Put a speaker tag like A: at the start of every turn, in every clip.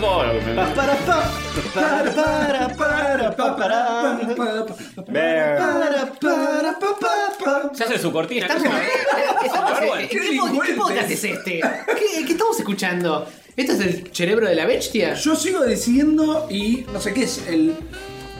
A: coro.
B: Pa, para, pa, para, para, para, pa, para. Para, para, pa, pa, pa.
A: Se hace su cortina.
B: Estamos-
A: ¿qué es eso?
B: estamos-
A: Vergüenza.
B: ¿qué, pod- qué podcast es este? ¿Qué, qué estamos escuchando? ¿Esto es el cerebro de la bestia?
C: Yo sigo decidiendo y no sé qué es el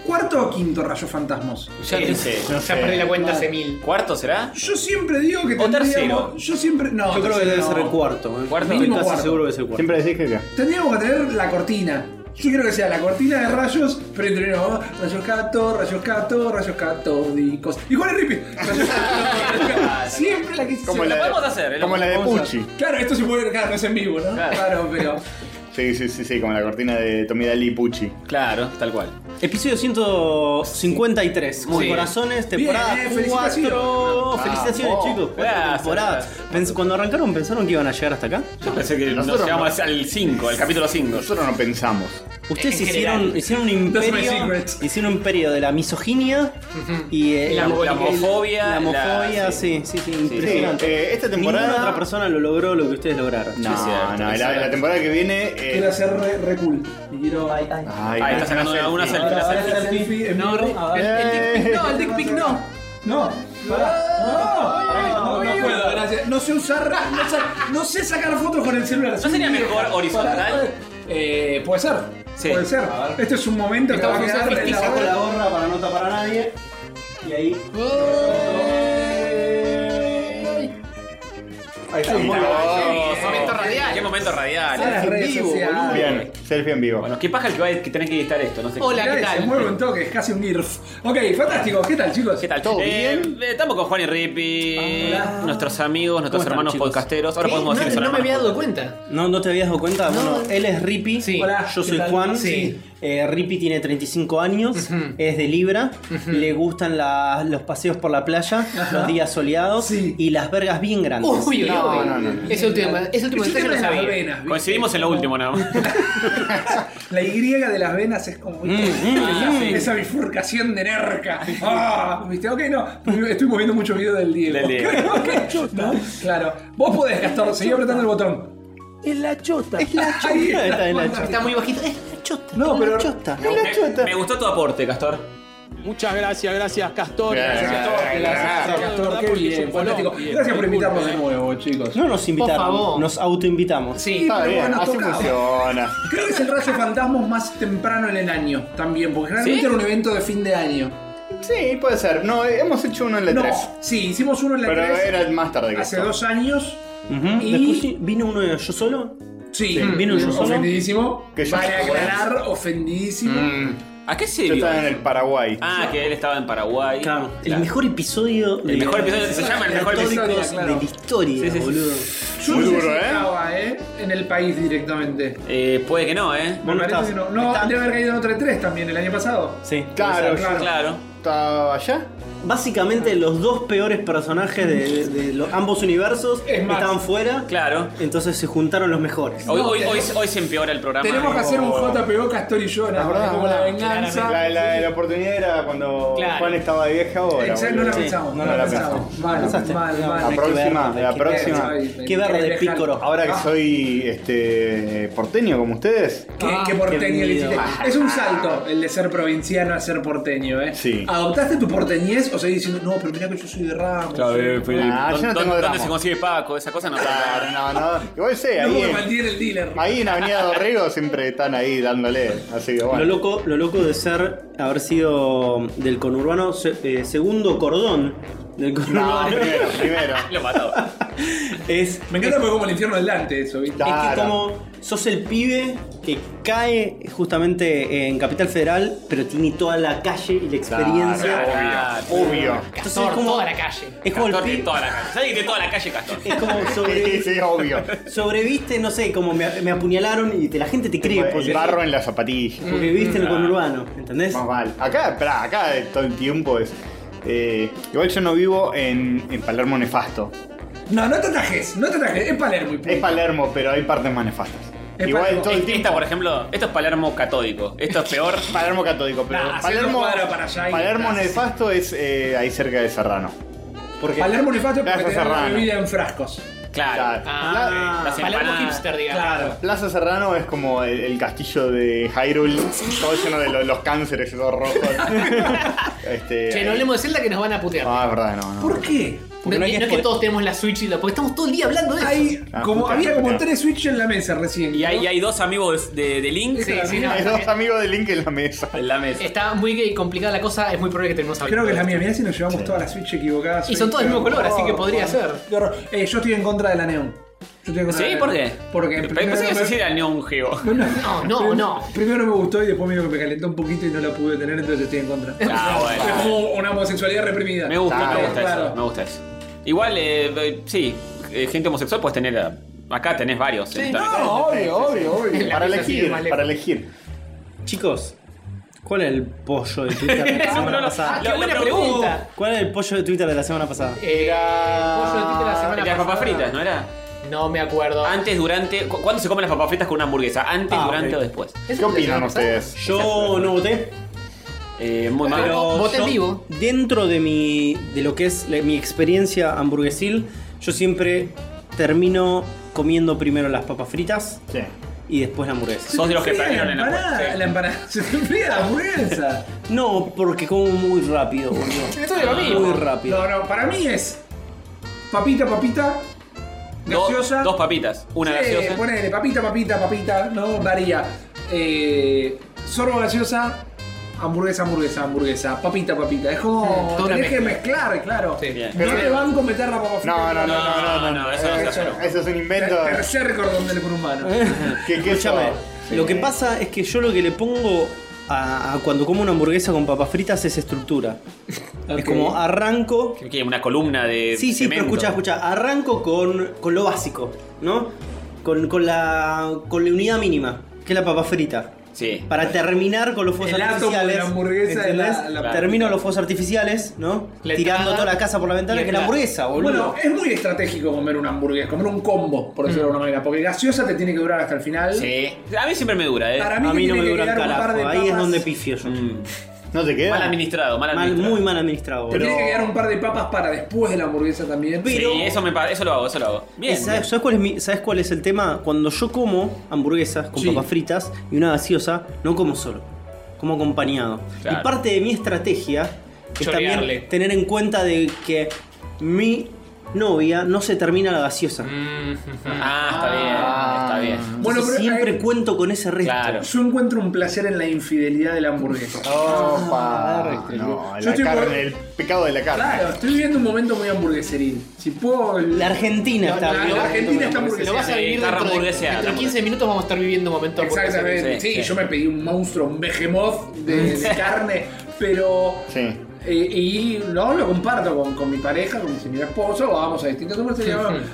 C: cuarto o quinto rayo fantasmos.
A: Ya
B: Eh,
A: no sé, no
B: ya
A: sé.
B: perdí la cuenta hace mil.
A: ¿Cuarto será?
C: Yo siempre digo que
A: O
C: tendríamos-
A: tercero.
C: Yo siempre. No,
D: Yo creo que
C: tercero
D: debe
C: no.
D: ser el cuarto. eh.
A: Cuarto.
D: Estoy casi
C: Cuarto.
D: seguro que es el cuarto.
E: Siempre decís que acá.
C: Tendríamos que tener la cortina. Yo quiero que sea la cortina de rayos, pero entre no, rayos gato, rayos gato, rayos catódicos. Y Juan Ripi. Rayos gato. Siempre la que
A: Como la podemos
E: de-
A: hacer, ¿eh?
E: Como la de
A: Vamos a-
E: Pucci.
C: Claro, esto se puede claro, no es en vivo, ¿no?
A: Claro.
C: Claro, pero.
E: Sí, sí, sí, sí, como la cortina de Tommy Daly Pucci.
A: Claro, tal cual.
D: Episodio 153. Muy
A: Sí.
D: corazones, temporada
C: Bien, eh,
D: 4.
C: felicitaciones.
D: Felicitaciones,
A: Vamos.
D: chicos. cuatro
A: Gracias,
D: temporadas.
A: gracias.
D: Pens- Cuando arrancaron, pensaron que iban a llegar hasta acá.
A: Yo pensé que nos
E: Nosotros
A: llegamos al 5, al capítulo 5.
E: Nosotros no pensamos.
D: Ustedes
B: En
D: hicieron,
B: general.
D: hicieron un
C: Those are my
D: imperio.
C: secrets.
D: Hicieron un imperio de la misoginia y eh,
A: La- la homofobia,
D: La homofobia,
A: la-
D: sí, sí, sí,
E: Sí,
D: impresionante.
E: eh, esta
D: Ninguna otra
E: temporada.
D: persona lo logró lo que ustedes lograron. eh.
E: No,
A: Sí, es cierto,
E: no,
A: es
E: la,
A: cierto.
E: la temporada que viene. eh,
C: Quiero hacer re, re cool. Y quiero. Ay, ay.
E: Ay,
A: Ahí está sacando una, una selfie. una selfie.
C: selfie en
B: No,
C: vivo.
B: re-
C: Ah,
B: el, el dick pic no, el dick pic no.
C: No, pará. No, no, no puedo, gracias. No sé usar. No sé, no sé sacar fotos con el celular.
A: ¿No sería mejor horizontal?
C: Eh, puede ser.
A: Sí.
C: Puede ser. Este es un momento que va
B: Estamos
C: a quedar
B: usando
C: en la
B: ficticio con
C: hora.
D: gorra para no tapar a nadie. Y ahí.
B: Oh.
D: Ahí está.
E: Ahí está.
A: Qué
B: momento radial.
A: Qué momento radial.
C: Ahora las
A: eh.
C: redes
B: vivo,
C: sociales.
B: boludo.
E: Bien, selfie en vivo.
A: Bueno, qué paja el que, va a- que tenés que editar esto, no sé.
B: Hola.
C: Mirá
B: ¿qué
C: que
B: tal?
C: Se mueve un toque, es casi un GIRF. Ok, fantástico. ¿Qué tal, chicos?
A: ¿Qué tal?
E: ¿Todo
A: Eh,
E: bien?
A: eh, Estamos con Juan y Rippy,
C: Hola.
A: nuestros amigos, nuestros
D: están,
A: hermanos
D: chicos?
A: podcasteros. Ahora
B: Sí,
A: podemos decir que
B: no,
A: son
B: no me había
A: hermanos.
B: dado cuenta.
D: No, no te habías dado cuenta. Bueno, él es Rippy. Ah,
B: Sí.
C: Hola,
D: Yo
C: ¿qué
D: soy
C: tal?
D: Juan.
C: Sí.
D: Eh, Rippy tiene 35 años. Es de Libra. Le gustan la- los paseos por la playa, los días soleados
C: Sí.
D: y las vergas bien grandes.
B: Uy, uy,
E: No,
B: uy.
E: no, no,
B: Ese último, ese último
C: Yo
B: detalle
C: tengo
B: lo
C: las
B: sabía.
C: venas, ¿viste?
A: Coincidimos en lo último, nada más.
C: La Y de las venas es como. esa, esa bifurcación de nerca. Ah, ¿Viste? Ok, no. Estuvimos viendo muchos videos del Diego.
A: Del Diego.
C: Ok, ¿no? Claro. Vos podés, Castor. Seguí apretando el botón.
D: Es la chota. Es la chota.
C: Ahí está.
D: Está en la chota.
B: Está muy bajito. Es la chota.
C: No,
D: Es la
C: pero.
D: chota.
A: Me- me, me gustó tu aporte, Castor.
F: Muchas gracias, gracias Castor.
E: Bien,
C: Castor, gracias, Castor, qué bien, fantástico. Gracias por invitarnos de nuevo, chicos.
D: No nos
B: Por
D: invitaron,
B: favor.
D: nos autoinvitamos.
B: Sí.
E: Está
C: pero
E: bien,
C: bueno,
E: así
C: tocaba.
E: funciona.
C: Creo que es el rayo fantasmas más temprano en el año también, porque realmente
A: ¿Sí?
C: era un evento de fin de año.
E: Sí, puede ser. No, eh, hemos hecho uno en la
C: No,
E: 3.
C: sí, hicimos uno en la
E: Pero
C: 3
E: era más tarde que
C: hace
E: esto.
C: dos años.
D: Ujú.
C: Y-
D: Después sí, vino uno de yo solo.
C: Sí,
D: vino yo solo.
C: ofendidísimo.
E: Que yo-
C: Vale aclarar, ofendidísimo.
E: Mm,
A: ¿A qué
E: yo
A: sirvió?
E: estaba en el Paraguay.
A: Ah, que él estaba en Paraguay.
D: El mejor episodio.
A: El mejor episodio, se llama el mejor
D: Católicos
C: episodio, claro.
D: de la historia,
A: Sí, sí, sí.
D: boludo.
C: Yo
E: Muy
C: no sé
E: duro,
C: si
E: ¿eh?
C: estaba, ¿eh? En el país directamente.
A: Eh, puede que no, ¿eh?
C: Me
D: no
C: parece
D: estás.
C: que no. No,
D: ¿Estás?
C: debe haber caído en otra de 3 también el año pasado.
D: Sí.
E: Claro, yo
C: Claro.
A: Claro.
E: estaba allá.
D: Básicamente los dos peores personajes de, de- de los- ambos universos
C: Es más.
D: estaban fuera.
A: Claro.
D: Entonces se juntaron los mejores.
A: Hoy, hoy, hoy, hoy se empeora el programa. eh.
C: Tenemos que hacer un JPO Castor y yo,
E: La
C: ¿no?
E: verdad,
C: como la
E: verdad.
C: venganza.
E: La, la, la oportunidad era cuando
B: Claro.
E: Juan estaba de viaje ahora.
C: Exacto, no la
D: Sí,
C: pensamos,
D: no
C: no,
D: la
C: la
E: pensaste.
C: pensamos. Mal,
D: Pensaste.
C: mal, mal.
E: La próxima, la próxima.
C: Ay,
D: Qué verde,
C: querés dejar-
D: pícoro.
E: Ahora que
C: Ah.
E: soy este porteño como ustedes.
C: Qué,
B: Ah,
C: qué porteño
D: qué
C: le hiciste.
D: miedo.
C: Es un salto el de ser provinciano a ser porteño, ¿eh?
E: Sí.
C: ¿Adoptaste tu porteñez o seguís diciendo, no, pero mirá que yo soy de Ramos? ¿eh?
A: eh,
E: Ah, yo
A: ¿Dónde,
E: no tengo drama.
A: dónde se consigue Paco? Esa cosa no
E: Claro, no, no. Igual sé,
C: No,
E: ahí,
C: porque
E: en,
C: mantiene el dealer.
E: ahí en Avenida Dorrego siempre están ahí dándole. Así que
D: Lo
E: bueno.
D: loco, lo loco de ser, haber sido del conurbano, se- eh, segundo cordón del
E: No,
D: conurbano,
E: primero, primero.
A: Lo mató.
D: es
C: Me encanta porque es como el infierno del Dante eso, ¿viste?
D: Es que
E: Claro.
D: como sos el pibe que cae justamente en Capital Federal, pero tiene toda la calle y la experiencia.
A: Claro.
E: obvio, obvio.
D: Entonces
B: Castor,
D: es como-
B: toda la calle.
D: Es como el
A: Castor de
D: pibe.
A: toda la calle. ¿Sabes que de toda la calle Castor?
D: Es como
E: Sí,
D: sobre-
E: sí, obvio.
D: sobreviste, no sé, como me, me apuñalaron y te- la gente te cree
E: El
D: porque,
E: barro en la zapatilla.
D: porque viviste en el conurbano, ¿entendés?
E: Más vale. Acá, pará, acá todo el tiempo es. eh, igual yo no vivo en, en Palermo nefasto.
C: No, no te atajes, no te atajes. Es Palermo. y punto.
E: Es Palermo, pero hay partes más nefastas.
C: Es
E: igual
C: Palermo.
E: todo el tiempo.
A: Esta, por ejemplo, esto es Palermo catódico. Esto es peor.
E: Palermo católico, pero
C: Nah, haciendo
E: Palermo,
C: cuadra para allá y
E: Palermo
C: estás.
E: nefasto es eh, ahí cerca de Serrano.
D: Porque
C: Palermo nefasto porque
E: Gracias,
C: te dan la
E: Serrano.
C: bebida en frascos.
A: Claro.
E: Ah,
A: Las
B: Palermo
A: empanadas.
B: hipster, digamos.
C: Claro.
E: Plaza Serrano es como el, el castillo de Hyrule, todo lleno de lo- los cánceres, esos rojos. este,
B: Che, no hablemos de Zelda que nos van a putear.
E: Ah, es verdad, no, no.
C: ¿Por qué?
B: No,
D: Porque no hay
B: no
D: que
B: es que
D: spoil-
B: todos tenemos la Switch y la. Porque estamos todo el día hablando de eso.
C: Hay
E: Ah,
C: como,
E: puta,
C: había como
E: puta.
C: tres Switch en la mesa recién.
A: Y
C: ¿no?
A: hay, y hay dos amigos de, de Link
B: Sí, sí, no,
E: Hay
B: está
E: dos
B: bien.
E: amigos de Link en la mesa.
A: en la mesa.
B: Está muy complicada la cosa, es muy probable que terminemos hablando.
C: Creo que es la mía.
B: de
C: Mirá si nos llevamos todas las Switch equivocadas.
B: Y son todas del mismo color, así que podría ser.
C: qué horror. Eh, yo estoy en contra de la Neon. Yo estoy en contra
A: ¿Sí?
C: de
B: Este-
C: la
A: ¿Por
C: Neon.
A: qué?
C: Porque en
A: Pe-
C: primer
A: Pensé que
C: lugar-
A: se "Oh, hiciera el Neon Geo.
B: esto. No, no, no.
C: Primero me gustó y después medio que me calentó un poquito y no la pude tener, entonces estoy en contra.
A: Ah, bueno.
C: Es como una homosexualidad reprimida.
A: Me gusta,
E: Claro,
A: me gusta
C: claro.
A: eso, me gusta eso. Igual, eh, eh, sí, eh, gente homosexual puedes tener. eh, Acá tenés varios. eh, en tal-
C: No, obvio, obvio, obvio.
B: La
E: Para
B: mesa sigue
E: elegir,
B: más lejos.
E: para elegir.
D: Chicos, ¿cuál es el pollo de Twitter de la semana
B: Ah,
D: pasada?
B: qué
A: La-
B: buena
A: la
B: pregunta.
D: ¿Cuál es el pollo de Twitter de la semana pasada?
B: Eh, pollo de Twitter la semana
A: Las papas
B: pasada.
A: fritas, ¿no era?
B: No me acuerdo.
A: Antes, durante. cu- ¿Cuándo se comen las papas fritas con una hamburguesa? ¿Antes,
D: Ah,
A: durante
D: ok.
A: o después?
B: ¿Eso
E: ¿Qué
B: fue la
E: opinan
B: semana pasada?
E: ustedes?
D: Yo no voté,
A: Eh, muy mal.
D: pero
B: voté en
D: yo-
B: vivo.
D: dentro de mi de lo que es la- mi experiencia hamburguesil, yo siempre termino comiendo primero las papas fritas
E: Sí.
D: y después la hamburguesa.
A: Sos de los que
C: Fría
A: perdieron en la
C: empanada,
A: puerta.
C: La empanada. Se te enfría la hamburguesa.
D: No, porque como muy rápido, boludo.
B: Esto es lo mismo.
D: Ah, Muy rápido.
C: No, no, para mí es papita, papita,
A: Dos,
C: gaseosa.
A: dos papitas, una
C: Sí,
A: gaseosa.
C: Ponele, papita, papita, papita, no varía. Eh, sorbo gaseosa, hamburguesa, hamburguesa, hamburguesa, papita, papita. Es como.
B: Mm, toda una
C: tenés que mezclar, claro.
B: Sí.
A: Bien.
C: No te
E: Pero-
C: van a meter la papa frita.
E: No, no, no, no, no, no.
A: no, eso no se hace, no.
E: Eso es un invento. Eh.
C: El tercer cordón del humano.
E: ¿Qué, qué
D: Escúchame,
E: Sí.
D: lo que pasa es que yo lo que le pongo a, a cuando como una hamburguesa con papas fritas es estructura.
C: Ok.
D: Es como arranco.
A: ¿Qué- qué, Una columna de.
D: Sí, sí, pero
A: cemento?
D: escucha, escucha. Arranco con, con lo básico, ¿no? Con, con la, con la unidad mínima, que es la papa frita.
A: Sí.
D: Para terminar con los fuegos
C: El átomo
D: artificiales.
C: de la hamburguesa es la- la-
D: Termino los fuegos artificiales, ¿no?
B: La
D: Tirando
B: entrada
D: toda la casa por la ventana,
B: y
D: que es la
B: la-
D: hamburguesa, boludo.
C: Bueno, es muy estratégico comer una hamburguesa, comer un combo, por decirlo de alguna manera, porque gaseosa te tiene que durar hasta el final.
A: Mm. Sí. A mí siempre me dura, eh.
C: Para mí,
D: a mí
C: te
D: no
C: tiene
D: me
C: que
D: dura un
C: quedar un par de
D: carajo. Ahí es
C: papas-
D: donde pifio yo.
A: Mm.
E: ¿No te queda?
A: Mal administrado, mal
D: Mal-
A: administrado.
D: muy mal administrado,
C: Te
D: boludo.
C: tiene que quedar un par de papas para después de la hamburguesa también.
A: Sí, eso, me, pa- eso lo hago, eso lo hago. Bien.
D: Eh, ¿Sabes, sabes cuál es mi- sabes cuál es el tema? Cuando yo como hamburguesas con
C: Sí.
D: papas fritas y una gaseosa, no como solo, como acompañado.
A: Claro.
D: Y parte de mi estrategia es
B: Chorearle.
D: también tener en cuenta de que mi novia no se termina la gaseosa.
A: Mm.
B: Mm-hmm.
A: Ah, está bien, está bien.
C: Bueno,
D: Bueno,
C: pero
D: siempre
C: eh,
D: cuento con ese resto.
A: Claro.
C: Yo encuentro un placer en la infidelidad de la hamburguesa.
E: Opa. No,
C: Yo
E: la
C: estoy por-
E: carne, el pecado de la carne.
C: Claro, estoy viviendo un momento muy hamburgueseril. Si puedo.
D: La Argentina
B: No,
D: está
B: no,
D: bien.
C: la Argentina está
B: Lo vas
C: hamburgueseril.
B: a
A: Sí,
B: vivir
A: carne
B: dentro, de,
A: hamburguesa,
B: dentro de
A: hamburguesa.
B: 15 minutos vamos a estar viviendo un momento hamburguesa.
C: Exactamente. Sí,
A: Sí, sí.
C: yo me pedí un monstruo, un behemoth de, de carne, pero.
E: Sí.
C: eh, y no lo comparto con, con mi pareja, con mi señor esposo, vamos a distintas conversaciones.
B: Ujú.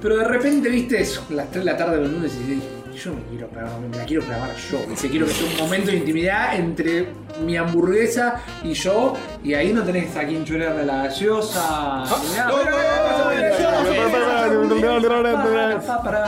C: Pero de repente, viste, eso, las 3 de la tarde los lunes y dices, yo me quiero clavar, me la quiero clavar yo. Dice, quiero que sea un momento de intimidad entre mi hamburguesa y yo, y ahí no tenés a quien chorearle la gaseosa. ni nada. Bueno, bueno, bueno,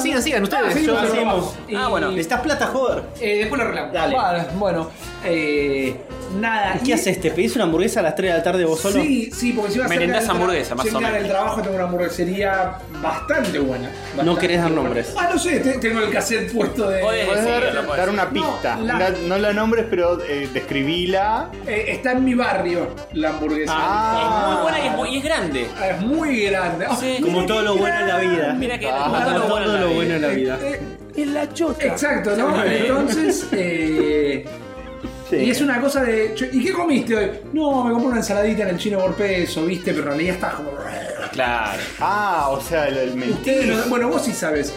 B: Sigan, sigan, ustedes,
C: Ah, sí,
B: yo-
C: nosotros
D: hacemos.
C: vamos. Y-
A: Ah, bueno.
D: ¿Estás plata, joder?
B: Eh, después lo arreglamos.
C: Vale, bueno, eh, nada.
D: ¿Qué
C: y-
D: haces? ¿Te pedís una hamburguesa a las 3 de la tarde vos solo?
C: Sí, sí, porque si vas
A: Merendás hamburguesa, más o menos.
C: el trabajo tengo una hamburguesería bastante buena. bastante
D: No querés dar
C: buena.
D: nombres.
C: Ah, no sé, te- tengo el cassette puesto de.
A: Podés.
E: Puedes
A: Sí,
E: dar,
A: lo puedes
E: dar
A: decir.
E: una pista.
C: No, la-
E: No la, nombres, pero eh, describíla.
C: Eh, está en mi barrio la hamburguesa.
E: Ah.
A: Es muy buena y es, muy- y es grande.
C: Ah, Es muy grande. Ah,
A: Sí.
D: Como
C: mira
D: todo
C: qué
D: lo bueno en la vida.
C: grande.
A: Mira que
E: Ah,
A: todo lo bueno. en la
D: todo lo
A: vida.
D: bueno en la vida.
C: Eh,
D: Es la chota.
C: Exacto, ¿no? Entonces, eh,
E: Sí.
C: Y es una cosa de. che, ¿Y qué comiste hoy? No, me compré una ensaladita en el chino por peso, viste, pero en realidad estás como.
A: Claro.
E: Ah, o sea, el, el menú.
C: Ustedes no- bueno, vos sí sabes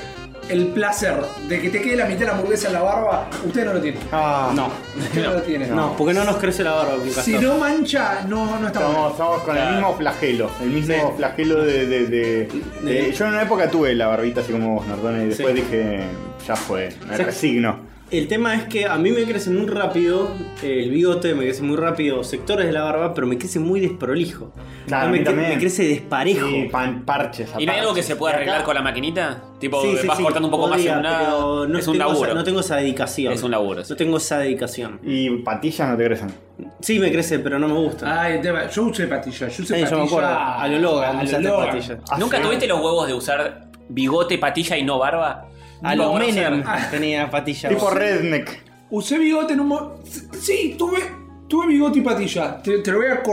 C: el placer de que te quede la mitad de la hamburguesa en la barba, ustedes no lo tienen.
E: Ah,
D: No,
C: Ustedes no lo tienen.
D: no, porque no nos crece la barba, Lucas.
C: Si no mancha, no, no está
E: Estamos,
C: bueno.
E: estamos con el mismo flagelo, el mismo flagelo de, de- de- de- Yo en una época tuve la barbita así como vos, Nardone, y después dije, ya fue, me resigno.
D: El tema es que a mí me crece muy rápido el bigote, me crece muy rápido sectores de la barba, pero me crece muy desprolijo.
E: Claro,
D: A mí
E: a mí
D: me, cre-
E: también.
D: me crece desparejo.
E: Sí, pan, parches.
A: ¿Y no hay algo que se pueda
E: Y acá-
A: arreglar con la maquinita? Tipo,
D: Sí, sí,
A: vas
D: sí,
A: cortando un poco más
D: podría,
A: en un lado.
D: pero No
A: es un
D: tengo esa-
A: laburo.
D: no tengo esa dedicación.
A: Es un laburo, sí.
D: No tengo esa dedicación.
E: Y patillas no te crecen.
D: Sí, me crece, pero no me gusta.
C: Ay, el tema. Yo usé patilla, yo usé
D: Eh,
C: patilla.
D: yo me acuerdo. A lo Logan,
C: a lo
D: usaste
C: Logan.
D: patilla.
A: ¿Nunca
E: Hace-
A: tuviste los huevos de usar bigote, patilla y no barba?
D: A
A: No,
D: los
A: no sé.
D: Menem tenía patillas.
E: Tipo redneck.
C: Usé bigote en un. mo- Sí, tuve, tuve bigote y patilla. Te, te lo voy a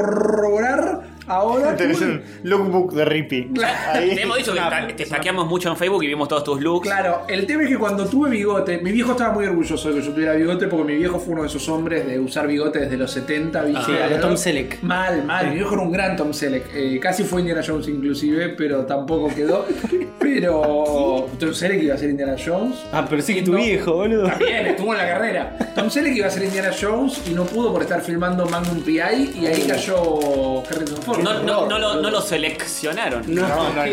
C: corroborar ahora.
E: Tenés
C: Tuve-
E: un lookbook de Rippy.
A: Te hemos dicho que ta- te saqueamos mucho en Facebook y vimos todos tus looks.
C: Claro, el tema es que cuando tuve bigote, mi viejo estaba muy orgulloso de que yo tuviera bigote porque mi viejo fue uno de esos hombres de usar bigote desde los 70, ¿viste?
D: Sí, a lo Tom Selleck.
C: Mal, mal. Mi viejo era un gran Tom Selleck. Eh, casi fue Indiana Jones inclusive, pero tampoco quedó. Pero Tom Selleck iba a ser Indiana Jones.
D: Ah, pero sí que tu
C: No.
D: viejo, boludo.
C: Bien, estuvo en la carrera. Tom Selleck iba a ser Indiana Jones y no pudo por estar filmando Magnum P.I. y ahí cayó Harrison Ford.
A: No, no, no, lo, no lo seleccionaron.
D: No.
E: No, no, no, no.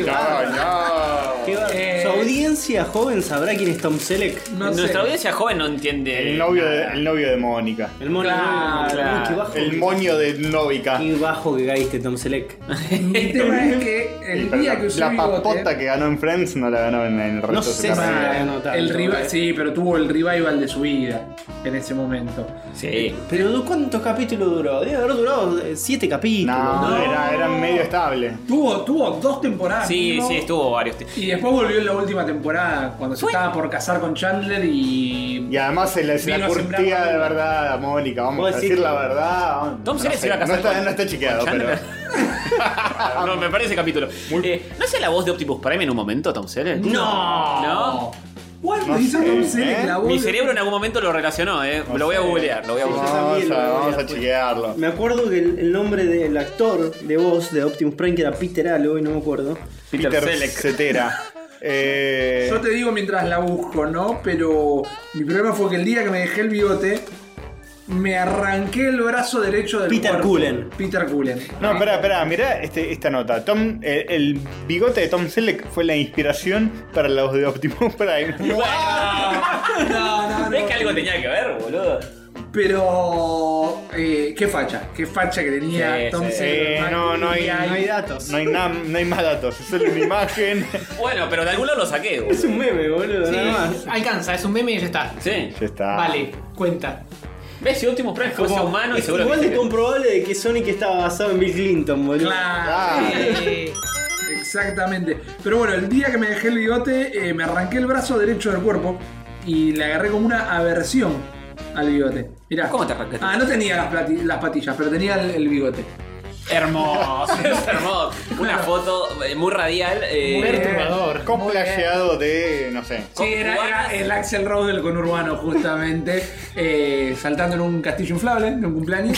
D: Qué bar-
C: Eh.
D: Su audiencia joven sabrá quién es Tom Selleck.
C: No sé.
A: Nuestra audiencia joven no entiende.
E: El novio de, el novio de Mónica.
D: El mono.
C: Claro.
D: Uy, qué bajo.
E: El moño de Novica.
D: Qué bajo que caíste, Tom Selleck.
C: Mi tema es que
E: Y
C: el
E: pero
C: día
E: la-
C: que usé
E: la
C: bigote-
E: papota que ganó en Friends no la ganó en, en el resto
D: No
E: de su
D: sé si-
E: carrera.
D: Ah, no tanto,
C: el revi-
D: eh.
C: sí, pero tuvo el revival de su vida en ese momento.
A: Sí.
D: Pero ¿cuántos capítulos duró? Debe haber durado eh, siete capítulos.
E: No,
C: No.
E: Era, era medio estable.
C: Tuvo, tuvo dos temporadas.
A: Sí,
C: mínimo,
A: sí, estuvo varios. te-
C: Y después volvió en la última temporada, cuando se estaba por casar con Chandler y.
E: Y además se la, se la
C: Vino a
E: curtía
C: sembrar
E: de verdad a Mónica, vamos
D: Vos
E: a decir
D: decís
E: la
D: que-
E: verdad. vamos-
A: Tom
E: no
A: Selleck
E: sé,
A: se iba a casar
E: No está,
A: con-
E: no está chequeado,
A: con
E: pero.
A: Chandler. no, me parece capítulo.
E: Muy-
A: Eh, ¿No hacía la voz de Optimus Prime en un momento, Tom Selleck? ¿No?
C: ¿Cuándo
E: No
C: hizo
E: sé,
C: Tom Selleck
E: ¿eh?
C: la voz
A: Mi
C: de-
A: cerebro en algún momento lo relacionó, ¿eh? lo voy a
E: sé.
A: googlear, lo voy a
D: Sí,
A: googlear.
D: yo
E: Vamos
D: también lo
E: a,
D: veía
E: vamos a
D: después.
E: chequearlo.
D: Me acuerdo que el, el nombre del actor de voz de Optimus Prime, que era Peter Allo, y no me acuerdo.
A: Peter Selleck.
E: Cetera. Eh,
C: Yo te digo mientras la busco, ¿no? Pero mi problema fue que el día que me dejé el bigote, me arranqué el brazo derecho del
D: Peter
C: cuerpo.
D: Cullen.
C: Peter Cullen.
E: No, espera, espera, mirá este- esta nota. Tom, el, el bigote de Tom Selleck fue la inspiración para la voz de Optimus Prime.
A: Bueno.
C: No, no, no.
A: ¿Ves que algo tenía que ver, boludo?
C: Pero. eh, qué facha, qué facha que tenía
A: Sí,
C: Tom
A: sí.
C: Selleck.
E: Eh, no, no hay-
C: Y ahí-
D: No hay datos.
E: No hay, na- no hay más datos, es solo una imagen.
A: Bueno, pero de algún lado lo saqué,
D: Es
A: boludo.
D: un meme, boludo,
B: Sí,
D: nada más.
B: alcanza, es un meme y ya está.
A: Sí.
E: Ya está.
B: Vale, cuenta.
A: ¿Ves si Optimus Prime fuese
B: Como-
A: humano y
D: Es
A: seguro
D: igual
A: que-
D: de comprobable de que Sonic estaba basado en Bill Clinton, boludo.
C: Claro.
E: Ah,
B: Eh,
C: Exactamente. Pero bueno, el día que me dejé el bigote, eh, me arranqué el brazo derecho del cuerpo y le agarré como una aversión al bigote. Mirá.
A: ¿Cómo te arrancaste?
C: Ah, no tenía las, plati- las patillas, pero tenía el, el bigote.
A: Hermoso, es hermoso. Una foto eh, muy radial. eh,
B: perturbador.
E: cosplayado de, no sé.
C: Sí, era, era el Axel Rose del conurbano, justamente, eh, saltando en un castillo inflable, en un cumpleaños.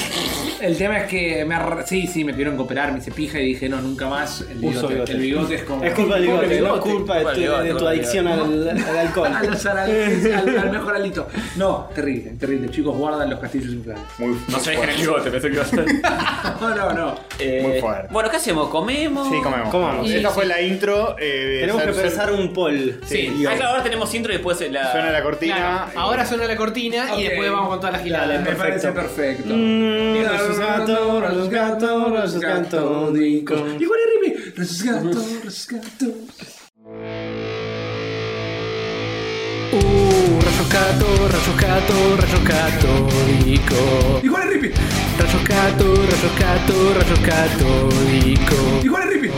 C: El tema es que me arra- sí, sí, me pidieron cooperar, me hice pija y dije, no, nunca más. El bigote,
D: Uso bigote.
C: El bigote es como.
D: Es culpa del bigote, no es culpa de
A: Culpa del bigote,
D: tu, de tu
A: culpa del
D: adicción al, al alcohol.
C: A los arales- al, al mejor alito. No, terrible, terrible. Chicos, guardan los castillos inflables.
E: Muy,
A: No se dejen el bigote, pensé que iba a ser.
C: No, no, no.
A: Eh,
E: Muy fuerte.
A: Bueno, ¿qué hacemos? ¿Comemos?
E: Sí, comemos.
D: Comamos.
E: Esta fue la intro. eh,
D: Tenemos que
E: ser- ser-
D: pensar un poll.
A: Sí.
D: Guión.
A: Ah, claro, ahora tenemos intro y después la.
E: Suena la cortina.
B: Claro,
E: y-
B: ahora suena la cortina
C: Ok.
B: y después vamos con todas las
D: Dale,
B: giladas.
C: Me parece perfecto.
D: Mm, Rayos gato, rayos gato, rayos catódicos.
C: Igual es Rippy. Rayos gato, rayos gato.
B: Uh, rayos gato, rayos gato, rayos católico.
C: Igual es Rippy.
B: Rayos gato, rayos gato, rayos católico.
C: Igual es Rippy.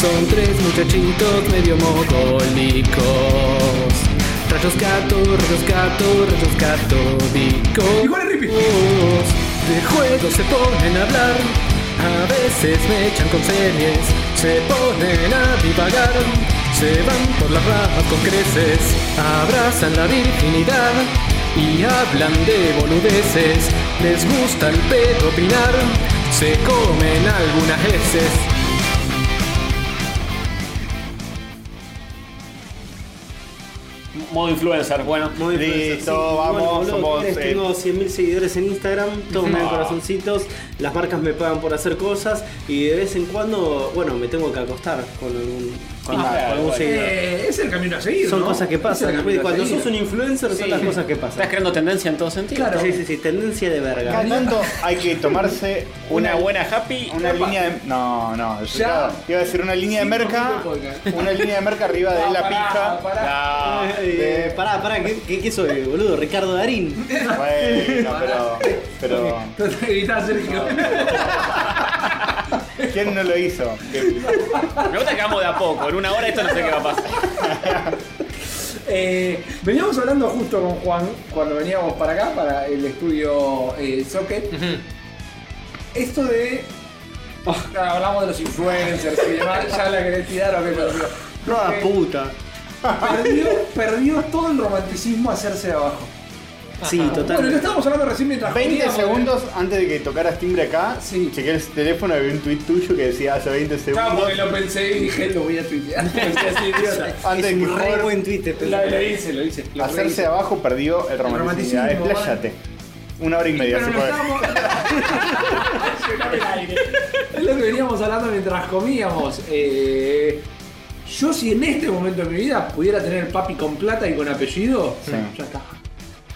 B: Son tres muchachitos medio mogólicos. Rayos gato, rayos gato, rayos católicos.
C: Igual es Rippy.
B: De juego se ponen a hablar, a veces me echan con series, se ponen a divagar, se van por las ramas con creces, abrazan la virginidad y hablan de boludeces, les gusta el pedo opinar, se comen algunas veces.
A: Modo influencer, bueno.
D: Muy influencer,
E: Listo,
D: sí.
E: vamos,
D: boludo,
E: somos,
D: tenés-
E: eh,
D: Tengo 100.000 seguidores en Instagram, todos me dan
A: Ah.
D: corazoncitos, las marcas me pagan por hacer cosas y de vez en cuando, bueno, me tengo que acostar con algún con,
E: Ah,
G: claro,
D: con algún
G: bueno.
D: seguidor.
C: Eh, es el camino a seguir.
D: Son
C: ¿no?
D: cosas que
C: Es el
D: pasan.
C: camino a
D: Cuando
C: seguir.
D: sos un influencer son las cosas que pasan.
G: Estás creando tendencia en todo sentido.
C: Claro.
D: Sí, sí, sí, tendencia de verga.
E: Cada tanto hay que tomarse
G: Una buena happy.
E: Una
G: Epa.
E: línea de. No, no, yo
C: Ya.
E: iba- iba a decir una línea de merca.
C: poquito podcast.
E: Una línea de merca arriba de
C: No,
E: la
C: pará,
E: pija.
C: pará.
E: No,
D: Eh,
E: de-
D: pará, pará, ¿qué, qué, qué soy, boludo? Ricardo Darín.
E: Bueno, pero. Pero.
C: No te evitas, Sergio.
E: ¿Quién no lo hizo?
G: Me gusta que vamos de a poco. En una hora esto no sé qué va a pasar.
C: Eh, veníamos hablando justo con Juan cuando veníamos para acá, para el estudio eh, Socket. Esto de. Ah, hablamos de los influencers y demás, ya la querés tirar o qué perdió.
D: Toda
C: Eh,
D: puta.
C: perdió, perdió todo el romanticismo hacerse de abajo.
D: Sí,
C: Bueno, lo
D: total.
C: estábamos hablando recién mientras
E: 20
C: comíamos,
E: segundos antes de que tocaras timbre acá,
C: Sí.
E: chequé el teléfono y vi un tweet tuyo que decía hace 20
C: ¿eh? No,
E: segundos.
C: porque lo pensé y dije, lo voy a tuitear. Pensé así, idiota.
E: Antes de que
D: Re
E: Jorge-
D: buen Twitter.
C: Lo, lo hice, lo hice. lo
E: hacerse
C: rehice.
E: abajo perdió el romanticismo.
C: romanticismo,
E: Despláyate. Una hora y media
C: Pero
E: se
C: lo
E: puede.
C: estábamos. Llename el aire. Es lo que veníamos hablando mientras comíamos. Eh, yo, si en este momento de mi vida pudiera tener papi con plata y con apellido, ya está.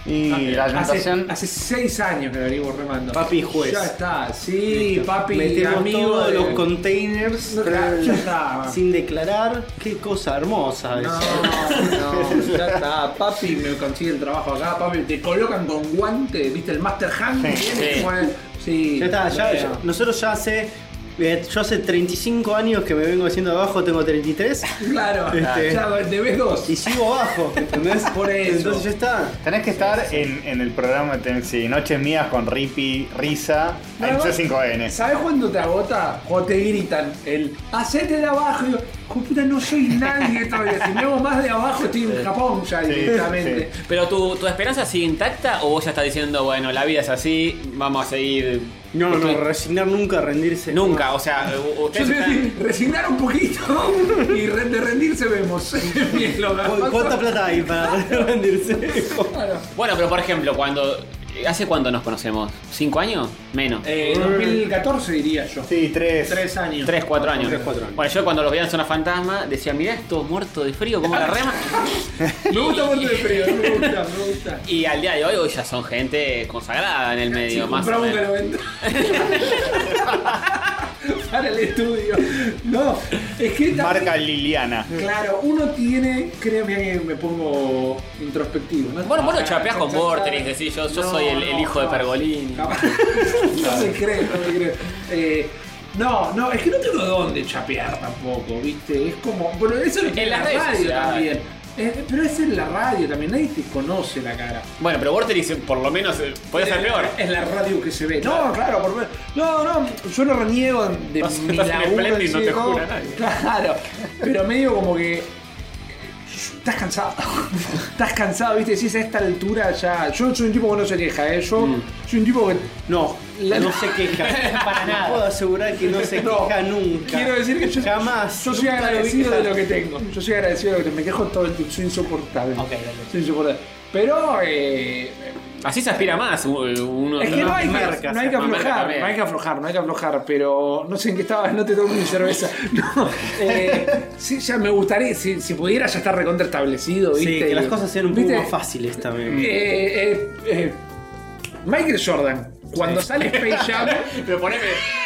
E: Y la
C: Hace,
E: alimentación.
C: hace seis años que lo venimos remando.
D: Papi juez.
C: Ya está, sí, papi
D: Metemos
C: amigo.
D: todos
C: de-
D: los containers
C: Claro, ya está.
D: sin declarar. Qué cosa hermosa.
C: No,
D: eso.
C: no, ya está. Papi me consigue el trabajo acá, papi. Te colocan con guante, ¿viste? El Master Hand.
G: sí.
C: Bueno, sí.
D: Ya está, ya,
C: Bueno.
D: ya- nosotros ya hace. eh, yo hace 35 años que me vengo haciendo abajo, tengo 33
C: Claro,
D: Este-
C: ya te ves dos.
D: y sigo abajo, ¿entendés?
C: Por eso.
D: Entonces ya está.
E: Tenés que estar En, en el programa de sí, Noches Mías con Rippy, Risa, en
C: Además,
E: C5N.
C: ¿Sabes cuando te agota o te gritan el hacete de abajo? Y yo, "Hijo de puta, no soy nadie todavía. Si me hago más de abajo, estoy en Japón ya
E: Sí,
C: directamente.
G: Pero tu, tu esperanza sigue intacta o vos ya estás diciendo, bueno, la vida es así, vamos a seguir.
D: No, no,
G: Estoy-
D: resignar nunca, rendirse.
G: Nunca, o sea, u-
C: Yo
G: ustedes
C: sé
G: están-
C: si resignar un poquito y re- de rendirse vemos. Bien, lo
D: ¿Cu- ¿Cuánta plata hay para rendirse?
C: Claro.
G: Bueno, pero por ejemplo, cuando. ¿Hace cuánto nos conocemos? ¿Cinco años? Menos.
C: Eh, 2014 diría yo.
E: Sí, tres.
C: Tres años.
G: Tres, cuatro años.
D: Tres, cuatro años.
G: Bueno, yo cuando los veía en Zona Fantasma decía, mirá estos muertos de frío, cómo la rema.
C: Me gusta mucho de frío, me gusta, me gusta.
G: Y al día de hoy, hoy ya son gente consagrada en el medio, más o
C: Compramos un
G: menos.
C: calavento. Para el estudio. No, es que también-
E: Marca Liliana.
C: Claro, uno tiene, créeme que me pongo introspectivo. ¿no?
G: Bueno, vos lo
C: Ah,
G: chapeás con
C: cha, cha, cha.
G: Vorterix, decís, yo- yo soy el- el
C: no,
G: hijo de
C: jamás,
G: Pergolini.
C: jamás. No se cree, no se cree. Eh, no, no, es que no tengo dónde chapear tampoco, ¿viste? Es como. Bueno, eso es
G: En las redes
C: radio
G: sociales.
C: también. Eh, pero es en la radio también, nadie te conoce la cara.
G: Bueno, pero Vorterix por lo menos eh, puede ser peor.
C: Es la radio que se ve. No, claro, por No, no, yo no reniego de
G: Estás-
C: mi
G: estás en
C: laburo.
G: Splendid y no te
C: chico.
G: jura nadie.
C: Claro, pero medio como que. Estás cansado. Estás cansado, viste, decís a esta altura ya. Yo soy un tipo que no se queja, ¿eh? Yo
D: Mm.
C: soy un tipo que.
D: No,
C: La-
D: no se queja. Para nada. Puedo asegurar que no se
C: No,
D: queja nunca.
C: Quiero decir que yo,
D: Jamás.
C: yo soy
D: Nunca lo vi
C: agradecido de
D: quejar.
C: lo que tengo. Yo soy agradecido de lo que tengo. Me quejo todo el tiempo. Soy insoportable.
D: Ok, dale.
C: Soy insoportable. Pero eh,
G: Así se aspira más u- uno.
C: Es que no hay, que,
D: marcas,
C: no hay que
G: más marcas
C: aflojar,
G: también.
C: no hay que aflojar, no hay que aflojar, pero no sé en qué estaba, no te tomo mi cerveza. No, eh, sí, ya me gustaría, si, si pudiera ya estar recontra establecido,
D: Sí,
C: ¿viste?
D: que las cosas sean un poco
C: ¿Viste?
D: más fáciles también.
C: Eh, eh, eh, Michael Jordan, cuando sale Space Jam,
G: Pero poneme.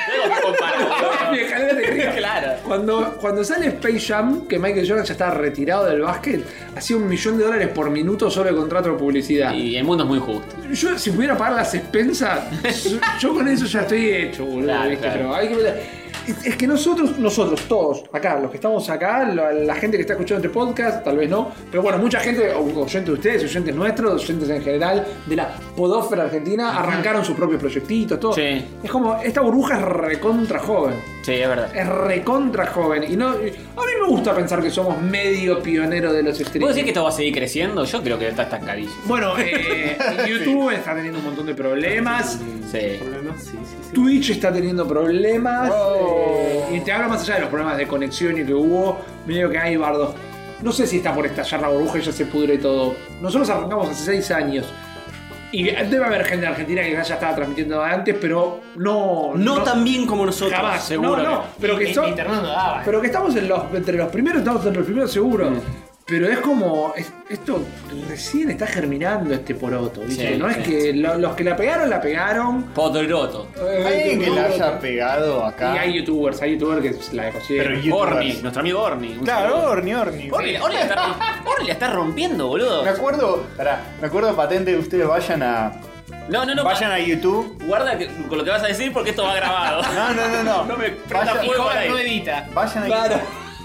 G: Tengo que
C: Mi
G: comparar.
C: escalera de arriba.
G: Claro.
C: Cuando, cuando sale Space Jam, que Michael Jordan ya estaba retirado del básquet, hacía un millón de dólares por minuto solo de contrato de publicidad.
G: Y el mundo es muy justo.
C: Yo, si pudiera pagar las expensas, yo- yo con eso ya estoy hecho, boludo.
G: Claro,
C: ¿viste?
G: claro.
C: Pero hay que ver- es- Es que nosotros, nosotros, todos, acá, los que estamos acá, la, la gente que está escuchando este podcast, tal vez no, pero bueno, mucha gente, o- oyentes de ustedes, oyentes nuestros, oyentes en general, de la podósfera argentina, arrancaron sus propios proyectitos, todo.
G: Sí.
C: Es como, esta burbuja es recontra joven.
G: Sí, es verdad.
C: Es recontra joven. Y no. A mí me gusta pensar que somos medio pioneros de los streaming.
G: ¿Puedo decir que esto va a seguir creciendo? Yo creo que está estancadillo.
C: Bueno, eh, YouTube está teniendo un montón de problemas.
G: Sí.
D: ¿Problemas? Sí, sí, sí.
C: Twitch está teniendo problemas.
E: Oh.
C: eh, y te hablo más allá de los problemas de conexión y que hubo. Medio que hay bardos. No sé si está por estallar la burbuja y ya se pudre todo. Nosotros arrancamos hace seis años. Y debe haber gente de Argentina que ya estaba transmitiendo antes, pero no.
D: No, tan bien como nosotros.
C: Jamás,
D: seguro.
C: No, no, pero que, son-
B: Internet no daba.
C: pero que estamos en los, entre los primeros, estamos entre los primeros seguro.
D: Mm.
C: Pero es como. es- esto recién está germinando este poroto, ¿viste?
B: Sí,
C: no
B: sí.
C: es que lo- los que la pegaron, la pegaron.
A: Podoroto.
C: Eh,
E: Alguien que la haya pegado
C: Y
E: acá.
C: hay youtubers, hay youtubers que se la consiguen.
E: Ah. Pero youtubers.
A: Orni, nuestro amigo Orni. un
E: Claro,
A: saludo.
E: Orni, Orni.
A: Orni, Orni la está, Orni la está rompiendo, boludo.
E: Me acuerdo, pará, me acuerdo patente que ustedes vayan a.
A: No, no, no.
E: vayan a YouTube.
A: Guarda que- con lo que vas a decir porque esto va grabado.
E: No, no, no, no.
A: No me prenda
E: vayan,
B: Y
A: fuego al
B: Cobra no
A: aire.
B: edita.
E: vayan a YouTube.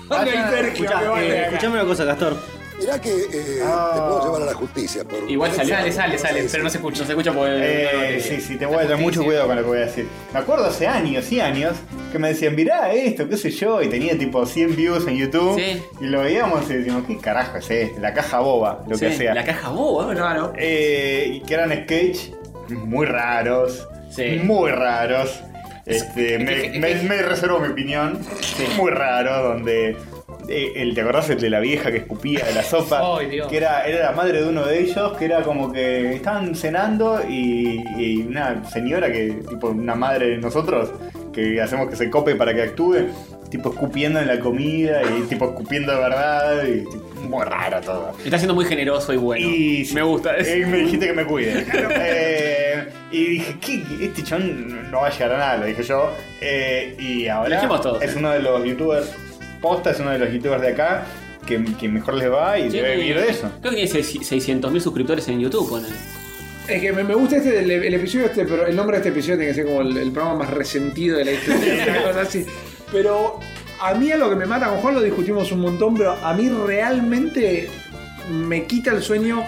E: Vayan a-
D: Escuchá, eh, escuchame una cosa, Castor.
H: Mirá que eh,
E: Ah.
H: te puedo llevar a la justicia por
A: Igual salió.
B: Sale, sale, sale, pero no se escucha.
A: No se escucha por
E: Eh, sí, sí, te voy a tener mucho cuidado con lo que voy a decir. Me acuerdo hace años y años que me decían, mirá esto, qué sé yo, y tenía tipo 100 views en YouTube.
A: Sí.
E: Y lo veíamos y decíamos, ¿qué carajo es esto? La caja boba, lo que
A: Sí,
E: sea.
A: La caja uh, boba, ¿verdad?
C: Claro.
E: Eh, y que eran sketch muy raros.
A: Sí.
E: Muy raros. Este, me, me- me reservo mi opinión. Muy raro, donde. eh, El, ¿Te acordás el de la vieja que escupía de la sopa?
B: Ay, Dios.
E: Que era, era la madre de uno de ellos, que era como que estaban cenando y, y una señora que, tipo, una madre de nosotros, que hacemos que se cope para que actúe, tipo escupiendo en la comida y tipo escupiendo de verdad y tipo, muy raro todo.
A: Está siendo muy generoso y bueno.
E: Y
A: me gusta eso.
E: eh, me dijiste que me cuide. Eh, y dije, ¿qué? Este chon no va a llegar a nada, lo dije yo. Eh, y
A: Lo
E: ahora
A: dijimos todos,
E: es
A: sí.
E: uno de los youtubers, posta es uno de los youtubers de acá que, que mejor les va y debe vivir de eso.
A: Creo que tiene 600.000 suscriptores en YouTube, ponele.
C: Es que me, me gusta este, el, el episodio este, pero el nombre de este episodio tiene que ser como el, el programa más resentido de la historia, una cosa así. Pero a mí a lo que me mata, con Juan lo discutimos un montón, pero a mí realmente me quita el sueño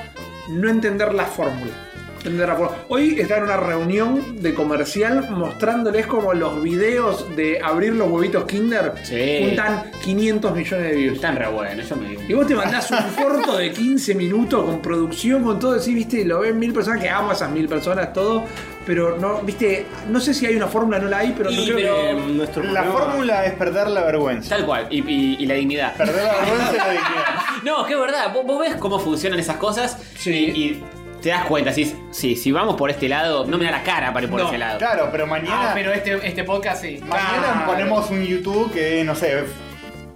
C: no entender la fórmula. Entender la fórmula. Hoy estaba en una reunión de comercial mostrándoles como los videos de abrir los huevitos Kinder
A: Sí.
C: juntan 500 millones de views.
A: Están re buenos, yo me digo.
C: Y vos te mandás un corto de 15 minutos con producción, con todo, así, viste, lo ven mil personas, que amo a esas mil personas, todo, pero no, viste, no sé si hay una fórmula, no la hay, pero no
A: Y,
C: creo
A: pero-
C: que-
D: Eh, nuestro
E: La
D: programa-
E: fórmula es perder la vergüenza.
A: Tal cual, y, y- y la dignidad.
E: Perder la vergüenza y la dignidad.
A: No, que es verdad, vos, vos ves cómo funcionan esas cosas
C: Sí.
A: y, y te das cuenta, si, si, si vamos por este lado, no me da la cara para ir por
C: No,
A: ese lado.
E: Claro, pero
B: Ah,
E: mañana,
B: pero este, este podcast sí.
E: mañana
C: claro.
E: ponemos un YouTube que, no sé,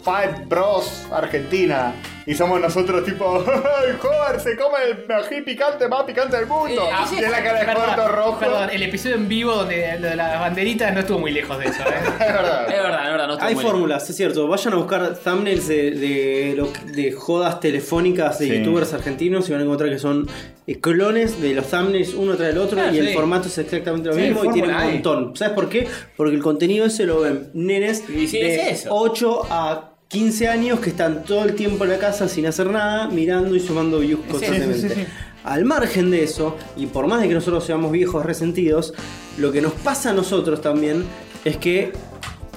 E: Five Bros Argentina. Y somos nosotros tipo, ¡Ay, Jorge, se come el ají picante más picante del mundo!
A: Eh,
B: Ah,
E: y es la cara de
B: perdón,
E: Puerto Rojo.
B: perdón, el episodio en vivo donde lo de las banderitas no estuvo muy lejos de eso, ¿eh?
E: Es verdad.
A: Es verdad, es verdad, no estoy
D: Hay
A: muy-
D: fórmulas, es cierto. Vayan a buscar thumbnails de, de, lo- de jodas telefónicas de
E: Sí.
D: youtubers argentinos y van a encontrar que son eh, clones de los thumbnails uno tras el otro
B: Ah,
D: y el
B: sí.
D: formato es exactamente lo
C: Sí,
D: mismo y
C: fórmula
D: tienen un
C: hay.
D: montón. ¿Sabes por qué? Porque el contenido ese lo ven nenes
A: Y sí,
D: de
A: es eso.
D: 8 a 15 años que están todo el tiempo en la casa sin hacer nada, mirando y sumando views constantemente. Al margen de eso, y por más de que nosotros seamos viejos resentidos, lo que nos pasa a nosotros también es que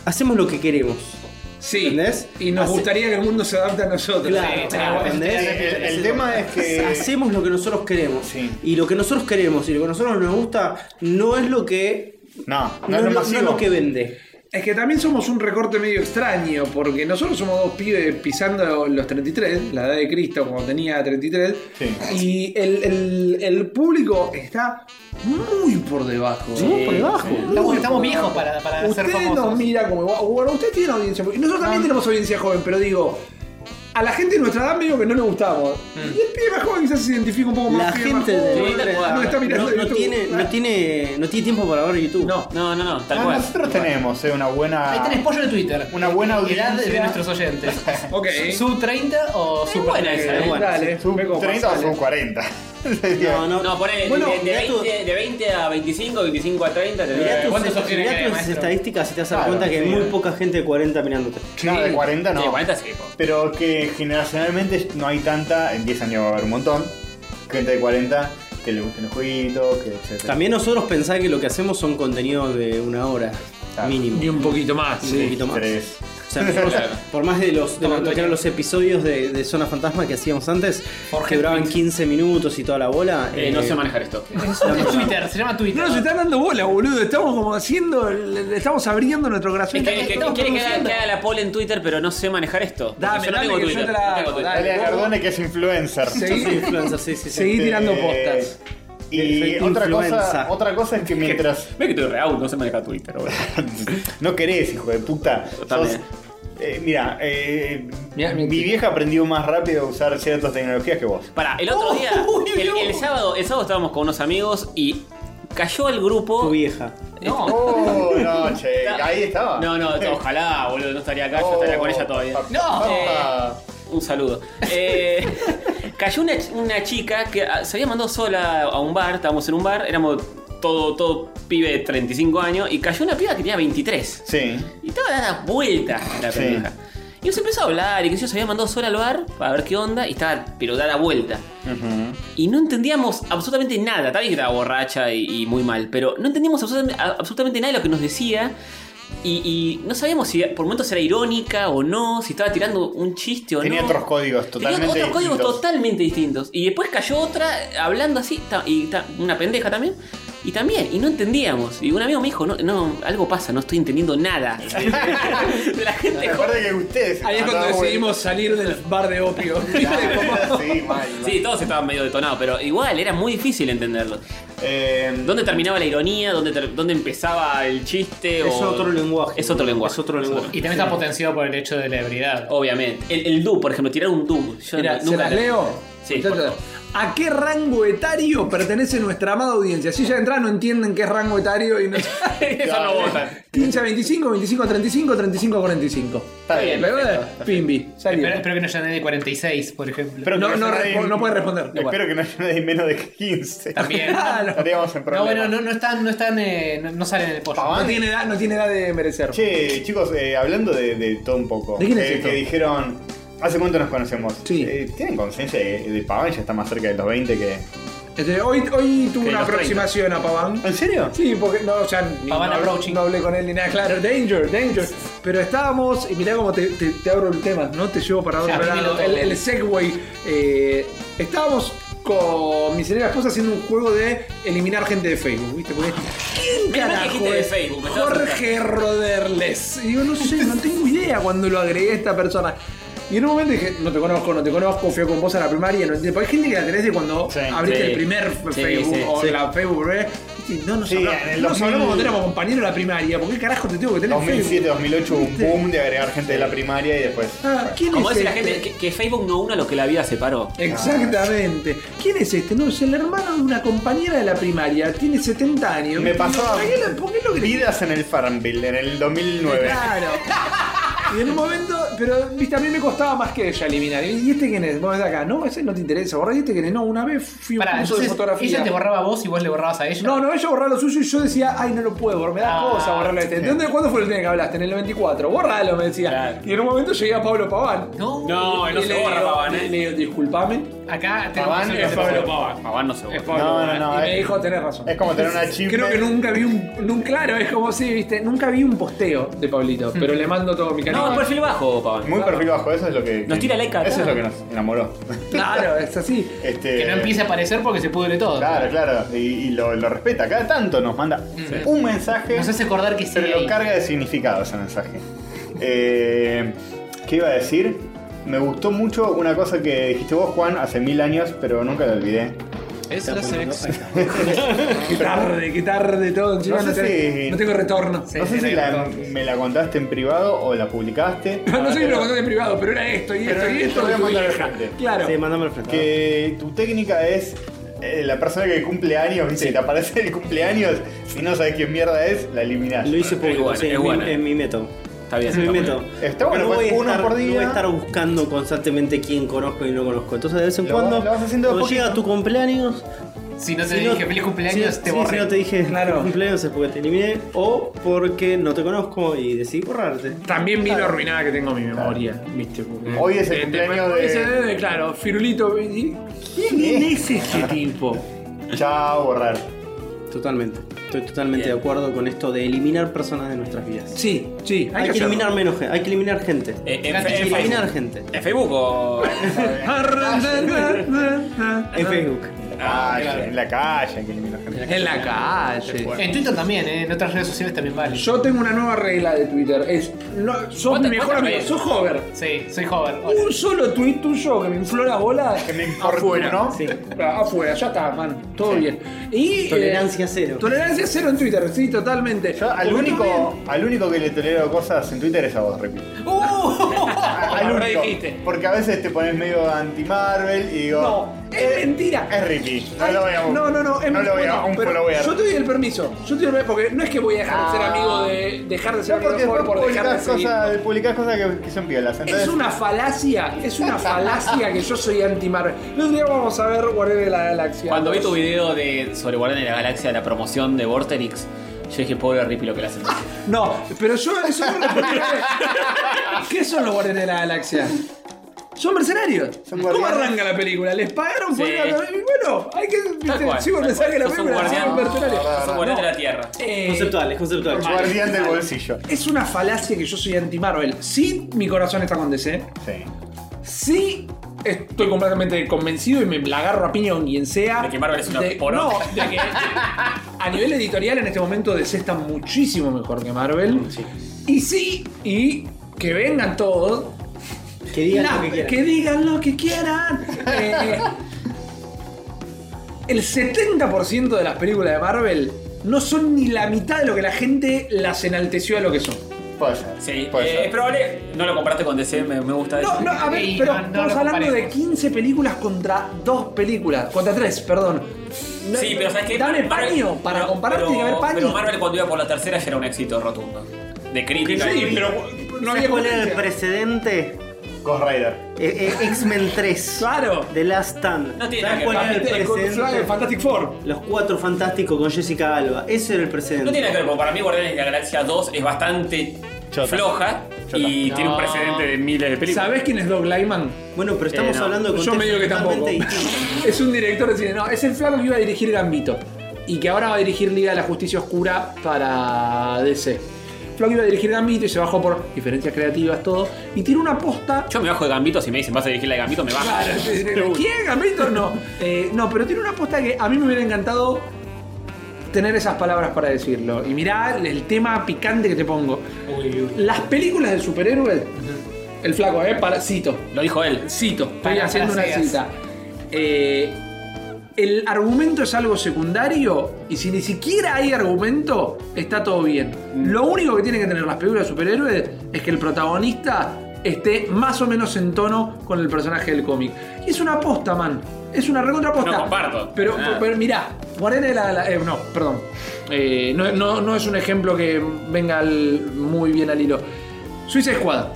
D: hacemos lo que queremos.
C: Sí,
D: ¿Entendés?
C: y nos
D: Hace-
C: gustaría que el mundo se adapte a nosotros.
D: Claro, ¿entendés?
E: Eh, el- el tema es que-
D: hacemos lo que nosotros queremos.
E: Sí.
D: Y lo que nosotros queremos y lo que a nosotros nos gusta no es lo que
E: No, no,
D: no, es
E: es lo
D: lo- no
E: masivo.
D: es lo que vende.
C: Es que también somos un recorte medio extraño, porque nosotros somos dos pibes pisando los 33, la edad de Cristo cuando tenía 33,
E: Sí.
C: y el, el- el público está muy por debajo. Muy por debajo.
B: Estamos- estamos viejos para- para ser
C: Ustedes
B: famosos.
C: nos miran como, "Guau, bueno, ustedes tienen audiencia, porque nosotros también tenemos audiencia joven, pero digo... A la gente de nuestra edad medio que no le gustamos. Y el pibe más joven quizás se identifica un poco más.
D: La
C: pibe más
D: gente de
C: joven,
A: nuestra edad
C: no está mirando
D: No, no
C: YouTube.
D: tiene, no, tiene, no tiene tiempo para ver YouTube.
C: No.
A: No, no, no, tal
E: Ah,
A: cual.
E: nosotros tenemos eh, una
B: Ahí tenés
E: buena.
B: pollo de Twitter.
E: Una buena audiencia.
B: Edad de nuestros oyentes.
C: Ok.
B: ¿Sub 30 o sub
A: buena
B: 40?
A: esa, eh.
D: bueno,
C: Dale,
E: Sub
C: me copa,
E: 30 o
C: dale.
E: sub 40.
D: No, no.
A: No, ponele de-
D: Bueno,
A: de, de
D: mirá tu-
A: 20, de 20 a 25, 25 a 30. te-
D: Mirá tus,
B: ¿Cuántas opciones
D: mirá
B: hay,
D: tus
B: maestro?
D: estadísticas y te vas a dar
E: Claro,
D: cuenta que hay
E: sí.
D: muy poca gente de 40 mirándote.
E: No, de 40 no.
A: Sí, 40 sí, po.
E: Pero que generacionalmente no hay tanta. En 10 años va a haber un montón. Gente de 40 que le gusten los jueguitos, que etcétera.
D: También nosotros pensar que lo que hacemos son contenido de una hora
E: Claro.
D: mínimo.
C: Ni un poquito más.
D: un poquito más.
E: Tres.
D: O sea, nosotros, por más de los, de lo- lo que eran los episodios de, de Zona Fantasma que hacíamos antes,
B: Jorge
D: que duraban
B: Prince.
D: 15 minutos y toda la bola.
A: Eh,
D: eh,
A: no sé manejar esto.
B: Es Twitter, se llama Twitter.
C: No nos están dando bola, boludo. Estamos como haciendo. le- le Estamos abriendo nuestro corazón.
A: Es que, es que-
C: Estamos
A: quiere que haga,
C: produciendo.
A: que haga la poll en Twitter, pero no sé manejar esto. Porque
C: Dame,
A: yo no
C: dame,
A: tengo
C: que yo
A: Twitter.
C: te la
A: no
C: hago,
A: tengo Twitter.
C: dale.
E: Dale a
C: vos-
E: Cardone que es influencer.
D: yo soy
C: Seguí,
D: influencer, sí, sí, sí.
C: seguí tirando
E: Eh,
C: postas.
E: Y
D: Efecto
E: otra cosa,
D: influenza.
E: otra cosa es que mientras
A: Ve que estoy real, no se maneja Twitter, boludo.
E: no querés, hijo de puta,
A: Está
E: sos-
A: bien.
E: eh, mira, eh,
C: Mirá,
E: mi
C: mi-
E: vieja aprendió más rápido a usar ciertas tecnologías que vos.
A: Pará, el
E: Oh,
A: otro día, el, el sábado, el sábado estábamos con unos amigos y cayó al
D: Tu
A: grupo.
D: vieja.
A: No,
E: Oh, no, che, ahí estaba.
A: no, no, ojalá, boludo, no estaría acá, yo
E: Oh,
A: estaría con ella todavía.
E: pa- pa-
A: Eh, un saludo. Eh, cayó una, una chica que ah, se había mandado sola a un bar, estábamos en un bar, éramos todo, todo pibe de 35 años, y cayó una piba que tenía 23.
E: Sí.
A: Y estaba dando vueltas a la
E: Sí.
A: pendeja. Y se empezó a hablar, y que yo se había mandado sola al bar para ver qué onda, y estaba, pero da la vuelta. Y no entendíamos absolutamente nada. Tal vez era borracha y, y muy mal, pero no entendíamos absolutamente, a- absolutamente nada de lo que nos decía. Y, y no sabíamos si por momentos era irónica o no, si estaba tirando un chiste o
E: Tenía
A: no.
E: otros códigos
A: Tenía
E: totalmente
A: otros códigos
E: distintos.
A: totalmente distintos. Y después cayó otra eh, hablando así, ta- y ta- una pendeja también. Y también, y no entendíamos. Y un amigo me dijo, no, no algo pasa, no estoy entendiendo nada. de la gente joven.
E: Recuerda que ustedes.
C: Ahí es
A: Ah,
C: cuando
E: andaban-
C: decidimos salir del bar de opio.
E: Sí, mal.
A: Sí, todos estaban medio detonados, pero igual era muy difícil entenderlo.
E: Eh,
A: ¿Dónde terminaba la ironía? ¿Dónde, ter- dónde empezaba el chiste?
D: Es
A: O-
D: otro lenguaje.
A: Es otro lenguaje.
D: Es otro lenguaje.
B: Y también está potenciado por el hecho de la
A: Oh,
B: ebriedad.
A: Obviamente. El, el do, por ejemplo, tirar un do. Yo
C: Mira,
A: no-
C: ¿se las
A: le-
C: leo?
A: Sí,
C: Muchachos,
A: por favor.
C: ¿A qué rango etario pertenece nuestra amada audiencia? Si ya entran no entienden qué es rango etario y no...
A: Eso no votan.
C: 15 a 25, 25 a 35, 35 a 45.
E: está bien.
C: ¿La verdad? Pimbi, salió.
B: Espero, espero que no haya nadie de 46, por ejemplo.
E: Espero que
C: No- no
E: haya
C: respo- no puede responder, no
E: Espero
C: puede.
E: que no haya nadie menos de 15.
B: También.
E: Estaríamos en
B: no,
E: problemas.
B: bueno, no, no están, no están, eh, no, no salen del pollo.
E: Paván.
C: No tiene edad, no tiene edad de merecer.
E: Che, chicos, eh, hablando de, de todo un poco.
C: ¿De quién es
E: eh,
C: esto?
E: Que dijeron, ¿hace cuánto nos conocemos?
C: Sí.
E: Eh, ¿Tienen conciencia de que Paván ya está más cerca de los 20 que...?
C: Este, hoy, hoy tuve
A: Que
C: una
A: los
C: aproximación a Paván.
E: ¿En serio?
C: Sí, porque no, o sea, ni-
B: Paván
C: no,
B: approaching.
C: no hablé con él ni nada, claro, danger, danger. Pero estábamos, y mirá cómo te, te- te abro el tema, no te llevo para otro
B: Ya, dímelo
C: lado.
B: todo.
C: El, el segway. eh, estábamos con mi señora esposa haciendo un juego de eliminar gente de Facebook, ¿viste? Porque, ¿Quién
A: Menos mal que
C: carajo
A: dijiste de
C: es
A: Facebook, me estaba
C: Jorge Roderles? Y yo no sé, no tengo idea cuando lo agregué a esta persona. Y en un momento dije, no te conozco, no te conozco, fui con vos a la primaria, no entiendo. Porque hay gente que la tenés de cuando
E: Sí,
C: abriste
A: sí.
C: el primer
A: Sí,
C: Facebook
A: sí,
C: o
A: sí.
C: la Facebook, ¿eh? Y No nos
E: Sí,
C: hablamos,
E: en el
C: no nos
E: 2000.
C: hablamos cuando éramos compañeros de la primaria. ¿Por qué carajo te tengo que tener en Facebook?
E: 2007, 2008 hubo un boom de agregar gente de la primaria y después...
C: Ah, ¿Quién
A: Como
C: es
A: dice la
C: este?
A: gente, que, que Facebook no una lo que la vida separó.
C: Exactamente. ¿Quién es este? No, es el hermano de una compañera de la primaria. Tiene 70 años.
E: Me pasó
C: ¿Por qué lo, por qué lo creí?
E: vidas en el Farmville en el 2009.
C: Claro. Y en un momento, pero viste, a mí me costaba más que ella eliminar. ¿Y este quién es? Vos ves acá, no, ese no te interesa, borrar. ¿Y este quién es? No, una vez fui a un
B: Pará,
C: curso de
B: entonces,
C: fotografía.
B: ella te borraba a vos y vos le borrabas a ella.
C: No, no, ella borraba lo suyo y yo decía, ay, no lo puedo, borrar, me da
B: Ah,
C: cosa borrarlo este. ¿De dónde, cuándo fue el día que hablaste? En el 94, borralo, me decía.
A: Claro.
C: Y en un momento llegué a Pablo Paván.
B: No,
A: No, no
C: Y
A: se
C: le
A: borra
C: digo-
A: Paván,
C: y
A: ¿eh?
C: Le digo, disculpame.
B: acá te
E: Paván es Pablo
A: Paván. Paván no se borra.
E: No, no, no.
C: y me
E: es-
C: dijo, tenés razón.
E: Es como tener una chip.
C: Creo que nunca vi un, nun- Claro, es como si, viste, nunca vi un posteo de Pablito, pero le mando todo mi cariño.
A: No,
E: pues,
A: perfil bajo, Paván.
E: Muy perfil bajo, eso es lo que.
A: Nos tira like a
E: Eso es
A: todos.
E: lo que nos enamoró.
C: Claro, es así.
E: Este,
B: Que no empiece a aparecer porque se pudre todo.
E: Claro, claro. Y, y lo, lo respeta. Cada tanto nos manda un mensaje.
B: Nos hace acordar que
E: pero
B: sigue
E: lo
B: ahí.
E: carga de significado ese mensaje. Eh, ¿Qué iba a decir? Me gustó mucho una cosa que dijiste vos, Juan, hace mil años, pero nunca la olvidé.
I: Es la sex.
C: Qué tarde, qué tarde todo. encima
E: No
C: No,
E: sé
C: tenés-
E: si-
C: no tengo retorno.
B: Sí,
E: no sé
B: sí,
E: si
B: sí,
E: la-
B: sí.
E: me la contaste en privado o la publicaste.
C: No, no sé si lo contaste en privado, pero era esto y
E: Pero
C: esto y
E: yo
C: esto.
E: voy a
C: y tu
E: mandar al
C: hija.
E: frente.
C: Claro.
D: Sí, mandame al frente.
E: Que tu técnica es eh, la persona que cumple años, ¿viste? Si te aparece el cumpleaños, si no sabes quién mierda es, la eliminás.
D: Lo hice
A: Es
D: público,
A: buena,
D: sí,
A: es
D: es,
A: buena.
D: mi, es mi método.
A: Está bien,
D: Es
A: se
D: mi
A: está
D: método.
A: poniendo.
E: Está bueno,
D: no
E: pues,
D: voy a
E: uno
D: estar-
E: por
D: no voy
E: día.
D: a estar buscando constantemente quién conozco y no conozco. Entonces, de vez en
E: Lo
D: cuando,
E: vas- lo vas haciendo de
D: cuando
E: a poquito.
D: llega tu cumpleaños,
B: Si no te
D: si no-
B: dije feliz cumpleaños,
D: si-
B: te
D: sí,
B: borré.
D: si no te dije
C: Claro.
D: feliz cumpleaños es porque te eliminé o porque no te conozco y decidí borrarte.
C: También vi lo arruinada que tengo mi memoria, viste. porque-
E: Hoy es el
C: de-
E: cumpleaños
C: hoy es
E: de-
C: el de- eh, Claro, Firulito. eh, ¿y- ¿Quién es este tipo?
E: Chao, borrar.
D: Totalmente. Estoy totalmente de acuerdo con esto de eliminar personas de nuestras vidas.
C: Sí, sí,
D: Hay, que
C: hacerlo.
D: eliminar menos gente, hay que eliminar gente.
A: Eh, en
D: Hay
A: fe-
D: que
A: en
D: eliminar
A: Facebook.
D: gente.
A: ¿En Facebook o.?
C: Arrancar,
D: En Facebook.
E: En la
C: Ah,
E: calle, en la calle. Ah, que la gente-
A: En la calle.
B: En Twitter también, ¿eh? en otras redes sociales también vale.
C: Yo tengo una nueva regla de Twitter. Es, no, sos mi
B: ¿Cuántas-
C: mejor
B: cuántas
C: amigo,
B: veces?
C: sos hover.
B: Sí, soy joven.
C: Un solo tweet tuyo que me infló la bola. Ah,
E: Que me importa,
A: Afuera.
E: ¿no?
D: Sí.
C: Afuera, ya está, man. Todo bien. Y, eh,
D: Tolerancia cero.
C: Tolerancia cero en Twitter, sí, totalmente.
E: Yo al
C: Porque
E: único,
C: también-
E: al único que le tolero cosas en Twitter es a vos, repito.
C: Uh. Ah,
E: A- al
G: Lo
E: único.
G: dijiste.
E: Porque a veces te pones medio anti-Marvel y digo.
C: No, es mentira.
E: Es Rippy. eh, No lo voy a
C: No, no, no. es
E: No
C: muy
E: lo voy a
C: bueno,
E: un
C: pero
E: follower.
C: Yo te doy el permiso. Yo te doy el permiso porque no es que voy a dejar de ser amigo de. dejar de ser
E: No,
C: amigo
E: porque
C: de Hover
E: después
C: por dejar de
E: publicás
C: seguir.
E: cosas, publicás cosas que, que son piolas. Entonces,
C: Es una falacia, es una falacia que yo soy anti-Marvel. El otro día vamos a ver Guardianes de la Galaxia.
G: Cuando vi tu video de sobre Guardianes de la Galaxia, la promoción de Vorterix, yo dije, pobre Rippy lo que le hacen.
C: No, pero yo eso no lo puedo creer. ¿Qué son los Guardianes de la Galaxia? Son mercenarios. ¿Cómo
E: guardianes.
C: arranca la película? Les pagaron por
G: Sí.
C: ir a la- y Bueno, hay que.
G: Tal cual.
C: sigo el
G: tal
C: mensaje de la
G: cual. Sos un
C: película.
G: guardián,
C: son mercenarios.
A: Ah,
G: sos un guardián de la Tierra.
C: Eh,
D: Conceptuales, conceptuales.
E: Guardián del bolsillo.
C: es una falacia que yo soy anti-Marvel. Sí, mi corazón está con DC.
E: Sí.
C: Sí, estoy completamente convencido y me la agarro a piña con quien sea.
G: De que Marvel es una
C: Ah, De-
G: poronga.
C: No, de que a nivel editorial en este momento DC está muchísimo mejor que Marvel. Y sí, y que vengan todos.
D: Que digan
C: la-
D: lo que quieran.
C: digan lo que quieran. Eh, el 70% de las películas de Marvel no son ni la mitad de lo que la gente las enalteció a lo que son.
E: Puede ser.
G: Sí,
E: puede
G: eh,
E: ser.
G: es probable. No lo comparaste con DC, me, me gusta eso.
C: No, no, a ver,
B: Sí,
C: pero
B: no, no
C: estamos
B: lo
C: hablando de
B: comparemos.
C: 15 películas contra 2 películas, contra 3, perdón. No,
G: Sí, pero sabes que.
C: Dame paño para comparar, tiene que haber paño.
G: Pero Marvel cuando iba por la tercera ya era un éxito rotundo. De crítica.
C: sí,
G: y-
C: pero
D: ¿Sabes
C: no había
D: cuál era el
C: competencia.
D: precedente?
E: Ghost Rider.
D: Eh, eh, X-Men 3.
C: Claro.
D: The Last Stand.
G: No tiene
D: ¿Sabes
G: nada que
D: cuál era
G: ver.
D: el
C: Este, con-
D: precedente?
C: Fantastic Four.
D: Los cuatro fantásticos con Jessica Alba. Ese era el precedente.
G: No tiene nada que ver, porque para mí Guardianes de la Galaxia 2 es bastante
E: Chota.
G: floja y tiene un precedente de miles de películas.
C: ¿Sabés quién es Doug Lyman?
D: Bueno, pero estamos
G: Eh, no.
D: hablando de
C: Yo medio que tampoco.
D: totalmente distintos.
C: Es un director de cine. No, es el flaco que iba a dirigir Gambito. Y que ahora va a dirigir Liga de la Justicia Oscura para DC. Flaco iba a dirigir Gambito y se bajó por diferencias creativas, todo. Y tiene una posta
G: Yo me bajo de Gambito, si me dicen vas a dirigir la de Gambito, me bajo.
C: Claro, sí, sí, ¿Quién? Gambito? No. Eh, no, pero tiene una apuesta que a mí me hubiera encantado tener esas palabras para decirlo. Y mirá el tema picante que te pongo. Las películas del superhéroe, el flaco, ¿eh? Para, cito.
G: Lo dijo él.
C: Cito, estoy
B: Para-
C: haciendo
B: para
C: una
B: cegas.
C: cita. Eh, el argumento es algo secundario y si ni siquiera hay argumento, está todo bien.
G: Mm.
C: Lo único que tienen que tener las películas de superhéroes es que el protagonista esté más o menos en tono con el personaje del cómic. Y es una aposta, man. Es una recontraposta.
G: No comparto. Ah.
C: Pero,
G: Nada.
C: pero mirá, Guardianes de la, la- eh, no, perdón. Eh, no, no- no es un ejemplo que venga al- muy bien al hilo. Suiza Squad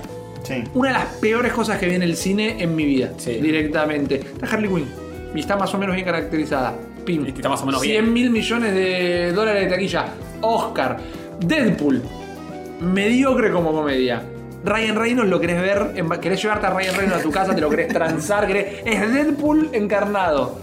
E: Sí.
C: una de las peores cosas que vi en el cine en mi vida.
G: Sí.
C: Directamente. Está Harley Quinn. Y está más o menos bien caracterizada. Pim.
G: Y está más o menos
C: 100
G: bien.
C: mil millones de dólares de taquilla. Oscar. Deadpool. Mediocre como comedia. Ryan Reynolds lo querés ver. en- Querés llevarte a Ryan Reynolds a tu casa, te lo querés transar. querés- Es Deadpool encarnado.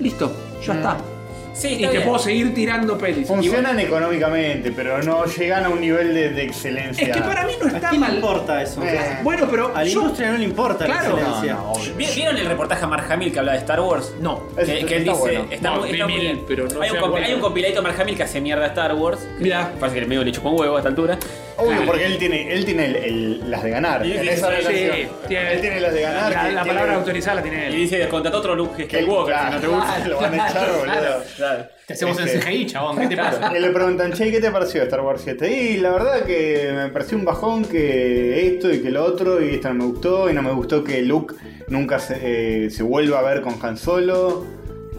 C: Listo. Ya está.
G: Mm. Sí,
C: Y
G: está
C: te
G: bien.
C: puedo seguir tirando pelis.
E: Funcionan económicamente, pero no llegan a un nivel de, de excelencia.
C: Es que para mí no
D: ¿A
C: está
D: quién le
C: mal.
D: importa eso?
E: Eh.
C: Bueno, pero
D: A la
C: yo-
D: industria no le importa
C: Claro.
D: la excelencia.
E: No, no, obvio.
G: ¿Vi- ¿Vieron el reportaje a Mark Hamill que habla de Star Wars?
C: No.
G: Que,
E: Ese
G: que él
E: está
G: dice,
E: bueno.
G: está
C: No,
G: muy,
C: vi
G: está muy
C: mil,
G: bien.
C: pero no
G: hay, un
C: sea
G: compi-
C: bueno.
G: hay un compiladito de Mark Hamill que hace mierda a Star Wars.
C: Mirá.
G: Parece que el medio le chupó un huevo a esta altura.
E: Obvio, porque él tiene, él tiene el- el- las de ganar.
G: Sí,
E: En
G: sí,
E: esa
G: sí,
E: relación.
C: sí, tiene-
E: él tiene las de ganar.
C: La,
E: que
C: la
E: tiene-
C: palabra autorizada la tiene
G: Y
C: él.
G: dice, contrató otro Luke
E: que él-
G: Skywalker, si
E: claro,
G: no te gusta.
E: Lo van a echar, boludo.
G: Claro.
B: Te hacemos en
E: Este.
B: CGI, chabón, ¿qué te pasa?
E: Y le preguntan, Che, ¿qué te pareció Star Wars 7? Y la verdad que me pareció un bajón que esto y que lo otro, y esto no me gustó, y no me gustó que Luke nunca se, eh, se vuelva a ver con Han Solo.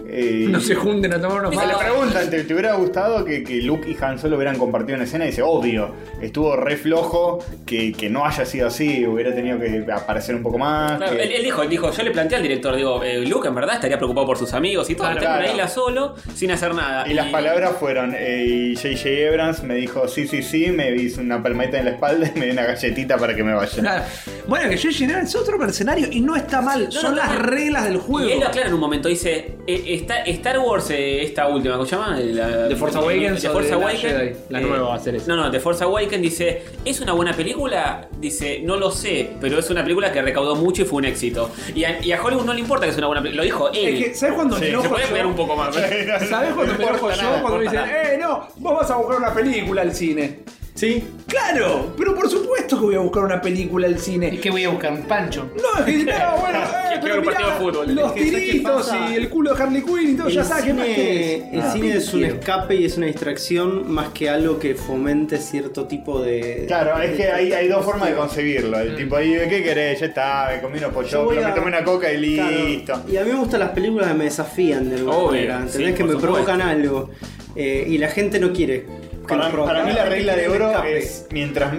E: eh,
C: No se junten a tomar unos
E: Se le
C: malos.
E: preguntan, ¿te, te hubiera gustado que, que Luke y Han Solo hubieran compartido una escena? Y dice, obvio, estuvo re flojo, que, que no haya sido así, hubiera tenido que aparecer un poco más.
G: Claro,
E: que-
G: él, él dijo, él dijo, yo le planteé al director, digo, eh, Luke en verdad estaría preocupado por sus amigos y todo,
E: Claro,
G: está en una
E: claro.
G: isla solo, sin hacer nada.
E: Y las palabras fueron, eh, y JJ Abrams me dijo, sí, sí, sí, me hizo una palmadita en la espalda y me dio una galletita para que me vaya.
C: Claro. Bueno, que J.J. Abrams es otro mercenario y no está mal.
G: No,
C: Son
G: no,
C: las
G: no.
C: reglas del
G: Y él
C: juego.
G: lo aclara en un momento, dice, "Eh, eh, Esta- Star Wars, eh, esta última, ¿cómo se llama? La-
A: ¿De Force Awakens
G: The
A: o
G: Force
A: de Last
G: Awakens.
A: Jedi? La
G: eh,
A: nueva va a ser esa.
G: No, no, The Force Awakens dice, ¿es una buena película? Dice, no lo sé, pero es una película que recaudó mucho y fue un éxito. Y a, y a Hollywood no le importa que sea una buena película, lo dijo él.
C: Es que, ¿sabes cuando me
G: se
C: enojo
G: puede
C: yo?
G: cuidar un poco más. ¿verdad?
C: ¿Sabes cuando me enojo yo? Cuando me dicen, eh, no, vos vas a buscar una película al cine.
D: Sí.
C: Claro, pero por supuesto que voy a buscar una película al cine.
B: ¿Y qué voy a buscar? ¿Un pancho?
C: No, es que, no, bueno, eh,
G: Quiero ver
C: pero
G: un partido
C: mirá,
G: de fútbol.
C: los
D: Es que, ¿sabes qué
C: tiritos
D: pasa?
C: y el culo de Harley Quinn y todo, ya
D: el
C: sabes qué más
D: cine-
C: querés.
D: El
C: Ah,
D: cine
C: ¿qué
D: es un
C: quiero?
D: escape y es una distracción más que algo que fomente cierto tipo de.
E: Claro, es que hay, hay dos formas de concebirlo. El tipo ahí, ¿qué querés? Ya está, me comí unos
D: voy
E: pochoclos,
D: a-
E: me tomé una coca y
D: Claro.
E: listo.
D: Y a mí me gustan las películas que me desafían de alguna
G: Obvio,
D: manera. ¿Entendés?
G: sí, por
D: que me
G: supuesto.
D: provocan algo. Eh, y la gente no quiere. que
E: Para,
D: nos provoquen.
E: para mí la regla de
D: Quiere un
E: oro
D: escape.
E: es mientras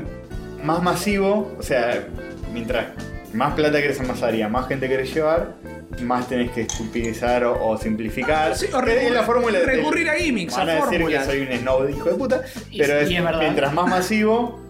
E: más masivo, o sea, mientras más plata querés amasar y a más gente querés llevar, más tenés que estupidizar o, o simplificar.
C: Ah, Sí, o
E: Que es
C: recurrir-
E: la fórmula del-
C: recurrir a gimmicks,
E: Van
C: a
E: a decir que
C: fórmulas.
E: soy un snob de hijo de puta,
B: Y
E: pero
B: sí,
E: es-
B: y es verdad.
E: mientras más masivo,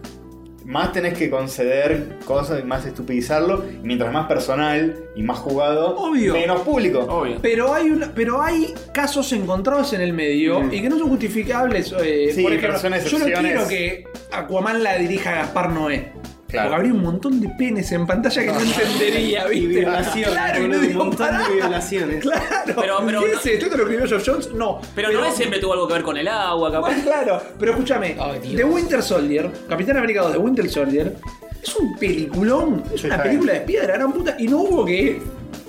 E: más tenés que conceder cosas y más estupidizarlo, y mientras más personal y más jugado,
C: Obvio.
E: menos público.
G: Obvio.
C: Pero hay, una, pero hay casos encontrados en el medio y que no son justificables. eh,
E: Mm. Sí,
C: por
E: pero
C: ejemplo,
E: son
C: yo no
E: excepciones.
C: quiero que Aquaman la dirija Gaspar Noé.
E: Claro.
C: Porque habría un montón de penes en pantalla que no
G: Ah,
C: entendería,
D: Y
C: ¿viste?
D: violaciones,
C: Claro, y no
D: boludo, un
C: digo,
D: montón
C: pará.
D: de violaciones.
C: Claro.
G: Pero- pero
C: ¿Qué
G: no-
C: es esto? ¿Esto lo escribió Geoff Jones? No.
G: Pero, no es siempre tuvo algo que ver con el agua, capaz.
C: Bueno, claro, pero escúchame,
B: Ay, Dios.
C: The Winter Soldier, Capitán América 2 de Winter Soldier, es un peliculón, es
E: Sí,
C: una
E: está
C: película de piedra, gran puta, y no hubo que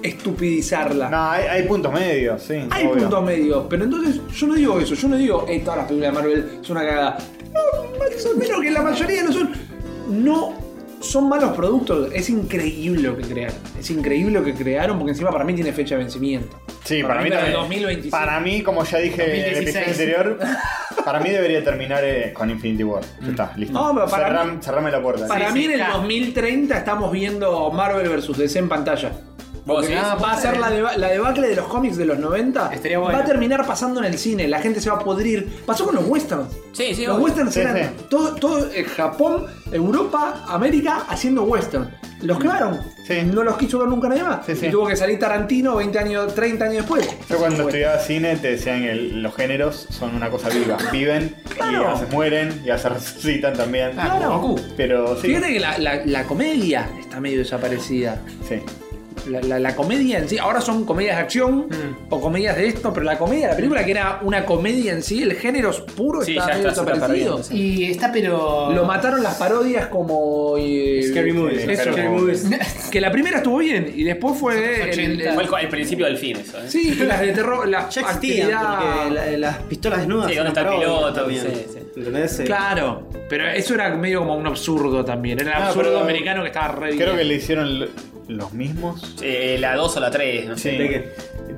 C: estupidizarla.
E: No, hay, hay puntos medios, sí.
C: Hay
E: obvio.
C: puntos medios, pero entonces yo no digo eso, yo no digo, eh, todas las películas de Marvel son una cagada. No, más o menos que la mayoría no son. No son malos productos, es increíble lo que crearon. Es increíble lo que crearon porque encima para mí tiene fecha de vencimiento.
E: Sí, para, mí,
C: para el
E: también.
C: 2025.
E: Para mí, como ya dije en el
B: 2016.
E: episodio anterior, para mí debería terminar eh, con Infinity War. Ya está, listo.
C: Mm. No, pero para
E: Cerram-
C: mí-
E: cerrame la puerta.
C: Para
B: Sí,
C: mí
B: sí,
C: en el
B: claro.
C: 2030 estamos viendo Marvel vs DC en pantalla.
G: Vos
C: Porque
G: decís,
C: va a ser la, deba- la debacle de los cómics de los 90.
B: Estaría bueno.
C: Va a terminar pasando en el cine. La gente se va a podrir. Pasó con los westerns.
G: Sí, sí,
C: los
G: obvio.
C: westerns
E: Sí,
C: eran
E: sí.
C: todo, todo, eh, Japón, Europa, América haciendo western. Los quemaron.
E: Mm. Sí.
C: No los quiso ver nunca nadie más.
E: Sí, sí.
C: Y tuvo que salir Tarantino 20 años, 30 años después.
E: Yo cuando
C: Haciendo western.
E: estudiaba cine te decían que los géneros son una cosa viva. Viven y
C: Claro.
E: ya se mueren, ya se resucitan también.
B: Ah,
C: Claro.
B: Goku.
E: Pero sí.
C: Fíjate que la, la- la comedia está medio desaparecida.
E: Sí.
C: La, la- la comedia en sí, ahora son comedias de acción
E: Mm.
C: o comedias de esto, pero la comedia, la película que era una comedia en sí, el género puro
G: Sí,
C: está
G: ya
C: medio
G: está, se está
C: desaparecido.
G: perdiendo, sí.
B: Y está, pero.
C: Lo mataron las parodias como. eh,
D: Scary Movies.
E: Eso.
D: Scary Movies.
C: Que la primera estuvo bien y después fue.
B: Los
C: el-
B: 80.
C: el-
G: Fue el, el principio del fin eso, ¿eh?
C: sí, las de terror, las
D: Ya existían,
C: actividad-
D: porque la- las pistolas desnudas.
G: Sí, ¿dónde
D: eran
G: está el
D: parodias
G: piloto?
D: también.
G: Sí, sí.
D: ¿Entendés? Eh,
C: Claro, pero eso era medio como un absurdo también. Era el
E: Ah,
C: absurdo
E: pero-
C: americano que estaba re
E: Creo
C: bien.
E: que le hicieron l- los mismos.
G: Eh, la 2 o la 3, no sé.
E: Sí.
D: ¿De qué?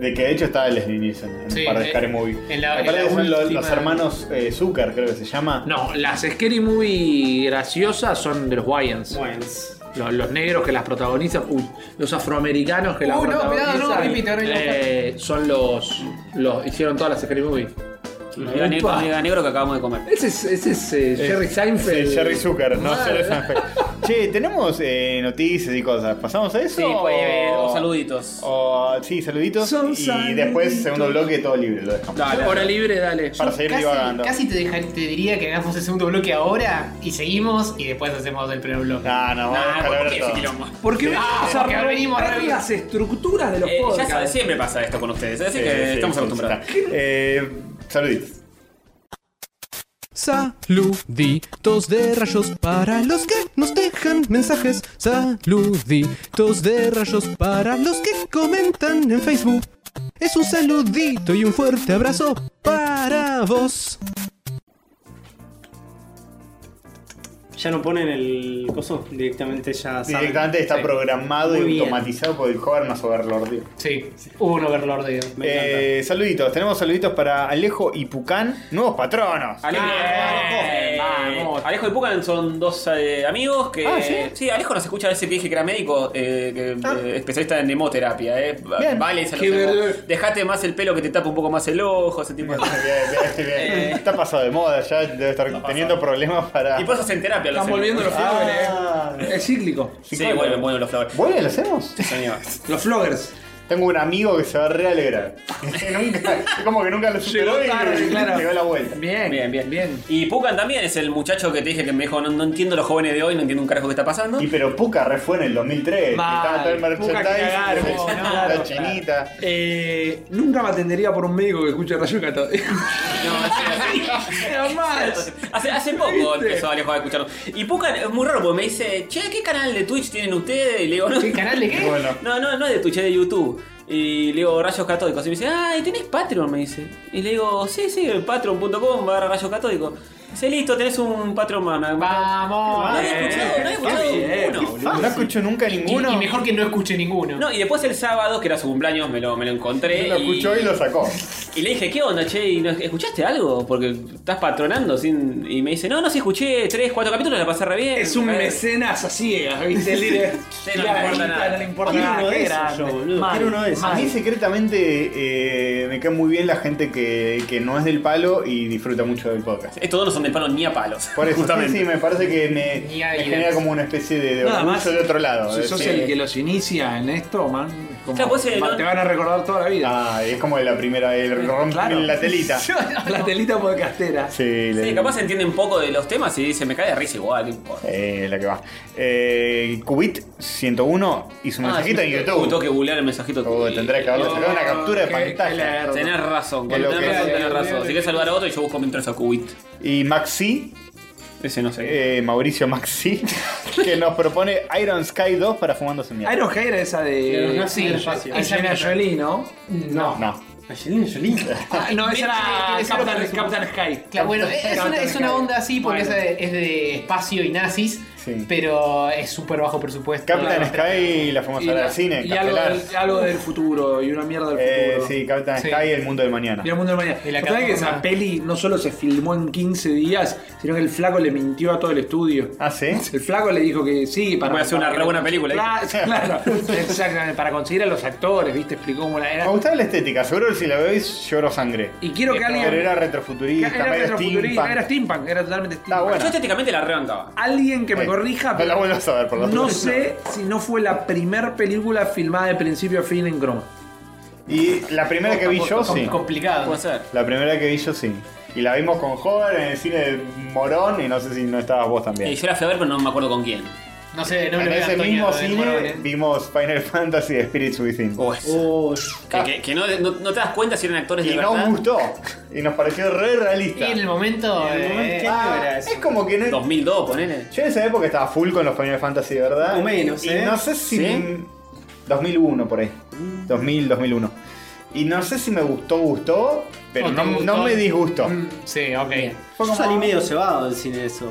E: De que de hecho estaba Leslie Nielsen en
B: Sí,
E: un par de
B: eh,
E: Scary Movie.
B: en la-
E: Me
B: en
E: parece
B: la
E: que son lo- los,
B: última-
E: hermanos eh, Zucker, creo que se llama.
C: No, las scary muy graciosas son de los Wyans.
D: Wayans.
C: Los, los negros que las protagonizan, uy, los afroamericanos que las
B: Uh, no,
C: protagonizan,
B: cuidado, no, repite, ahora ya
C: eh, son los, los hicieron todas las Scary Movie.
G: La negra negro,
C: Upa.
G: la negra negro que acabamos de comer.
C: Ese es, ese es eh, Jerry Seinfeld.
E: Sí, Jerry Zucker, no
C: Mal.
E: Jerry Seinfeld. Che, tenemos eh, noticias y cosas. ¿Pasamos a eso?
G: Sí, pues, eh,
E: o
G: o
C: Oh.
G: saluditos.
E: o- sí, saluditos.
C: Son
E: y
C: saluditos.
E: después, segundo bloque, todo libre, lo dejamos.
C: Dale, hora libre, dale.
E: Para seguir
B: casi,
E: divagando.
B: casi te, dejar- te diría que hagamos el segundo bloque ahora y seguimos y después hacemos el primer bloque.
E: No, no, vamos a dejar
G: ¿por
E: hablar
G: qué
E: todo.
G: ese quilombo?
C: Porque
B: Ah,
C: vamos a
B: porque venimos
C: romper
B: re bien.
C: las estructuras de los
G: Eh, ya
C: podcasts.
G: sabes, siempre pasa esto con ustedes, así
E: Sí,
G: que
E: sí,
G: estamos
E: sí,
G: acostumbrados.
E: sí, está. Eh, saluditos.
J: Saluditos de rayos para los que nos dejan mensajes. Saluditos de rayos para los que comentan en Facebook. Es un saludito y un fuerte abrazo para vos.
D: Ya no ponen el coso directamente, ya saben.
E: Directamente está
B: Sí.
E: programado
D: Muy
E: y
D: bien.
E: automatizado por el joven más overlord.
B: Sí, hubo un overlord de
D: Me encanta.
E: Eh, saluditos, tenemos saluditos para Alejo y Pucán, nuevos patronos.
G: Alejo,
B: Bien, vamos.
G: eh, Alejo y Pucan son dos eh, amigos que.
E: Ah,
G: ¿sí? Alejo nos escucha a veces que dije que era médico, eh, que, eh, especialista en hemoterapia. Eh.
E: Bien.
G: Vale, se
C: Qué
G: lo tengo.
C: verdad.
G: Dejate más el pelo que te tapa un poco más el ojo, ese tipo de
E: Bien,
G: cosas.
E: bien, bien.
G: Eh.
E: Está pasado de moda, ya debe estar teniendo problemas para.
G: Y por eso hacen terapia los
C: Están volviendo los floggers,
E: Ah,
C: eh. Es cíclico.
G: Sí, vuelven, vuelven los flores.
E: ¿Vuelve? ¿Lo hacemos?
G: Señor.
C: Los floggers.
E: Tengo un amigo que se va a realegrar. nunca, es como que nunca lo superó y
B: tarde,
E: y
B: claro.
E: le dio la vuelta.
B: Bien,
A: Bien, bien.
B: bien.
A: Y Pukan también es el muchacho que te dije que me dijo, no, no entiendo los jóvenes de hoy, no entiendo un carajo que está pasando.
E: Y pero Puka re fue en el 2003.
B: Mal,
E: estaba todo el
B: Puka
E: merchandise,
B: cagaron,
E: la
B: no,
E: chinita,
B: claro,
E: la chinita.
C: Eh, nunca me atendería por un médico que escuche Rayo Católico.
A: No, hace,
C: Era más.
A: hace- hace poco empezó Alejo a escucharlo. Y Pukan es muy raro porque me dice, che, ¿qué canal de Twitch tienen ustedes? Y le digo, no,
B: ¿Qué canal de qué?
E: Bueno,
A: no, no, no es de Twitch, es de YouTube. Y le digo, rayos catódicos. Y me dice, ay, ¿tenés Patreon? Me dice. Y le digo, sí, sí, patreon.com barra rayos catódicos. Dice, listo, tenés un Patreon más.
B: Vamos.
A: No había
B: eh,
A: escuchado, no había escuchado ninguno, boludo.
E: no escucho nunca
B: Y,
E: ninguno.
B: y mejor que no escuche ninguno.
A: No, y después el sábado, que era su cumpleaños, me lo, me lo
B: eh,
A: encontré.
E: lo
A: y-
E: escuchó y lo sacó.
A: Y le dije, ¿qué onda, che? ¿Y no- ¿Escuchaste algo? Porque estás patronando sin... Y me dice, no, no, sí escuché tres, cuatro capítulos, la pasé re bien.
C: Es un
A: Eh,
C: mecenas a ciegas, ¿viste? Líder.
A: Sí, no le importa nada.
C: No le importa
D: Quiero
C: nada.
D: uno
C: qué
D: de esos
C: grande.
D: yo, boludo. Quiero uno de esos.
E: A mí secretamente eh, me cae muy bien la gente que, que no es del palo y disfruta mucho del podcast.
A: Estos dos no son de palo ni a palos.
E: Por eso, sí,
A: justamente.
E: sí, me parece que me,
B: Ni
E: me
B: hay
E: genera como una especie de, de
C: Nada
E: orgullo
C: más,
E: de otro lado.
C: Si
E: Es
C: sos
E: decir,
C: el que los inicia en esto, man, es como-
A: Claro, vos, eh,
C: va-
A: no-
C: te van a recordar toda la vida.
E: Ah, es como la primera, el rompe
C: Claro.
E: la telita.
C: la telita podcastera.
E: Sí,
A: Sí,
E: le-
A: capaz entienden poco de los temas y dicen, me cae de risa igual, no importa.
E: Eh, la que va. Eh, Cubit 101 y
C: Ah,
E: su mensajito
A: sí,
E: en
A: Uh, tengo
E: YouTube.
A: que googlear el mensajito.
E: Oh, tendrás que haberle sacado una captura de
C: qué- qué
E: pantalla.
C: lerdo.
A: Tenés razón,
E: Es lo
A: cuando tenés
E: que
A: razón,
E: es.
A: tenés razón. Si querés salvar a otro, yo busco mientras a Cubit.
E: Y Maxi,
A: Ese no sé.
E: eh, Mauricio Maxi, que nos propone Iron Sky 2 para fumándose mierda.
C: Iron Hair era esa
E: Eh,
C: de.
B: no, sí, espacio.
C: Angelina Jolie, ¿no?
B: No.
E: No.
D: Angelina Jolie.
C: Ah, no, esa
B: Tiene- tiene
C: era
B: cero
C: Captain,
B: presupuesto.
C: Captain Sky.
B: Claro, bueno, es, es una,
C: Captain
B: es
C: Sky.
B: una onda así porque
C: Bueno.
B: esa de- es, de, espacio y nazis,
E: Sí.
B: pero es súper bajo presupuesto.
E: Captain
B: Claro.
E: Sky, la
C: Y
E: famosa
C: la-
E: del cine,
C: y algo
E: Castelar.
C: del, algo del futuro, y una mierda del
E: Eh,
C: futuro.
E: sí, Captain
B: Sí.
E: Sky, el mundo del mañana.
C: Y el mundo del mañana.
B: Y la
C: ¿Sabés que
B: catorna.
C: esa peli no solo se filmó en 15 días, sino que el flaco le mintió a todo el estudio?
E: Ah, sí.
C: El flaco le dijo que sí, para.
A: Voy a hacer una
C: para-
A: re buena película, ¿eh?
C: Claro, claro. Exactamente, para conseguir a los actores, ¿viste? Explicó cómo la
E: Me
C: era.
E: gustaba la estética, seguro que si la veis lloro sangre.
C: Y quiero que alguien.
E: Oh, Pero era
C: que
E: retrofuturista,
C: era
E: medio
C: retrofuturista,
E: steampunk.
C: era steampunk, era totalmente
E: Está
C: steampunk.
A: Yo
E: bueno.
A: estéticamente la rebancaba.
C: Alguien que me
E: Eh,
C: corrija,
E: No la
C: pero
E: vuelvas a ver, por lo
C: no
E: menos.
C: sé si no fue la primer película filmada de principio a fin en croma.
E: Y la primera que vi yo,
B: Com-
E: sí.
B: Complicado.
A: Puede ser.
E: La primera que vi yo, sí. Y la vimos con Hover en el cine de Morón y no sé si no estabas vos
A: Y
E: también.
A: yo la fui a ver, pero no me acuerdo con quién.
B: No sé, no me
E: en
B: lo veo
E: ese
B: Antonio,
E: mismo
B: lo de
E: cine
B: Morón, ¿eh?
E: vimos Final Fantasy Spirits Within.
A: O es-
D: Oh,
A: Uh, que que- que no, no- no te das cuenta si eran actores
E: y
A: de
E: nos
A: verdad.
E: gustó. Y nos pareció re realista.
B: Y en el momento.
D: En el momento
B: eh,
D: que-
E: Ah,
D: ¿Qué era eso?
E: es como que no.
A: 2002, ponele.
E: Yo en esa época estaba full con los Final Fantasy de verdad.
D: Más o menos,
E: Y
D: ¿eh?
E: no sé si.
A: ¿Sí?
E: 2001 por ahí. 2000, 2001. Y no sé si me gustó, gustó, pero
B: ¿O te
E: no,
B: gustó?
E: no me disgustó.
B: mm, sí, ok.
D: Yo salí medio cebado del cine de eso.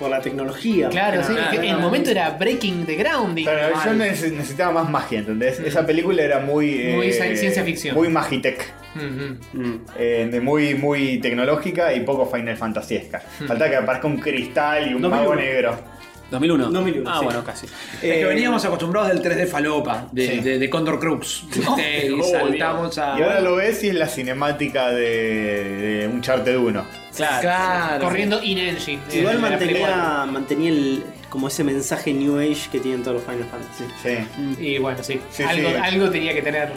D: Por la tecnología.
B: Claro, sí,
A: claro,
B: que en el momento era Breaking the Ground. dije,
E: Pero yo
B: mal.
E: neces- necesitaba más magia, ¿entendés? Esa película era muy. eh,
B: Muy cien- ciencia ficción.
E: Muy magitech.
B: Mm, mm.
A: Mm.
E: eh, de muy, muy tecnológica y poco Final Fantasiesca. Falta que aparezca un cristal y un
D: No,
E: mago
D: pero-
E: negro.
A: 2001.
D: 2001,
A: Ah,
D: sí.
A: bueno, casi.
C: Es
D: Eh,
C: que veníamos acostumbrados del 3D falopa, de,
E: Sí.
C: de- de Condor Crux. ¿viste? y
A: Oh,
C: saltamos a.
E: Y ahora lo ves y es la cinemática de, un Uncharted 1.
A: Claro.
C: Claro.
B: Corriendo in engine. eh,
D: Igual
B: de la precuela.
D: mantenía, mantenía el, como ese mensaje New Age que tienen todos los Final Fantasy.
E: Sí.
B: Y bueno, sí.
E: Sí,
B: algo,
E: sí.
B: algo tenía que tener.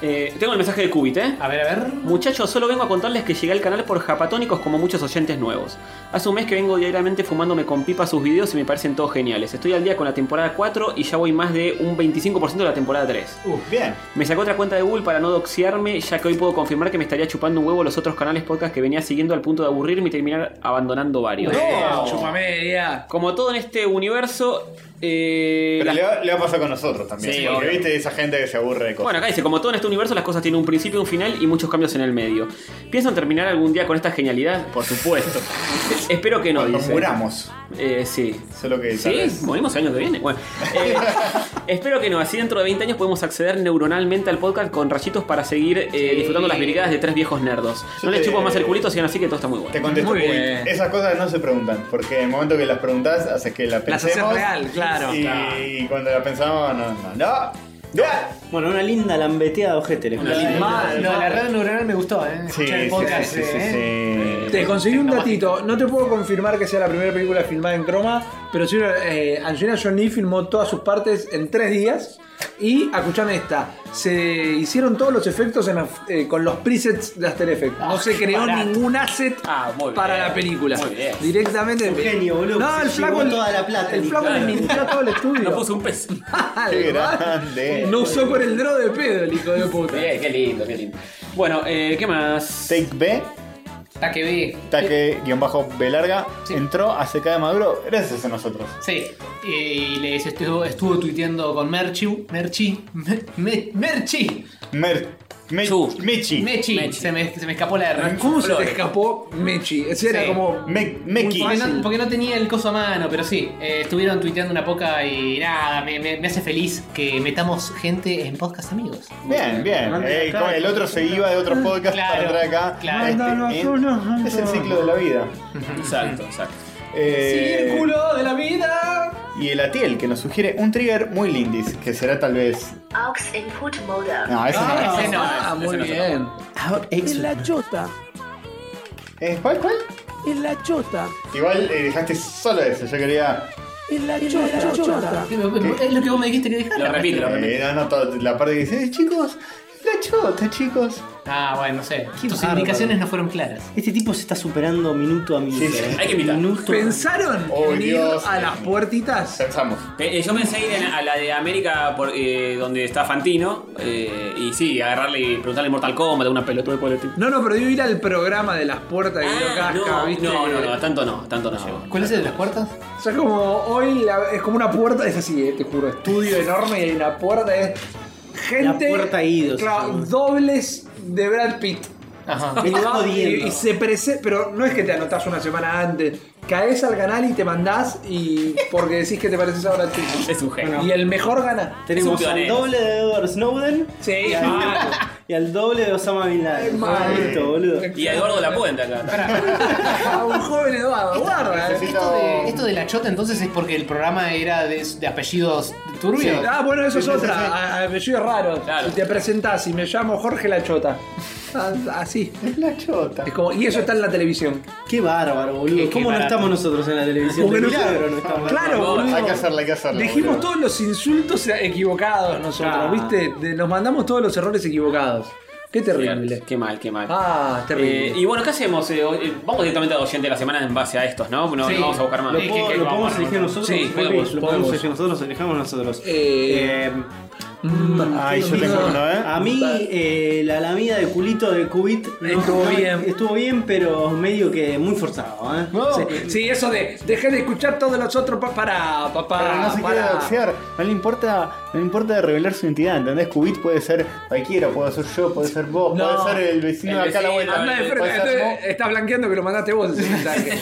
A: Eh, tengo el mensaje de Cubit, ¿eh?
B: A ver, a ver.
A: Muchachos, solo vengo a contarles que llegué al canal por Japatónicos como muchos oyentes nuevos. Hace un mes que vengo diariamente fumándome con pipa sus videos y me parecen todos geniales. Estoy al día con la temporada 4 y ya voy más de un 25% de la temporada 3.
E: Bien.
A: Me sacó otra cuenta de Google para no doxearme, ya que hoy puedo confirmar que me estaría chupando un huevo los otros canales podcast que venía siguiendo al punto de aburrirme y terminar abandonando varios.
C: No. Chupamedia.
A: Como todo en este universo, eh,
E: Pero
A: las
E: le va, le va a pasar con nosotros también.
A: Sí,
E: porque
A: obvio.
E: viste esa gente que se aburre de cosas.
A: Bueno, acá dice, como todo en este universo, las cosas tienen un principio, un final y muchos cambios en el medio. ¿Piensan terminar algún día con esta genialidad? Por supuesto. Espero que no,
E: Cuando
A: dice.
E: muramos.
A: Eh, sí.
E: Solo que. tal
A: ¿Sí?
E: vez-
A: ¿Morimos el año que viene? Bueno. eh, espero que no. Así dentro de 20 años podemos acceder neuronalmente al podcast con rayitos para seguir eh, disfrutando las brigadas de tres viejos nerdos.
E: Yo
A: No les
E: te-
A: chupo más el culito, sigan así que todo está muy
E: Te
A: bueno.
E: contesto.
C: Muy
E: uy,
C: bien.
E: Esas cosas no se preguntan. Porque en el momento que las preguntás, haces que la
C: Las
E: pensemos.
C: haces real, claro,
E: Y,
C: claro.
E: y cuando la pensamos, no, no, no. ¡Ya!
D: Bueno, una linda lambeteada de ojete. le
A: Una
D: escuché.
A: linda-
B: Mal, no, la red neuronal me gustó, ¿eh? Escuchar el podcast. eh,
E: sí.
C: Te conseguí un datito. No te puedo confirmar que sea la primera película filmada en croma, pero sí, eh, Angelina Jolie filmó todas sus partes en tres días. Y escuchame esta, se hicieron todos los efectos en la- eh, con los presets de After Effects. No se creó
B: barato.
C: ningún asset
A: Ah, muy bien.
C: para la película.
A: Muy bien.
C: Directamente.
D: Un genio, boludo,
C: No,
D: se
C: el
D: llevó
C: flaco
D: toda la plata,
C: El
D: ni
C: flaco
A: claro.
C: le mintió todo el estudio.
A: No puso un peso.
C: Dale,
E: Qué grande.
C: No usó con el dro de pedo el hijo de puta.
A: Bien, qué lindo, qué lindo. Bueno, eh, ¿qué más?
E: Take B,
B: Está que vi.
E: Take guión bajo B larga, entró a CK de Maduro gracias a nosotros.
B: Sí. Y les estuvo, estuvo tuiteando con Merchi. Merchi. Me- me- Merchi.
E: Mer, Me-
A: Chu.
E: Mechi.
B: Mechi.
A: Mechi.
B: Se, me, se me escapó la R.
C: ¿Cómo se te
A: Flores.
C: escapó Mechi? Ese era
B: Sí.
C: como.
E: Me- Meki.
B: Porque no, porque no tenía el coso a mano, pero sí. eh, estuvieron tuiteando una poca y nada, me, me- me hace feliz que metamos gente en podcast amigos.
E: Bien, bien. Eh, como el otro se iba de otro podcast
B: Claro,
E: para entrar acá.
B: claro.
E: Este,
C: Mándanos
E: eh,
C: unos,
E: es el ciclo de la vida.
A: Exacto, exacto.
E: Eh,
B: ¡Círculo de la vida!
E: Y el Atiel, que nos sugiere un trigger muy lindis, que será tal vez.
K: Aux Input Mode.
E: No, ese no
B: ese no.
C: Ah, muy
A: ese no se
C: bien.
D: Ah,
E: es. Eh, ¿Cuál, cuál? Igual eh, dejaste solo eso, yo quería.
B: Es lo que vos me dijiste que dejara.
A: Lo repito, lo repito.
E: Eh, no, no, toda la parte que dice, "Eh, chicos, la chota, chicos.
B: Ah, bueno, no sé. Tus
D: bárbaro.
B: indicaciones no fueron claras.
D: Este tipo se está superando minuto a minuto.
E: Sí, sí.
D: eh.
A: Hay que imitar.
D: Minuto.
C: ¿Pensaron
E: Oh,
C: en ir
E: Dios.
C: a las puertitas?
E: Pensamos.
A: Eh, eh, yo pensé ir a la de América por, eh, donde está Fantino eh, y sí, agarrarle y preguntarle Mortal Kombat, una pelota por el tipo.
C: No, no, pero yo ir al programa de las puertas de
A: Ah,
C: Videocasca,
A: no,
C: ¿viste?
A: no, no, no, tanto no, tanto no llegó.
B: ¿Cuál es el de las puertas?
C: O sea, como hoy la- es como una puerta, es así, eh, te juro, estudio enorme y la puerta es gente.
D: La puerta idos.
C: Claro, dobles de Brad Pitt.
B: Ajá.
D: Me está
C: Y,
D: jodiendo.
C: y se prese pero no es que te anotás una semana antes, caes al canal y te mandás y porque decís que te pareces a Brad Pitt.
A: Es un genio.
C: Y el mejor gana.
D: Tenemos
A: Es un
D: al
A: pionero.
D: doble de Edward Snowden
C: Sí,
D: y, al, y al doble de Osama Bin
C: Ay,
D: Laden.
C: mal.
D: Listo, boludo.
A: Y a Eduardo La Puente acá.
C: a un joven Eduardo, guarda. eh.
E: Necesito-
B: Esto de, esto de la chota entonces es porque el programa era de, de apellidos turbios.
C: Ah, bueno, eso es
E: Sí, sí,
C: otra. Ah,
E: sí.
C: A- a- Apellidos raros.
A: Claro.
C: Si te presentás y me llamo Jorge Lachota. Ah, Así.
E: La chota.
C: Es como, y eso está en la televisión.
D: Qué bárbaro, boludo.
B: Qué- qué
D: ¿Cómo no
B: barato.
D: estamos nosotros en la televisión?
C: Porque
D: De
C: no-
D: milagro no estamos.
C: Claro,
A: no,
C: boludo.
E: Hay que hacerla, hay que hacerla.
C: Dijimos
E: boludo. Ah.
C: todos los insultos equivocados nosotros,
D: Claro.
C: ¿viste? De- nos mandamos todos los errores equivocados. Qué terrible.
A: Qué mal, qué mal.
C: Ah, terrible.
A: Eh, y bueno, ¿qué hacemos? Eh, hoy- eh, vamos directamente a oyente de la semana en base a estos, ¿no? No,
B: Sí.
A: no vamos a buscar más.
D: ¿Lo,
B: Eh,
D: puedo-
B: que- que
D: lo
B: vamos,
D: podemos
B: ¿no?
D: elegir nosotros?
A: Sí,
D: Ok,
A: podemos,
D: lo podemos
A: podemos.
D: elegir nosotros, elegamos nosotros.
C: Eh, mm,
D: Eh,
E: Ay, yo tengo uno, ¿eh?
D: a mí, eh, la lamida de culito de Cubit
C: Estuvo bien.
D: Estuvo bien, pero medio que muy forzado, ¿eh?
E: No,
D: Sí.
C: sí, eso de dejé de escuchar todos los otros pa- para papá.
E: Pero no se
C: para.
E: quiere doxear, no le importa, no le importa revelar su identidad, ¿entendés? Cubit puede ser cualquiera, puede ser yo, puede ser vos,
C: No.
E: puede ser el vecino de
A: El
E: acá a la
A: vecino,
E: vuelta.
C: Andá de frente,
A: pues,
E: puede ser
C: entonces estás blanqueando que lo mandaste vos. ese mensaje.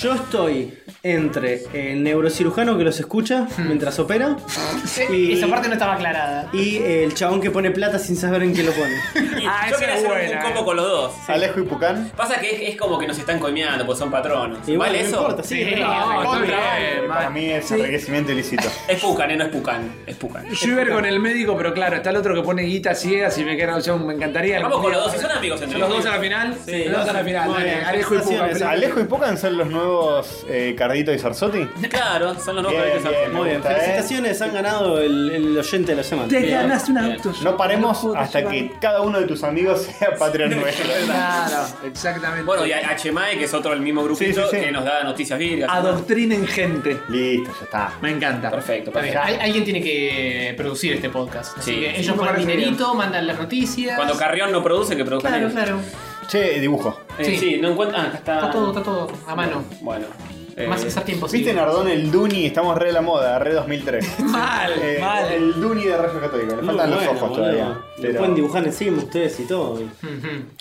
D: Yo estoy entre el neurocirujano que los escucha mientras opera
B: Sí, Esa parte no estaba aclarada.
D: y el chabón que pone plata sin saber en qué lo pone.
A: Y
C: Ah,
A: yo
C: esa
A: quería
C: es
A: hacer un-
C: buena,
A: un combo
C: eh.
A: con los dos.
E: vos. Alejo y Pucán.
A: Pasa que es, es como que nos están coimeando, porque son patronos.
D: Igual
A: ¿Vale
D: no
A: eso?
D: importa, sí,
B: Sí,
D: es verdad.
B: no,
C: está
A: contra-
C: bien,
E: Para
C: man.
E: mí es
C: Sí.
E: enriquecimiento ilícito.
A: Es Pucan, eh, no es Pucan. Es Pucan.
C: Yo iba a ir con el médico, pero claro, está el otro que pone guita ciegas y me queda opción, me encantaría.
A: Vamos con los dos, si son amigos entre
C: Los
A: ellos.
C: dos a la final.
A: Sí.
C: los dos a la final.
D: Muy
C: dale,
D: bien,
C: Alejo y Puga.
D: felicitaciones,
E: ¿Alejo y Pucán son los nuevos eh, Cardito y Sarsotti?
A: Claro, son los dos
E: Bien,
A: proyectos.
E: bien.
D: Muy bien,
E: Me gusta, ¿eh?
D: felicitaciones, han ganado el, el oyente de la semana.
C: Te
A: Bien,
C: ganaste un
A: bien.
C: auto.
E: No paremos hasta que cada uno de tus amigos sea Patreon nuestro.
C: Claro, exactamente.
A: Bueno, y a a Chemae, que es otro del mismo grupito,
E: Sí, sí, sí.
A: que nos da noticias virgas.
C: Adoctrinen gente.
E: Listo, ya está.
C: Me encanta.
A: Perfecto,
B: Está bien,
A: perfecto.
B: al- alguien tiene que producir este podcast. Así
A: Sí.
B: que
C: Sí,
B: ellos
C: me
B: ponen
C: parece
B: dinerito, mandan las noticias.
A: Cuando Carrión no produce, que produzcan
B: Claro,
A: ellos.
B: claro.
E: Che, dibujo.
A: Eh,
B: Sí.
A: sí. no encuentro. Ah, acá está.
B: Está todo, está todo a mano.
A: Bueno. eh,
B: Más hacer tiempo.
E: ¿Viste Nardón el Duni? Estamos re a la moda, re 2003.
C: Mal,
E: Eh,
C: mal.
E: El Duni de Rayo Católico, le
D: Muy
E: faltan los
D: bueno,
E: ojos
D: boludo.
E: todavía.
D: Lo
E: Pero-
D: pueden dibujar encima ustedes y todo.
B: Ujú,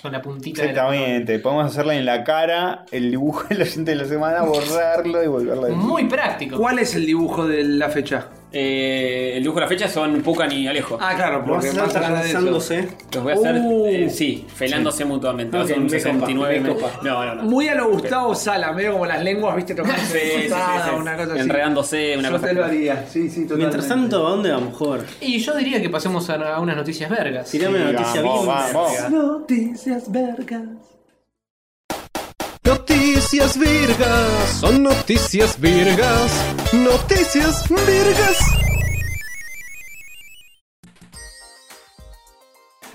B: Con la puntita de la-
E: Exactamente, podemos hacerle en la cara el dibujo del oyente de la semana, borrarlo y volverlo a decir.
B: Muy práctico.
C: ¿Cuál es el dibujo de la fecha?
A: eh, el dibujo de la fecha son Pucan y Alejo.
C: Ah, claro,
D: Lo
C: porque
D: hacen
C: más allá de eso.
D: atravesándose.
A: Los voy a hacer.
C: Uh.
A: eh, sí, felándose mutuamente. Va a ser
D: Ok,
A: un
D: me
A: 69
D: copa,
A: me-
D: me copa.
A: No, no, no.
C: Muy a lo Gustavo Sala, medio como las lenguas, viste, tocando
A: Sí, sí, sí, sí.
C: una cosa así.
A: Enredándose, una
C: Yo
A: cosa
C: te lo
A: así.
C: haría, sí, sí, totalmente.
D: Mientras tanto, ¿a dónde vamos, Jorge?
B: Y yo diría que pasemos a, a unas noticias vergas.
D: Tirame una
E: Sí,
D: noticia
E: vamos,
D: bien.
E: vamos.
C: Noticias vergas.
L: Noticias virgas, son noticias virgas, noticias virgas.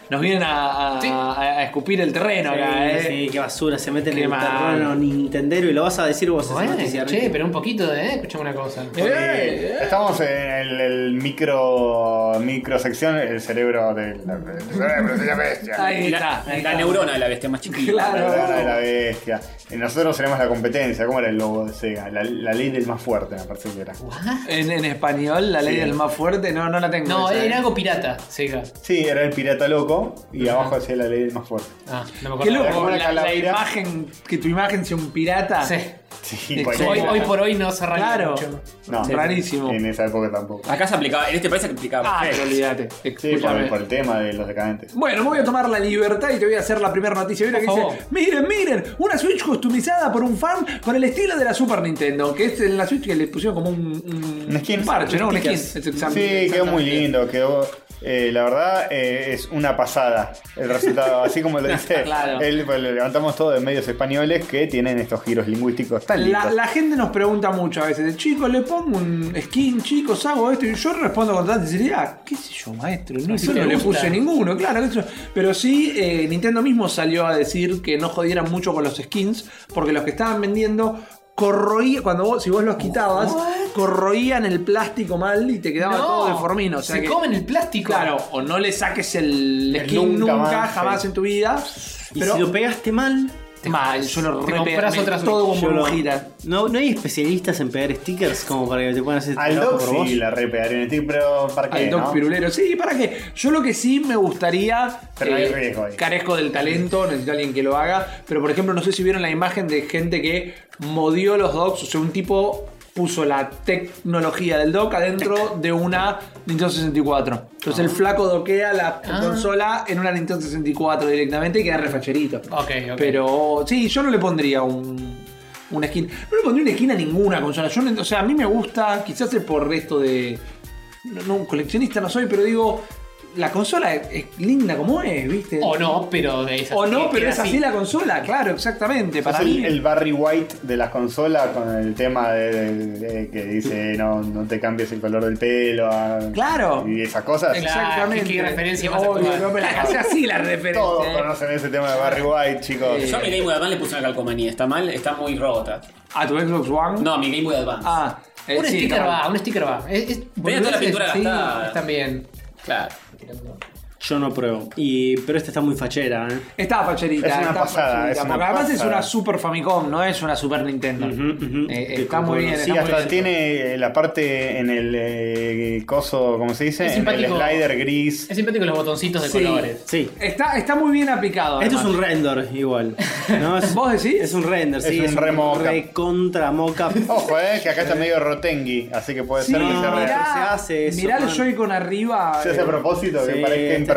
B: Nos vienen a, a- a- a escupir el terreno acá, ¿eh?
D: Sí, qué basura, se meten
B: Qué
D: en el
B: mal.
D: terreno Nintendero y lo vas a decir vos. esa
B: Bueno,
D: noticia,
B: Eh, che,
D: Ricky.
B: pero un poquito de, ¿eh? escuchame una cosa.
E: Eh, Estamos en el, el micro micro sección, el cerebro de la, el cerebro de la bestia.
B: Ahí
G: la,
B: está, ahí
G: la
B: está.
G: neurona de la bestia más chiquita.
E: La neurona de
B: Claro.
E: la bestia. Y nosotros seremos la competencia. ¿Cómo era el logo de Sega? La, la ley del más fuerte, me parece que era.
B: En, en español,
E: la ley del
B: más fuerte, no, no la tengo. Ah, No,
E: esa,
B: era,
E: ¿eh?
B: algo pirata, Sega.
E: Sí, era el pirata loco y abajo hacía la ley del más fuerte.
B: Ah, no me acuerdo.
C: Qué
E: Era como
C: loco,
E: una
C: la, la
E: calavera.
C: imagen, que tu imagen sea un pirata.
B: Sí.
E: Sí,
C: Es
E: cualquier
B: Hoy,
E: cosa.
B: hoy por hoy no se arranca
C: Claro.
B: mucho.
E: No,
C: Sí. Rarísimo.
E: En esa época
A: Ah,
E: tampoco.
G: Acá se aplicaba, en este país se aplicaba.
B: Ah,
G: perfecto.
B: pero olvídate.
E: Sí, por,
B: Escúchame.
E: por el tema de los decadentes.
C: Bueno, me voy a tomar la libertad y te voy a hacer la primera noticia. Mira que
B: Por
C: dice,
B: favor.
C: miren, miren, una Switch customizada por un fan con el estilo de la Super Nintendo, que es la Switch que le pusieron como un, un,
E: Una skin.
C: un parche, ¿no? Un skin. Es
B: Stickers.
C: exam-
E: Sí, quedó muy
C: exactamente.
E: lindo, quedó. eh, la verdad eh, es una pasada el resultado, así como lo dice
B: Claro.
E: él, pues, le levantamos todo de medios españoles que tienen estos giros lingüísticos tan
C: La,
E: lindos.
C: la gente nos pregunta mucho a veces, chicos, le pongo un skin, chicos, hago esto, y yo respondo con tanta sinceridad, qué sé yo, maestro, no,
B: Si
C: yo
B: te
C: no le
B: gusta.
C: puse ninguno, claro, qué sé yo. pero sí, eh, Nintendo mismo salió a decir que no jodieran mucho con los skins, porque los que estaban vendiendo corroían, cuando vos, si vos los quitabas, corroían el plástico mal y te quedaba todo deformino. O sea
B: se
C: que-
B: comen el plástico.
C: Claro, o no le saques el
E: El
C: skin
E: nunca
C: nunca,
E: más,
C: jamás
E: sí.
C: en tu vida.
D: Y
C: Pero
D: si lo pegaste mal,
C: mal, yo lo
B: te
C: re-
B: compras
C: me-
B: otra
C: todo
B: Switch.
C: como
D: yo lo-
C: gira.
D: no, no hay especialistas en pegar stickers como para que te puedan hacer este
E: Al
D: trabajo
E: Doc
D: por vos.
E: sí la repegaron en el pero ¿para qué?
C: Al Doc
E: no?
C: Pirulero. Sí, ¿para qué? Yo lo que sí me gustaría. eh,
E: Pero hay riesgo ahí.
C: Carezco del talento, necesito a alguien que lo haga. Pero por ejemplo, no sé si vieron la imagen de gente que modió los docs. O sea, un tipo puso la tecnología del doc adentro de una Nintendo 64. Entonces
E: Ah.
C: el flaco doquea la consola en una Nintendo 64 directamente y queda refacherito.
B: Ok, ok.
C: Pero sí, yo no le pondría un, un skin. No le pondría una skin a ninguna consola. Yo, no- o sea, a mí me gusta, quizás es por esto de. No, no, un coleccionista no soy, pero digo, la consola es, es linda como es, ¿viste?
B: O no, pero de esas.
C: O no,
B: que
C: pero
B: queda
C: es así la consola, claro, exactamente. Para
E: Es el,
C: mí.
E: el Barry White de las consolas con el tema de, de- de- que dice no, no te cambies el color del pelo ah,
C: Claro.
E: y esas cosas.
B: Claro.
C: Exactamente.
B: qué referencia más
C: Obvio,
B: actual.
C: no me la hace así la referencia.
E: Todos
C: eh.
E: conocen ese tema de Barry White, chicos.
G: Yo a mi Game Boy Advance le puse una calcomanía. ¿Está mal? Está muy rota.
C: ¿A tu Xbox One?
G: No, a mi Game Boy Advance.
C: Ah, eh,
B: Un
C: sí,
B: sticker
C: claro.
B: va, un sticker va. Es, es-
G: Tenía toda la pintura
B: sí,
G: gastada.
B: También.
G: Claro.
D: Yo no pruebo. Y, pero esta está muy fachera, ¿eh?
C: Está facherita.
E: Es una
C: está
E: pasada,
C: facherita,
E: es una
C: porque además es
E: pasada.
C: una Super Famicom, no es una Super Nintendo. Eh,
D: Que
C: está muy
D: con-
C: bien.
D: sí,
E: Sí,
C: está muy
E: hasta
C: bien.
E: tiene eh, la parte en el eh, coso, ¿cómo se dice?
B: Es
E: En el
B: simpático.
E: slider gris.
B: Es simpático los botoncitos de
C: Sí.
B: colores.
D: Sí.
C: Está, está muy bien aplicado.
D: Esto es
C: además.
D: un render igual. ¿no? Es-
C: ¿Vos decís?
D: Es un render, sí.
E: Es un re moca.
D: recontra moca.
E: Ojo, eh, que acá está medio rotengui, así que puede
C: Sí,
E: ser que se re-
C: mirá,
D: se hace eso,
C: mirá el
D: man.
C: Joy-Con arriba.
E: se hace
C: eh,
E: a propósito, que
D: Sí,
E: parezca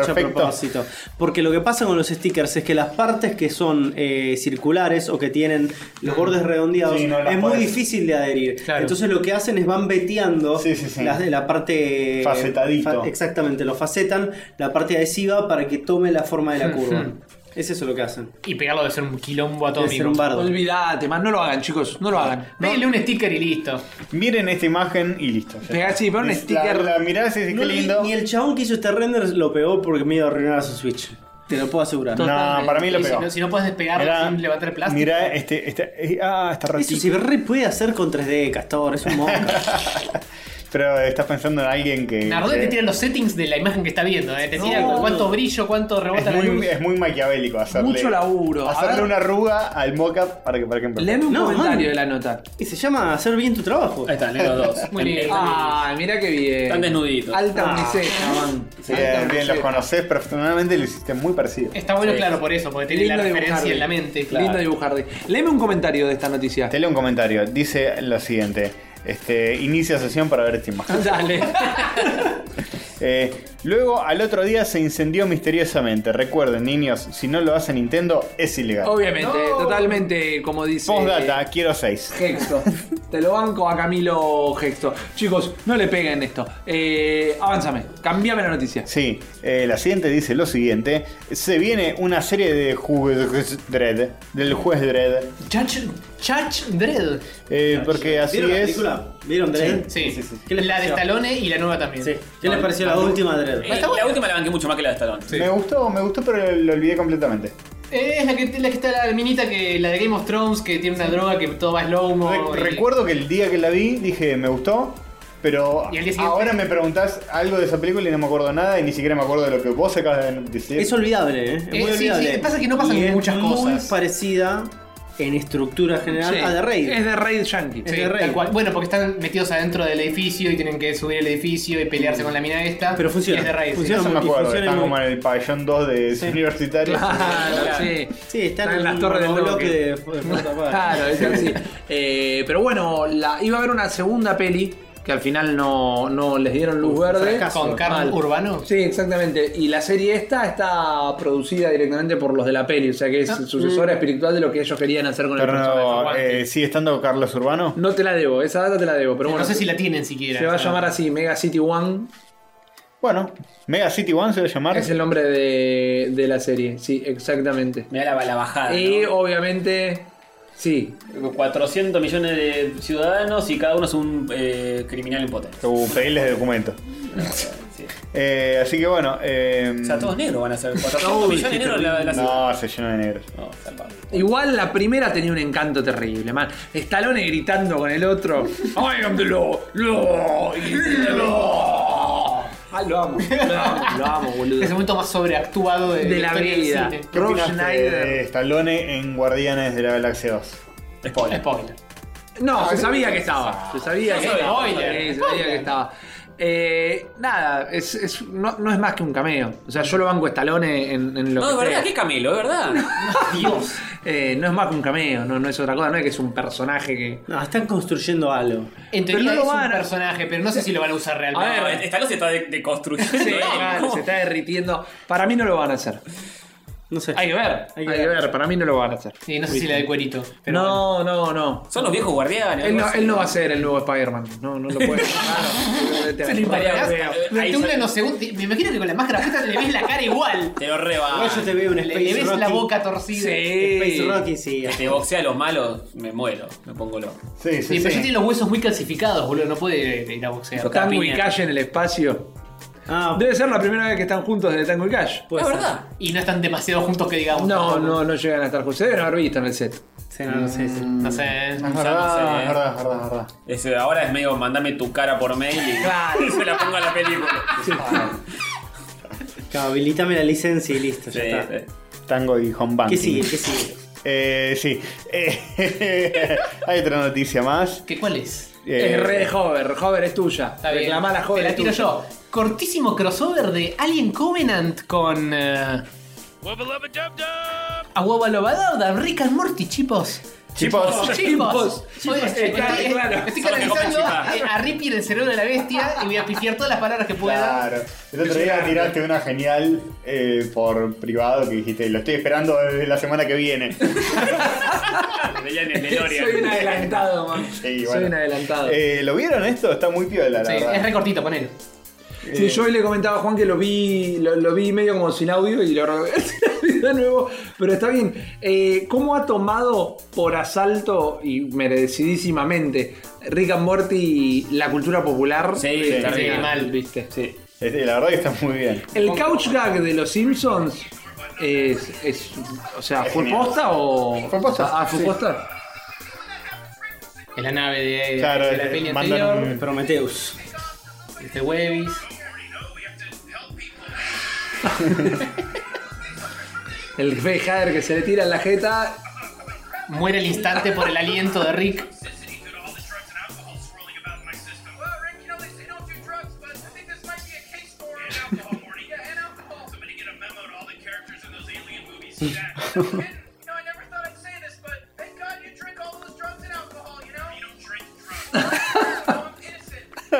D: está hecho a
E: imperfecto.
D: propósito. Porque lo que pasa con los stickers es que las partes que son eh, circulares o que tienen los bordes redondeados
E: Sí, no las
D: es muy
E: podés-
D: difícil de adherir.
B: Claro.
D: Entonces lo que hacen es van veteando
E: Sí, sí, sí.
D: La, la parte...
E: Facetadito.
D: exactamente, lo facetan, la parte adhesiva para que tome la forma de la curva. Es eso lo que hacen.
B: Y pegarlo de ser un quilombo
D: Debe
B: atómico.
D: ser un bardo.
C: Olvídate, man, no lo hagan, chicos, no lo hagan. No,
B: Pégale un sticker y listo.
E: Miren esta imagen y listo.
C: Pegá, sí, pon un
E: La-
C: sticker.
E: La, mirás y decís,
D: No,
E: qué
D: ni-
E: lindo.
D: Ni, el chabón que hizo este render lo pegó porque miedo a arruinar a su Switch. Te lo puedo asegurar.
E: No,
B: Totalmente.
E: para mí lo
B: Y
E: pegó.
B: Si no, si no puedes despegarlo sin levantar el plástico.
E: mirá este, este- eh, ah, está
D: Eso
E: rotito.
D: se re puede hacer con 3D, Castor, es un monca.
E: Pero estás pensando en alguien que.
B: Nardone
E: que-
B: te tira los settings de la imagen que está viendo. ¿eh? Te tira
D: No.
B: cuánto brillo, cuánto rebota
E: es
B: la
E: muy,
B: luz.
E: es muy maquiavélico hacerle.
C: Mucho laburo. A
E: Hacerle
C: ver.
E: una arruga al mocap para que para que
C: Leeme un
D: No, man.
C: comentario de la nota.
D: y se llama hacer bien tu trabajo.
G: Ahí están, los dos.
B: Muy bien.
C: Ah, mirá qué bien.
G: Están desnuditos.
C: Alta uniceja, man. Alta
E: Sí, bien, bien, los
C: uniceja.
E: conocés, pero personalmente lo hiciste muy parecido.
B: Está bueno,
G: Sí.
B: claro, por eso, porque tiene
C: Lindo
B: la referencia
C: dibujarle.
B: en la mente. Claro.
C: Lindo dibujarte. Léeme un comentario de esta noticia.
E: Te leo un comentario. Dice lo siguiente. Este, inicia sesión para ver esta imagen.
C: Dale.
E: Eh, luego, al otro día se incendió misteriosamente. Recuerden, niños, si no lo hace Nintendo, es ilegal.
C: Obviamente, totalmente, como dice.
E: Postdata, quiero 6.
C: Hexto. Te lo banco a Camilo Gexto. Chicos, no le peguen esto. Eh, avánzame, cambiame la noticia.
E: Sí, eh, la siguiente dice lo siguiente: se viene una serie de juez Dredd, del juez Dredd.
B: Judge, Judge Dredd.
E: Eh, porque así
D: ¿Vieron la
E: es.
D: película? ¿Vieron Dredd?
B: Sí,
D: sí, sí. ¿Qué les
B: la de
D: pareció?
B: Stallone y la nueva también.
D: Sí. ¿Qué les pareció la última Dredd?
G: Eh, la última la banqué mucho más que la de Stallone.
E: Me gustó, me gustó, pero lo olvidé completamente.
B: Eh, Es la que, la que está la minita que la de Game of Thrones que tiene una droga que todo va slow mo.
E: Re- Recuerdo que el día que la vi dije, me gustó, pero
B: Y al día siguiente-
E: ahora me preguntás algo de esa película y no me acuerdo nada y ni siquiera me acuerdo de lo que vos acabas de decir.
D: Es olvidable, ¿eh? Es
B: Eh,
D: muy
B: sí,
D: olvidable.
B: sí, pasa que no pasan
D: Y es
B: muchas cosas.
D: Muy parecida en estructura general
C: Sí.
D: a The Raid.
C: Es de Raid Yankee.
D: Ah, Es
B: Sí,
D: de
B: tal
D: rey.
B: cual. Bueno, porque están metidos adentro del edificio y tienen que subir el edificio y
C: Mm.
B: pelearse con la mina esta.
D: Pero funciona.
B: Y es de Raid, sí.
D: Funciona.
E: Eso me
D: y
E: acuerdo,
D: funciona
E: están
D: muy-
E: como en el pabellón 2 de universitario.
C: Claro, sí.
D: Sí, está,
C: Está en
D: en
C: las
D: las
C: torres del Ah.
D: bloque
C: bloque.
D: de de Puerto Paz.
C: Claro, es así. Eh, pero bueno, la, iba a haber una segunda peli que al final no, no les dieron luz verde.
B: Con Carl
C: Mal.
B: Urbano.
C: Sí, exactamente. Y la serie esta está producida directamente por los de la peli, o sea que es
D: Ah, mm.
C: sucesora espiritual de lo que ellos querían hacer con el
E: Pero
C: personaje.
E: no,
C: Aguante.
E: eh, ¿Sigue estando Carlos Urbano?
C: No te la debo, esa data te la debo, pero bueno.
B: no sé si la tienen siquiera.
C: se va a
B: O sea,
C: llamar así, Mega City One.
E: Bueno, Mega City One se va a llamar.
C: Es el nombre de, de la serie, sí, exactamente.
G: Me da la, la bajada.
C: Y
G: ¿no?
C: obviamente, sí,
G: 400 millones de ciudadanos y cada uno es un eh, criminal impotente.
E: Uh, pedirles de documento.
G: Sí.
E: Eh, así que bueno. eh,
G: O sea, todos negros van a ser. 400
C: Mm. Uy,
G: millones de
C: qué
G: negros la, la ciudad.
E: No, se llena de negros.
G: No, zarpado.
C: Igual la primera tenía un encanto terrible, man. Estalone gritando con el otro. ¡I am the law! ¡Law! is the law". Ah, lo amo, lo amo, lo amo, boludo.
B: Es el momento más sobreactuado de,
C: De la
B: historia del
C: vida.
B: cine.
E: ¿Qué
C: Rob
E: opinaste
C: Schneider.
E: de Stallone en Guardianes de la Galaxia 2?
G: Spoiler.
B: Spoiler.
C: No, se sabía que estaba. Se sabía que
G: Yo soy
C: estaba.
B: spoiler.
C: Sí, se sabía que estaba. Eh, nada, es, es- no, no es más que un cameo. O sea, yo lo banco Estalone en, en lo
G: No,
C: que
G: es verdad,
C: sea.
G: qué Camelo, es verdad. Dios.
C: Eh, no es más que un cameo, no, no es otra cosa, no es que es un personaje que.
D: No, están construyendo algo.
B: En
C: Pero no
B: teoría
C: lo
B: es un
C: van a-
B: personaje, pero no sé si lo van a usar
G: A
B: realmente.
G: ver, esta luz se está de- deconstruyendo.
C: Sí,
G: ¿eh?
C: claro,
G: ¿Cómo?
C: se está derritiendo. Para mí no lo van a hacer.
D: No sé.
B: Hay que ver.
C: Hay que ver, para mí no lo van a hacer.
B: Sí, no sé si la del cuerito. Pero
C: No,
B: bueno.
C: no, no.
G: Son los viejos guardianes.
C: Él
G: algo
C: no,
G: así.
C: él no va a ser el nuevo Spider-Man. No, no lo puede. claro.
G: Se le imaginás,
B: Me
G: ahí
B: temblan
G: se-
B: los segundos. Me imagino que con la máscara puesta le ves la cara igual.
G: Te lo reba.
D: Igual yo te veo un
B: Le,
D: Space
B: le ves
D: Rocky.
B: la boca torcida.
D: Space
C: Sí.
D: Rocky, sí.
G: Te Este, boxea a los malos, me muero, me pongo loco.
E: Sí,
B: Sí, pero ya tiene los huesos muy calcificados, boludo. No puede ir a boxear.
C: Tango y
B: Piña.
C: Cash en el espacio.
D: Ah,
C: Debe ser la primera vez que están juntos desde Tango y Cash.
G: Es
D: puede ser.
G: verdad.
B: Y no están demasiado juntos que digamos.
C: No, no, no llegan a estar juntos. Se deben haber visto en el set.
D: Sí, no, no sé. sí.
B: No sé.
E: Es
G: Ya no sé,
E: verdad,
G: eh.
E: es verdad, es verdad, es verdad.
G: Es, eh, ahora es medio mandame tu cara por mail y,
C: Claro.
G: y se la pongo a la película.
D: Claro, habilitame la licencia y listo, ya
G: Sí,
D: está.
G: sí.
E: Tango y Home Banking.
D: ¿Qué sigue? ¿Qué sigue?
E: Eh, sí. Eh, hay otra noticia más.
B: ¿Qué, ¿Cuál es?
E: Eh,
C: es re Hover. Hover es tuya.
B: Está bien.
C: Reclamá la Hover.
B: Te la
C: es
B: tiro
C: tuya.
B: yo. Cortísimo crossover de Alien Covenant con. eh, A Wabalobadabda, Rick and Morty, chicos.
E: Chicos,
B: Chicos, Oye,
C: Chicos, está
B: estoy,
C: Eh,
B: eh,
C: claro.
B: estoy
G: Son
B: canalizando
G: los que comen
B: eh, a Rippy en el cerebro de la bestia y voy a pifiar todas las palabras que pueda.
E: claro. El otro día tiraste una genial eh, por privado que dijiste, lo estoy esperando desde la semana que viene.
G: Veía en el DeLorean.
C: Soy un adelantado, man.
E: Sí, bueno.
C: Soy un adelantado.
E: Eh, ¿Lo vieron esto? Está muy piola, la
B: Sí,
E: verdad.
B: es recortito, ponelo.
E: Eh,
C: Sí, yo hoy le comentaba a Juan que lo vi, lo, lo vi medio como sin audio y lo regrabé de nuevo. Pero está bien. Eh, ¿Cómo ha tomado por asalto y merecidísimamente Rick and Morty la cultura popular? Eh,
G: Sí,
E: Sí,
G: está
E: sí,
G: bien.
B: mal.
C: viste. Sí.
E: Este, la verdad que está muy bien.
C: El couch gag de los Simpsons es. es- o sea,
E: Es
C: ¿fue
E: genial.
C: posta o.?
E: Fue posta,
C: Ah, fue
E: sí.
C: posta.
B: Es la nave de,
E: Claro,
B: de la
E: eh,
B: peli
E: mandan
B: anterior.
E: un-
D: Prometheus.
B: Este Webis.
C: El Fader que se le tira en la jeta.
B: Muere al instante por el aliento de Rick.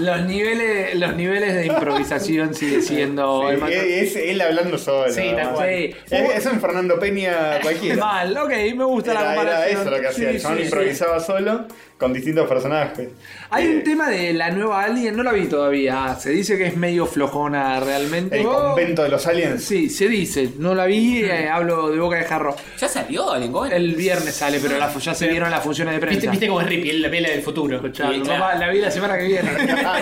C: Los niveles, los niveles de improvisación sigue siendo.
E: Sí, eh,
C: el más-
E: es, es él hablando solo.
B: Sí, tal
C: Oh,
B: cual.
C: Sí.
E: Es, es un Fernando Peña cualquiera.
C: Mal, ok, me gusta la
E: Era, era
C: comparación.
E: eso lo que hacía.
C: Sí,
E: el chabón
C: sí, sí.
E: improvisaba solo con distintos personajes. Eh,
C: Hay un tema de la nueva Alien, no la vi todavía. Se dice que es medio flojona realmente.
E: El convento de los aliens.
C: Sí, se dice. No la vi, eh, hablo de boca de jarro.
G: ¿Ya salió Alien Covenant?
C: El viernes sale, pero la- ya se vieron las funciones de
B: ¿Viste,
C: prensa.
B: viste cómo es Rippy, la vela del futuro.
C: Claro,
B: Y,
C: no
B: claro.
C: va- la vi la semana que viene.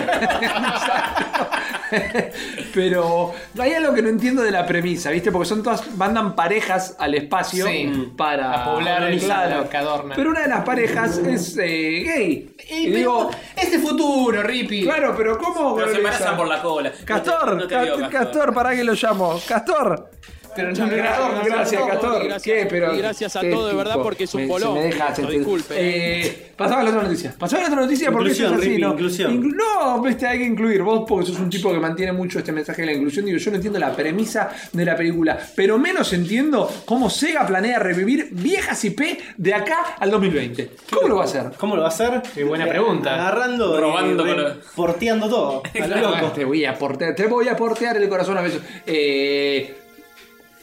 C: Pero hay algo que no entiendo de la premisa, ¿viste? Porque son todas, mandan parejas al espacio Mm.
B: Sí,
C: para
B: a poblar el
C: colonizar.
B: planeta que adorna.
C: Pero una de las parejas es eh, gay.
B: Y digo, este futuro, Rippy.
C: Claro, pero ¿cómo?
G: Pero se
C: colonizan?
G: embarazan por la cola.
C: Castor,
G: No te- no te
C: Ca-
G: digo,
C: Castor, pará que lo llamo. Castor.
B: Pero no,
C: Castor,
B: gracias,
C: gracias, Castor.
F: y gracias-
C: ¿Qué? Pero,
F: y gracias a
C: qué
F: todo, de verdad,
C: tipo.
F: porque es un
C: Me-
F: bolón.
C: se me deja
F: Listo,
C: sentir.
F: disculpe.
C: Eh, pasaba a la otra noticia. Pasaba a la otra noticia porque eso es
D: Inclusión,
C: así,
D: Ricky,
C: ¿no?
D: inclusión.
C: Inclu- no, viste, hay que incluir. Vos, porque sos un tipo que mantiene mucho este mensaje de la inclusión, digo, yo no entiendo la premisa de la película, pero menos entiendo cómo Sega planea revivir viejas IP de acá al 2020. ¿Cómo lo va a hacer?
D: ¿Cómo lo va a hacer?
B: Qué buena pregunta.
D: Agarrando, y
G: Robando
D: re-
G: con la-
D: porteando todo. A lo loco.
C: Te voy a portear, te voy a portear el corazón a veces. Eh,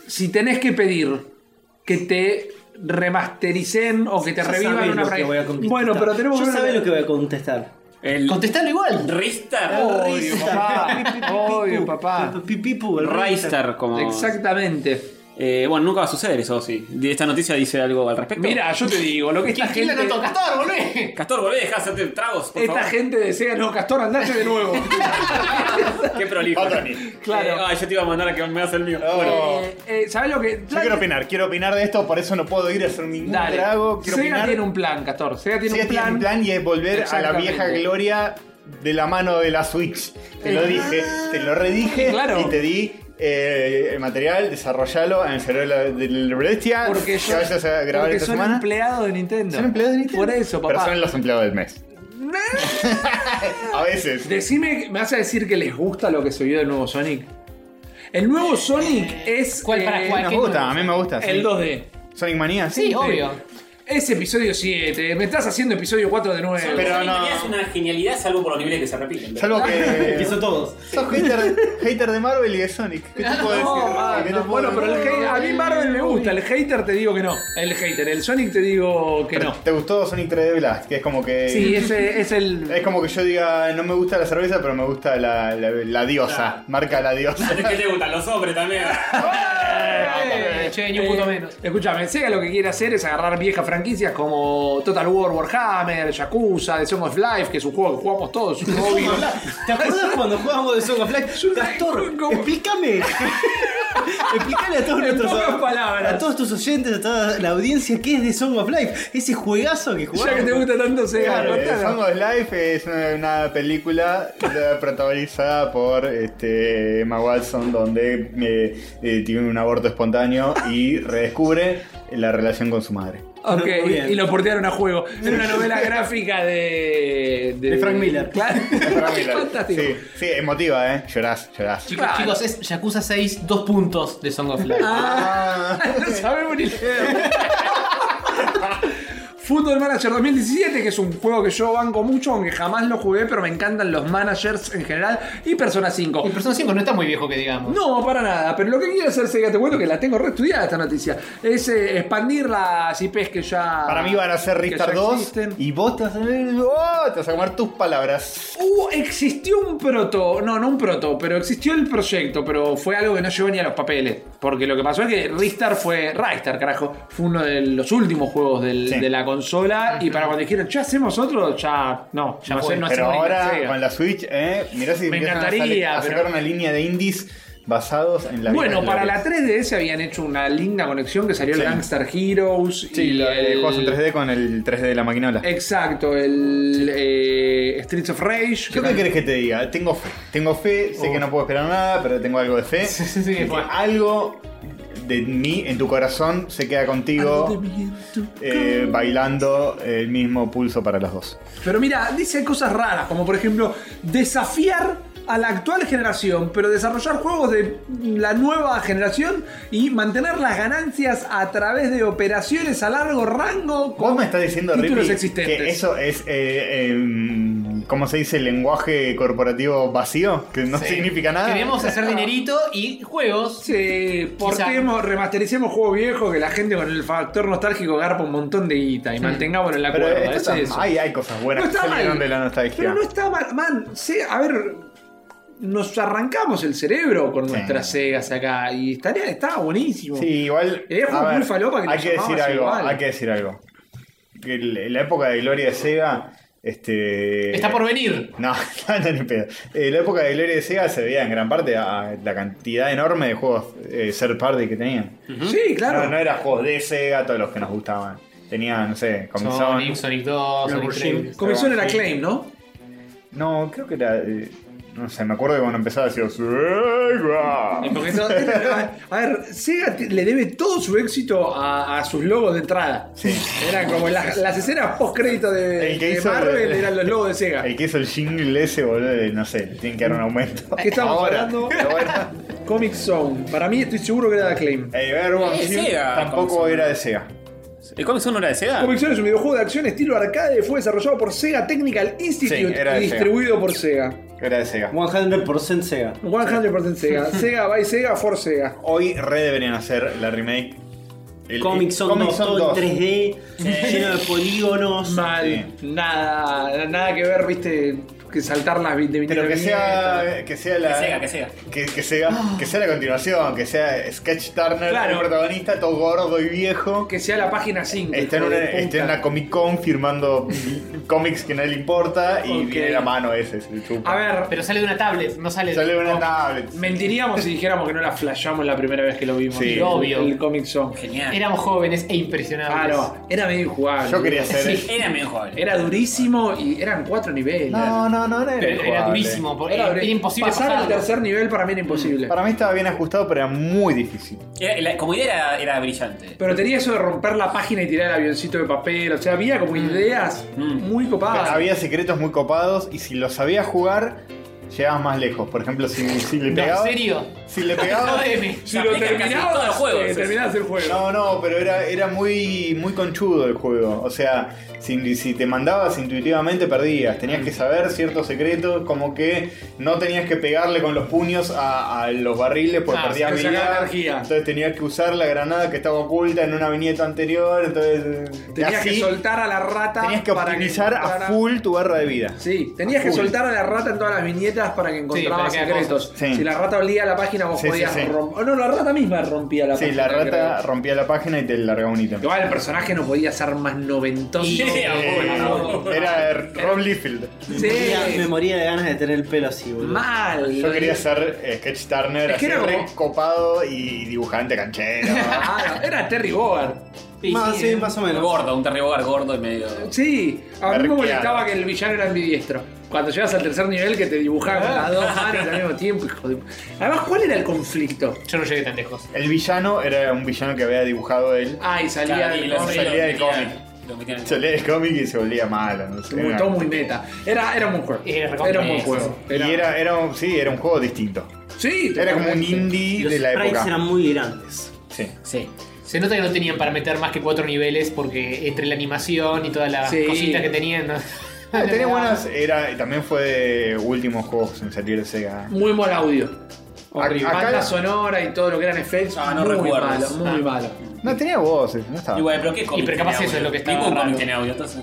C: si tenés que pedir que te remastericen o que te
D: Ya
C: revivan
D: sabés
C: una
D: lo que voy a contestar.
C: Bueno, pero tenemos
D: Yo
C: ver
D: sabés
C: una-
D: lo que voy a contestar.
G: El oh,
B: Contestalo igual.
G: Ristar.
C: Odio, papá. Odio, papá.
D: Pipipu, el Raystar.
G: Ristar, como.
C: Exactamente.
G: Eh, bueno, nunca va a suceder eso, sí. Esta noticia dice algo al respecto.
C: Mira, yo te digo, lo que esta
B: ¿Quién
C: gente.
B: la notó? Castor, volvé.
G: Castor, volvé a dejar de hacerte tragos, por
C: Esta
G: favor.
C: gente de Sega, no, Castor, andate de nuevo.
G: Qué prolijo.
E: Otro niño.
C: Claro.
G: Eh, ay, yo te iba a mandar a que me hagas el mío.
E: Oh.
C: Eh, eh, ¿Sabes lo que.?
E: Yo quiero opinar, quiero opinar de esto, por eso no puedo ir a hacer ningún
C: Dale.
E: trago. Quiero
C: Sega
E: opinar.
C: tiene un plan, Castor. Sega tiene
E: Sí,
C: un
E: tiene
C: plan.
E: un plan y es volver a la
C: Exactamente.
E: vieja gloria de la mano de la Switch. Te lo dije, te lo redije
C: Eh. Claro.
E: y te di eh, el material, desarrollalo en el cerebro de la- de la bestia.
C: Porque
E: que
C: son,
E: vayas a grabar
C: porque
E: esta
C: son
E: semana.
C: empleados de Nintendo.
E: Son empleados de Nintendo.
C: Por eso,
E: Pero
C: papá.
E: son los empleados del mes. a veces.
C: Decime, que- ¿me vas a decir que les gusta lo que se vio del nuevo Sonic? El nuevo Sonic es.
B: ¿cuál para
C: eh,
B: cuál?
E: Nos
B: ¿qué
E: gusta,
B: número
E: a mí me gusta. sí.
C: El 2D.
E: Sonic Manía, sí.
B: Sí, obvio.
C: Es episodio 7. Me estás haciendo episodio 4 de nuevo.
E: Pero
G: Sí,
E: no.
G: Es una genialidad, salvo por los niveles que se repiten.
E: Salvo
D: Que
E: que.
D: son todos.
E: Sos hater, hater de Marvel y de Sonic. ¿Qué te puedo
C: No,
E: decir?
C: ah,
E: ¿Qué te
C: no,
E: puedo
C: bueno,
E: decir?
C: pero el hate- a mí Marvel me gusta, el hater te digo que no. El hater, el Sonic te digo que
E: Pero
C: no.
E: ¿Te gustó Sonic 3D Blast? Que es como que.
C: Sí, ese es
E: Eh, Es
C: el.
E: como que yo diga, no me gusta la cerveza, pero me gusta la, la- la diosa. Marca la diosa.
G: Es que te gustan los hombres también.
B: Eh, Che, ni un punto menos.
C: Escúchame, Sega lo que quiere hacer es agarrar viejas franquicias como Total War, Warhammer, Yakuza, The Song of Life, que es un juego que jugamos todos, es un hobby.
D: ¿Te acuerdas cuando jugábamos de Song of Life? Castor,
C: ¿Cómo?
D: explícame. Explícale a todos
C: En
D: nuestros
C: pocas palabras.
D: a todos tus oyentes, a toda la audiencia, ¿qué es de Song of Life? Ese juegazo que jugamos.
C: Ya que te gusta tanto Sega,
E: Claro, eh,
C: contalo.
E: Song of Life es una, una película eh, protagonizada por este, Emma Watson, donde eh, eh, tiene un aborto espontáneo y redescubre la relación con su madre.
C: Ok,
D: Muy bien.
C: y lo portearon a juego. Era una novela gráfica de.
D: De Frank Miller.
C: Claro.
E: Para mí, claro.
C: Fantástico.
E: sí, sí, emotiva, ¿eh? Llorás, llorás.
B: Chicos,
C: Claro. Ah.
B: chicos, es Yakuza 6, dos puntos de Song of Life.
C: No sabemos ni leer. Football Manager 2017, que es un juego que yo banco mucho, aunque jamás lo jugué, pero me encantan los managers en general. Y Persona 5.
B: El Persona 5 no está muy viejo que digamos.
C: No, para nada. Pero lo que quiere hacer Sega, te cuento que la tengo reestudiada esta noticia, es eh, expandir las IPs que ya.
E: Para mí van a ser
C: que ya
E: Ristar 2
C: existen.
E: y vos te vas a, oh, te vas a comer tus palabras.
C: Hubo- Uh, existió un proto, no, no un proto, pero existió el proyecto, pero fue algo que no llegó ni a los papeles. Porque lo que pasó es que Ristar fue, Ristar, carajo, fue uno de los últimos juegos del-
E: Sí.
C: de la consola. Y para cuando dijeron, ya hacemos otro, ya, no, ya no,
B: fue.
C: hace- no
E: Pero
C: hacemos ni
E: ahora
C: Sega.
E: con la Switch, ¿eh? Mirá si
C: Me
E: empiezan a
C: encantaría,
E: sale- a sacar
C: pero-
E: una línea de indies basados en la
C: Bueno,
E: vida
C: para
E: de
C: la 3DS habían hecho una linda conexión que salió
E: Sí.
C: el Gangster Heroes.
E: Sí,
C: y
E: la de
C: el-
E: juegos en 3D con el Eh, 3D de la maquinola.
C: Exacto, el eh, Streets of Rage.
E: ¿Yo qué querés que te diga? Tengo fe. Tengo fe, sé que no puedo esperar nada, pero tengo algo de fe.
B: Sí, sí, sí,
E: Que
B: bueno.
E: Algo de mí en tu corazón se queda contigo eh, bailando el mismo pulso para las dos.
C: Pero mira, dice cosas raras, como por ejemplo, desafiar a la actual generación, pero desarrollar juegos de la nueva generación y mantener las ganancias a través de operaciones a largo rango
E: ¿Vos
C: con
E: me estás diciendo,
C: títulos
E: Rippy,
C: existentes.
E: que eso es eh, eh, ¿cómo se dice? Lenguaje corporativo vacío, que no
B: Sí.
E: significa nada.
B: Queremos hacer dinerito y juegos.
C: Ah. Sí, portemos, remastericemos juegos viejos que la gente con el factor nostálgico garpa un montón de guita y mantengámoslo en la
E: Pero
C: cuerda.
E: esto
C: es
E: está-
C: eso.
E: hay, hay cosas buenas
C: No
E: que
C: está
E: salieron
C: mal.
E: de la nostalgia.
C: Pero no está mal, man. sí, a ver, nos arrancamos el cerebro con nuestras Segas acá y estaría, estaba buenísimo.
E: Sí, igual.
C: Era
E: a
C: como
E: ver,
C: muy falopa que
E: hay
C: nos
E: que decir
C: llamabas
E: algo.
C: igual.
E: Hay que decir algo. Que el- la época de gloria de Sega. Este,
B: Está por venir.
E: No, no, no, ni pedo. Eh, la época de gloria de Sega se veía en gran parte a, a la cantidad enorme de juegos eh, third party que tenían.
C: Sí, claro.
E: No, no eran juegos de Sega, todos los que nos gustaban. Tenían, no sé,
B: Sonic,
E: Comisión.
B: Sonic 2, Sonic 3.
C: Comisión era
E: Sí.
C: Claim, ¿no?
E: No, creo que era. eh, no sé, me acuerdo que cuando empezaba decía Sega.
C: Eh, Porque eso- a ver, Sega t- le debe todo su éxito a, a sus logos de entrada. Eran como las, las escenas post crédito de,
E: El que
C: de
E: hizo-
C: Marvel eran los logos de Sega.
E: El que hizo el jingle ese, boludo, eh, no sé, le tienen que dar un aumento.
C: ¿Qué estamos
E: Ahora,
C: hablando?
E: pero bueno.
C: Comic Zone. Para mí estoy seguro que era de Acclaim.
E: Ey, Verbo
G: Eh,
E: Shield
G: Sega,
E: tampoco
G: Comic-Con.
E: era de Sega.
G: ¿El Comic Zone no era de Sega?
C: Comic Zone es un videojuego de acción estilo arcade. Fue desarrollado por Sega Technical Institute
E: era de
C: y
E: Sega.
C: distribuido por Sega.
E: Era de Sega.
D: 100% Sega.
C: 100% Sega. Sega by Sega for Sega.
E: Hoy re deberían hacer la remake. El-
D: Comic
E: el-
D: Zone 2,
E: Zone
D: todo
E: 2.
D: en 3D, lleno de polígonos.
C: Mal. Nada, nada que ver, viste, que saltar las vi- de
E: Pero
C: vinilo
E: que
C: de
E: sea, que sea la.
G: Que Sega, que Sega.
E: Que, que sea, que sea la continuación, que sea Sketch Turner,
C: Claro.
E: el protagonista, todo gordo y viejo.
C: Que sea la página 5.
E: Está en,
C: hijo
E: una,
C: de puta.
E: está en una Comic Con firmando cómics que no le importa y
C: Ok.
E: viene la mano ese. se chupa.
C: A ver,
B: Pero sale de una tablet, no sale de
E: Sale una tablet.
C: mentiríamos si dijéramos que no la flashamos la primera vez que lo vimos.
E: Sí.
C: El-
B: Obvio.
C: El Comic Zone.
G: Genial. Era,
B: Éramos jóvenes e impresionables.
C: Claro, era medio injugable.
E: Yo quería hacer.
G: era medio jugable.
C: Era durísimo y eran cuatro niveles.
E: No, no, no, no
B: Pero
E: era,
B: era, eh.
E: jugable.
B: durísimo, porque
C: Era
B: era,
C: duri-
B: imposible
C: Pasar al
B: pasarlo.
C: tercer nivel para mí era imposible.
E: Para mí estaba bien ajustado, pero era muy difícil.
G: Era- la- como idea era, era brillante.
C: Pero tenía eso de romper la página y tirar el avioncito de papel. O sea, había como ideas
G: Mm.
C: muy copadas.
E: Había secretos muy copados y si los sabías jugar, llegabas más lejos. Por ejemplo, si, si le
B: No, ¿En
E: pegabas.
B: serio?
E: Si le
B: No,
E: pegabas.
B: deme.
C: Si
G: Se
C: lo
G: aplica casi en todos
C: terminabas,
G: los juegos,
C: eh,
G: eso.
C: terminabas el juego.
E: No, no, pero era, era muy, muy conchudo el juego. O sea, si, si te mandabas intuitivamente perdías. Tenías que saber ciertos secretos, como que no tenías que pegarle con los puños a, a los barriles porque
B: Ah,
E: perdías
C: se sacaba
E: vida.
C: energía.
E: Entonces tenías que usar la granada que estaba oculta en una viñeta anterior. Entonces, eh,
C: Tenías
E: así
C: que soltar a la rata.
E: tenías que
C: para
E: optimizar
C: encontrara-
E: a full tu barra de vida.
C: Sí, tenías que
E: full.
C: soltar a la rata en todas las viñetas para que encontrabas
B: para que haga
C: secretos.
E: cosas. Sí.
C: Si la rata olía la página, vos
E: Sí, sí,
C: podías
E: sí.
C: romper. No, la rata misma rompía la
E: Sí,
C: página.
E: la rata
C: creo.
E: rompía la página y te largaba un ítem.
C: Igual el personaje no podía ser más noventoso.
G: Yeah,
E: Eh,
G: boludo.
E: Era Rob Liefeld.
D: Me,
C: Sí.
D: moría, me moría de ganas de tener el pelo así, boludo.
C: Mal.
E: Yo quería ser eh, Sketch Turner,
C: Es que
E: así
C: era
E: re
C: como-
E: copado y dibujante canchero.
C: Ah, era Terry Bogard.
D: Más, sí, más o menos.
G: Gordo, un Terry Bogard gordo y medio.
C: Sí, a mí me
E: Arqueado.
C: molestaba que el villano era ambidiestro. Cuando llegas al tercer nivel que te dibujaban con las dos manos al mismo tiempo, hijo de... Además, ¿cuál era el conflicto?
B: Yo no llegué tan lejos.
E: El villano era un villano que había dibujado él.
C: Ah, y salía
G: Claro, y
C: del
G: lo-
C: cómic.
E: salía
G: lo
E: del
G: metían-
E: cómic.
G: lo metían en el
E: Se lee el cómic y se volvía malo, no
C: Se
E: sé. Era-
C: montó muy meta. Era, era un buen juego.
B: Era
C: Era,
B: recontra-
C: un buen
B: sí,
C: juego.
E: Y era, era un, sí, era un juego distinto.
C: Sí,
E: Era como un
C: totalmente.
D: Y
E: indie
D: los
E: de la
D: sprites
E: época.
D: eran muy grandes.
E: Sí.
G: Sí.
B: Se nota que no tenían para meter más que cuatro niveles porque entre la animación y todas las
C: Sí.
B: cositas que tenían. ¿no?
E: Ah, tenía buenas. Era, también fue de últimos juegos en salir de Sega.
C: Muy mal audio. Horrible.
E: acá-
C: Banda sonora y todo lo que eran effects.
G: Ah, no
C: muy
G: recuerdo
C: malo,
G: eso.
C: muy
B: Ah.
C: malo.
E: No tenía voces, no estaba.
G: Igual, pero ¿qué cómic
B: pero capaz
G: tiene
B: eso es
G: audio?
B: lo que estaba
G: Ningún cómic
B: raro.
G: tiene audio, entonces.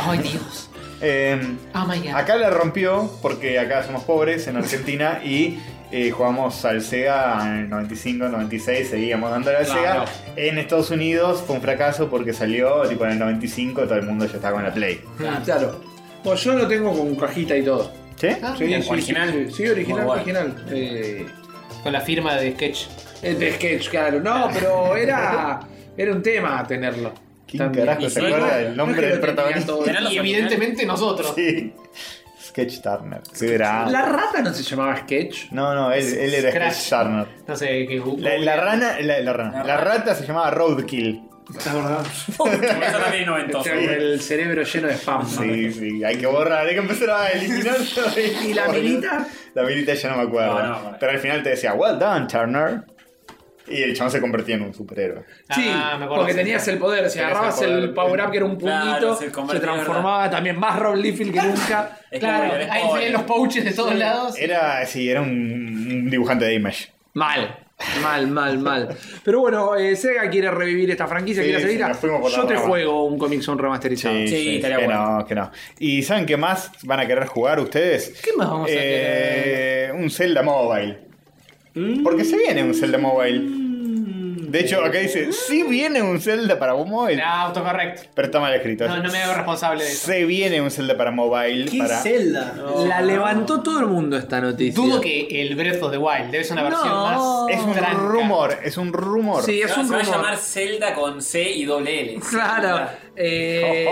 B: Ay, Dios.
E: Eh,
B: Oh my god.
E: Acá la rompió porque acá somos pobres en Argentina y eh, jugamos al Sega en el 95, 96, seguíamos dándole al
G: Claro.
E: Sega. En Estados Unidos fue un fracaso porque salió tipo en el 95, todo el mundo ya estaba con la Play.
G: Ah.
C: Claro. Pues yo lo tengo con cajita y todo.
E: ¿Sí?
C: Ah.
G: mira, original.
C: Sí, sí, original,
G: Muy bueno.
C: original. Eh,
B: Con la firma de Sketch.
C: el de sketch, claro. No, pero era, era un tema tenerlo.
E: ¿Quién
C: También.
E: carajo
G: Y
E: se
G: sí,
E: acuerda
G: no,
E: del
C: No es que
E: nombre del
C: lo tenía
E: protagonista?
C: todo.
G: Tenerlo
B: Y
G: original.
B: evidentemente nosotros.
E: Sí. Sketch Turner. Qué grande.
C: La rata no se llamaba sketch.
E: No, no, él, él era
B: Scratch.
E: Sketch Turner.
B: No sé qué
E: La, la rana, la, la rana. La rata se llamaba Roadkill.
G: Eso también es noventoso.
C: Con el cerebro lleno de spam. ¿no?
E: Sí, sí, hay que borrar, hay que empezar a eliminar todo esto,
C: ¿Y la
E: boludo.
C: minita?
E: La minita ya no me acuerdo.
G: No, no, no.
E: Pero al final te decía, well done, Turner. Y el chabón se convertía en un superhéroe.
C: Sí,
E: Ah,
C: porque tenías el poder. Si
E: Tenías el
C: agarrabas
E: poder.
C: el power up que era un puñito,
E: Claro,
C: se,
E: se convertía,
C: transformaba también más Rob Liefeld que nunca.
B: Claro, ahí tenían los pouches de todos lados.
E: Era, sí, era un, un dibujante de Image.
C: Mal. Mal, mal, mal. Pero bueno, eh, Sega quiere revivir esta franquicia,
E: Sí,
C: quiere
E: sí,
C: seguirla.
E: nos fuimos por la
C: Yo te
E: rama.
C: juego un Comic Zone remasterizado.
E: Sí, sí, que no, que no. ¿Y saben qué más van a querer jugar ustedes? ¿Qué
B: más vamos a
E: querer? Un Zelda Mobile. Porque se viene un Zelda Mobile. De hecho, acá dice, sí viene un Zelda para mobile.
B: Ah, autocorrecto.
E: Pero está mal escrito.
B: No, no me hago responsable de eso.
E: Se viene un Zelda para mobile. para...
C: La levantó todo el mundo esta noticia.
B: Dudo que el Breath of the Wild debe ser una versión más.
E: Es un
B: tranca.
E: rumor, es un rumor.
C: Sí, es
A: Se va-
C: un
A: se va a
C: rumor.
A: llamar Zelda con C y doble L.
C: Claro.
A: Zelda.
C: Eh,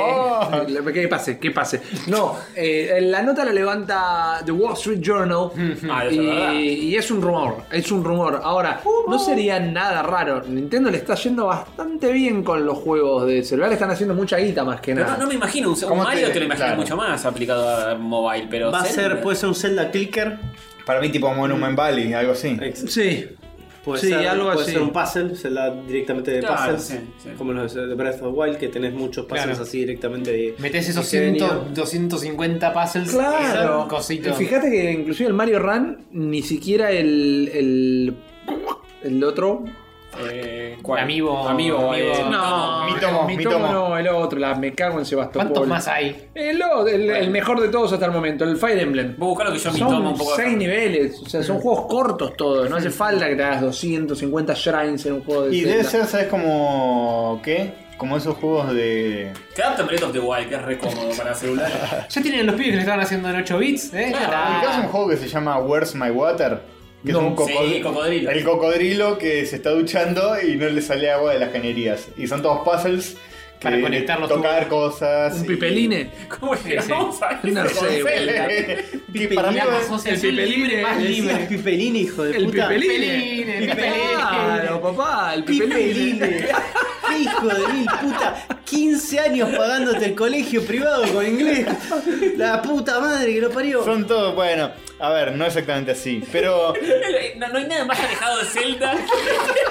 C: que pase, que pase. No, eh, la nota la levanta The Wall Street Journal
A: Ah, eso es verdad.
C: y, y es un rumor, es un rumor. Ahora, no sería nada raro. Nintendo le está yendo bastante bien con los juegos de celular, están haciendo mucha guita más que
A: Pero
C: nada.
A: no, no me imagino un, un
E: ¿Cómo
A: Mario,
E: te-
A: te, lo imagino
E: claro.
A: mucho más aplicado a mobile, pero.
D: Va a ser, pues,
A: Zelda.
D: puede ser un Zelda Clicker.
E: Para mí tipo Monument Valley, algo así.
C: Sí.
D: Puede
C: Sí,
D: ser,
C: algo
D: puede
C: así.
D: ser un puzzle, Zelda directamente de
A: Claro,
D: puzzles.
A: sí, sí.
D: Como los de Breath of the Wild, que tenés muchos puzzles
B: Claro.
D: así directamente de.
B: Metés esos
D: diseño.
B: 100, 250 puzzles. y
C: Claro.
B: son cositos.
C: Fíjate que inclusive el Mario Run, ni siquiera el, el, el otro.
A: Eh, ¿cuál?
B: Amigo.
A: Amigo,
B: Amigo.
A: eh,
C: No,
E: Mitomo,
C: mi
E: Mitomo.
C: no, el otro, la me cago en Sebastopol.
B: ¿Cuántos más hay?
C: El, o- el- el mejor de todos hasta el momento, el Fire Emblem.
A: Vos buscá lo que yo me tomo
C: Son
A: un poco. acá.
C: 6 niveles, o sea, son juegos cortos todos, no hace falta que te hagas 250 shrines en un juego de
E: Y debe
C: Zelda.
E: ser, ¿sabes como qué? Como esos juegos de...
A: Te adaptan Breath of the Wild, que es re cómodo para celular.
B: Ya tienen los pibes que lo estaban haciendo en 8 bits, ¿eh? Ya está.
E: ubicás un juego que se llama Where's My Water? Que
C: No.
E: es un cocodrilo.
A: Sí, cocodrilo.
E: El cocodrilo que se está duchando y no le sale agua de las cañerías. Y son todos puzzles que
B: Para conectar los
E: tocar cosas.
C: Un
E: y-
C: pipeline.
A: ¿Cómo llegamos a
C: No
A: ese
C: sé,
A: concepto?
E: que para mí
B: La
E: va-
B: asociación
C: el Pipe
B: libre más
D: Le
B: libre.
D: decías Pipelín, hijo de
C: El
D: puta.
C: Pipeline.
B: Pipeline, el Pipeline.
C: Claro, papá, el
D: Pipeline.
C: pipeline.
D: Qué hijo de mil puta. 15 años pagándote el colegio privado con inglés. La puta madre que lo parió.
E: Son todos, bueno, a ver, no exactamente así, pero...
A: No, no hay nada más alejado de Zelda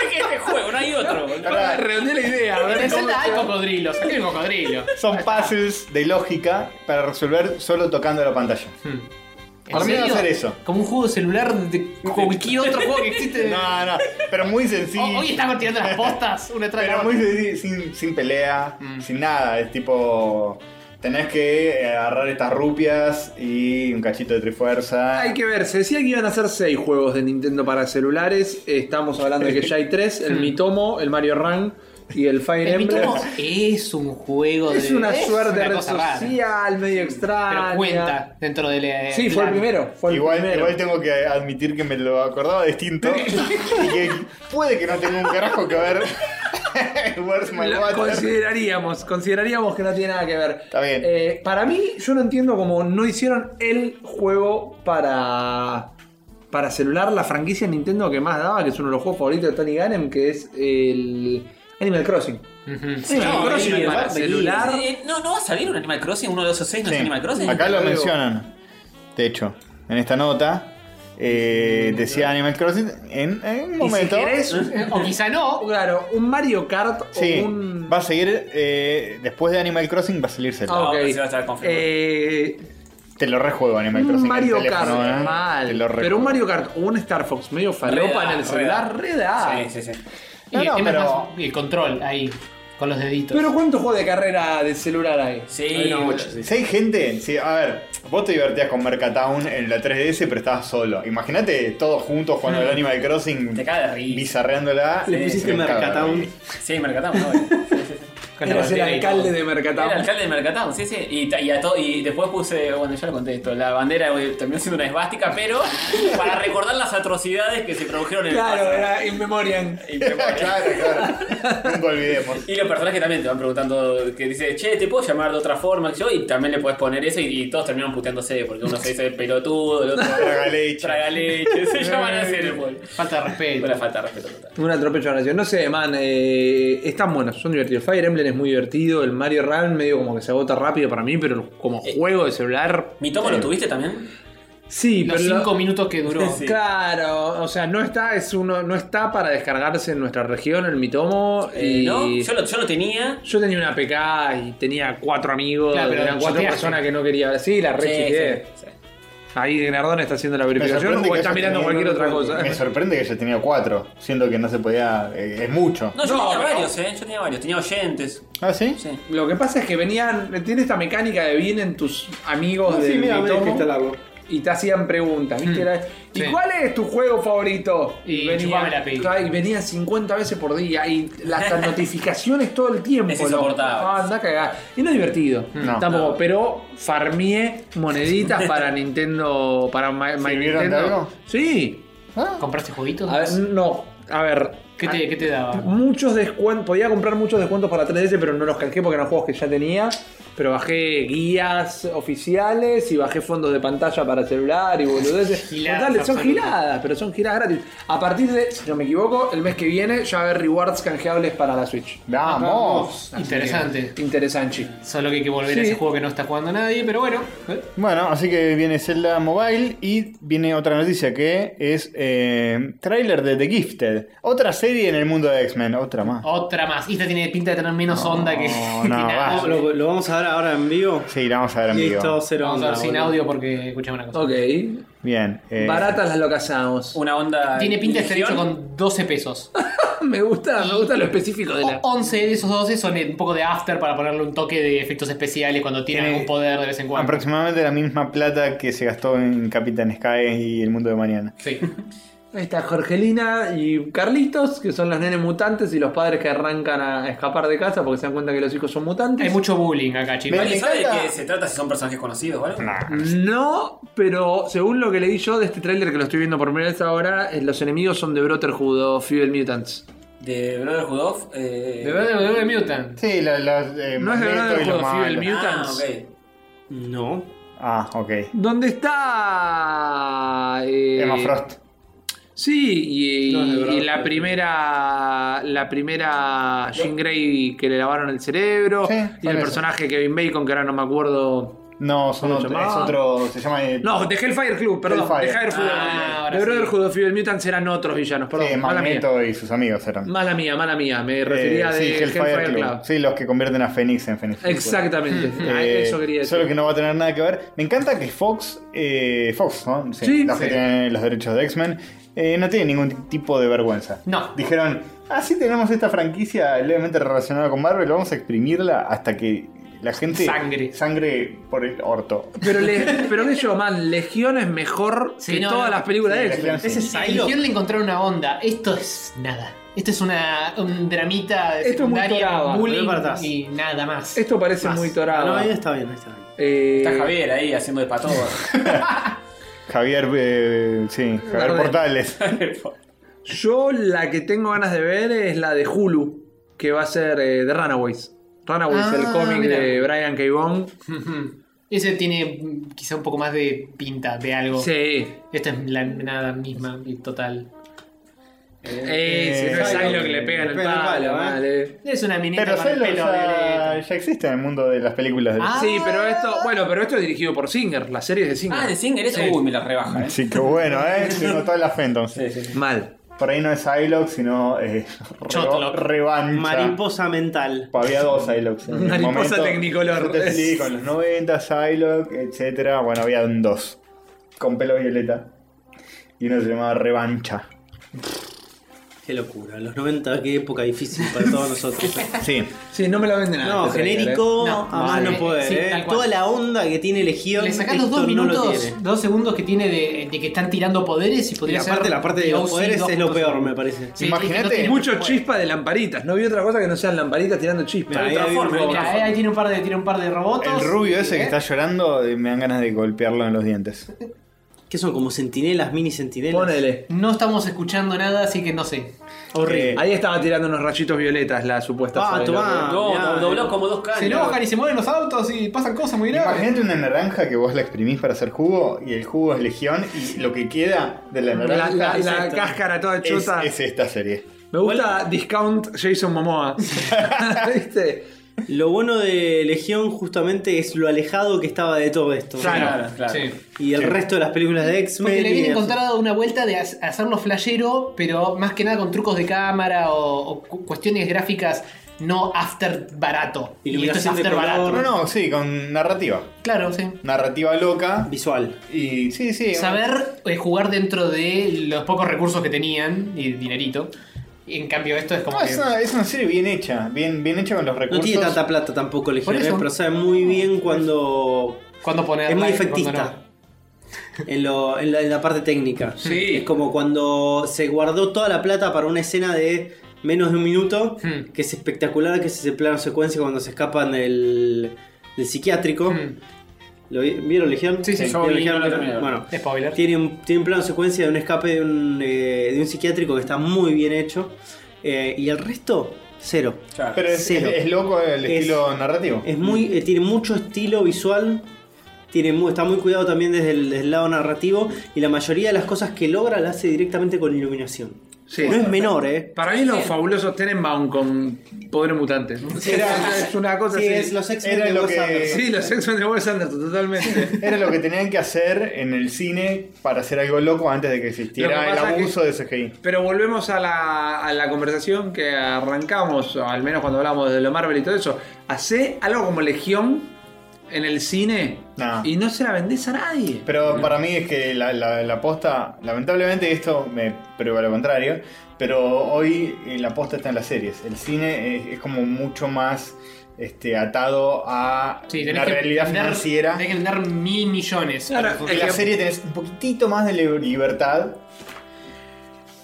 A: que este juego, no hay otro.
E: pará,
C: Redondeé la idea, a
B: En
C: ver.
B: el
C: cómo-
B: Zelda hay cocodrilos, hay un cocodrilo.
E: Son puzzles de lógica para resolver solo tocando la pantalla.
B: ¿En
E: Hmm. Para mí va a
B: serio?
E: ser eso.
B: Como un juego celular de cualquier otro juego que existe.
E: No, no, pero muy
B: Ho-
E: sencillo.
B: Oh, Hoy estamos tirando las postas una tras la
E: Pero
B: otra. Hmm.
E: muy sencillo, sin, sin pelea, sin nada. Es tipo. Tenés que eh, agarrar estas rupias y un cachito de trifuerza.
C: Hay que ver, se decía que iban a hacer 6 juegos de Nintendo para celulares. Estamos hablando de que ya hay 3, el Mitomo, el Mario Run y el Fire
B: El
C: Emblem.
B: Mitomo es un juego de.
C: Es una suerte
B: una
C: de red
B: cosa rara.
C: social, medio extraña.
B: Pero cuenta dentro del. eh,
C: Sí, fue el
B: plan.
C: primero. Fue el
E: Igual,
C: primero.
E: igual tengo que admitir que me lo acordaba distinto. y que puede que no tenga un carajo que ver. Where's my
C: Lo
E: water?
C: consideraríamos, consideraríamos que no tiene nada que ver.
E: Está bien.
C: Eh, para mí, yo no entiendo cómo no hicieron el juego para. Para celular, la franquicia Nintendo que más daba, que es uno de los juegos favoritos de Tony Gannem, que es el Animal Crossing. Animal
A: no,
C: Crossing
A: Animal
C: para
A: Crossing.
C: celular.
A: Eh, No, no va a salir un Animal Crossing, uno de esos seis no
E: Sí.
A: es Animal Crossing.
E: Acá lo
C: Luego.
E: mencionan. De hecho, en esta nota eh, decía Animal Crossing en, en un
C: Y si
E: momento.
C: querés,
B: O quizá no.
C: claro, un Mario Kart
E: Sí,
C: o un.
E: va a seguir. eh, después de Animal Crossing va a salir Zelda.
C: Ah, ok.
A: pero se va a estar confirmado.
C: Eh,
E: Te lo rejuego Animal Crossing.
C: Un
E: en
C: Mario
E: el teléfono,
C: Kart,
E: ¿eh? Te
C: mal.
E: lo rejuego.
C: Pero un Mario Kart o un Star Fox medio falopa
A: Reda,
C: en el celular,
A: reda.
C: reda.
A: Ah. Sí, sí, sí.
B: Y
E: No,
B: el
E: no,
B: tema es
E: pero-
B: más el control ahí, con los deditos.
C: Pero ¿cuántos juegos de carrera de celular hay?
A: Sí,
E: Si hay gente, sí, a ver, vos te divertías con Mercatown en la 3DS, pero estabas solo. Imagínate todos juntos jugando
C: Mm.
E: al Animal Crossing,
A: Te cagas de risa.
E: bizarreándola. Eh,
D: Le
E: Sí,
D: pusiste
E: sí, me cago de
D: Mercatown.
E: risa.
A: Sí, Mercatown, no, eh. Sí, sí, sí.
B: Con la
C: Eras el
B: bandera y
C: alcalde
B: todo.
C: de
A: Era
C: Mercatown.
A: alcalde de Mercatown, sí, sí. Y, ta- y a to- y después puse, bueno, ya lo conté esto, la bandera eh, terminó siendo una esvástica, pero para recordar las atrocidades que se produjeron en
C: Claro,
A: el pasado.
C: era In Memoriam.
A: Y me pone-
E: claro, claro. Nunca olvidemos.
A: Y los personajes también te van preguntando, que dice, che, ¿te puedo llamar de otra forma? que Yo, y también le puedes poner eso, y, y todos terminan puteándose, porque uno se dice pelotudo, el otro
E: Traga leche.
A: traga leche, se llaman así en el pueblo.
B: Falta de respeto.
A: Una falta de respeto total.
C: Un atropello a la nación. No sé, man, eh, están buenos, son divertidos. Fire Emblem es muy divertido, el Mario
A: Eh,
C: Run medio como que se agota rápido para mí, pero como juego de celular...
A: ¿Mi tomo lo tuviste también?
C: Sí,
B: los
C: pero lo-
B: cinco minutos que duró.
C: Claro, o sea, no está, es uno, no está para descargarse en nuestra región el mitomo.
A: Eh,
C: y-
A: ¿no? Yo lo, yo lo tenía.
C: Yo tenía una PK y tenía cuatro amigos,
A: Claro, pero
C: eran cuatro
A: chiteaste.
C: personas que no quería ver. Sí, la
A: Sí,
C: rechiqué.
A: sí, sí.
C: Ahí Nardón está haciendo la
E: Me
C: verificación
E: sorprende
C: o
E: que
C: está
E: haya
C: mirando
E: tenido-
C: cualquier otra cosa.
E: Me sorprende que haya tenido cuatro, siendo que no se podía. eh, es mucho.
A: No, yo
C: No,
A: tenía
C: pero-
A: varios, eh. Yo tenía varios. Tenía oyentes.
E: ¿Ah, sí?
A: Sí.
C: Lo que pasa es que venían, tiene esta mecánica de vienen tus amigos del
D: Sí, mira, me
C: mitomo
D: que instalarlo.
C: y te hacían preguntas, ¿viste? Era, ¿Y
B: Hmm, Sí.
C: cuál es tu juego favorito?
B: Y chupame la pija.
C: claro, y venían 50 veces por día y las notificaciones todo el tiempo.
A: Es
C: loco.
A: insoportable.
C: Ah, anda a cagar. Y no es divertido.
E: No.
C: tampoco, pero farmié moneditas para Nintendo, para Ma- Ma-
E: ¿Sirvieron de
C: Nintendo.
E: algo?
C: Sí.
B: ¿Compraste jueguitos?
C: A ver, no. Ah, A ver,
B: ¿Qué te, qué te daba?
C: Muchos descuentos, podía comprar muchos descuentos para 3DS, pero no los canjeé porque eran juegos que ya tenía. Pero bajé guías oficiales y bajé fondos de pantalla para celular y boludeces.
B: Giladas
C: Total, son
B: absolutas.
C: giladas, pero son giladas gratis. A partir de, si no me equivoco, el mes que viene ya va a haber rewards canjeables para la Switch.
E: Vamos.
B: Interesante.
C: Interesante.
B: Solo que hay que volver
C: Sí.
B: a ese juego que no está jugando nadie, pero bueno. ¿eh?
E: Bueno, así que viene Zelda Mobile y viene otra noticia que es eh, trailer de The Gifted. Otra serie en el mundo de X-Men, otra más.
B: Otra más. Y esta tiene pinta de tener menos onda que.
E: no,
B: que
E: va.
B: nada.
D: Ah, Lo, lo vamos a ver ahora en vivo.
E: Sí, la vamos a ver en
D: Listo,
E: vivo.
D: cero
B: Vamos
D: onda.
B: a ver sin
D: boludo.
B: audio porque escuchamos una cosa.
C: Ok.
E: Bien. eh,
C: Baratas las locasamos.
A: Una onda.
B: Tiene pinta de estar hecho
A: ilusión.
B: con 12 pesos.
C: me gusta, me gusta lo específico de la.
B: O- 11 de esos 12 son un poco de after para ponerle un toque de efectos especiales cuando tiene
E: Tiene
B: algún poder de vez en cuando.
E: Aproximadamente la misma plata que se gastó en Capitán Sky y el mundo de mañana.
B: Sí.
C: Ahí está Jorgelina y Carlitos, que son los nenes mutantes y los padres que arrancan a escapar de casa porque se dan cuenta que los hijos son mutantes.
B: Hay mucho bullying acá, chicos.
E: Me-
A: ¿Alguien sabe de
E: encanta.
A: qué se trata si son personajes conocidos, ¿vale?
C: No, pero según lo que leí yo de este tráiler que lo estoy viendo por primera vez ahora, eh, los enemigos son de Brotherhood o Feeble Mutants.
A: De Brotherhood of. Eh...
B: De verdad, de verdad, de Mutant.
E: Sí, los. los, eh,
C: No es de verdad
E: Magneto y
C: el juego,
E: los malos.
C: Feeble
A: Ah,
C: Mutants.
A: ok.
D: No.
E: Ah, ok.
C: ¿Dónde está? eh,
E: Emma Frost.
C: Sí, y,
D: No, es de
C: y
D: Brotherhood.
C: la primera. La primera Jean Grey que le lavaron el cerebro.
E: Sí,
C: y
E: por
C: el
E: eso.
C: personaje Kevin Bacon, que ahora no me acuerdo.
E: No, son
C: ¿Cómo
E: otro-
C: se llamaba?
E: es otro. Se llama. eh,
C: No, de Hellfire Club, perdón.
E: Hellfire.
C: De Hellfire
B: Ah,
C: Club.
B: ahora
C: de
B: sí.
C: Brotherhood of Feeble Mutants eran otros villanos, perdón.
E: sí,
C: mala mía.
E: eh, Magneto y sus amigos eran.
C: Mala mía, mala mía. Me
E: Eh,
C: refería
E: sí,
C: de Hellfire, Club.
E: Sí, los que convierten a Fénix en Fénix.
C: Exactamente. Ah,
E: Eh,
C: eso quería decir.
E: Solo que no va a tener nada que ver. Me encanta que Fox, eh, Fox, ¿no?
C: Sí,
E: los
C: sí.
E: que tienen los derechos de X-Men, eh, no tiene ningún tipo de vergüenza.
B: No.
E: Dijeron, así tenemos esta franquicia levemente relacionada con Marvel, vamos a exprimirla hasta que la gente.
B: Sangre.
E: Sangre por el orto.
C: Pero, le, pero qué yo, man, Legión es mejor
B: Sí,
C: que
B: no,
C: todas
B: no.
C: las películas de X-Men.
E: Sí,
D: Ese es
B: A
D: Psylocke. Ah,
B: Legión le encontraron una onda. Esto es nada. Esto es una un dramita de
C: Esto es muy
B: secundaria,
C: toraba.
D: Voy
B: bullying
D: para atrás.
B: y nada más.
C: Esto parece
D: Más.
C: muy torado.
D: No, ahí está bien, ahí está bien.
C: Eh,
A: Está Javier ahí haciendo de patoba.
E: Javier, eh, sí, Javier
C: Verde.
E: Portales.
C: Yo la que tengo ganas de ver es la de Hulu, que va a ser eh, de Runaways. Runaways,
B: Ah,
C: el cómic
B: mira.
C: de Brian K. Vaughan.
B: Ujú. Ese tiene mm, quizá un poco más de pinta de algo.
C: Sí.
B: Esta es la nada misma y total.
C: Eh, si no es
D: Psylocke,
C: algo que le pega en
D: le
C: el
D: pega en el
C: palo,
D: palo, ¿eh?
C: vale.
B: Es una minita
E: Pero
B: con el
E: Celo
B: pelo
E: ya,
B: violeta.
E: ya existe en el mundo de las películas. De...
B: Ah.
C: Sí, pero esto, bueno, pero esto es dirigido por Singer, la serie es de Singer.
A: ah, de Singer, eso.
C: Sí.
A: Uy, me la rebaja, eh.
E: Sí, qué bueno, ¿eh? Se notó la fe entonces.
A: Sí, sí, sí.
C: Mal.
E: Por ahí no es Psylocke, sino eh, re-
B: Chotlock.
E: revancha.
D: Mariposa mental.
E: Pues había dos Psylocke. en el
C: Mariposa
E: momento.
C: tecnicolor.
E: Entonces, Sí, con los 90, Psylocke, etcétera. Bueno, había un dos. Con pelo violeta. Y uno se llamaba Revancha.
D: Qué locura. Los 90, qué época difícil para todos nosotros. eh.
E: Sí.
C: Sí, no me lo venden nada.
D: No,
C: este trailer, eh.
D: genérico,
B: No,
D: a más
B: vale.
D: no poder.
B: Sí,
D: eh.
B: tal cual.
D: Toda la onda que tiene Legión.
B: Le sacás los
D: esto
B: dos
D: no lo
B: minutos,
D: tiene.
B: dos segundos que tiene de, de que están tirando poderes y
D: Y
B: podría
D: aparte,
B: ser.
D: la parte de los
B: DOC
D: poderes es lo
B: 2.0.
D: peor, me parece.
B: Sí,
E: Imagínate,
B: no tiene
C: eh. Mucho
B: poder.
C: chispa de lamparitas. No vi otra cosa que no sean lamparitas tirando chispas.
D: Mira, ahí hay un
B: Mira, eh,
D: robot.
B: ahí, ahí tiene un par de tiene un par de robots.
E: El rubio ese
B: ¿Eh?
E: que está llorando, eh, me dan ganas de golpearlo en los dientes.
D: Que son como sentinelas, mini sentinelas.
C: Ponele.
B: No estamos escuchando nada, así que no sé.
D: Horrible.
E: Eh,
C: Ahí estaba tirando unos rayitos violetas la supuesta.
D: Ah,
C: Sabelo.
D: tomá.
A: No,
D: mirá,
A: do- dobló como dos cañas.
B: Se enojan y se mueven los autos y pasan cosas muy graves.
E: Imagínate una naranja que vos la exprimís para hacer jugo y el jugo es legión y lo que queda de la
C: La,
E: naranja
C: la-
E: es,
C: la
E: esta-
C: cáscara toda
E: es,
C: chota.
E: es esta serie.
C: Me gusta Discount Jason Momoa. ¿Viste?
D: Lo bueno de Legión justamente es lo alejado que estaba de todo esto.
A: Claro, claro. Sí.
D: Y el
A: Sí.
D: resto de las películas de
B: Porque
D: X-Men.
B: le
D: y
B: habían
D: de-
B: encontrado una vuelta de ha- hacerlo flashero, pero más que nada con trucos de cámara o, o cu- cuestiones gráficas no after barato. Y esto es
D: Iluminación de
B: after barato.
D: color.
E: No, no, sí, con narrativa.
B: Claro, sí.
E: Narrativa loca.
D: Visual.
E: Y sí, sí.
B: Saber eh, jugar dentro de los pocos recursos que tenían y dinerito. Y en cambio esto es como
E: No,
B: que...
E: es, una, es una serie bien hecha, bien, bien hecha con los
D: No
E: recursos.
D: tiene tanta plata tampoco Legión,
B: Por eso.
D: ¿eh? pero sabe muy bien cuando.
B: ¿Cuándo poner
D: Es muy
B: like, cuándo
D: efectista. En, lo- en la, en la parte técnica.
A: Sí.
D: Es como cuando se guardó toda la plata para una escena de menos de un minuto,
B: Hmm.
D: que es espectacular, que es ese plano secuencia cuando se escapan del, del psiquiátrico.
B: no? Mm.
D: ¿Lo vi- vieron Legión?
B: Sí, sí, yo
D: ¿Vieron
A: vi,
D: Legión?
A: no lo terminé de ver.
D: Bueno,
B: Spoiler.
D: tiene un, tiene un plano secuencia de un escape de un, eh, de un psiquiátrico que está muy bien hecho. Eh, y el resto, cero.
A: Claro.
E: Pero es,
D: Cero.
E: es- es loco el
D: Es-
E: estilo narrativo.
D: Es muy, eh, tiene mucho estilo visual. Tiene mu- está muy cuidado también desde el, desde el lado narrativo. Y la mayoría de las cosas que logra la hace directamente con iluminación.
C: Sí.
D: No es menor, ¿eh?
C: Para mí los fabulosos Tenenbaum con poderes mutantes. Era- es una cosa
D: Sí,
C: así.
D: es los X-Men
E: Era
D: de
E: lo
D: Wes
E: que-
D: Anderson.
C: Sí, los X-Men de Wes Anderson, totalmente.
E: Era lo que tenían que hacer en el cine para hacer algo loco antes de que
C: Lo que
E: existiera el
C: pasa es que-
E: abuso de CGI.
C: Pero volvemos a la, a la conversación que arrancamos, o al menos cuando hablamos de lo Marvel y todo eso. Hacé algo como Legión en el cine
E: No.
C: y no se la vendés a nadie.
E: Pero para mí es que la, la, la posta, lamentablemente esto me prueba lo contrario, pero hoy eh, la posta está en las series. El cine es, es como mucho más este, atado a
B: Sí, tenés
E: la
B: que
E: realidad
B: vender-
E: financiera.
B: Tenés que vender mil millones.
C: Claro,
B: para-
E: En la serie tenés un poquitito más de li- libertad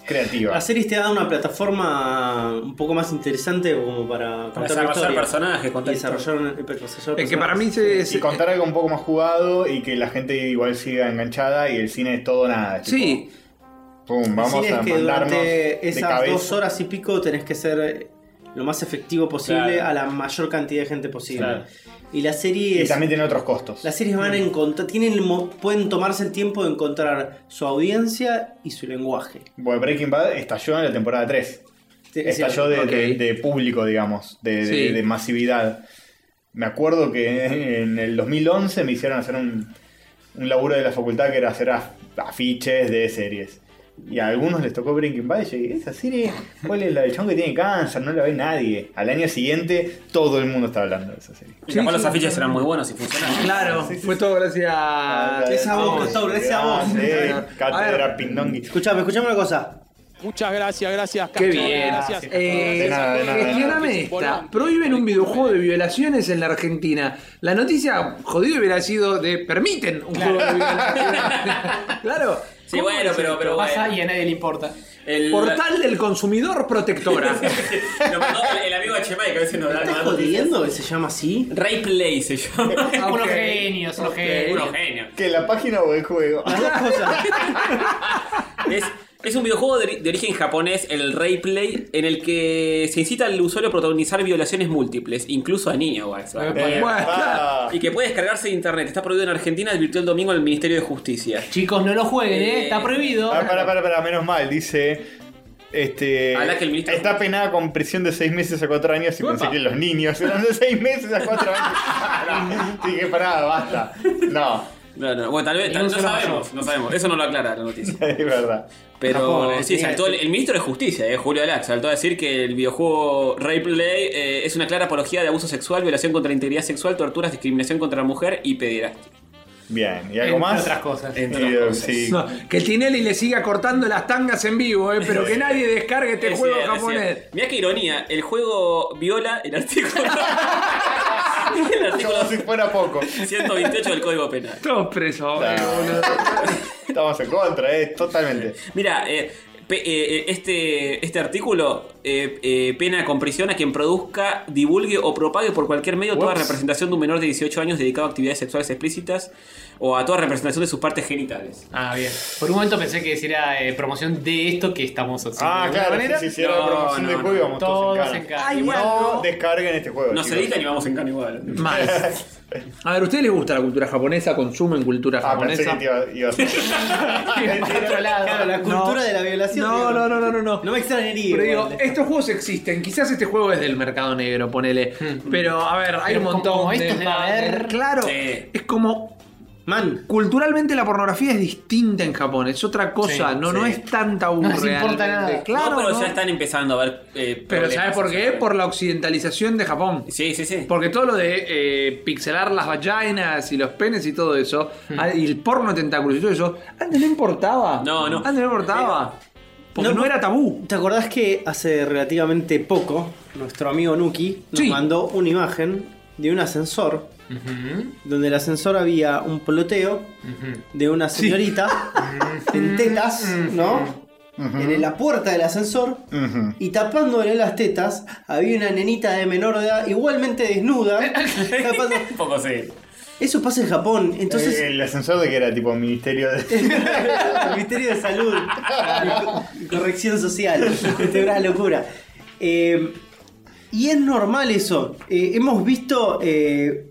E: creativa.
D: La serie te da una plataforma un poco más interesante como para
A: Para
D: contar la
A: desarrollar
D: historia.
A: personajes,
D: Y
A: contar historias.
D: desarrollar un- eh, desarrollar
C: Es eh, que para mí
D: personajes.
C: se,
E: y
C: se-
E: contar algo un poco más jugado y que la gente igual siga enganchada y el cine es todo nada. es
C: Sí,
E: tipo, pum, vamos
D: Así es
E: a
D: que
E: mandarnos
D: durante
E: de
D: esas
E: cabeza.
D: dos horas y pico tenés que ser lo más efectivo posible
A: Claro.
D: a la mayor cantidad de gente posible.
A: Claro.
D: Y la serie
E: y
D: es-
E: también tiene otros costos.
D: las series van a encontrar, tienen el mo- pueden tomarse el tiempo de encontrar su audiencia y su lenguaje.
E: Bueno, Breaking Bad estalló en la temporada 3. Estalló de, de-
C: ok.
E: de público, digamos, de, de-
C: Sí.
E: de masividad. Me acuerdo que en el 2011 me hicieron hacer un, un laburo de la facultad que era hacer af- afiches de series. Y a algunos les tocó Breaking Bad y yo dije, esa serie, ¿cuál es la del chabón que tiene cáncer? No la ve nadie. Al año siguiente todo el mundo está hablando de esa serie.
A: Y capaz los afiches eran muy buenos y funcionaban.
C: claro. Fue todo gracias a...
D: Ah, Esa voz, Gustavo, esa voz.
E: Sí,
C: A
E: Cátedra Pindongui.
D: Escuchame, escuchame una cosa.
F: Muchas gracias, gracias,
C: Qué
F: Castor.
C: bien.
F: Gracias.
C: Eh,
E: De nada, de nada, de nada.
C: gestioname esta. Prohíben un videojuego de violaciones en la Argentina. La noticia jodido hubiera sido de permiten un juego de violaciones. claro.
A: Sí,
C: ¿Cómo
A: bueno,
C: es
A: pero,
C: esto?
A: pero
B: pasa
A: bueno.
B: y a nadie le importa.
A: El,
C: Portal del consumidor protectora.
A: Lo mandó el, el amigo HMI que a veces nos da
D: ¿Estás
A: nos da noticias.
D: jodiendo que se llama así?
A: Ray Play se llama. Eh,
B: Unos genios, unos genios.
A: Unos genios.
E: Que la página o el juego.
D: Las dos cosas.
A: Es, es un videojuego de, ori- de origen japonés, el Ray Play, en el que se incita al usuario a protagonizar violaciones múltiples, incluso a niños. guay, eso.
E: Eh,
C: Bueno,
E: ah.
A: Y que puede descargarse de internet. Está prohibido en Argentina, advirtió el domingo el Ministerio de Justicia.
B: Chicos, no lo jueguen, ¿eh?
A: Eh,
B: Está prohibido.
E: Ah, Para, para, para, menos mal, dice. Este,
A: Habla que el ministro-
E: Está penada con prisión de 6 meses a 4 años y pensé que los niños eran de 6 meses a 4 años. Dije, pará, basta. No,
A: No, no, bueno, tal vez,
B: Y
A: tal-
B: no
A: no
B: se lo
A: sabemos, no sabemos. Eso no lo aclara la noticia.
E: es verdad.
A: Pero
B: Japón,
A: eh, sí,
B: mira,
A: saltó el, el ministro de Justicia, eh, Julio Alac, saltó a decir que el videojuego Ray Play eh, es una clara apología de abuso sexual, violación contra la integridad sexual, torturas, discriminación contra la mujer y pederastia.
E: Bien, ¿y algo
B: Entre
E: más?
B: otras cosas.
E: Y,
A: Entre otras cosas.
E: sí.
C: No, que Tinelli le siga cortando las tangas en vivo, eh, pero que nadie descargue este
A: Es
C: juego
A: cierto, es
C: japonés.
A: cierto. Mirá qué ironía, el juego viola el artículo, el
E: Como
A: artículo
E: si fuera poco.
A: 128 del Código Penal.
C: Todos presos ahora,
E: Claro.
C: boludo.
E: Estamos en contra, eh, totalmente.
A: Mira, eh, pe- eh, eh, este, este artículo eh, eh, pena con prisión a quien produzca, divulgue o propague por cualquier medio toda
E: Ups.
A: representación de un menor de 18 años dedicado a actividades sexuales explícitas o a toda representación de sus partes genitales.
B: Ah, bien. Por un momento pensé que era eh, promoción de esto que estamos haciendo.
E: ah,
B: De alguna
E: claro,
B: manera.
E: si se hiciera la
A: No,
E: promoción
A: no,
E: del
A: no,
E: juego, vamos todos en
B: todos
E: cana.
B: en cana.
E: Y
B: Ay,
E: no descarguen este juego.
A: No se
E: chicos.
A: editan y vamos en cana igual.
C: Mal. A ver, ¿a ustedes les gusta la cultura japonesa? ¿Consumen cultura
E: Ah, pensé
C: japonesa?
E: que te iba, iba a
D: Claro, la cultura de la violación.
C: Ah, No, no, no, no, no, no.
D: No me extrañaría.
C: Pero digo,
D: igual.
C: estos juegos existen. Quizás este juego es del mercado negro, ponele. Pero, a ver, hay
B: Hmm. Pero
C: un
B: como-
C: montón
B: como
C: de.
B: estos debe haber.
C: Claro.
A: Sí.
C: Es como.
D: Man,
C: Culturalmente la pornografía es distinta en Japón, es otra cosa,
B: Sí,
C: no, no
B: sí.
C: es tan tabú
B: No les
C: realmente.
B: importa nada.
C: Claro,
A: no, pero
C: no.
A: ya están empezando a ver. eh,
C: Pero
A: problemas.
C: ¿sabes por qué? Por la occidentalización de Japón.
A: Sí, sí, sí.
C: Porque todo lo de eh, pixelar las vaginas y los penes y todo eso, ah, y el porno de tentáculos y todo eso, antes no importaba.
A: No, no.
C: Antes no importaba. Porque no,
D: No,
C: era tabú.
D: ¿Te acordás que hace relativamente poco nuestro amigo Nuki nos
C: Sí.
D: mandó una imagen de un ascensor? Donde en el ascensor había un peloteo de una señorita en tetas, ¿no? En la puerta del ascensor.
E: Ujú.
D: Y tapándole las tetas había una nenita de menor de edad, igualmente desnuda. tapando-
A: Un poco sí.
D: Eso pasa en Japón. Entonces,
E: Eh, el ascensor de que era tipo ministerio de.
D: el Ministerio de Salud y Corrección Social. Esto es una locura. Eh, y es normal eso. Eh, hemos visto eh,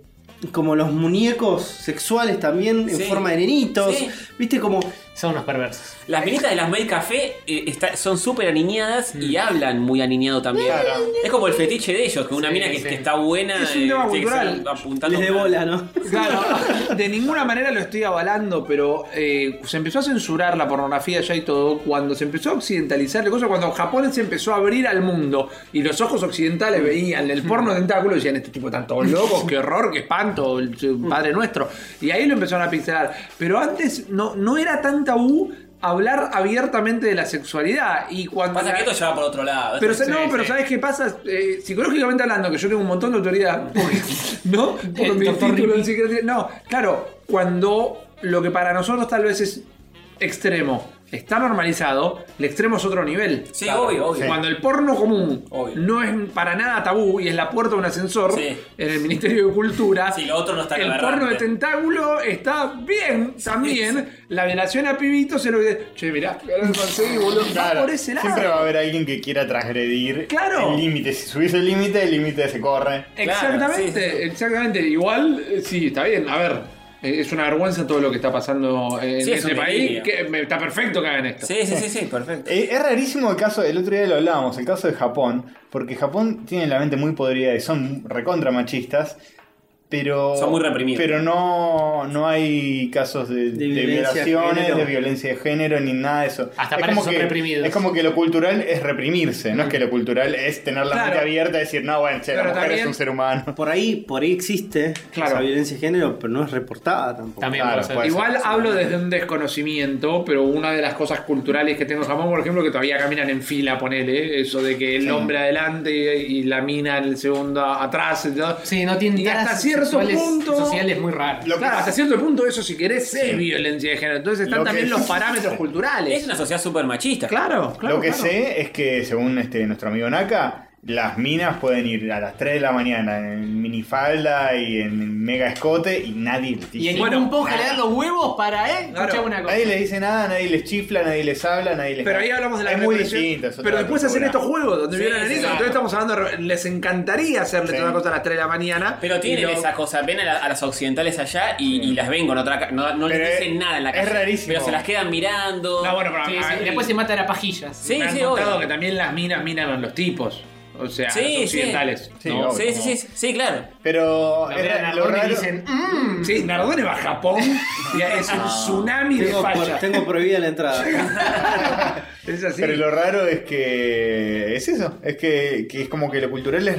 D: como los muñecos sexuales también en
A: Sí.
D: forma de nenitos.
A: Sí.
D: Viste como.
B: Son unos perversos.
A: Las minitas de las Maid Café eh, está- son súper aniñadas y hablan muy aniñado también.
E: Claro.
A: Es como el fetiche de ellos, que una
B: Sí,
A: mina que,
B: sí.
A: que está buena
C: Es un tema
A: tiene que
C: cultural.
A: estar apuntando.
D: Les de bola, ¿no?
C: Claro, de ninguna manera lo estoy avalando, pero eh, se empezó a censurar la pornografía ya y todo cuando se empezó a occidentalizar la cosa, cuando Japón se empezó a abrir al mundo y los ojos occidentales veían el porno de tentáculos y decían, este tipo tan todos locos, qué horror, qué espanto, el el padre nuestro. Y ahí lo empezaron a pixelar. Pero antes no, no era tan tabú hablar abiertamente de la sexualidad y cuando...
A: Pasa que esto ya va por otro lado.
C: Pero,
A: Esto-
C: sa- no,
B: sí,
C: pero
B: sí.
C: ¿sabes qué pasa? Eh, psicológicamente hablando, que yo tengo un montón de autoridad, porque- ¿no? Por
B: El
C: mi
B: doctor
C: título en
B: Ripi.
C: psiquiatría. No, claro, cuando lo que para nosotros tal vez es extremo está normalizado, el extremo es otro nivel.
A: Sí, obvio, obvio.
C: Cuando el porno común
A: Obvio.
C: no es para nada tabú y es la puerta de un ascensor
A: Sí.
C: en el Ministerio de Cultura,
A: Sí, lo otro no está
C: el
A: aberrante.
C: porno de tentáculo está bien también. La violación a pibitos se lo que... Che, mirá, ahora lo conseguí, boludo. Va
E: Claro,
C: por ese lado.
E: Siempre va a haber alguien que quiera transgredir
C: Claro.
E: el límite. Si subís el límite, el límite se corre.
A: Claro,
C: Exactamente,
A: sí, sí, sí.
C: exactamente. Igual, eh, sí, está bien. A ver, eh, es una vergüenza todo lo que está pasando en
A: Sí, es
C: este
A: un
C: país.
A: delirio.
C: que me- está perfecto que hagan esto.
A: Sí, sí, sí, sí, perfecto.
E: Eh, Es rarísimo el caso, el otro día lo hablábamos, el caso de Japón, porque Japón tiene la mente muy podrida y son recontra machistas, pero.
A: Son muy reprimidos.
E: Pero no, no hay casos de, de
D: violencia de
E: violaciones,
D: género.
E: de violencia de género, ni nada de eso.
B: Hasta para eso son
E: que,
B: reprimidos.
E: Es como que lo cultural es reprimirse, no es que lo cultural es tener la
C: Claro.
E: mente abierta y decir, no, bueno, che, la
C: Pero
E: mujer
C: también-
E: es un ser humano.
D: Por ahí, por ahí existe
C: Claro.
D: esa violencia de género, pero no es reportada tampoco.
B: También
E: Claro,
B: puede ser.
E: puede ser.
C: Igual hablo desde un desconocimiento, pero una de las cosas culturales que tengo en Japón, por ejemplo, que todavía caminan en fila, ponele, ¿eh? eso de que el hombre adelante y la mina el segundo atrás. y todo.
B: Sí, no tienen
C: Y hasta
B: taras
C: cierto
B: sexuales-
C: punto-
B: sociales muy raras.
E: Lo que-
C: Claro, hasta cierto punto eso, si querés, es violencia de género. Entonces están
E: Lo que-
C: también los parámetros culturales.
A: Es una sociedad súper machista.
C: Claro, claro.
E: lo que
C: claro.
E: sé es que, según este nuestro amigo Naka, las minas pueden ir a las 3 de la mañana en minifalda y en mega escote y nadie les
B: Y
E: dice
B: en
E: nada.
B: ningún ponja le dan los huevos para, eh.
C: Claro.
B: Escuchá una cosa.
E: Nadie les dice nada, nadie les chifla, nadie les habla, nadie les.
C: Pero ahí hablamos de la
E: Es muy
C: represión.
E: distinto. es otra
C: Pero después hacen
E: cultura.
C: estos juegos donde
A: Sí,
C: violan a
A: sí,
C: niños.
A: claro.
C: Entonces estamos hablando, de- les encantaría hacerles
E: Sí.
C: una cosa a las 3 de la mañana.
A: Pero tienen
C: Y lo-
A: esa cosa, ven a, la- a las occidentales allá y, y las ven con otra ca- no, no les
E: Pero es-
A: dicen nada en la
E: es
A: cara.
E: rarísimo.
A: Pero se las quedan mirando.
C: No, bueno, pero
B: Sí,
C: a-
B: sí,
C: a-
B: Después se matan a pajillas.
A: Sí,
C: me han
A: sí,
C: contado
A: obvio.
C: que también las minas miran a los tipos. O sea,
A: Sí,
C: los
A: sí.
C: occidentales.
E: Sí,
C: ¿no?
E: obvio.
A: Sí, sí, sí, sí, sí, claro.
E: Pero.
B: La
E: es
B: ven a
E: ra- lo
B: Nardone y
E: raro-
B: dicen, "Mm".
C: Sí, Nardone va a Japón y es
A: Ah.
C: un tsunami de
D: Tengo,
C: falla.
D: por- tengo prohibida la entrada.
C: Es así.
E: Pero lo raro es que. Es eso. Es que, que es como que lo cultural es,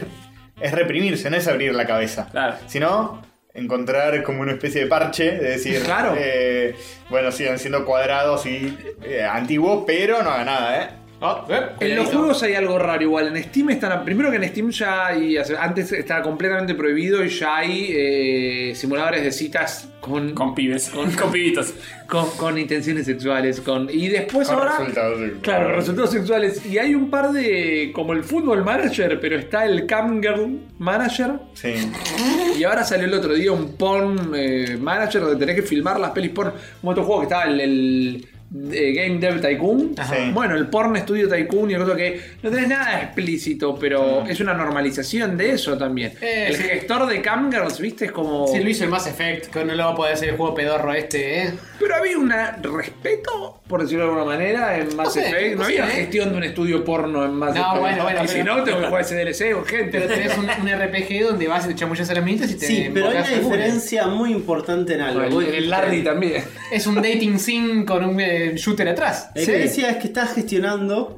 E: es reprimirse, no es abrir la cabeza.
A: Claro.
E: Sino encontrar como una especie de parche, de decir.
C: Claro.
E: eh, bueno, siguen siendo cuadrados y eh, antiguos, pero no haga nada, ¿eh?
C: Ah, eh, en los juegos hay algo raro igual. En Steam están. Primero que en Steam ya hay. hace- Antes estaba completamente prohibido y ya hay eh, simuladores de citas con,
A: Con pibes, con, con pibitos.
C: con, con intenciones sexuales. Con, y después
E: Con
C: ahora.
E: resultados sexuales.
C: Claro, con resultados sexuales. Y hay un par de. como el fútbol manager, pero está el Camgirl Manager.
E: Sí.
C: Y ahora salió el otro día un porn eh, manager donde tenés que filmar las pelis porn. Como otro juego que estaba el. el eh, Game Dev Tycoon.
E: Ajá.
C: Bueno, el Porn Studio Tycoon y el otro que no tenés nada explícito, pero es una normalización de eso también.
B: Eh,
C: el
B: sí.
C: gestor de Camgirls, viste, es como.
B: Si lo hizo el Mass Effect, que no lo va a poder hacer el juego pedorro este, ¿eh?
C: Pero había un respeto, por decirlo de alguna manera, en Mass
B: sé,
C: Effect. No
B: no
C: había
B: sé. ¿eh?
C: gestión de un estudio porno en Mass
B: No,
C: Effect.
B: bueno, bueno,
C: Y si
B: pero-
C: no, tengo que jugar ese DLC urgente.
B: Pero tenés un, un RPG donde vas y te chamullas a las minitas y te
D: Sí, pero hay una
B: embocás a full.
D: diferencia muy importante en algo.
C: el, el Larry también.
B: Es un dating sim con un eh, shooter atrás.
D: La diferencia es que estás gestionando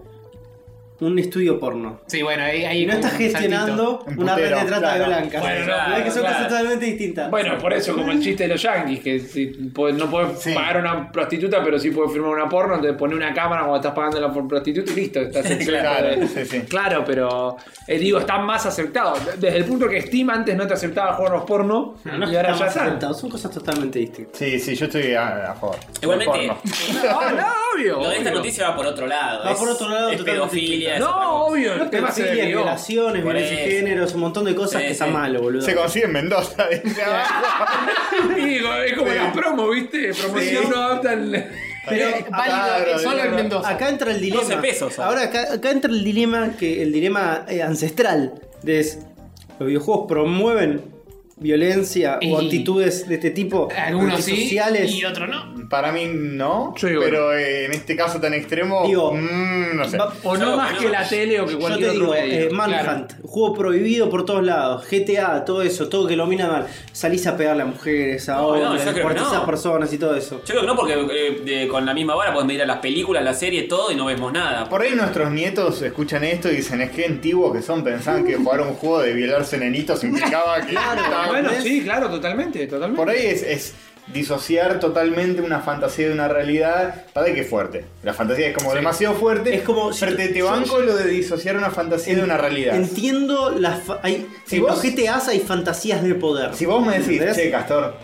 D: un estudio porno.
B: Sí, bueno, ahí, ahí
D: Y no
B: como
D: estás
B: un saltito.
D: gestionando
E: Un
D: una red
E: putero,
D: de trata de
E: claro.
D: blancas.
C: Bueno,
D: Mirá que son
C: claro.
D: cosas totalmente distintas.
C: Bueno, por eso, como el chiste de los yankees, que si po- no puedes
E: Sí.
C: pagar una prostituta, pero sí puedes firmar una porno, te pone una cámara cuando estás pagando la por- prostituta y listo, estás
E: Claro, sí, sí.
C: Claro, pero eh, digo, está más aceptado. Desde el punto que Steam antes no te aceptaba juegos porno
D: No, no
C: y ahora
D: estamos
C: ya están.
D: aceptados, Son cosas totalmente distintas.
E: Sí, sí, yo estoy a, a favor.
A: Igualmente,
E: Porno.
C: Ah, no, obvio.
A: lo de esta
C: obvio.
A: noticia va por otro lado.
D: Va
A: es-
D: por otro lado
A: Es
D: totalmente
A: pedofilia. es otra
C: No,
A: cosa.
C: obvio, el
D: No
C: tema se
D: pedofilia,
C: desvió.
D: violaciones,
A: Por
D: violencia de
A: eso.
D: géneros, un montón de cosas
A: Sí,
D: que
A: sí.
D: están malo, boludo.
E: Se consigue en Mendoza, dice ah, abajo.
C: Y digo, es como
E: Sí.
C: la promo, ¿viste? Promoción
E: Sí.
C: no adapta el-
B: Pero
E: Claro,
B: válido,
E: claro,
B: solo en
E: claro.
B: Mendoza.
D: Acá entra el dilema.
A: 12 pesos, ¿sabes?
D: Ahora acá, acá entra el dilema que el dilema eh, ancestral de es, los videojuegos promueven violencia
B: Y-
D: o actitudes de este tipo
B: Algunos sí
D: sociales.
B: y otros no.
E: Para mí no,
C: Yo digo
E: pero eh, en este caso tan extremo,
D: Digo,
E: mm, no sé.
C: O no
A: Claro,
C: más
A: no,
C: que
A: no.
C: la tele o que
D: Yo
C: cualquier
D: te digo,
C: otro medio.
D: eh, Manhunt, juego prohibido por todos lados, GTA, todo eso, todo que lo mina mal. Salís a pegarle a mujeres, a
A: No, no,
D: hombres,
A: yo creo que
D: cuartizás
A: no.
D: personas y todo eso.
A: Yo creo que no, porque eh, de- con la misma vara podés medir a las películas, la serie, todo y no vemos nada.
E: Por ahí nuestros nietos escuchan esto y dicen, es que antiguos que son, pensaban que jugar un juego de violarse nenitos implicaba que...
C: Ah,
E: estaban-
C: Bueno, sí, claro, totalmente, totalmente.
E: Por ahí es, es disociar totalmente una fantasía de una realidad. Para que es fuerte. La fantasía es como demasiado fuerte.
D: Es como si-
E: pero te, te
D: yo-
E: banco lo de disociar una fantasía de una realidad.
D: Entiendo las fa- hay,
E: Si
D: en los
E: vos-
D: GTAs hay fantasías de poder.
E: Si vos me decís,
D: ¿Entendés?
E: che, Castor,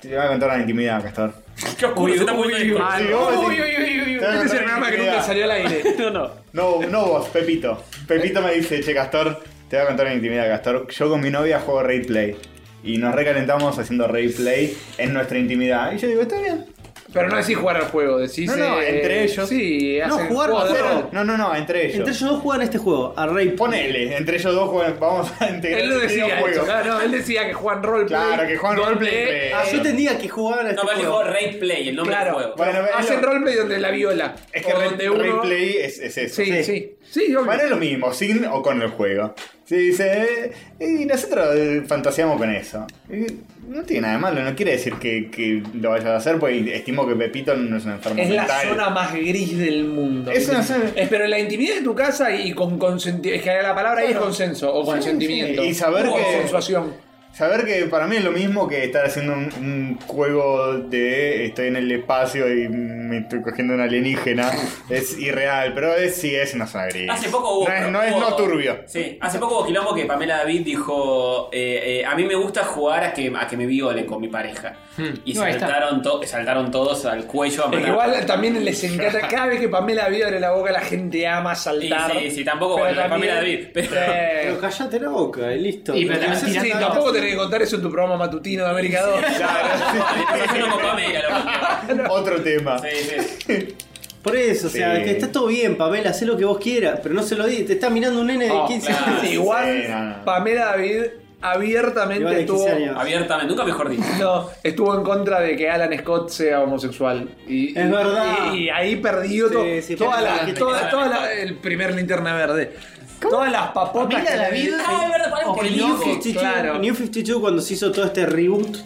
E: te voy a contar una intimidad, Castor.
A: Qué oscuro, se está poniendo
C: uy,
A: esto.
C: mal.
E: Sí, vos
C: Uy,
E: decís-
C: uy, uy, uy, uy.
E: Te vas a
C: Este es el
E: contar
C: programa que
E: intimidad.
C: nunca salió al aire. No, no.
E: No, no vos, Pepito. Pepito me dice, che, Castor, te voy a contar una intimidad, Castor. Yo con mi novia juego Raid Play. Y nos recalentamos haciendo Raid Play en nuestra intimidad. Y yo digo, está bien.
C: Pero no decís jugar al juego, decís.
E: No, no,
C: eh,
E: entre ellos.
C: Sí,
D: No,
C: hacen
D: jugar,
C: juego de
D: jugar.
C: rol.
E: No, no, no, entre ellos.
D: Entre ellos dos juegan este juego, a Ray
E: Ponele, entre ellos dos juegan- vamos a integrar
C: Él lo
E: este
C: decía,
E: videojuego.
C: eso, claro, no, él decía que juegan roleplay. eh,
E: Claro, que juegan
C: donde-
E: roleplay.
D: Ah, yo entendía que jugaban a
A: No,
D: este
A: pero él
D: juego.
A: dijo Ray Play, el nombre
C: Claro.
A: del juego.
E: Bueno,
C: Hacen
E: es lo-
C: roleplay donde la viola.
E: Es que
C: o
E: Raid
C: donde uno.
E: Play es, es eso.
C: Sí, sí. Sí, obvio.
E: Bueno, es lo mismo, sin o con el juego. Se dice, eh, y nosotros eh, fantaseamos con eso. Y no tiene nada de malo, no quiere decir que, que lo vayas a hacer, pues estimo que Pepito no es un enfermo
C: Es la
E: mental.
C: zona más gris del mundo.
E: Es una zona-
C: Es, pero en la intimidad de tu casa y con consentimiento. Es que la palabra ahí es consenso o consentimiento.
E: sí. Y saber
C: o
E: que-
C: Consensuación.
E: Saber que para mí es lo mismo que estar haciendo un, un juego de estoy en el espacio y me estoy cogiendo una alienígena es irreal, pero es, sí es una zona gris.
A: Hace poco hubo.
E: No es no, es no
A: hubo-
E: turbio.
A: Sí, hace poco hubo quilombo que Pamela David dijo: eh, eh, A mí me gusta jugar a que, a que me violen con mi pareja.
C: Hmm.
A: Y
B: No, ahí está.
A: saltaron, to- saltaron todos al cuello a
C: Es que
A: matar.
C: igual también les encanta. Cada vez que Pamela David abre la boca, la gente ama saltar.
A: Sí, sí, sí, tampoco
C: Pero
A: bueno, Pamela
C: también-
A: David, pero-
D: Pero
C: Sí.
D: callate la boca y listo.
B: Y pero también
C: Sí, sí,
B: tirando-
C: tampoco tenés que contar eso en tu programa matutino de América 2.
A: Conversación con Pamela,
E: Otro tema.
A: loco. Sí, sí.
D: Por eso, o sea,
E: Sí.
D: que está todo bien, Pamela, haz lo que vos quieras, pero no se lo di, te está mirando un nene de
C: Oh,
D: 15
A: claro.
D: años.
A: Sí,
C: Igual,
E: sí, no, no.
C: Pamela David
D: Igual de
C: abiertamente
D: 15
C: estuvo
D: años.
A: Abiertamente, nunca mejor dicho.
C: No, estuvo en contra de que Alan Scott sea homosexual. Y,
D: Es
C: y-
D: verdad.
C: Y, y ahí perdió
D: Sí,
C: to-
D: sí,
C: toda
D: porque
C: la,
D: Alan-
C: toda- toda la- el primer linterna verde. Todas las papotas.
B: Mira
C: que-
B: la vida.
A: Ah, es verdad, por el
B: Opinión
A: hijo.
D: New 52,
C: claro.
D: New 52, cuando se hizo todo este reboot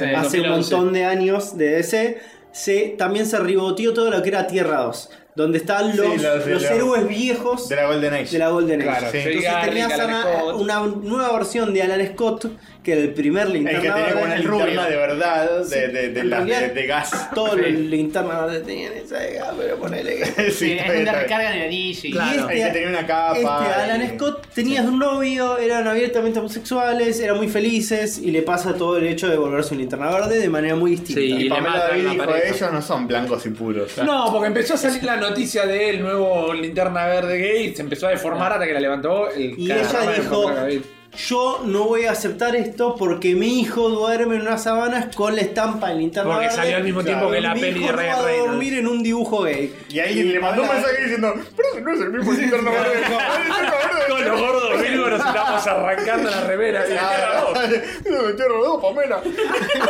C: Eh,
D: hace un montón de años de DC, se, también se reboteó todo lo que era Tierra 2, donde están los,
E: Sí, los-
D: los
E: los-
D: héroes viejos
E: De la Golden Age.
D: de la Golden Age.
C: Claro,
E: Sí.
C: Jay
D: Entonces
C: Garrick,
D: tenías
C: Alan
D: una,
C: Scott.
D: una nueva versión de Alan Scott, que era el primer linterna
E: El que tenía como
D: verde,
E: una
D: el rubio.
E: linterna de verdad, de, de, de,
D: En
E: la-
D: realidad,
E: de- de gas.
D: Todos los linternas verdes tenían esa de gas, pero ponele que...
B: Sí,
E: Sí, está
B: es donde
E: bien, está bien.
B: recargan el anillo. y-
D: Claro.
E: El que tenía una capa. eh,
D: Este,
E: y-
D: Alan Scott tenías un novio, eran abiertamente homosexuales, eran muy felices y le pasa todo el hecho de volverse un linterna verde de manera muy distinta.
C: Sí.
E: Y
C: le
E: Pamela
C: matan
E: David
C: la
E: dijo,
C: pareja.
E: ellos no son blancos y puros.
C: No, porque empezó a salir la noticia del nuevo linterna verde gay se empezó a deformar hasta que la levantó el
D: Y ella dijo, yo no voy a aceptar esto porque mi hijo duerme en unas sábanas con la estampa del internet.
C: Porque salió al mismo tiempo que la
D: mi
C: peli
D: hijo
C: de
D: no
C: Ryan
D: va a
C: Reynolds".
D: dormir en un dibujo gay.
E: Y ahí le mandó un
D: habla-
E: mensaje diciendo, pero ese no es el mismo linterna verde.
C: Con los gordos Bilbo nos estamos arrancando la remera. Y
E: Me metieron los dos, Pamela.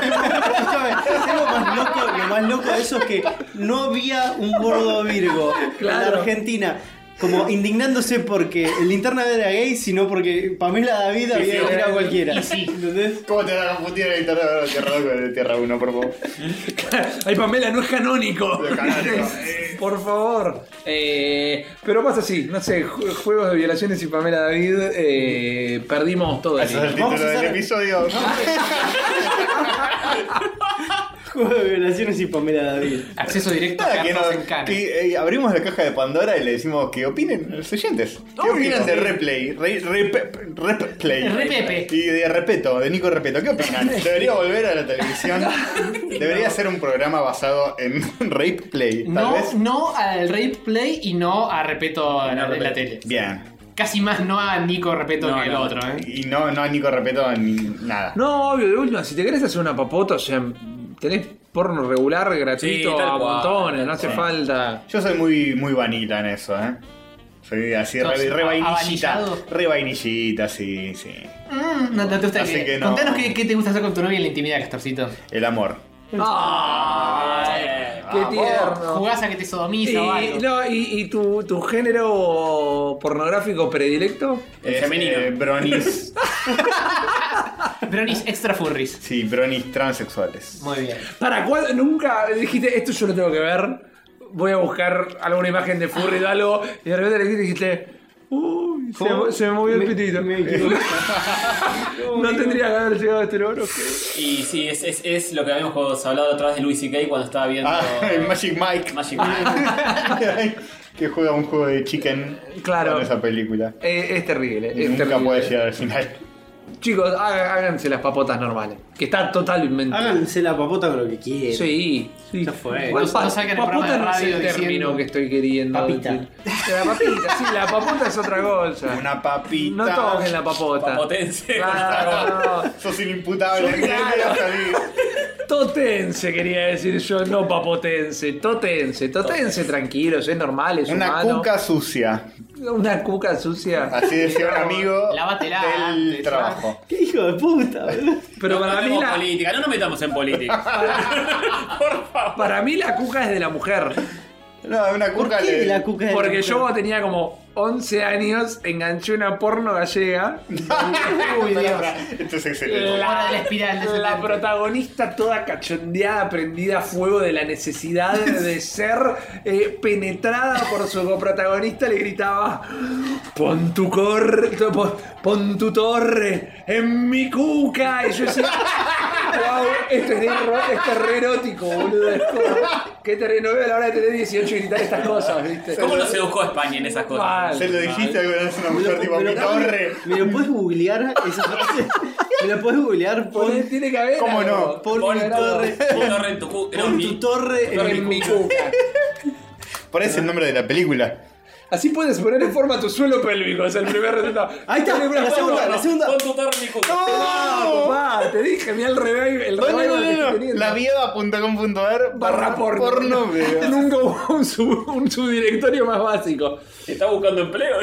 D: Escúchame, ¿sabes lo, más loco, lo más loco de eso es que no había un gordo Virgo en la Argentina. Como indignándose porque el linterna verde era gay, sino porque Pamela David había
E: sí.
D: tirado a cualquiera.
E: Y sí.
D: ¿Entendés?
E: ¿Cómo te vas a confundir el internet verde de Tierra 2 con el de Tierra 1, por favor?
C: Ay, Pamela, no es canónico.
E: Es canónico.
C: Por favor. Eh, pero pasa así, no sé, ju- juegos de violaciones y Pamela David, eh, perdimos todo.
E: Ese es el
C: hilo.
E: título
D: Vamos a
E: del
D: hacer-
E: episodio.
D: Juego de violaciones y Pamela David.
B: Acceso directo a
E: Nada, que
B: Carlos
E: nos-
B: en Cana.
E: que, eh, abrimos la caja de Pandora y le decimos que opinen los oyentes. ¿Qué
C: Obvio.
E: opinan de Replay? Re- Repe- Replay.
B: Repepe.
E: Y de Repeto, de Nico Repeto. ¿Qué opinan? ¿Debería volver a la televisión? ¿Debería ser un programa basado en Replay? Tal
B: No,
E: vez.
B: no al Rape Play y no a Repeto en la, en la tele.
E: Bien.
B: Casi más no a Nico Repeto que el otro, ¿eh?
E: Y no, no a Nico Repeto ni nada.
C: No, obvio, de última, si te querés hacer una papota, o sea, tenés porno regular, gratuito,
A: Sí, tal
C: a
A: cual.
C: montones, no hace
E: Sí.
C: falta.
E: Yo soy muy, muy vanita en eso, ¿eh? Soy así,
B: ¿Sos
E: re, re vainillita.
B: avanillado?
E: Re vainillita, sí, sí.
B: Mm, no, no te gusta
E: Así
B: que-
E: que no.
B: Contanos qué, qué te gusta hacer con tu novia en la intimidad, Castorcito.
E: El amor.
C: ¡Ay! ¡Qué
E: Vamos.
C: tierno!
B: Jugás a que te sodomiza o
C: Y,
B: algo.
C: no, y, y tu, tu género pornográfico predilecto?
E: El
A: femenino.
E: Este, bronis.
B: Bronis extra furries.
E: sí, bronis transexuales.
B: Muy bien.
C: ¿Para cuál? Nunca dijiste, esto yo lo tengo que ver. Voy a buscar alguna imagen de furry de algo. Y de repente le dijiste, dijiste, uy, se,
D: ¿Cómo?
C: me- se me movió el
D: Me-
C: pitito.
D: me equivoqué.
C: no tendría que haber llegado a este logro.
A: Y sí, es, es, es lo que habíamos hablado otra vez de Luis C.K. cuando estaba viendo
E: Ah, el Magic Mike.
A: Magic Man.
E: que juega un juego de chicken
C: Claro.
E: con esa película.
C: Eh, es terrible.
E: Y
C: es
E: nunca
C: terrible.
E: puede llegar al final.
C: Chicos, hagan- háganse las papotas normales. Que está totalmente.
D: Háganse la papota con lo que quieran.
C: Sí, sí.
D: Ya fue.
C: Bueno,
B: No
C: pa-
B: saquen el programa
C: papota
B: de
C: no es el
B: radio
C: término
B: diciendo-
C: que estoy queriendo.
D: Papita.
C: decir. La papita, sí, la papota es otra cosa.
E: Una papita.
C: No toquen la papota.
A: Papotense.
C: Claro, no.
E: Sos el imputable.
C: Yo, claro.
E: Salí.
C: Totense quería decir yo, no papotense. Totense, totense tranquilos, es normal, es
E: Una
C: humano.
E: cuca sucia.
C: Una cuca sucia.
E: Así decía un amigo
B: Lávatela
E: del
B: antes,
E: trabajo.
D: ¡Qué hijo de puta! boludo.
C: Pero
A: no
C: para mí,
A: metamos
C: la,
A: política, no nos metamos en política. Por favor.
C: para mí la cuca es de la mujer.
E: No, una
D: ¿Por
E: cuca
D: qué
E: le-
D: la cuca de la
C: Porque
D: mujer?
C: yo cuando tenía como 11 años enganché una porno gallega.
D: Uy, Dios.
E: Esto es excelente.
B: Fuera de la espiral de
C: la
B: 70.
C: protagonista toda cachondeada, prendida a fuego de la necesidad de ser eh, penetrada por su coprotagonista, le gritaba: Pon tu cor pon, pon tu torre en mi cuca. Y yo decía: Wow, esto es, de ro- esto es re erótico, boludo. Es como, Qué terreno veo a la hora de tener 18 y gritar estas cosas, ¿viste?
A: ¿Cómo lo sedujo a España en esas cosas?
C: Mal.
E: ¿Se lo dijiste alguna vez a una mujer tipo mi
D: Me lo-
E: torre?
D: ¿Me lo puedes googlear esa frase? ¿Me lo puedes googlear? Pon,
C: Pon- Tiene que haber.
E: ¿Cómo
C: algo.
E: no?
D: pon
A: Pon
D: mi
A: tu-
D: torre.
A: pon torre en tu cu- no,
D: Pon
A: mi-
D: tu torre en mi cuca.
C: cuca.
E: Parece el nombre de la película.
C: Así puedes poner en forma tu suelo pélvico, es el primer resultado.
D: Ahí está,
C: Dale,
D: la
C: bravo,
D: segunda,
C: bravo.
D: la segunda.
A: Pon tu torre en mi cuca.
C: Ah, papá, te dije, mira el revive, el
E: No, no,
C: revival
E: no,
C: que estoy
E: no, no.
C: teniendo.
E: Lavieva.com.ar
C: barra porno.
E: veo.
C: Nunca hubo un, sub- un subdirectorio más básico.
A: ¿Está buscando empleo?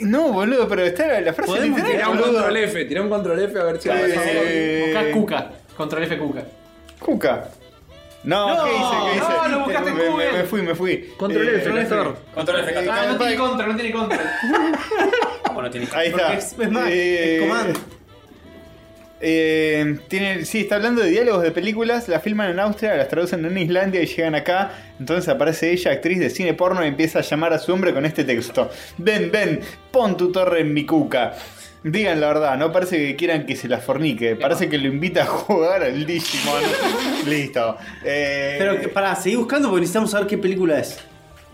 E: No, boludo, pero está la, la frase
D: Podemos
E: literal,
C: Tirá un
E: boludo.
C: control F, tirá un control F a ver si
E: Eh,
B: Buscá Cuca. Control F Cuca.
E: Cuca. No,
C: No,
E: ¿qué hice? ¿Qué hice?
C: no, lo buscaste en
E: me,
C: Google.
E: me, me fui, me fui.
C: Control
E: Eh,
C: F, Castor.
A: Control F14.
B: Ah, no tiene contra, no tiene contra.
A: ¿Cómo no Ah, tiene?
E: Ahí está.
D: Porque es- es Mac,
E: Eh,
D: es Command.
E: eh, tiene, sí, está hablando de diálogos de películas, las filman en Austria, las traducen en Islandia y llegan acá. Entonces aparece ella, actriz de cine porno, y empieza a llamar a su hombre con este texto: Ven, ven, pon tu torre en mi cuca. Digan la verdad, no parece que quieran que se la fornique, parece que lo invita a jugar al Digimon. Listo. Eh,
D: Pero que- pará, seguí buscando porque necesitamos saber qué película es.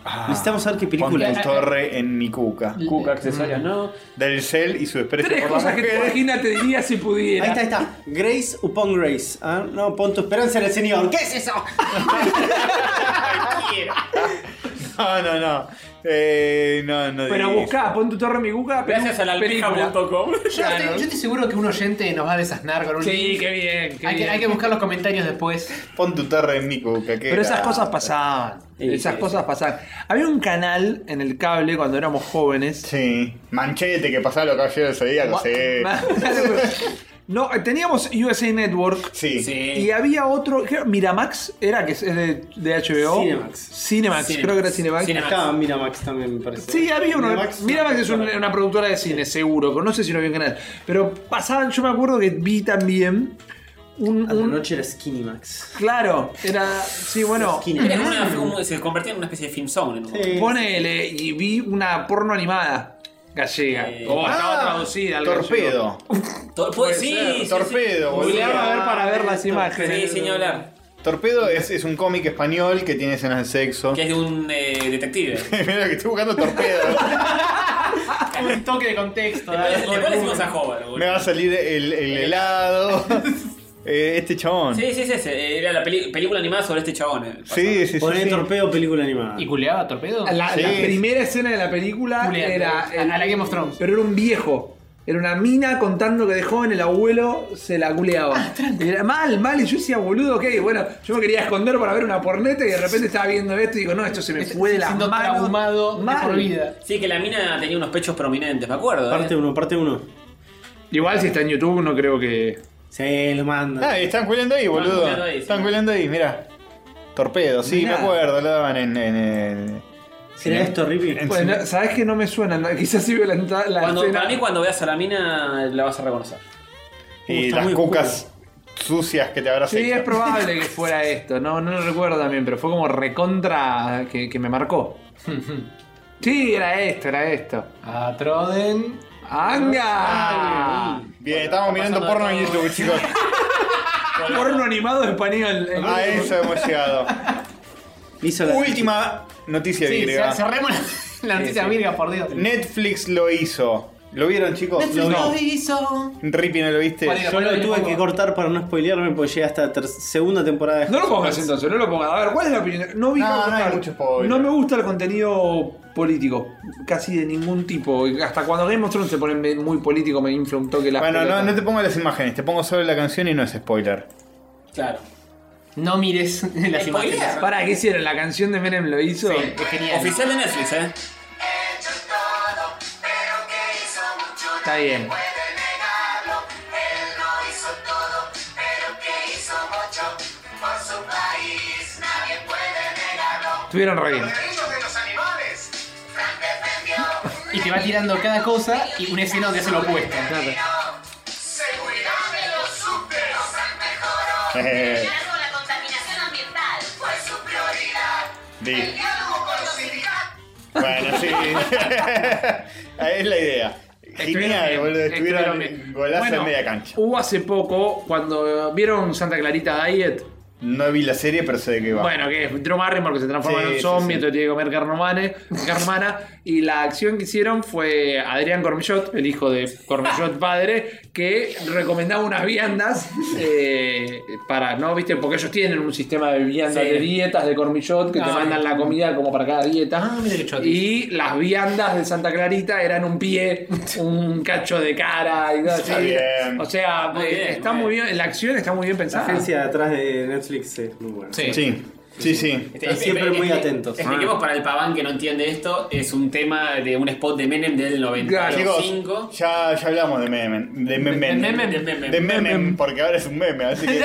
E: ah,
D: Necesitamos saber qué
E: pon
D: película
E: tu
D: es.
E: torre en mi cuca.
A: Cuca, accesorios, no.
E: Del cel y su desprecio
C: Tres
E: por las
C: cosas que tu
E: mujeres.
C: vagina te diría si pudiera.
D: Ahí está, ahí está. Grace upon Grace. Ah, No, pon tu esperanza en el señor. ¿Qué es eso?
M: quiero.
E: No, no, no. Eh, no, no
C: Pero
E: digas.
C: buscá, pon tu torre en mi cuca.
A: Gracias a la alpija.com.
B: Yo, estoy, yo estoy seguro que un oyente nos va a desasnar con un
C: Sí,
B: link.
C: qué bien. qué
B: hay, que,
C: bien.
B: hay que buscar los comentarios después.
E: Pon tu torre en mi cuca.
C: Pero esas cosas pasaban.
M: Sí,
C: esas
M: sí,
C: cosas pasaban. Había un canal en el cable cuando éramos jóvenes.
E: Sí. Manchete que pasaba los caballeros de día,
C: Sí. No, teníamos USA Network.
E: Sí.
C: Y había otro, creo- Miramax era que es de, de HBO.
D: Cinemax.
C: Cinemax,
A: Cinemax.
C: creo que era Cinemax.
A: Cinemax.
D: Estaba Miramax Ah, también, me parece.
C: Sí, había uno.
D: Miramax,
C: Miramax, es un- una productora de cine, seguro. pero No sé si no había un canal. Pero pasaban, yo me acuerdo que vi también un.
B: Ah,
D: A la
C: un-
D: noche era Skinny Max.
C: claro, era. Sí, bueno.
D: Skinny
A: Era
D: Max.
A: una- fue como- se convertía en una especie de film song. En un momento.
D: Sí.
C: Ponele, y vi una porno animada gallega.
A: Eh,
C: o estaba
E: ah,
C: traducida al gallego.
E: Torpedo.
A: Tor- puede- sí,
E: ser,
A: sí,
E: torpedo,
A: sí.
E: boludo.
C: Googleaba a ver para ver las
A: Sí,
C: imágenes.
A: sin hablar.
E: Torpedo es, es un cómic español que tiene escenas de sexo.
A: Que es de un eh, detective.
E: Mira que estoy buscando torpedo. ¿eh?
B: Un toque de contexto. dale.
A: Después le decimos a Hover,
E: Me
A: boludo.
E: va a salir el, el helado. Eh, este chabón. Sí,
A: Sí, sí, sí, sí. Era la peli- película animada sobre este chabón. eh.
E: sí, sí.
D: Poné
E: sí.
D: torpedo, película animada.
B: ¿Y culeaba torpedo?
C: La, la
E: Sí.
C: primera escena de la película
B: Julián,
C: era.
B: a- a la Game of Thrones.
C: Pero era un viejo. Era una mina contando que de joven el abuelo se la culeaba. era mal, mal. Y yo decía, boludo, ok, bueno, yo me quería esconder para ver una porneta y de repente estaba viendo esto y digo, no, esto se me fue de la
B: siendo
C: mano.
B: traumado de
C: Mal.
B: por vida.
A: Sí, que la mina tenía unos pechos prominentes, me acuerdo. eh.
D: Parte 1, parte 1.
C: Igual si está en YouTube, no creo que.
D: Sí, lo manda.
E: Ah, y están cuelando ahí, boludo.
A: culeando ahí, sí.
E: Están cuelando ahí, mira. Torpedo, sí,
C: Mirá.
E: me acuerdo, lo daban en, en el.
D: ¿Será esto, Rippy?
E: en-
C: Bueno, sabes que no me suena, no, quizás sí veo la, entra- la
A: Cuando,
C: escena.
A: para mí, cuando veas a la mina, la vas a reconocer.
E: y
D: está
E: las
D: muy
E: cucas sucias que te habrás
C: Sí,
E: hecho.
C: es probable que fuera esto, no, no lo recuerdo también, pero fue como recontra que, que me marcó. Sí, era esto, era esto.
B: A Troden.
C: ¡Anga!
E: Bien, estamos mirando
A: pasando
E: porno en
A: de todo.
E: YouTube, chicos.
C: Porno animado español.
E: A eso hemos llegado.
D: Hizo la-
E: Última noticia
B: Sí,
E: griega.
B: cer- cerremos la, la noticia virga, por Dios.
E: Netflix lo hizo. ¿Lo vieron, chicos?
B: Netflix
E: Lo
B: lo
E: vi.
B: hizo.
E: Rippy, ¿no lo viste?
B: ¿Cuál era?
D: Yo lo tuve que cortar para no spoilearme porque llegué hasta ter- segunda temporada de
C: No lo pongas entonces, no lo pongas. A ver, ¿cuál es la opinión? No vi
E: No,
C: House of
E: no hay
C: Cards.
E: mucho spoiler.
C: No me gusta el contenido político, casi de ningún tipo. Hasta cuando Game of Thrones se pone me- muy político me infla un toque la
E: Bueno, no, no te pongo las imágenes, te pongo solo la canción y no es spoiler.
A: Claro.
B: No mires las imágenes.
C: ¿Para qué hicieron? ¿La canción de Menem lo hizo?
B: Sí, es genial.
A: Oficial de Netflix, ¿eh?
C: Está bien. Estuvieron re bien.
B: Y te va tirando cada cosa y un escenario que hace lo opuesto.
E: Eh,
N: con la contaminación ambiental fue su prioridad.
E: di.
N: Diálogo con los sindicatos.
E: Bueno, sí. es la idea. Genial,
C: bien,
E: boludo. Estuvieron
C: bien.
E: golazo
C: Bueno,
E: en media cancha.
C: Hubo hace poco, cuando vieron Santa Clarita Diet,
E: No vi la serie, pero sé de qué va.
C: Bueno, que es Drew Barrymore que se transforma
E: Sí,
C: en un
E: sí,
C: zombie,
E: sí.
C: entonces tiene que comer carne humana, carne humana. Y la acción que hicieron fue Adrián Cormillot, el hijo de Cormillot padre, que recomendaba unas viandas eh, para, ¿no? ¿Viste? Porque ellos tienen un sistema de viandas,
A: Sí.
C: de dietas de Cormillot que te
B: Ah.
C: mandan la comida como para cada dieta.
B: Ah, mira qué chotis.
C: y las viandas de Santa Clarita eran un pie, un cacho de cara y todo así.
E: Está bien.
C: O sea,
A: Muy
C: eh,
A: bien,
C: está
A: muy
C: muy bien. la acción está muy bien
D: La
C: pensada.
D: agencia de atrás de Netflix es muy buena.
B: Sí.
E: Sí, sí, sí.
A: Este,
D: Están siempre muy atentos.
A: Expliquemos este, para el paván que no entiende esto, es un tema de un spot de Menem del
C: Claro.
E: Chicos,
A: 95.
E: ya, ya hablamos de Menem. De Menem.
B: de Menem,
A: de Menem.
E: De Menem, porque ahora es un meme, así que.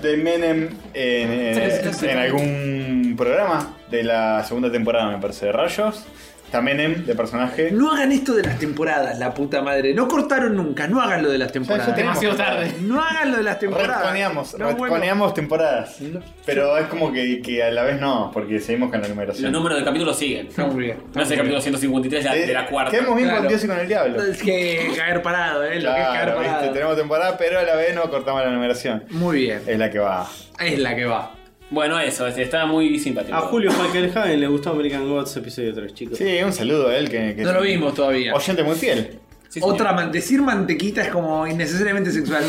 E: de Menem en, en- en algún programa de la segunda temporada, me parece, de Rayos. Está Menem, de personaje.
C: No hagan esto de las temporadas, la puta madre. No cortaron nunca, no hagan lo de las temporadas.
E: Ya, ya tenemos.
B: Demasiado tarde.
C: No hagan lo de las temporadas.
E: Retconeamos,
C: ¿eh? No, bueno.
E: retconeamos temporadas. Pero es como que, que a la vez no, porque seguimos con la
A: Los
E: numeración.
A: números de capítulos siguen.
C: Está muy bien.
A: No es el capítulo 153 de
E: Eh,
A: la, de la cuarta.
E: Quedamos bien
C: Claro.
E: con Dios y con el diablo.
C: Es que caer parado, ¿eh? Lo que es caer
E: Claro, viste,
C: parado.
E: tenemos temporada, pero a la vez no cortamos la numeración.
C: Muy bien.
E: Es la que va.
C: Es la que va.
A: Bueno, eso, este, está muy simpático.
D: A Julio Michael Hagen le gustó American Gods episodio 3, chicos.
E: Sí, un saludo a él que, que
C: No
E: es
C: lo
E: un
C: vimos todavía.
E: Oyente muy fiel.
C: Otra, man- decir mantequita es como innecesariamente sexual.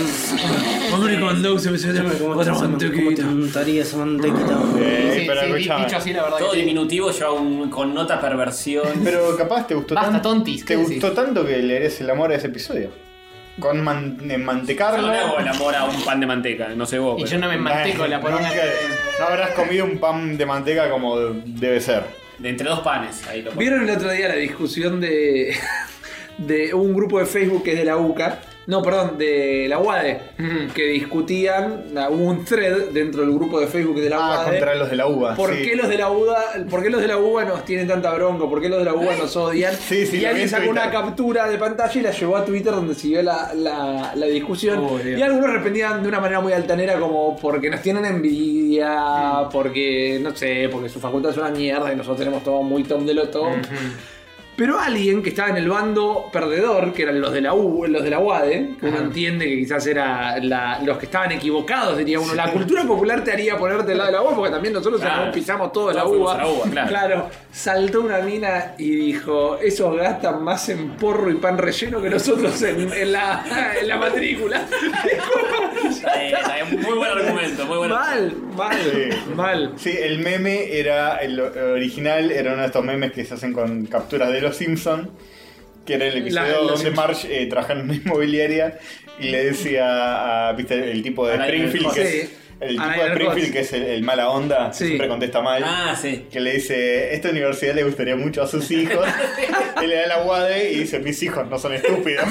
C: Hombre con dos, se me suena como otra mantequita.
D: esa mantequita?
E: Eh, pero escuchame.
A: Todo diminutivo lleva un con nota perversión.
E: Pero capaz te gustó
B: Basta,
E: tan-
B: tontis,
E: Te
B: ¿qué decís?
E: gustó tanto que le eres el amor a ese episodio. Con man, eh,
A: Yo
E: mantecarlo.
A: no le hago el amor a un pan de manteca, no sé vos.
B: Y
A: pero-
B: yo no me manteco la
E: Nunca-
B: poronga.
E: No habrás comido un pan de manteca como debe ser.
A: De entre dos panes, ahí lo pongo.
C: ¿Vieron el otro día la discusión de, de un grupo de Facebook que es de la UCA? No, perdón, de la UADE. Que discutían, la- hubo un thread dentro del grupo de Facebook de la
E: Ah,
C: UADE.
E: contra los de la uva.
C: ¿Por,
E: sí.
C: qué los de la UDA, ¿Por qué los de la UBA nos tienen tanta bronca? ¿Por qué los de la UBA nos odian?
E: Sí,
C: y
E: sí, lo vi
C: alguien
E: en
C: sacó
E: Twitter.
C: una captura de pantalla y la llevó a Twitter donde siguió la, la- la discusión.
B: Oh, Dios.
C: y algunos respondían de una manera muy altanera como porque nos tienen envidia, porque no sé, porque su facultad es una mierda y nosotros tenemos todo muy top de lo top. Pero alguien que estaba en el bando perdedor, que eran los de la U, los de la UADE, que uno entiende que quizás era la- los que estaban equivocados, diría uno. La cultura popular te haría ponerte del lado de la UA, porque también nosotros
A: Claro.
C: nos pisamos todo de la
A: Todos fuimos
C: UA.
A: a la UBA, claro.
C: saltó una mina y dijo, esos gastan más en porro y pan relleno que nosotros en, en la, en la matrícula.
A: Eh, eh, muy buen argumento, muy buen
C: mal, mal,
E: Sí.
C: mal.
E: Sí, el meme era el original, era uno de estos memes que se hacen con capturas de los Simpson, que era el
C: La-
E: episodio
C: los
E: donde
C: Simpson.
E: Marge eh, trabajaba en una inmobiliaria y le decía a, ¿viste? el tipo de
A: A Lionel
E: Springfield
A: Hutz.
E: que es,
C: Sí.
E: el
C: A
E: tipo de
C: Lionel
E: Springfield
C: Hutz.
E: que es el, el mala onda, que
C: Sí.
E: siempre contesta mal.
A: Ah, sí.
E: Que le dice, esta universidad le gustaría mucho a sus hijos. Él le da la UADE y dice, mis hijos no son estúpidos.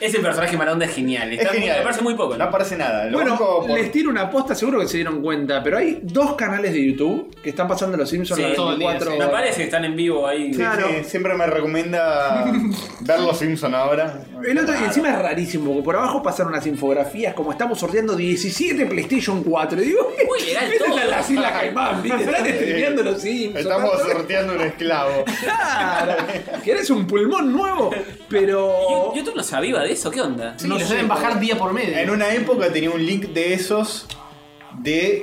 A: Ese personaje malonda es genial.
E: es
A: Está muy-
E: genial.
A: me parece muy poco.
E: No
A: ¿no?
E: aparece nada. Lo
C: Bueno,
E: único por-
C: les tiro una aposta, seguro que se dieron cuenta, pero hay dos canales de YouTube que están pasando los Simpsons
A: Sí,
C: las
A: todo
B: el día,
C: 24
B: sí.
A: Me
C: horas.
A: parece que están en vivo ahí.
E: Sí,
C: Claro.
E: sí, siempre me recomienda ver los Simpson ahora.
C: El otro, y encima es rarísimo, porque por abajo pasan unas infografías, como estamos sorteando 17 PlayStation 4. Y digo,
A: Muy legal
C: ¿viste
A: todo.
C: la- las Islas Caimán? ¿viste? Están streameando los Simpsons.
E: Estamos
C: ¿no?
E: sorteando un esclavo.
C: Claro. ¿Querés un pulmón nuevo? Pero.
A: Yo- YouTube no sabía de eso, ¿qué onda?
B: Sí, lo deben bajar día por medio.
E: En una época tenía un link de esos de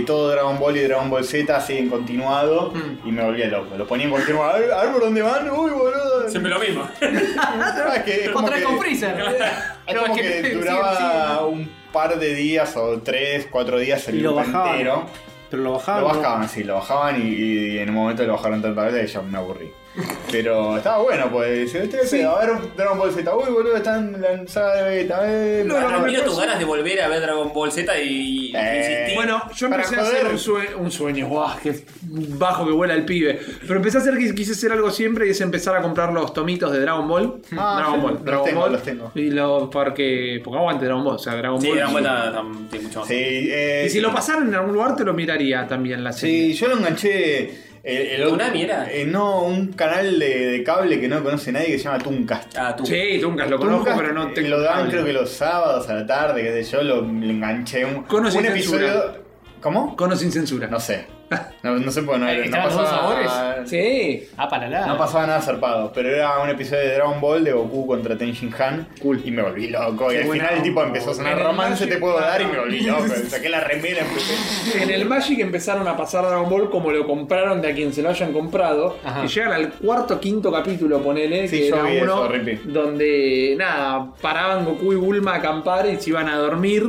E: eh, todo Dragon Ball y Dragon Ball Z así en continuado
B: Hmm.
E: y me volvía loco. Lo ponía en continuado. A ver, a ver por dónde van. Uy, boludo.
A: Siempre lo mismo.
E: Ah, que es como
B: Otra vez
E: que-
B: con Freezer.
E: es como
B: Otra vez
E: que
B: sí,
E: duraba
B: sí.
E: un par de días o tres, cuatro días el
D: Y lo
E: loop
D: bajaban.
E: entero.
D: Pero lo bajaban.
E: Lo
D: ¿no?
E: bajaban, sí, lo bajaban y, y en un momento lo bajaron tantas veces que ya me aburrí. Pero estaba bueno, pues. Dice, "Este, A ver, Dragon Ball Z. Uy, boludo, están lanzada de beta. Eh,
C: No,
E: para-
C: no,
A: Admiro
C: pero
A: tus
C: sí.
A: ganas de volver a ver Dragon Ball Z y, y
E: Eh.
A: insistir.
C: Bueno, yo
E: Para
C: empecé a hacer
E: joder.
C: un, sue- un sueño, guau, qué bajo que vuela el pibe. Pero empecé a hacer que quise hacer algo siempre y es empezar a comprar los tomitos de Dragon Ball.
E: Ah,
C: Dragon
E: sí,
C: Ball,
E: los
C: Dragon
E: tengo,
C: Ball.
E: los tengo.
C: Y lo, porque, porque aguante Dragon Ball, o sea, Dragon
A: Sí,
C: Ball.
A: Dragon Ball está- está- tiene mucho más.
E: Sí, eh,
C: Y si lo pasaron en algún lugar te lo miraría también la serie.
E: Sí, yo lo enganché. El, el otro-
A: ¿Tunami era?
E: eh, no, un canal de, de cable que no conoce nadie que se llama Tuncast.
A: Ah, tú.
C: Sí, Tunkas lo conozco,
E: Tuncast,
C: pero no
E: eh,
C: tengo.
E: Lo dan
C: cable.
E: creo que los sábados a la tarde, que yo lo, le enganché un,
C: Con o sin
E: un
C: censura.
E: episodio. ¿Cómo?
C: Con o sin censura.
E: No sé. No, no sé por no,
B: Eh,
E: no
B: ¿estaban los dos
E: pasaba-
B: sabores?
C: Sí.
B: Ah, para nada.
E: No pasaba nada zarpado, pero era un episodio de Dragon Ball de Goku contra Tenshin Han
C: Cool.
E: y me volví loco. Y
C: Qué
E: al
C: buena
E: final el tipo
C: onda,
E: empezó a
C: en
E: sonar
C: el
E: romance,
C: Magic
E: te puedo
C: Plan".
E: dar y me volví loco. Saqué la remera, empecé.
C: En el Magic empezaron a pasar Dragon Ball como lo compraron de a quien se lo hayan comprado.
B: Ajá.
C: Y llegan al cuarto, quinto capítulo, ponele,
E: Sí,
C: que
E: yo
C: era
E: vi
C: uno
E: eso, Rippy.
C: donde nada, paraban Goku y Bulma a acampar y se iban a dormir.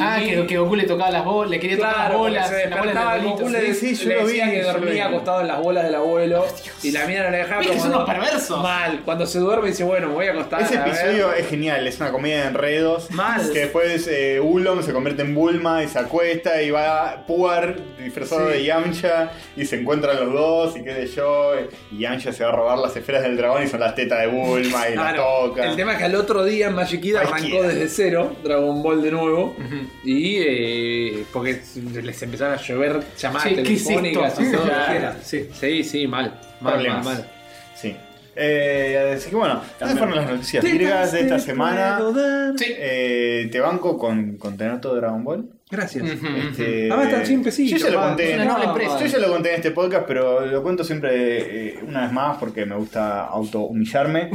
B: Ah,
C: Y-
B: que, que Goku le tocaba las bolas, le quería tocar las
C: Claro,
B: bolas,
C: se
B: las bolas
C: despertaba
B: del
C: el Goku
B: abuelito.
C: le,
E: Sí, sí,
C: le
E: yo lo
C: decía
E: vi,
C: que
E: yo lo vi.
C: dormía acostado en las bolas del abuelo y la mina no le dejaba.
B: Ves que
C: pero
B: son unos
C: cuando-
B: perversos.
C: Mal, cuando se duerme dice, bueno, me voy a acostar.
E: Ese
C: a ver.
E: episodio es genial, es una comedia de enredos.
C: Mal.
E: Que después eh, Oolong se convierte en Bulma y se acuesta y va Puar disfrazado de Yamcha y se encuentran los dos y qué sé yo. eh, Y Yamcha se va a robar las esferas del dragón y son las tetas de Bulma y la
C: Claro,
E: toca.
C: El tema es que al otro día Magic Kid arrancó
E: Cualquiera.
C: desde cero, Dragon Ball de nuevo, y eh, porque les empezaron a llover llamadas
B: Sí, ¿qué es
C: telefónicas y
B: esto?
C: todo. lo que
B: Claro,
C: era. sí. sí, mal. Mal, mal,
E: Problemas.
C: mal.
E: Sí. Eh, así que bueno, esas fueron las noticias virgas de esta semana.
B: Sí.
E: Eh, te banco con, con tener todo Dragon Ball.
C: Gracias.
E: Este,
C: Ah, está sin pesito,
E: Yo ya lo
C: va,
E: conté.
B: es una noble empresa.
E: Yo ya lo conté en este podcast, pero lo cuento siempre eh, una vez más porque me gusta autohumillarme.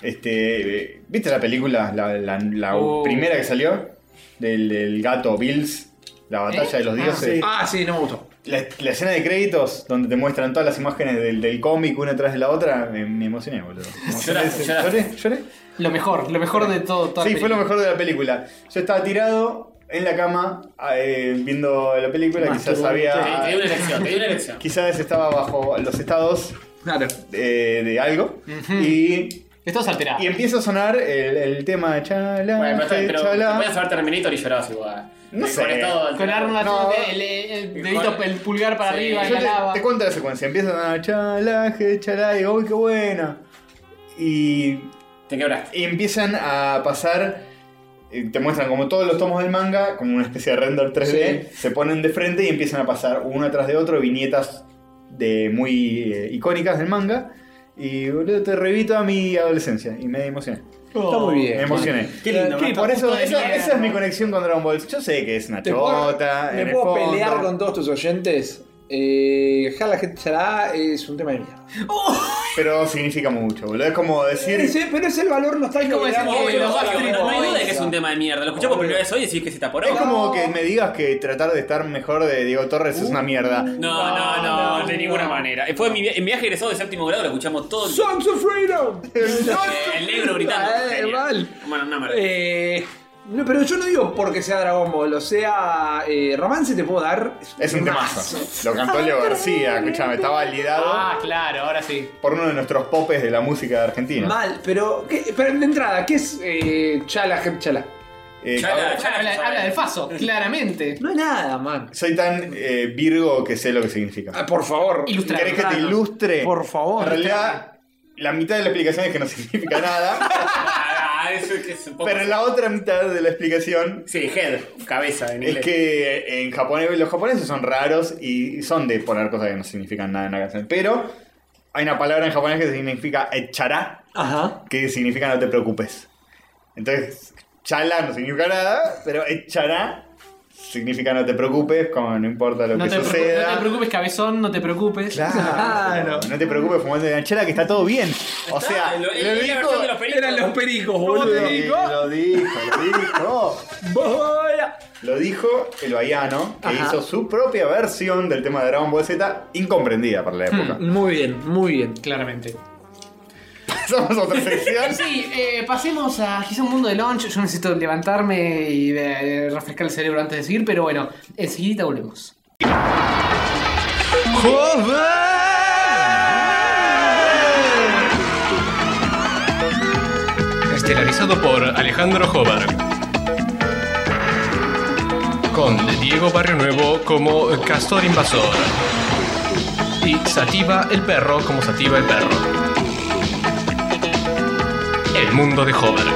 E: este, eh, ¿Viste la película, la, la- la
B: Oh.
E: primera que salió? Del, del gato Bills, la batalla
B: ¿Eh?
E: de los
B: Ah,
E: dioses.
C: Ah, sí, no me gustó.
E: La, la escena de créditos, donde te muestran todas las imágenes del, del cómic una tras de la otra, me, me emocioné, boludo. Me emocioné.
B: Lloraste, lloraste.
E: Lloré, lloré.
B: Lo mejor, lo mejor de todo. toda
E: Sí,
B: la
E: fue lo
B: película.
E: mejor de la película. Yo estaba tirado en la cama eh, viendo la película, quizás
A: Te di
E: había.
A: una elección, te di una elección.
E: Quizás estaba bajo los estados
O: Claro.
E: de, de algo. Y.
B: Estás alterado.
E: Y empieza a sonar el, el tema de chala,
A: Bueno, pero,
E: che,
A: pero
E: chala.
A: podías haber Terminator y llorabas igual.
E: No
A: Con
E: sé.
A: esto-
B: Con armas,
E: No.
B: el, el- el dedito,
A: Con-
B: el pulgar para
A: Sí.
B: arriba, en
E: Yo
B: la
E: te,
B: lava.
E: te cuento la secuencia. Empieza a chalaje, chalá, y digo, uy, qué buena. Y
A: Te quebraste.
E: Y empiezan a pasar. eh, Te muestran como todos los tomos del manga, como una especie de render 3D, se ponen de frente y empiezan a pasar uno atrás de otro viñetas de muy eh, icónicas del manga. Y boludo, te revito a mi adolescencia y me emocioné.
C: Oh,
O: Está muy bien.
E: Me emocioné.
D: Qué lindo,
O: ¿Qué?
D: Marta.
E: Por eso,
B: justo de
E: esa,
B: mierda.
E: esa es mi conexión con Dragon Ball. Yo sé que es una
O: ¿Te puedo-
E: chota. en
O: ¿Me
E: el
O: puedo
E: fondo.
O: pelear con todos tus oyentes? Eh, Jala Gente Chará es un tema de mierda.
E: Pero significa mucho, boludo. Es como decir.
O: Ese- pero es el valor nostálgico que
B: Es como decir
O: damos
B: que
O: de
A: Obvio,
B: los
A: obvio,
B: Backstreet
A: No hay duda de
O: Boys.
A: que es un tema de mierda. Lo escuché por primera vez hoy y decís que se taporó.
E: Es como que me digas que tratar de estar mejor de Diego Torres es una mierda.
A: No, no, no, de ninguna manera. Fue en mi, via- en mi viaje egresado de séptimo grado, lo escuchamos todo. el-
O: Sons of Freedom.
A: El negro gritando.
O: Eh,
A: genial.
O: mal.
A: Bueno, no, mal.
O: Eh, no, pero yo no digo porque sea Dragon Ball, o sea, eh, romance te puedo dar.
E: Es un temazo. Lo cantó Leo García, escúchame, está validado
B: Ah, claro, ahora sí.
E: por uno de nuestros popes de la música de Argentina.
O: Mal, pero, ¿qué- pero de entrada, ¿qué es eh, Chala, Gen Chala?
E: Eh,
A: Chala.
E: cab-
A: Claro,
B: habla,
A: claro.
B: habla del faso, claramente.
O: No es nada, man.
E: Soy tan eh, virgo que sé lo que significa.
O: Ah, por favor.
B: Ilustra-
E: ¿Querés que te ilustre?
O: Por favor.
E: En realidad, la mitad de la explicación es que no significa nada,
A: Ah, eso es que es un poco.
E: pero la otra mitad de la explicación
A: Sí, head, cabeza en
E: es
A: inglés.
E: que en Japón los japoneses son raros y son de poner cosas que no significan nada en la canción. Pero hay una palabra en japonés que significa echará,
O: Ajá.
E: que significa no te preocupes. Entonces, chala no significa nada, pero echará significa no te preocupes, como no importa lo
B: No
E: que
B: te, preocu- no
E: suceda.
B: te preocupes, cabezón, no te preocupes.
E: Claro, no te preocupes fumando de chela que está todo bien. O sea,
A: Ah, lo,
E: lo
A: es la versión de los
E: dijo.
A: pericos.
O: Eran los pericos,
E: Lo
O: boludo.
E: dijo, lo dijo, lo dijo.
O: Voy a-
E: Lo dijo el baiano, que hizo su propia versión del tema de Dragon Ball Z, incomprendida para la época.
O: Muy bien, muy bien.
B: Claramente.
E: Pasamos a otra sección.
B: Sí, eh, pasemos a quizá un mundo de lunch. Yo necesito levantarme y eh, refrescar el cerebro antes de seguir, pero bueno, enseguida volvemos.
J: Estelarizado por Alejandro Jobar. Con Diego Barrio Nuevo como Castor Invasor. Y Sativa el Perro como Sativa el Perro. El mundo de Jobar.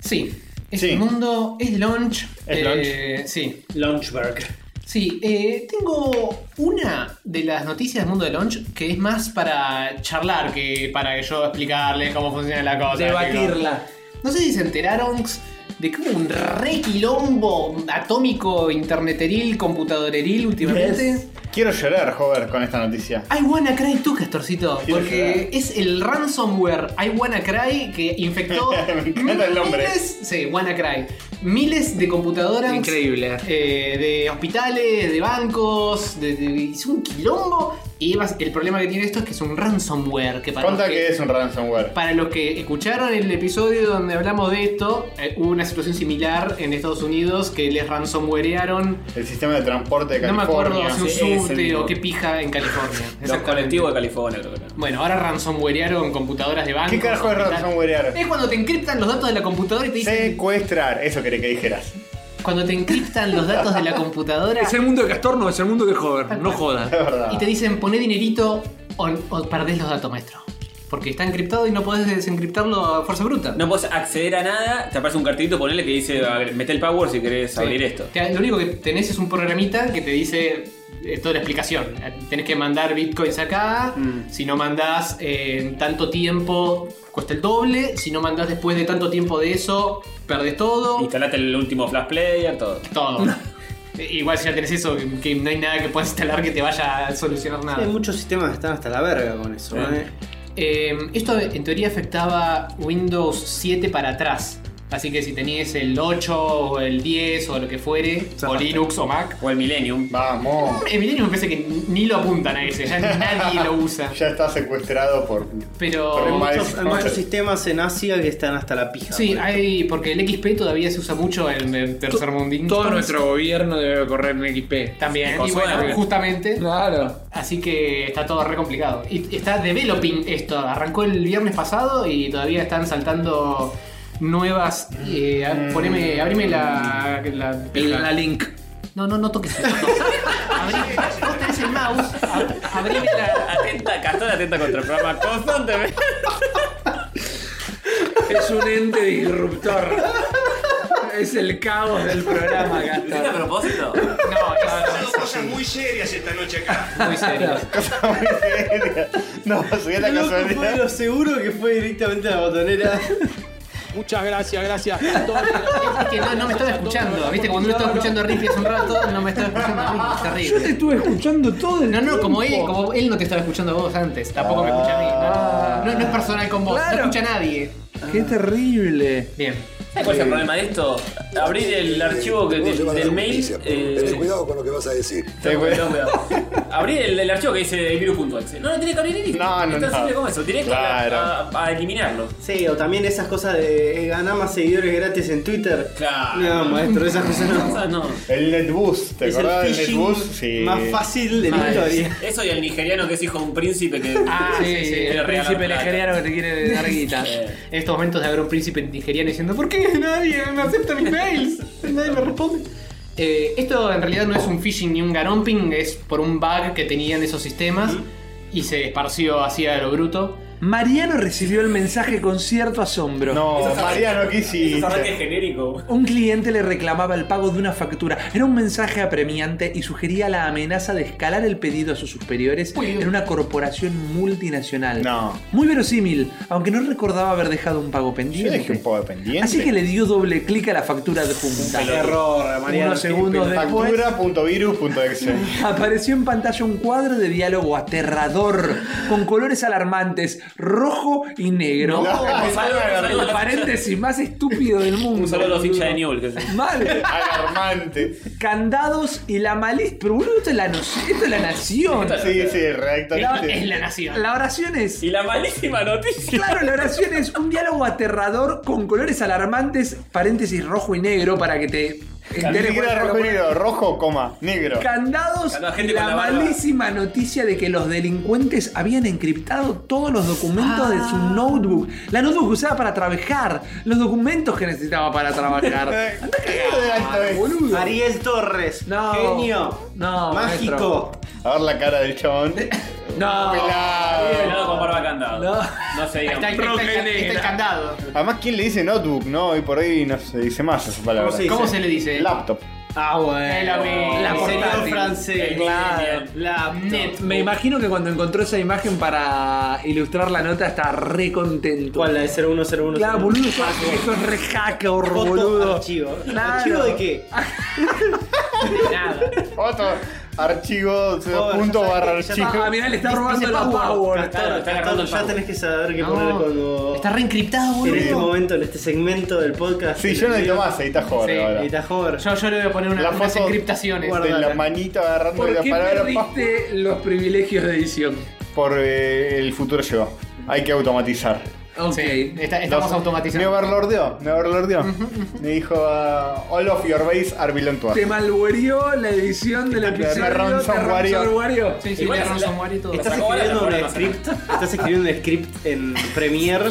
B: Sí, es
E: Sí.
B: el mundo, es lunch.
E: Es
B: eh, Sí,
C: Launchberg.
B: sí. eh, tengo una de las noticias del mundo de lunch que es más para charlar que para que yo explicarles cómo funciona la cosa.
O: Debatirla.
B: No sé si se enteraron de que hubo un re quilombo atómico, interneteril, computadoreril últimamente.
E: Quiero llorar, joder, con esta noticia.
B: I Wanna Cry tú, Castorcito,
E: Quiero llorar.
B: porque es el ransomware I Wanna Cry que infectó
E: Me encanta el nombre.
B: miles, sí, Wanna Cry, miles de computadoras,
O: Increíble.
B: eh, de hospitales, de bancos, de, de- hizo un quilombo y bas- el problema que tiene esto es que es un ransomware que para
E: Conta
B: los
E: que es un ransomware.
B: para los que escucharon el episodio donde hablamos de esto, eh, hubo una situación similar en Estados Unidos que les ransomwarearon.
E: El sistema de transporte de
B: No me
E: California.
B: acuerdo si un
E: Sí, es el
B: subte o
E: mismo.
B: qué pija en California.
A: Los
B: Exactamente.
A: colectivos de California, creo que era.
B: Bueno, ahora ransomwarearon computadoras de bancos.
E: ¿Qué carajo es
B: hospitales.
E: ransomwarear?
B: Es cuando te encriptan los datos de la computadora y te dicen.
E: Secuestrar, eso quería que dijeras.
B: Cuando te encriptan los datos de la computadora
O: Es el mundo de Castor, no, es el mundo de Jover. No jodas.
E: Es verdad.
B: y te dicen poné dinerito o, o perdés los datos, maestro. Porque está encriptado y no podés desencriptarlo a fuerza bruta.
A: No puedes acceder a nada, te aparece un cartelito, ponele que dice, a ver, mete el power si querés
B: Sí.
A: abrir esto.
B: Te- Lo único que tenés es un programita que te dice eh, toda la explicación. Eh, Tenés que mandar bitcoins acá.
A: Mm.
B: Si no mandás eh, en tanto tiempo, cuesta el doble. Si no mandás después de tanto tiempo de eso, perdés todo.
A: Instalate el último Flash Player, todo.
B: Todo. Eh, Igual si ya tenés eso, que- que no hay nada que puedas instalar que te vaya a solucionar
C: Ah.
D: Hay
B: nada.
D: muchos sistemas que están hasta la verga con eso. ¿eh?
B: Eh, esto en teoría afectaba Windows 7 para atrás. Así que si tenías el 8 o el 10 o lo que fuere, o Linux o Mac.
A: O el Millennium.
E: Vamos.
B: El Millennium me parece que ni lo apuntan a ese, ya nadie lo usa.
E: Ya está secuestrado por.
B: Pero.
E: Hay
D: muchos,
E: muchos-
D: hay muchos sistemas en Asia que están hasta la pija.
B: Sí,
D: boludo.
B: hay. Porque el XP todavía se usa mucho en el tercer mundín.
C: Todo nuestro gobierno debe correr en XP.
B: También,
C: Con
B: y bueno,
C: suerte.
B: justamente.
C: Claro.
B: Así que está todo re complicado. Y está developing esto. Arrancó el viernes pasado y todavía están saltando nuevas. eh, a- poneme, abrime la. la,
C: La, la link.
B: No, no, no toques. eso. Abrí- vos tenés el mouse. ab- Abrime la.
A: Atenta, Castor atenta contra el programa constantemente.
C: Es un ente disruptor. Es el caos del programa,
A: ¿Lo hiciste a
C: Gastón.
A: propósito?
B: No, es-
N: cosas muy serias esta noche acá.
B: es muy serio.
E: no, sería la
D: Loco, fue
E: casualidad.
D: lo seguro que fue directamente a la botonera.
P: Muchas gracias, gracias, Castor.
B: Es que no, no me estaba escuchando. Viste, cuando uno estaba escuchando a Rippy hace un rato, no me estaba escuchando a mí. Es
C: Yo te
B: terrible.
C: estuve escuchando todo el
B: No, no, como él,
C: tiempo.
B: como él no te estaba escuchando a vos antes. Tampoco me escucha a mí. No, no, no es personal con vos.
C: Claro.
B: No escucha a nadie.
C: Qué terrible.
B: Bien.
A: ¿Sabes ¿Cuál es el problema de esto? Abrir el
H: Eh,
A: archivo que-
H: Vos
A: del,
H: llevas la
A: del mail.
H: justicia, pero
A: eh,
H: Tenés cuidado con lo que vas a decir.
A: no, no, no. Abrir el, el archivo que dice el virus.exe. No, no tiene que abrir el
E: No, no,
A: Es tan
E: no.
A: simple como eso. Directo
E: Claro.
A: a, a- a eliminarlo.
D: Sí, o también esas cosas de eh, ganar más seguidores gratis en Twitter.
A: Claro.
D: No, maestro, esas cosas no.
A: Ah, no.
E: El Netbus, ¿te
D: Es el
E: acordás del
D: phishing
E: Netbus? Sí.
D: más fácil de la
A: Ah,
D: historia.
A: Eso y el nigeriano que es hijo de un príncipe que.
B: Ah, sí,
A: que
B: sí,
A: le
C: El
A: regala
C: príncipe
A: plata.
C: nigeriano que te quiere dar guita.
A: Eh,
B: En estos momentos de haber un príncipe nigeriano diciendo ¿Por qué nadie me acepta mis mails? Nadie me responde. Eh, esto en realidad no es un phishing ni un garomping, es por un bug que tenían esos sistemas y se esparció así a lo bruto.
C: Mariano recibió el mensaje con cierto asombro.
E: No, Mariano, ¿qué
A: Esos arranques
E: hiciste?
A: genéricos.
C: Un cliente le reclamaba el pago de una factura. Era un mensaje apremiante y sugería la amenaza de escalar el pedido a sus superiores
B: Uy.
C: en una corporación multinacional.
E: No.
C: Muy verosímil, aunque no recordaba haber dejado un pago
E: Yo
C: pendiente.
E: dejé un poco de pendiente.
C: Así que le dio doble clic a la factura adjunta.
D: Error, Mariano.
C: Unos segundos después
E: Factura.virus.exe.
C: apareció en pantalla un cuadro de diálogo aterrador, con colores alarmantes, rojo y negro. El paréntesis más estúpido del mundo.
A: Un saludo a los hinchas de
C: boludo.
A: Newell. que se-
C: Mal.
E: Alarmante.
C: Candados y la malicia. Pero boludo, esto es la, no- esto es la nación.
E: Sí, sí, reactor.
B: Es la nación.
C: La oración es.
A: Y la malísima noticia.
C: Claro, la oración es un diálogo aterrador con colores alarmantes, paréntesis rojo y negro para que te
E: Ni
C: enteres. cuál es
E: siquiera
C: la
E: rojo y
C: locura.
E: negro, rojo, coma, negro.
C: Candados
A: Candado,
C: y
A: gente
C: la
A: con la barba.
C: malísima noticia de que los delincuentes habían encriptado todos los documentos de su notebook. La notebook que usaba para trabajar, los documentos que necesitaba para trabajar.
E: Eh, ¿qué era esto, eh?
C: Boludo.
D: Ariel Torres.
C: No.
D: Genio.
C: No,
D: Mágico.
E: A ver la cara del chabón. Ah,
C: No.
E: Pelado.
A: Pelado con barba candado.
C: No.
A: No se
B: Ahí
A: diga.
B: está, ahí está, ahí está, ahí está el candado.
E: Además, ¿quién le dice notebook? No, y por ahí no se dice más esa palabra.
D: ¿Cómo se dice?
B: ¿Cómo se le dice?
E: Laptop.
D: Ah,
B: Es lo
D: bueno.
B: mismo.
C: La
D: El señor
C: portátil.
D: francés.
A: El
D: claro.
A: millennial.
D: La
B: Net.
C: Me imagino que cuando encontró esa imagen para ilustrar la nota está re contento.
D: ¿Cuál? La de 0101.
C: Claro, boludo, eso
D: Ah,
C: eso es re hacker,
D: Foto,
C: boludo.
D: archivo.
C: Claro. Ah,
D: ¿Archivo de qué?
B: Nada.
E: Otro archivo,
D: Joder,
E: punto
D: ya
E: barra
D: sabes que ya
E: archivo.
C: Ah, mirá, le está robando
D: Dice
C: la
D: password.
C: power.
A: Claro, está agarrando el
D: ya
A: pago.
D: tenés que saber qué
B: No.
D: poner cuando.
B: Está reencriptado,
D: En este
B: boludo.
D: momento, en este segmento del podcast.
E: Sí, yo no necesito más, ahí está
B: Sí,
E: joven ahora.
D: Edita Hover.
B: Yo, yo le voy a poner una,
E: La
B: unas
E: foto
B: encriptaciones.
E: de la manito agarrando
C: ¿Por
E: la
C: qué
E: palabra pa-
C: perdiste los privilegios de edición?
E: por eh, el futuro llegó. Hay que automatizar.
C: Ok.
B: Sí, está- estamos
E: Los- Me
B: automatizando.
E: overlordeó, me overlordeó. Me dijo ah, all of your base are belong to us.
C: Te malbureó la edición del
E: Me
C: episodio.
E: ransom
C: te
E: Wario.
C: ransom Wario.
B: Sí, sí,
A: Igual
B: le
A: es la-
B: ransomware y todo.
D: Estás
A: sacó varias, la
D: escribiendo un
A: sacó.
D: script. Estás escribiendo un script en Premiere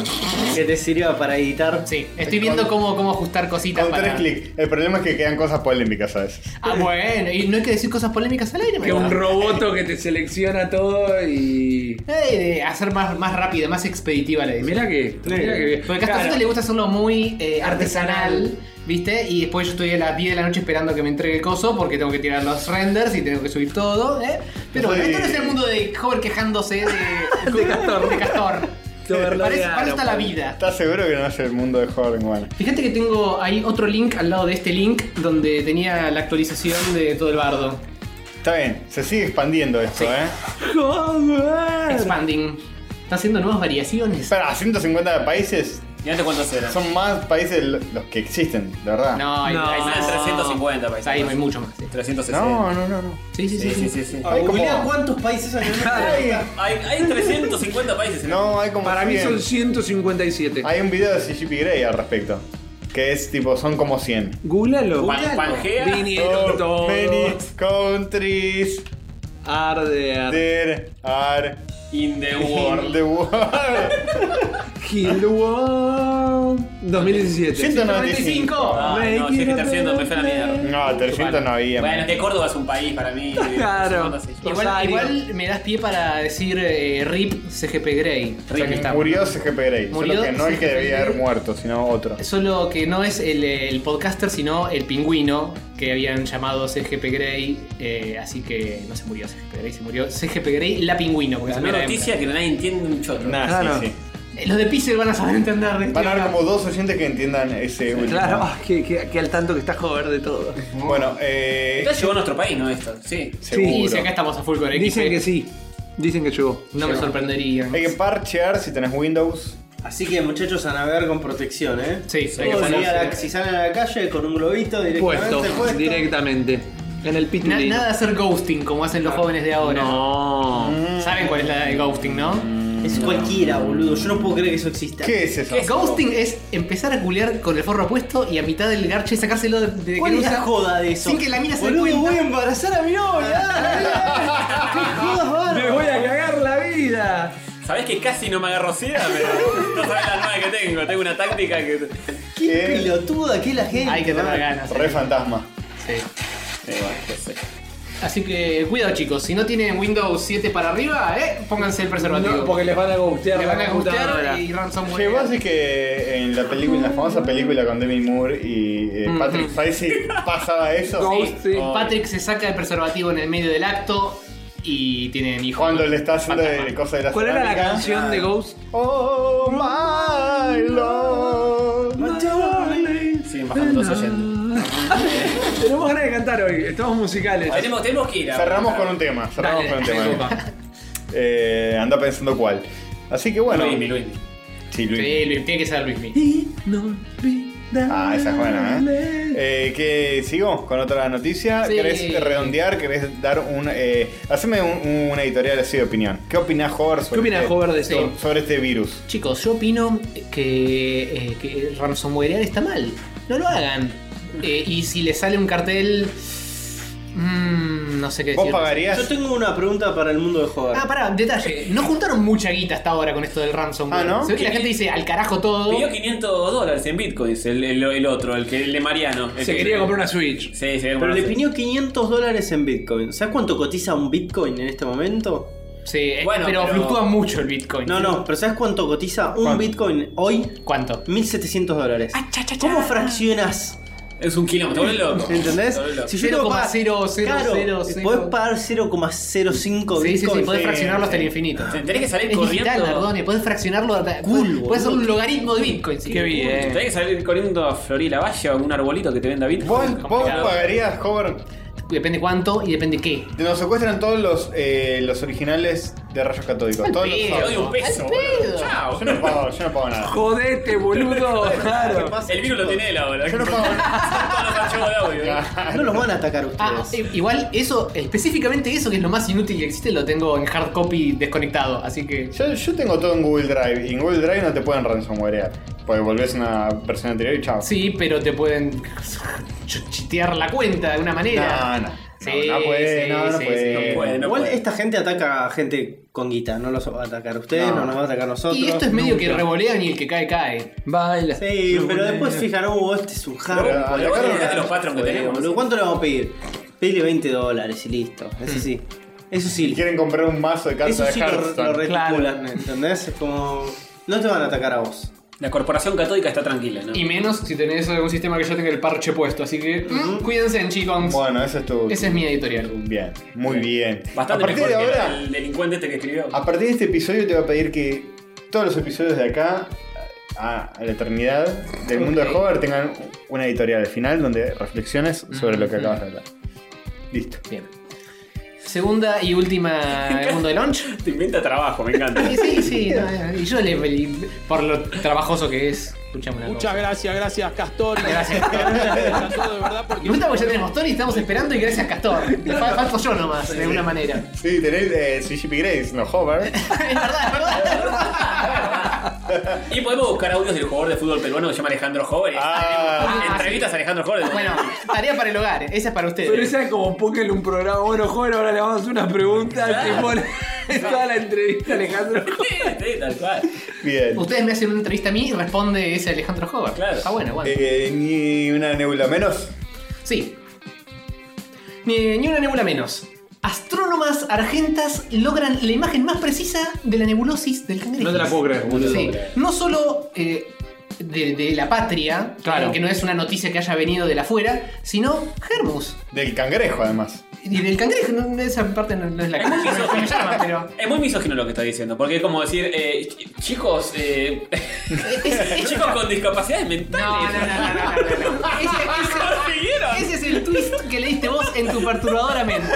D: que te sirva para editar.
B: Sí, estoy viendo cómo, cómo ajustar cositas
E: Con tres
B: para...
E: clics. El problema es que quedan cosas polémicas a veces.
B: Ah, bueno, y no hay que decir cosas polémicas al aire, me
C: Que un
B: gusta.
C: roboto que te selecciona todo y.
B: Eh, de hacer más, más rápida, más expeditiva la edición.
C: Mira que. Mira que bien.
B: Porque a Castorcito
C: Claro.
B: le gusta hacerlo muy eh, artesanal, ¿viste? Y después yo estoy a las 10 de la noche esperando que me entregue el coso porque tengo que tirar los renders y tengo que subir todo, ¿eh? Pero
E: Soy-
B: bueno, esto no es el mundo de Hover quejándose de,
C: De Castor.
B: de Castor.
C: Soberloreado,
B: Para eso- para eso está la vida.
E: ¿Estás seguro que no es el mundo de Jordan One?
B: Fíjate que tengo ahí otro link al lado de este link donde tenía la actualización de todo el bardo.
E: Está bien, se sigue expandiendo
B: Sí.
E: esto, ¿eh?
C: Joder.
B: Expanding. Está haciendo nuevas variaciones.
E: Para 150 países,
A: Mirate este cuántos eran.
E: son más países lo- los que existen, de verdad.
B: No, hay,
A: No.
B: hay más.
A: Eran 350 países.
B: Ahí hay mucho más. ¿eh? sí.
A: 360.
E: no, no, no. no.
B: Sí, sí, sí.
A: Sí,
B: sí,
A: sí, sí. sí.
E: Hay como,
D: Googleá cuántos países hay en
E: Ay,
A: Hay, hay 350 países en
E: no, hay como
O: Para mí
E: 100.
O: son 157.
E: Hay un video de CGP Grey al respecto. Que es tipo, son como 100.
O: Googlealo.
A: Pan- Pangea.
O: Vinieron
E: So
O: todos.
E: many countries
O: Arde, arde.
E: there are
A: In the
E: in
A: world.
E: the world. Ah.
O: Kill the world. 2017.
E: 195.
A: Ah, no, si es que 300 me fue la mierda.
E: No, 300 no había.
A: Bueno, de Córdoba es un país para mí.
O: Claro.
A: Son así.
B: Igual,
O: Rosario.
B: igual me das pie para decir eh, RIP CGP Grey.
E: O sea,
B: Ya que
E: que
B: estamos.
E: murió CGP Grey.
B: Murió
E: solo que no el que
B: CGP
E: debía haber
B: Grey.
E: muerto, sino otro.
B: Solo que no es el, el podcaster, sino el pingüino que habían llamado CGP Grey. eh, así que no se murió CGP Grey, se murió CGP Grey la pingüino. Porque
A: La
B: salió
A: primera
B: la
A: noticia que nadie entiende un choto.
E: Nah,
O: Claro.
E: sí, sí.
B: hembra. Eh, Los de Pixel van a saber entender. de
E: Van a
B: este
E: haber como dos oyentes que entiendan ese último.
O: Claro, ah, que, que- que al tanto que está joder de todo.
E: Bueno, eh.
A: Ya llegó a nuestro país, ¿no? Esto, sí.
E: Seguro.
B: Y si acá estamos a full con
O: Dicen
B: XP,
O: que sí. Dicen que llegó.
B: No me sorprendería.
E: Hay que parchear si tenés Windows.
D: Así que muchachos a navegar con protección, ¿eh?
B: Sí, hay que
D: Todos
B: ponerse-
D: a la- si salen a la calle con un globito directamente
O: Puesto,
D: puesto.
O: directamente. En el pit
B: Na-
O: lane.
B: nada de hacer ghosting como hacen los jóvenes de ahora.
O: No.
E: Mm.
B: ¿Saben cuál es la de ghosting, no?
A: Mm.
D: Es cualquiera, boludo. Yo no puedo creer que eso exista.
E: ¿Qué es eso?
B: Ghosting es empezar a culear con el forro puesto y a mitad del garche sacárselo de, de
D: ¿Cuál
B: que no
D: es la
B: usa.
D: joda de eso?
B: Sin que la mina se dé
D: Boludo,
B: cuenta.
D: voy a embarazar a mi novia. dale. ¿Qué jodas,
O: Me
D: bárbaro?
O: voy a cagar la vida.
A: Sabés que casi no me agarro sida, pero no sabés la nueva que tengo. Tengo una táctica que.
D: Qué
E: ¿Qué?
D: pelotuda que es la gente.
B: Hay que tener ganas.
E: Re
B: eh.
E: fantasma.
B: Sí.
A: Igual, qué sé.
B: Así que cuidado chicos, si no tienen Windows 7 para arriba, eh, pónganse el preservativo.
O: No, porque les van a gustear.
B: le van a
O: la
B: gustar
O: computadora.
B: y
E: Che, vos
B: ransomware.
E: decís que en la película, en la famosa película con Demi Moore y eh, Patrick Swayze pasaba eso.
O: Ghosting.
C: Oh,
B: Patrick se saca el preservativo en el medio del acto y tienen hijos.
E: Cuando le está haciendo
B: Fantasma.
E: de cosas de la
O: ¿Cuál era la
E: cerámica.
O: canción
C: Ah.
O: de Ghost?
E: Oh my lord.
A: Siguen bajando los oyentes.
O: Tenemos ganas de cantar hoy. Estamos musicales.
A: Tenemos, tenemos que ir a.
E: Cerramos con un tema. Cerramos
B: Dale,
E: con un tema.
B: disculpa.
E: Eh, anda pensando cuál. Así que bueno.
A: Luismi, Luismi.
E: Sí, Luis.
B: Sí, Luis, tiene que ser Luismi.
O: Inolvidable.
E: Ah, esa es buena, ¿eh? eh que sigo con otra noticia.
B: Sí.
E: ¿Querés redondear? ¿Querés dar un. Eh, haceme un, un editorial así de opinión. ¿Qué opinás, Hover, sobre,
O: ¿Qué opinas,
E: este,
O: Jover, de
B: Sí.
O: esto?
E: sobre este virus?
B: Chicos, yo opino que, eh, que ransomwarear está mal. No lo hagan. Eh, y si le sale un cartel... mm, no sé qué
E: ¿Vos
B: decir.
D: Yo
E: pagarías?
D: tengo una pregunta para el mundo de joder.
B: Ah, pará, detalle. No juntaron mucha guita hasta ahora con esto del ransomware.
E: Ah, ¿no?
B: Se ve que la gente dice al carajo todo.
A: Pidió 500 dólares en bitcoins, el, el, el otro, el, que, el de Mariano. El
O: Se
A: que-
O: quería comprar una Switch.
A: Sí, se
D: Pero le pidió 500 dólares en Bitcoin. ¿Sabes cuánto cotiza un Bitcoin en este momento?
B: Sí, eh,
A: Bueno,
B: pero,
A: pero-
B: fluctúa mucho el Bitcoin.
D: No, no, pero ¿sabes cuánto cotiza un
E: ¿Cuánto?
D: Bitcoin hoy?
B: ¿Cuánto?
D: 1700 dólares.
B: Ah,
D: ¿Cómo fraccionás?
A: Es un kilómetro, te vuelves loco.
D: ¿Entendés?
A: Te vuelves loco.
D: Si yo tengo que pagar-
B: 0,0000.
D: Claro, podés pagar 0,05
B: Sí, sí, sí,
D: Bitcoin.
B: podés
E: sí,
B: fraccionarlo hasta el
E: sí.
B: infinito.
A: Tenés que salir
B: Es digital,
A: corriendo.
B: Nardone, podés fraccionarlo hasta.
D: Cool,
B: podés-
D: boludo.
B: podés hacer un logaritmo de Bitcoin. sí.
O: Qué bien.
A: Tenés que salir corriendo a Florida Valle o a un arbolito que te venda bitcoin.
E: ¿Vos,
A: Complicado.
E: vos pagarías, Hover?
B: Depende cuánto y depende qué.
E: Nos secuestran todos los, eh, los originales de rayos catódicos. Todos los
B: pedo.
A: Te doy un peso. boludo. Chao.
E: Yo no pago, yo no pago nada.
O: Jodete, boludo. Claro.
A: El virus lo tiene él ahora.
E: Yo no pago nada.
A: Todos los archivos de audio.
D: No los van a atacar ustedes.
B: Ah, eh, igual eso, específicamente eso que es lo más inútil que existe, lo tengo en hard copy desconectado, así que.
E: Yo, yo tengo todo en Google Drive y en Google Drive no te pueden ransomwarear. Porque volvés a una versión anterior y chao.
B: Sí, pero te pueden ch- chitear la cuenta de alguna manera.
E: No, no.
B: Sí,
E: no, no puede,
B: sí,
E: no, no
B: sí,
E: puede.
B: sí,
A: no puede.
D: Igual esta gente ataca a gente con guita, no los va a atacar ustedes, no,
E: No.
D: nos va a atacar nosotros.
B: Y esto es medio
D: nunca.
B: que revolean y el que cae, cae.
O: Baila.
D: Sí, pero después fijaron, hubo este es un hardware.
E: Pero,
D: boludo.
E: atacaron-
A: Fíjate los patrons que tenemos.
D: Boludo, ¿Cuánto le vamos a pedir? Pedirle 20 dólares y listo. Eso sí. Eso
E: Si
D: sí.
E: quieren comprar un mazo de
D: Eso
E: cartas
D: sí
E: de
D: lo, lo
E: Hearthstone.
D: reticulan, ¿entendés? Es como. No te van a atacar a vos.
A: La corporación católica está tranquila, ¿no?
B: Y menos si tenés algún sistema que yo tenga el parche puesto, así que mm, cuídense, chicos.
E: bueno, ese es tu.
B: Ese es mi editorial.
E: Bien, muy bien.
A: Bastante
E: a partir
A: mejor
E: de
A: que
E: ahora,
A: el delincuente este que escribió.
E: a partir de este episodio te voy a pedir que todos los episodios de acá a, a la eternidad del mundo de
B: Ok.
E: Hover tengan una editorial al final donde reflexiones sobre lo que acabas de hablar. Listo.
B: Bien. Segunda y última el mundo de launch.
A: Te inventa trabajo, me encanta.
B: Sí, sí, sí. no, y yo le, le- por lo trabajoso que es. Escuchamos la
F: Muchas gracias, gracias Castor.
B: Gracias.
F: Castor, de verdad, porque.
B: Nosotros porque ya tenemos Tony, estamos esperando y gracias Castor. Fal- Falto yo nomás, de alguna manera.
E: Sí, tenés eh, CGP Grace, no Hover.
A: Y podemos buscar audios del jugador de fútbol peruano que se llama Alejandro Jóvenes.
E: Ah.
A: Entrevistas a Alejandro Jóvenes.
B: Bueno, tarea para el hogar, esa es para
O: Pero
B: ustedes.
O: esa es como póngale un programa. Bueno, joven, ahora le vamos a hacer una pregunta. Y pone toda la entrevista, a Alejandro.
A: Sí, tal cual.
E: Bien.
B: Ustedes me hacen una entrevista a mí y responde ese Alejandro Hover.
A: Claro.
B: Está bueno, bueno.
E: Eh, ni una nebula menos.
B: Sí. Ni, ni una nebula menos. Astrónomas argentas logran la imagen más precisa de la nebulosis del cangrejo.
O: No te la puedo creer, boludo.
B: Sí. No solo eh, de, de la patria,
O: Claro.
B: eh, que no es una noticia que haya venido de la afuera, sino Hermus.
E: Del cangrejo, además.
B: Y del cangrejo, no, esa parte no, no es la que
A: Es muy
B: no me llama,
A: misógino.
B: pero.
A: Es muy misógino lo que está diciendo, porque es como decir, eh, ch- chicos, eh, chicos con discapacidades mentales.
B: No, no, no, no, no, no, no, no. Ese,
A: Consiguieron.
B: ese- ese es el twist que le diste vos en tu perturbadora mente.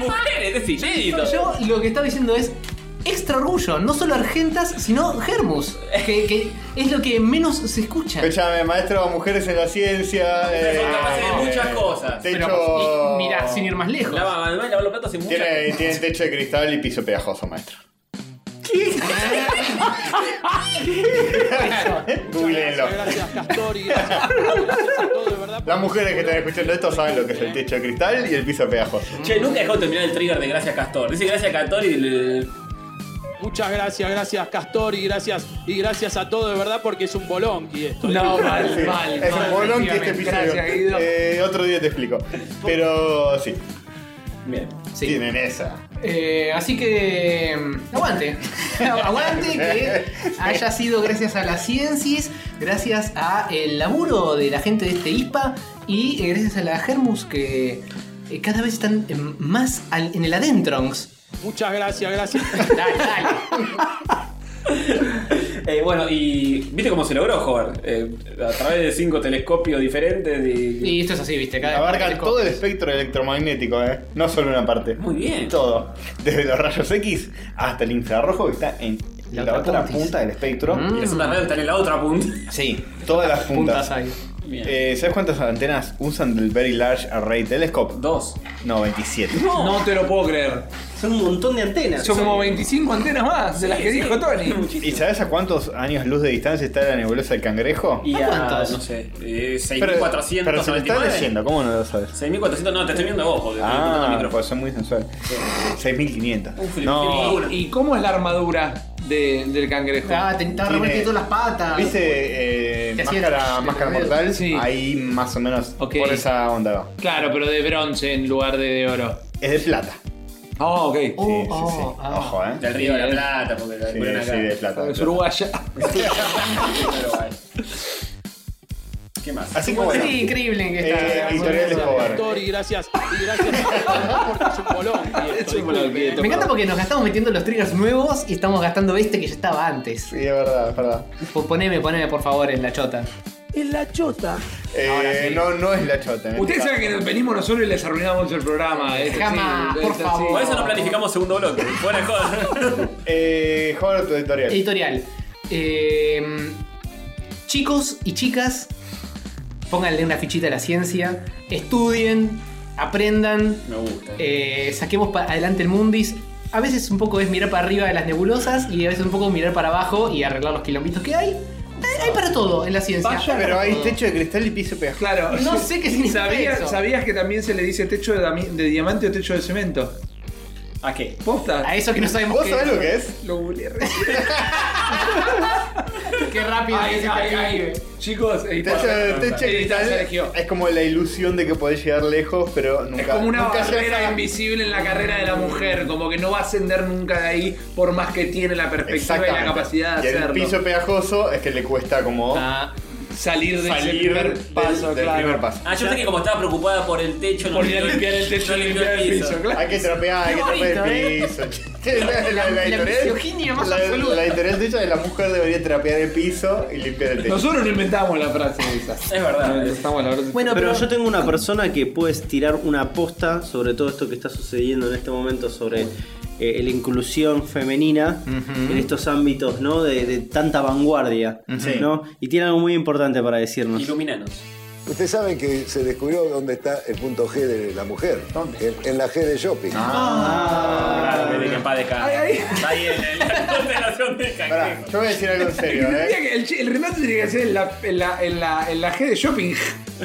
A: Mujeres, es inédito.
B: Yo lo que estaba diciendo es extra orgullo, no solo argentas, sino Hermus, que, que es lo que menos se escucha.
E: Escúchame, maestro, mujeres en la ciencia. eh,
A: Son capaces de muchas cosas.
E: Techo.
B: Pero, y- mirá, sin ir más lejos.
A: Lava, además, lavar los platos y muchas
E: Tiene, tiene techo de cristal y piso pegajoso, maestro. Googleenlo.
F: Gracias Castor y gracias, gracias a todos, de verdad.
E: Las
F: porque-
E: mujeres que están escuchando esto saben lo que es el techo de cristal y el piso pegajoso.
A: Che, nunca dejó de terminar el trigger de Gracias Castor. Dice Gracias Castor y le-
F: Muchas gracias, gracias Castor y gracias y gracias a todos de verdad porque es un bolón y esto. ¿eh?
B: No, mal,
E: Sí,
B: mal.
E: es
B: mal,
E: un bolón que este
B: efectivamente.
E: episodio.
B: Gracias, Guido.
E: Eh, otro día te explico. Pero sí,
A: Bien.
B: Sí.
E: tienen esa.
B: Eh, así que. mm, Aguante. aguante que haya sido gracias a las ciencias, gracias a el laburo de la gente de este ISPA y eh, gracias a la Hermus que eh, cada vez están eh, más al- en el adentronx.
F: Muchas gracias, gracias.
B: Dale, dale.
A: Eh, bueno, y viste cómo se logró, Howard. Eh, a través de cinco telescopios diferentes. Y...
B: Y esto es así, viste. Cada
E: Abarcan todo el espectro electromagnético, ¿eh? No solo una parte.
A: Muy bien.
E: Todo. Desde los rayos X hasta el infrarrojo que está en
B: La
E: la,
B: otra
E: otra
B: puntis.
E: punta del espectro.
B: Mm.
A: Y las ondas radio están en la otra punta.
E: Sí, todas las puntas.
B: puntas ahí.
A: Bien.
E: Eh, ¿Sabes cuántas antenas usan del Very Large Array Telescope?
A: Dos.
E: 97.
O: No te lo puedo creer.
D: Son un montón de antenas.
O: Son como 25 antenas más de las que dijo Tony.
E: ¿Y sabes a cuántos años luz de distancia está la nebulosa del cangrejo?
A: Y a,
B: cuántos?
A: no sé, eh,
E: Pero- Pero se lo está
A: 6.499.
E: leyendo, ¿cómo no lo sabes?
A: 6.400, no, te estoy viendo a vos, porque estoy apuntando al
E: Ah,
A: micrófono.
E: pues son muy sensual. 6500.
A: Un flip,
E: No,
A: flip, flip.
O: ¿Y cómo es la armadura de- del cangrejo?
B: Estaba, Ah, te- estaba revuelto de todas las patas.
E: ¿Viste eh,
B: Te hacía
E: máscara,
B: el-
E: máscara
B: el-
E: mortal?
O: Sí.
E: Ahí más o menos
O: Ok.
E: por esa onda va.
O: Claro, pero de bronce en lugar de, de oro.
E: Es de plata.
O: Ah, ok.
B: Oh,
E: Sí, sí,
B: oh,
E: sí.
B: ah.
E: Ojo, eh.
A: Del Río de la Plata, porque la
E: Sí,
A: ponen acá.
E: sí, de plata. de
O: Es
E: plata.
O: uruguaya.
A: Pero bueno. ¿Qué más?
E: Así que bueno.
B: Sí, increíble que está.
E: Eh, editorial de
F: Gracias,
E: Escobar.
F: Castor y gracias y gracias a todos, porque es un bolón y esto.
O: Es un bolón, quieto.
B: Me encanta porque nos gastamos metiendo los triggers nuevos y estamos gastando este que ya estaba antes.
E: Sí, es verdad, es verdad.
B: Po- Poneme, poneme por favor en la chota.
E: Eh, No, no es la chota. en este
O: Ustedes
E: caso.
O: saben que nos venimos nosotros y les arruinamos el programa. Esto sí,
B: Jamás, Este por
O: esto
B: favor.
A: Por eso no planificamos segundo bloque. Buena cosa.
E: Eh, Jorge, tu editorial.
B: Editorial. Eh, chicos y chicas, pónganle una fichita a la ciencia, estudien, aprendan,
A: Me gusta.
B: eh, saquemos para adelante el mundis. A veces un poco es mirar para arriba de las nebulosas y a veces un poco mirar para abajo y arreglar los quilombitos que hay. Eh, Hay para todo en la ciencia.
O: Vaya,
E: Pero hay techo de cristal y piso pegajoso.
O: Claro.
B: No sé qué significa
O: ¿Sabías,
B: eso.
O: ¿Sabías que también se le dice techo de, dami- de diamante o techo de cemento?
A: ¿A qué?
O: ¿Posta?
B: A eso que no sabemos
E: ¿Vos
B: qué-
E: sabés lo que es?
O: Lo googleé re-
B: qué rápido que se te vive.
O: Chicos,
E: Techo,
O: editor-
E: techo de
O: editor
E: cristal
O: Sergio.
E: es como la ilusión de que podés llegar lejos, pero nunca.
O: Es como una
E: nunca
O: barrera
E: llegas a-
O: invisible en la carrera de la mujer, como que no va a ascender nunca de ahí por más que tiene la perspectiva y la
E: Exactamente.
O: capacidad de
E: Y el
O: hacerlo.
E: piso pegajoso es que le cuesta como
B: Ah,
C: salir de ese
E: Salir
C: primer
E: del-
C: paso,
E: del
C: claro.
E: primer paso.
A: Ah, yo pensé que como estaba preocupada por el techo, no
C: Por ir a
A: limpió
C: limpiar el techo,
A: no limpió
C: limpiar el piso, claro.
E: Hay que trapear, hay que trapear el piso. Che, La, la, la,
Q: ¿eh? La
E: editorial-
Q: misoginia más
E: la-
Q: absoluta.
E: la editorial de ella de la mujer debería trapear el piso y limpiar el techo.
C: Nosotros no inventamos la frase esa. Es
A: verdad.
C: inventamos la frase.
D: Bueno, pero,
Q: pero-
D: yo tengo una persona que puede tirar una posta sobre todo esto que está sucediendo en este momento sobre eh, la inclusión femenina en estos ámbitos, ¿no? De, de tanta vanguardia,
E: Ujú.
D: ¿no? Y tiene algo muy importante para decirnos.
A: Iluminanos.
H: Ustedes saben que se descubrió dónde está el punto G de la mujer. En, en la G de shopping.
A: Ah, que en paz descanse. Está ahí en en la constelación del
E: Pará,
A: cangrejo.
E: yo voy a decir algo en serio,
C: Tendría
E: ¿eh?
C: que- El, chi- el remate tendría que ser en la, en la- en la- en la G de shopping.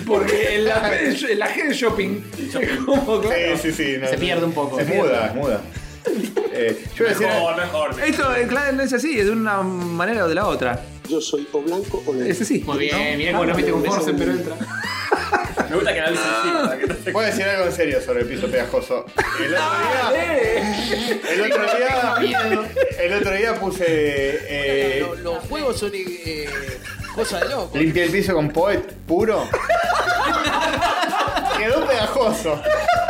C: Porque en la, G de sho- en la G de shopping. es como, claro.
E: Sí, sí, sí. no,
Q: Se
E: no.
Q: pierde un poco.
E: Se
Q: Se
E: muda, es muda. Eh, yo voy a decir.
A: Mejor, mejor.
C: Esto, eh, claro, no es así, es de una manera o de la otra.
B: Yo soy o blanco o negro.
C: Es así. Ah,
Q: Muy bien, mirá cómo no viste con Force, pero entra.
A: Me gusta que analicen así. para que no se-
E: Voy a decir algo en serio sobre el piso pegajoso. El
Q: Ah,
E: otro día. El otro día. El otro día puse. eh,
R: Los, los juegos son eh, cosa de loco.
E: Limpié el piso con Poet puro. Quedó pegajoso.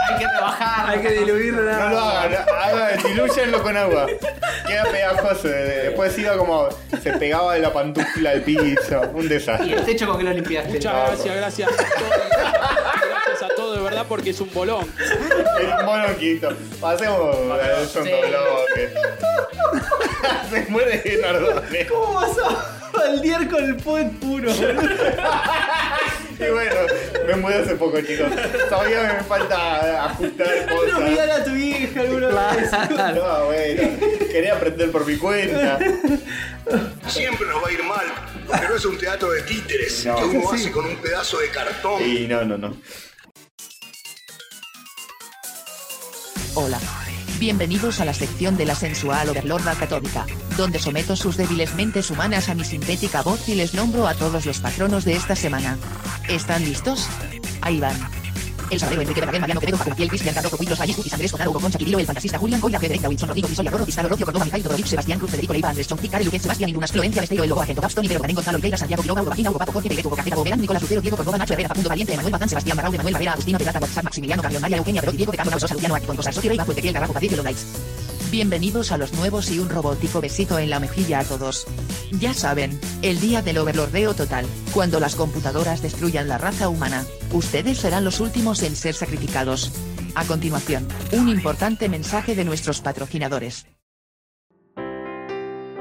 Q: Hay que trabajar.
C: Hay que diluir
E: No lo hagan, hagan, dilúyanlo con agua. Queda pegajoso. eh, Después iba como. Se pegaba de la pantufla al piso. Un
Q: Y
E: desastre.
Q: el techo con que lo limpiaste.
R: Muchas gracias, gracias a todos. Gracias a todos, de verdad, porque es un bolón.
E: Era un monoquito. Pasemos al
Q: Sí.
E: segundo bloque. Se muere Nardone.
D: ¿Cómo vas a baldear con el poet puro?
E: Y bueno, me mudé hace poco, chicos. Todavía me falta ajustar
D: No mirar
E: cosas.
D: a tu hija alguna vez.
E: No, bueno. Quería aprender por mi cuenta.
H: Siempre nos va a ir mal, pero es un teatro de títeres
E: No.
H: que uno hace con un pedazo de cartón.
E: Y no, no, no.
N: Hola. Bienvenidos a la sección de la sensual overlorda católica, donde someto sus débiles mentes humanas a mi sintética voz y les nombro a todos los patronos de esta semana. ¿Están listos? Ahí van. El Sabreo, Enrique Barragán, Mariano Quevedo, Jacob Piel, Cristian Cardoco, Cuitos, Ayes, Cutis, Andrés, Conado, Goncha, Quirilo, El Fantasista, Julián, Goya, Federica, Wilson, Rodrigo, Visoya, Rorro, Pizarro, Rocio, Córdoba, Mijail, Todorich, Sebastián, Cruz, Federico, Leiva, Andrés, Chonti, Care, Luquet, Sebastián, Ilunas, Florencia, Besteiro, El Lobo, Agento, Gastón, Ibero, Canén, Gonzalo, Olgueira, Santiago, Quiroga, Uruguay, Hugo, Papo, Jorge, Bebeto, Cajera, Boberán, Nicolás, Lucero, Diego, Córdoba, Nacho, Herrera, Facundo, Valiente, Manuel, Bazán, Sebastián, Barrao, Manuel, Barrera, Agustino, Pedraza, WhatsApp, Maximiliano, Carrión, María, Eugenia, Perot, Diego, Pecado, Nausosa, Luciano, Aquí, con Cosas, Socio, Reiva, Fuentequiel, Garrafo, Padillo, Lolaitz. Bienvenidos a los nuevos y un robótico besito en la mejilla a todos. Ya saben, el día del overlordeo total, cuando las computadoras destruyan la raza humana, ustedes serán los últimos en ser sacrificados. A continuación, un importante mensaje de nuestros patrocinadores.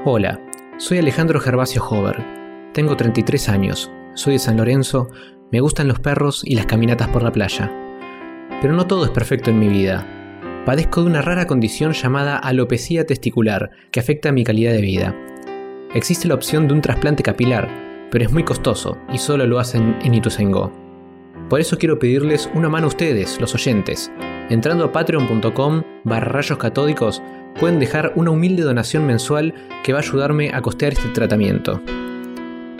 B: Hola, soy Alejandro Gervasio Hover. Tengo 33 años, soy de San Lorenzo, me gustan los perros y las caminatas por la playa. Pero no todo es perfecto en mi vida. Padezco de una rara condición llamada alopecia testicular, que afecta mi calidad de vida. Existe la opción de un trasplante capilar, pero es muy costoso y solo lo hacen en Ituzaingó. Por eso quiero pedirles una mano a ustedes, los oyentes. Entrando a patreon.com barra rayos catódicos, pueden dejar una humilde donación mensual que va a ayudarme a costear este tratamiento.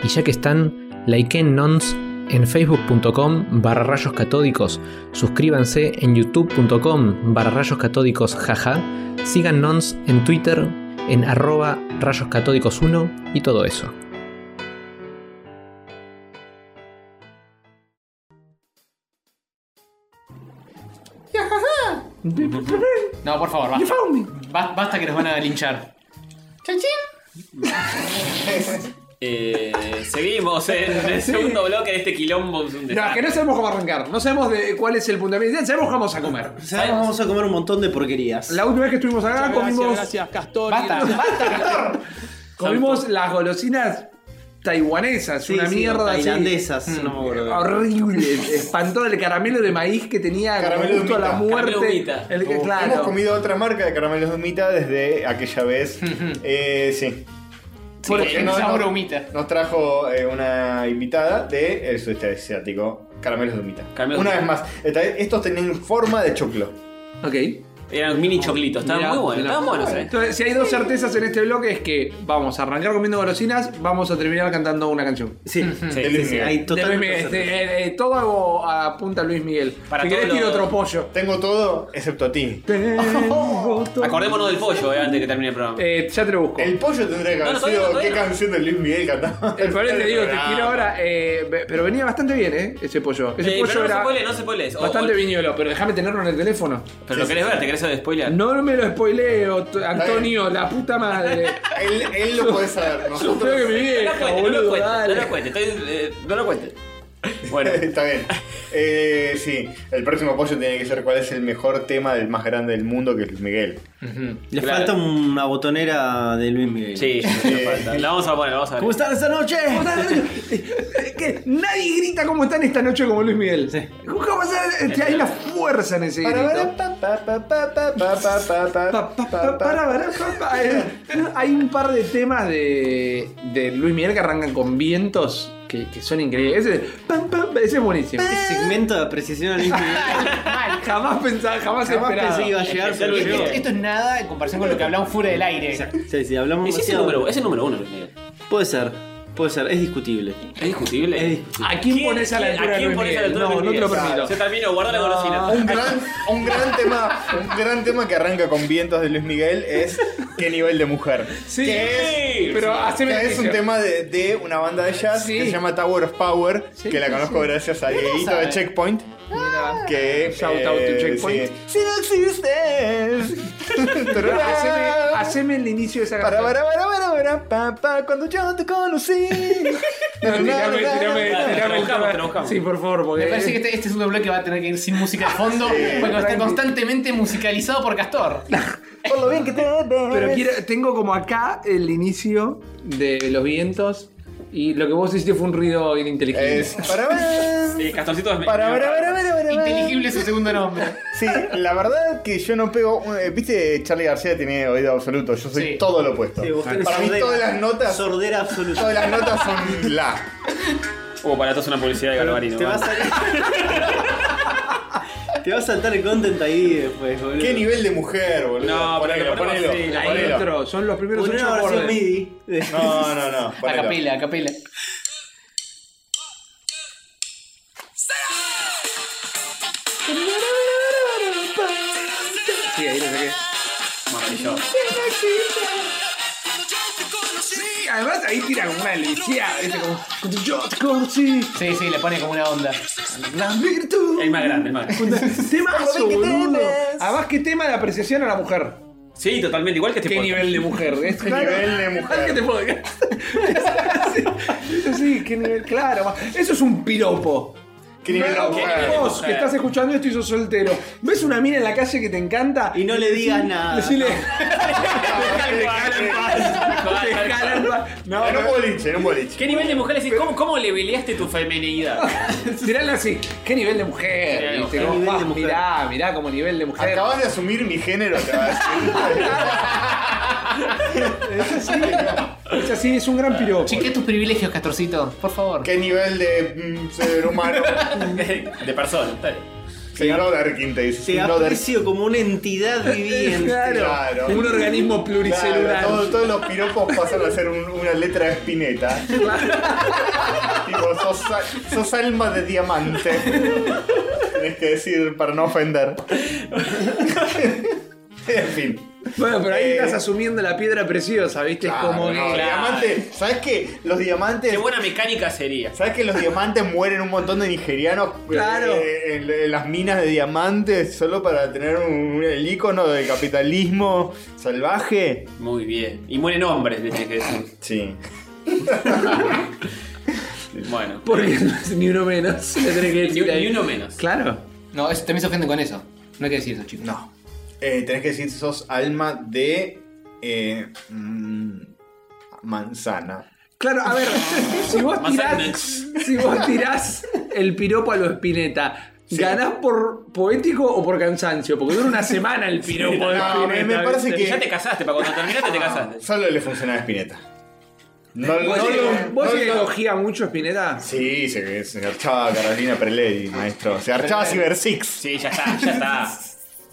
B: Y ya que están, likeen nons en facebook.com barra rayos catódicos, suscríbanse en youtube.com barra rayos catódicos jaja, sigan nons en twitter en arroba rayos catódicos 1 y todo eso.
Q: No, por favor, basta. Ba- Basta que nos van a linchar.
A: Eh, seguimos en el segundo bloque de este quilombo. es un
C: No, es que
A: desastre.
C: no sabemos cómo arrancar, no sabemos de cuál es el punto de partida, sabemos cómo vamos a comer.
D: Sabemos, vamos a comer un montón de porquerías.
C: La última vez que estuvimos acá
R: Gracias,
C: comimos,
R: gracias, Castor.
Q: Basta, basta, Castor.
C: comimos las golosinas taiwanesas,
D: Sí,
C: una
D: sí,
C: mierda Mm. así.
D: tailandesas, no me acuerdo.
C: Horrible, espantó del caramelo de maíz que tenía
E: Caramelo de
C: gusto a la
E: humita.
A: Caramelo de
C: muerte.
A: humita.
C: El que,
E: Hemos
C: claro.
E: comido otra marca de caramelos de humita desde aquella vez. eh, sí.
Q: Por
E: Porque
Q: ejemplo,
E: no-
Q: sabor
E: no-
Q: a humita.
E: Nos trajo eh, una invitada del el sudeste asiático. Caramelos de humita.
A: Caramelos
E: una
A: de
E: vez más, esta vez, estos tenían forma de choclo.
C: Ok.
A: Eran mini choclitos, estaban
C: Mirá,
A: muy buenos,
C: mirá.
A: estaban buenos, eh.
C: Entonces, si hay dos certezas en este bloque es que vamos a arrancar comiendo golosinas, vamos a terminar cantando una canción.
D: Sí,
A: sí,
C: De
A: sí,
C: Luis
A: sí,
C: Miguel.
A: hay
C: De
A: total-
C: Luis Miguel, este, eh, eh, todo apunta a Luis Miguel.
A: Para
C: si querés
A: todos
C: tiro
A: los-
C: otro pollo.
E: Tengo todo excepto a ti.
A: Acordémonos del pollo, eh, antes que termine el programa.
C: Eh, ya te lo busco.
E: El pollo tendría que
A: No,
E: haber
A: no, todavía
E: sido
A: no, todavía
E: qué
A: no.
E: canción de Luis Miguel cantaba.
C: El problema te digo, te tiro ahora, eh, ve- pero venía bastante bien, ¿eh? Ese pollo. Ese
A: Eh,
C: pollo
A: pero no se
C: era
A: spoilees, no se spoilees. O-
C: bastante
A: o-
C: viñolo, pero déjame tenerlo en el teléfono.
A: Pero lo querés ver, te querés spoilear.
C: No me lo spoileo, t- Antonio, la puta madre.
E: Él, él lo puede saber.
C: Yo creo que mi
A: No
C: vieja,
A: lo cuentes, no lo
C: boludo,
A: cuentes, no
C: dale.
A: lo cuentes, estoy, eh, no lo cuentes.
E: Bueno, está bien. Eh, sí, el próximo pollo tiene que ser cuál es el mejor tema del más grande del mundo, que es Luis Miguel.
D: Le
E: Claro.
D: falta una botonera de Luis Miguel.
A: Sí, no falta. La vamos a poner, la vamos a
D: ¿Cómo
A: poner.
D: están esta noche?
C: Que nadie grita cómo están esta noche como Luis Miguel. ¿Cómo se- este, hay una fuerza en ese grito. Pa, pa, pa, para, para, pa, pa. Eh, Hay un par de temas de, de Luis Miguel que arrancan con vientos que, que son increíbles. Ese, pam, pam, ese es buenísimo.
D: Eh. Este Segmento de precisión a Luis Miguel.
C: jamás pensaba, jamás,
D: Jamás
C: esperaba.
D: pensé que iba a llegar,
C: Es-
D: pero
C: es-
D: llegó.
C: es-
B: Esto es nada en comparación con lo que hablamos fuera del aire.
D: Sí, sí, hablamos
A: Ese es el
D: demasiado.
A: número, es el número uno, Luis Miguel.
D: Puede ser, puede ser, es discutible.
A: Es discutible.
D: Es discutible.
C: ¿A Eh, quién pones a la
A: quién-
C: altura de
A: quién
C: Luis
A: pones a la
C: Miguel?
A: altura de
C: No,
A: Luis
C: no te lo
A: Miguel?
C: permito.
A: Se terminó, guarda la golosina.
E: Un gran, un gran tema, un gran tema que arranca con vientos de Luis Miguel es qué nivel de mujer.
C: Sí,
E: Ah, Que es-
C: pero
E: que
C: haceme el
E: es un
C: juicio.
E: tema de, de una banda de jazz
C: Sí.
E: que se llama Tower of Power,
C: Sí,
E: que la
C: sí,
E: conozco
C: sí.
E: gracias a Dieguito
C: sabe.
E: de Checkpoint.
C: Mira.
E: Que, eh,
C: Shout out to Checkpoint.
E: sí. Si no existes.
C: Pero haceme, haceme el inicio de esa
E: Para,
C: canción.
E: para, para, para, para, pa, pa, cuando yo te conocí.
C: Tirame, tirame,
A: Dale,
C: tirame
A: te
C: el
A: buscamos,
C: tema.
A: te buscamos.
C: Sí, por favor, porque.
B: Me parece que este, este segundo bloque va a tener que ir sin música de fondo, porque está
C: tranqui.
B: constantemente musicalizado por Castor.
E: Por lo bien que te
C: Pero
E: Pues-
C: quiero- tengo como acá el inicio de los vientos y lo que vos hiciste fue un ruido inteligente.
E: Es. Para, para,
A: Sí, Eh, Castorcito es
E: para, para, para, para, para.
B: Inteligible su segundo nombre.
E: Sí, la verdad que yo no pego. eh, Viste, Charlie García tiene oído absoluto. Yo soy
B: Sí.
E: todo lo opuesto.
D: Sí, vos tenés
E: Para mí
D: sordera.
E: todas las notas.
D: Sordera
E: Todas
D: absoluta.
E: las notas son la.
A: Uh, para todos una publicidad de ¿eh? Galvarino.
D: Te va a
A: vale.
D: salir. Te va a saltar el content ahí después, boludo.
E: Qué nivel de mujer, boludo.
A: No,
E: ponelo,
A: pero lo
E: ponelo.
A: ponemos así, lo
C: Ahí
E: ponelo.
C: entró, son los primeros
D: Poné
C: ocho
D: una versión
C: acordes.
D: MIDI.
E: eh. No, no, no.
B: A
E: ponelo.
B: capela, a capela.
C: Sí, ahí lo saqué.
A: Maravilloso.
C: Sí, además ahí tira como una delicia. ¿viste? Como, cuando yo te conocí,
B: Sí, sí, le pone como una onda.
C: la virtud.
A: El más grande, el más grande.
C: Temazo, boludo. Además, qué tema de apreciación a la mujer.
A: Sí, totalmente, igual que este
C: Qué
A: podcast.
C: nivel de mujer. Este Es claro.
E: nivel de mujer.
C: ¿Qué te puedo decir? sí, sí, qué nivel. Claro, eso es un piropo.
E: Qué nivel de
C: No,
E: mujer.
C: Vos que estás escuchando esto y sos soltero, ves una mina en la calle que te encanta
D: Y no le digas nada.
C: Decile.
A: Dejala en paz. Dejala en paz.
C: Dejala en paz. No,
E: En un
C: no.
E: boliche, en un boliche.
A: ¿Qué nivel de mujer es? ¿Cómo, ¿Cómo le peleaste tu femenidad?
C: Tirala así. Qué nivel de mujer.
A: Qué
C: ¿viste?
A: nivel
C: Como,
D: de
C: ah,
D: mujer.
C: Mirá, mirá como nivel de mujer.
E: Acabas de asumir mi género, te va a decir.
C: Es así. Es así, es un gran piropo.
B: Chequea tus privilegios, Castorcito, por favor.
E: Qué nivel de mm, ser humano.
A: De persona, está bien.
E: Señor Oderkin te dice.
D: Te
E: señor Oderkin.
D: aprecio como una entidad viviente.
E: Claro.
C: Un organismo pluricelular.
E: Claro, todo- todos los piropos pasan a ser un- una letra de espineta. tipo, sos, a- sos alma de diamante. Tenés que decir para no ofender. en fin.
C: Bueno, pero ahí
E: Eh,
C: estás asumiendo la piedra preciosa, ¿viste?
E: claro,
C: es como
E: no,
C: que.
E: diamante. ¿Sabes qué? Los diamantes.
A: Qué buena mecánica sería.
E: ¿Sabes que los diamantes mueren un montón de nigerianos
C: Claro.
E: eh, en, en las minas de diamantes solo para tener un, el icono del capitalismo salvaje?
A: Muy bien. Y mueren hombres, le tenés que decir.
E: Sí.
A: Bueno.
C: Porque no es ni uno menos. Le tenés que
A: Ni,
C: decir ahí.
A: ni uno menos.
C: Claro.
B: No, eso, también se ofenden con eso. No hay que decir eso, chicos. No.
E: Eh, tenés que decir sos alma de eh, mm, manzana.
C: Claro, a ver, si vos
A: Más
C: tirás,
A: Agnex.
C: si vos tirás el piropo a lo espineta, ¿ganás por poético o por cansancio? Porque dura una semana el piropo de
E: No, me-
C: espineta.
E: me parece
C: ¿viste?
E: que-
A: Ya te casaste, para cuando terminaste te casaste.
E: Solo le funciona a Spinetta. No, no,
C: ¿Vos,
E: lo-
C: que- vos
E: no
C: que
E: lo-
C: elogia mucho Espineta?
E: Sí, se, se archaba Carolina Preledi, maestro. Se archaba Cyber Six.
A: Sí, ya está, ya está.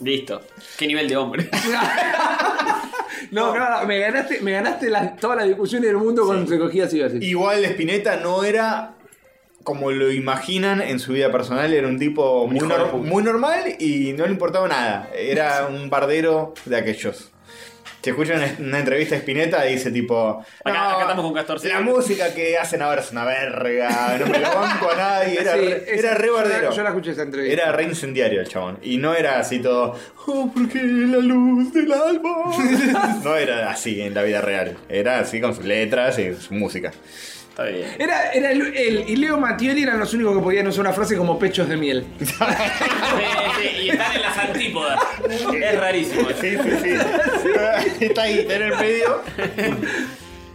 A: Listo. ¿Qué nivel de hombre?
C: No, claro, me ganaste, me ganaste la- todas las discusiones del mundo con recogías y así.
E: Igual Spinetta no era como lo imaginan en su vida personal, era un tipo muy,
C: hijo de
E: nor- muy normal y no le importaba nada. Era un bardero de aquellos. Si escuchan una entrevista de Spinetta, dice tipo.
A: Acá- acá estamos
E: con La música que hacen ahora es una verga, no me la banco a nadie. Era,
C: Sí,
E: re-
C: es-
E: era re
C: yo la-
E: bardero.
C: Yo la escuché esa entrevista.
E: Era re incendiario el chabón. Y no era así todo.
S: Oh, porque la luz del alma.
E: No era así en la vida real. Era así con sus letras y su música. Está bien.
C: Era, era el, el- y Leo Mattioli eran los únicos que podían usar una frase como pechos de miel.
A: y están en las antípodas. Es rarísimo.
E: Sí, sí, sí. Está ahí, está en el medio.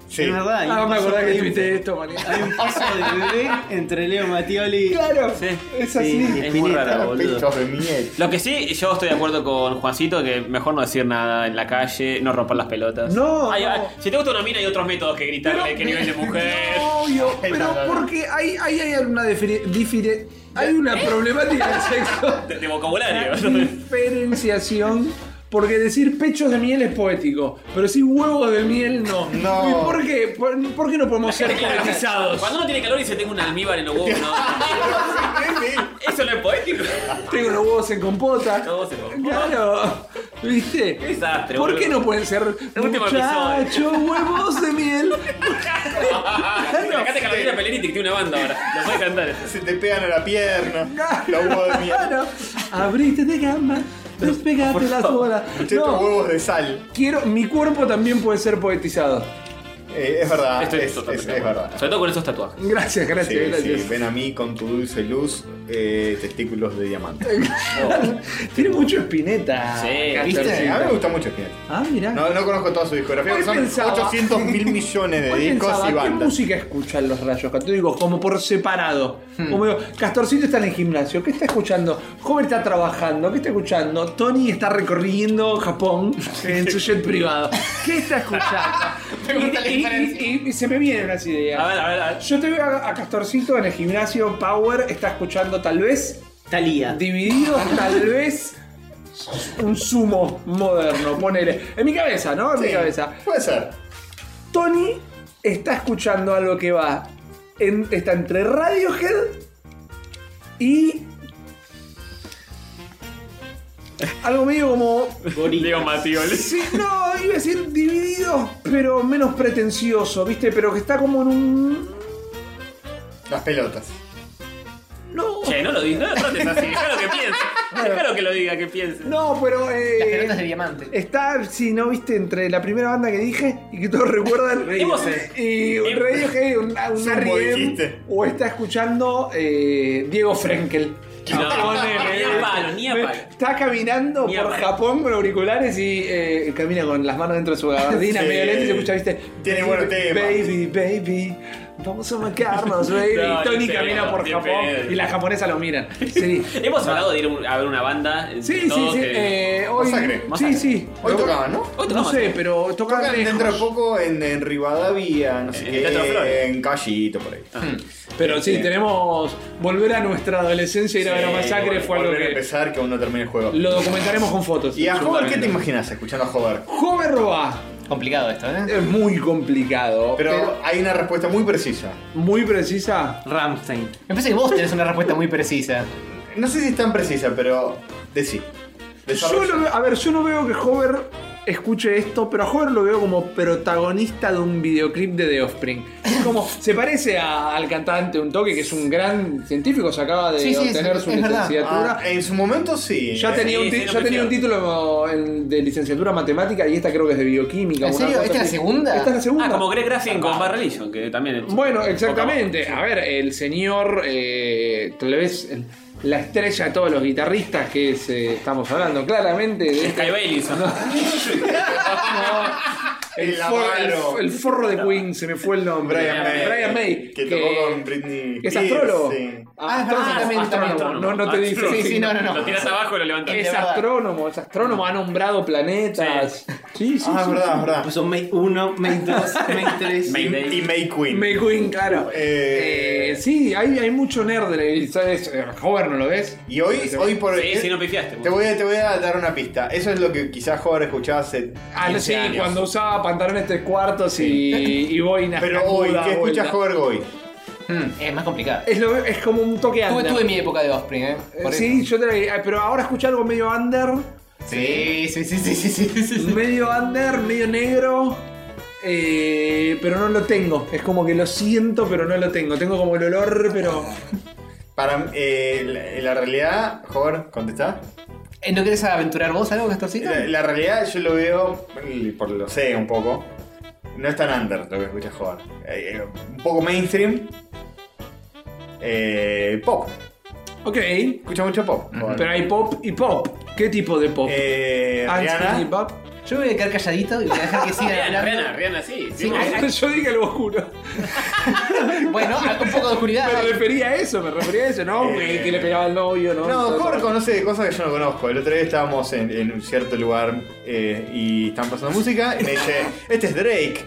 D: Sí. Es verdad.
C: Ah, me acordaba que
D: tuviste
C: esto, María.
D: Hay un paso de bebé entre Leo Matioli.
C: Claro.
D: Es
A: Sí, es muy raro, boludo.
E: de miel.
A: Lo que sí, yo estoy de acuerdo con Juancito que mejor no decir nada en la calle, no romper las pelotas.
C: No,
A: Ay,
C: no.
A: ay, si te gusta una mina hay otros métodos que gritarle qué nivel de mujer.
C: Obvio, pero porque ahí hay, hay una defini- difire- hay una
A: ¿Eh?
C: problemática del sexo.
A: De, de vocabulario.
C: Diferenciación. Porque decir pechos de miel es poético, pero decir huevos de miel no.
E: No.
C: ¿Y por qué? ¿Por, por qué no podemos ser poetizados?
A: Cuando uno tiene calor y se tenga un almíbar en los huevos, no. Eso no es poético.
C: Tengo los huevos en compota.
A: Todos se confunden.
C: Claro. ¿Viste?
A: Desastre,
C: ¿Por
A: boludo.
C: qué no pueden ser
A: último
C: muchachos huevos de miel?
A: Acá te Carolina Pelleri y te quité una banda ahora. Lo puedes cantar.
E: Se te pegan a la pierna. Los huevos de miel.
C: Claro. Abriste de gamba, despegate las bolas.
E: Muchachos, huevos de sal.
C: Quiero, mi cuerpo también puede ser poetizado.
E: Eh, es verdad,
A: Estoy
E: es,
A: totalmente
E: es-
A: de
E: es
A: acuerdo.
E: verdad.
A: Sobre todo con esos tatuajes.
C: Gracias, gracias,
E: Sí,
C: gracias.
E: sí, ven a mí con tu dulce luz, eh, testículos de diamante.
C: Tiene mucho espineta.
E: Sí,
C: Castorcito.
E: ¿viste? Eh, A mí me gusta mucho Spinetta.
C: Ah, mirá.
E: No, no conozco toda su discografía,
C: Hoy
E: pero son
C: pensaba-
E: 800 mil millones de
C: Hoy
E: discos
C: pensaba,
E: y
C: ¿Qué
E: bandas.
C: música escuchan los rayos católicos? Como por separado.
E: Hmm.
C: Como digo, Castorcito está en el gimnasio. ¿Qué está escuchando? Joven está trabajando. ¿Qué está escuchando? Tony está recorriendo Japón en su jet privado. ¿Qué está escuchando?
B: gusta la
C: y,
B: diferencia.
C: y- y- y se me vienen las ideas.
A: A ver, a ver, a ver.
C: Yo te veo a, a Castorcito en el gimnasio. Power está escuchando tal vez.
D: Talía.
C: Dividido, tal vez. Un sumo moderno, ponele. En mi cabeza, ¿no? En mi
E: Sí,
C: cabeza.
E: Puede ser.
C: Tony está escuchando algo que va. en- está entre Radiohead y. Algo medio como.
A: Diego Matioli.
C: Sí, no, iba a decir dividido, pero menos pretencioso, ¿viste? Pero que está como en un.
E: Las pelotas.
C: No.
A: Che, no lo digas, no lo trates así, déjalo que piense. Déjalo que lo diga, que piense.
C: No, pero. eh,
B: Las pelotas de diamante.
C: Está, sí, ¿no viste? Entre la primera banda que dije y que todos recuerdan.
A: Hemos-
C: y un
A: hemos-
C: Radiohead, un, un
E: Sumo
C: R.E.M.,
E: dijiste.
C: O está escuchando eh, Diego Frenkel. Ponele,
A: ni a palo, ni a
C: me-
A: palo.
C: Está caminando
A: Ni a
C: por
A: palo.
C: Japón con auriculares y eh, camina con las manos dentro de su gabardina,
E: Sí.
C: medio lento y se escucha, ¿viste?
E: Tiene
C: baby,
E: buen tema.
C: Baby, baby, vamos a marcarnos, baby.
A: No,
C: Y Tony
A: ni pedo,
C: camina por
A: ni
C: Japón
A: pedo.
C: y las japonesas lo miran. Sí,
A: Hemos hablado de ir a un- a ver una banda. entre
C: sí, sí.
A: todos
C: sí,
A: que-
C: eh, hoy,
E: Masacre,
C: sí,
A: masacre.
C: sí.
E: Hoy tocaban, ¿no?
A: Hoy
C: No
A: tocamos.
C: sé, pero tocan
E: Tocan
C: lejos.
E: dentro de poco en, en Rivadavia, no sé
A: En
E: qué,
A: Teatro Flores.
E: en Callito, por ahí.
C: Pero sí,
E: Sí.
C: tenemos. Volver a nuestra adolescencia y ir a ver a
E: Sí,
C: Masacre
E: vol-
C: fue algo
E: volver a
C: que.
E: empezar que aún no termine el juego.
C: Lo documentaremos con fotos.
E: ¿Y a Hover qué te
C: seguramente.
E: imaginas escuchando a Hover?
C: Hover va.
B: Complicado esto, ¿eh?
C: Es muy complicado.
E: Pero hay una respuesta muy precisa.
C: Muy precisa.
D: Ramstein.
B: Me parece que vos tenés una respuesta muy precisa.
E: No sé si es tan precisa, pero decí.
C: Yo
E: Desarrolla.
C: no veo- a ver, yo no veo que Hover escuche esto, pero a Hover lo veo como protagonista de un videoclip de The Offspring. Es Como, se parece a- al cantante un toque, que es un gran científico, se acaba de
B: Sí, sí,
C: obtener
B: es-
C: su
B: es verdad.
C: licenciatura.
E: Ah, en su momento sí.
C: Ya tenía, un,
A: sí,
C: ti-
A: lo
C: ya tenía
A: prefiero.
C: un título en- de licenciatura en matemática y esta creo que es de bioquímica.
B: ¿En
C: o una
B: serio?
C: cosa
B: ¿Esta es la
C: así.
B: segunda?
C: Esta es la segunda.
A: Ah, como Greg Graffin con Bad Religion, que también es-
C: Bueno, exactamente. A ver, el señor, eh, tal vez el- la estrella de todos los guitarristas que es, eh, estamos hablando claramente de
A: Sky Bailey.
C: No. el,
E: El
C: forro,
E: avaro.
C: el- el forro de Queen, se me fue el nombre.
E: Brian May.
C: Brian May,
E: Que tocó con Britney
C: Es
E: Spears,
C: astrólogo.
E: sí.
C: Ah, es verdad,
B: Ah,
C: también
B: astrónomo.
C: astrónomo. No, no te dije.
B: Astrónomo. Sí, sí, no, no, no.
A: Lo tirás abajo y lo levantás.
C: Es astrónomo, es astrónomo, ha nombrado planetas. Sí, sí.
E: Ah,
C: sí, sí.
E: verdad,
C: Pues
E: verdad.
D: Puso May 1, May 2, May 3.
E: Y, y May Queen.
C: May Queen, claro. Eh, sí, hay, hay mucho nerd, eh, ¿sabes? Eh, Hover, ¿no lo ves?
E: Y hoy, hoy por eh,
A: Sí, sí, no pifiaste.
E: Te voy, a, te voy a dar una pista. Eso es lo que quizás Jorge escuchaba hace
C: Ah,
E: 15
C: sí,
E: años.
C: cuando usaba pantalones tres cuartos y, y boinas.
E: Pero hoy,
C: canudas,
E: ¿qué
C: boinas.
E: escuchas Jorge hoy?
B: Hmm, Es más complicado.
C: Es, lo- es como un toque
B: Tuve,
C: under.
B: tuve mi época de Offspring, ¿eh?
C: Eh,
B: Por
C: sí,
B: eso.
C: yo te la- eh, Pero ahora escucho algo medio under,
B: Sí, sí, sí, sí, sí, sí, sí, sí.
C: medio under, medio negro. eh, pero no lo tengo. Es como que lo siento, pero no lo tengo. Tengo como el olor, pero.
E: Para eh, la, la realidad, Jorge, contestá.
B: Eh, ¿No querés aventurar vos algo, Castorcito?
E: La, la realidad yo lo veo, y por lo sé un poco, no es tan under lo que escuchas Jorge. Eh, eh, un poco mainstream. Eh, pop.
C: Ok.
E: Escucha mucho pop. Jorge.
C: Pero hay pop y pop. ¿Qué tipo de pop?
E: Eh,
C: Antes y
E: Rihanna.
C: pop.
B: Yo me voy a quedar calladito y voy a dejar que sigan
A: Rihanna,
B: hablando.
A: Rihanna, Rihanna, sí.
B: Sí,
A: sí.
B: hay- hay-
C: Yo dije lo oscuro.
B: bueno, un poco de oscuridad.
C: Me refería a eso, me refería a eso, ¿no? Que, que le pegaba al novio, ¿no?
E: No,
C: Todo
E: Jorge
C: eso.
E: conoce de cosas que yo no conozco. El otro día estábamos en, en un cierto lugar eh, y estaban pasando música y me dice, este es Drake.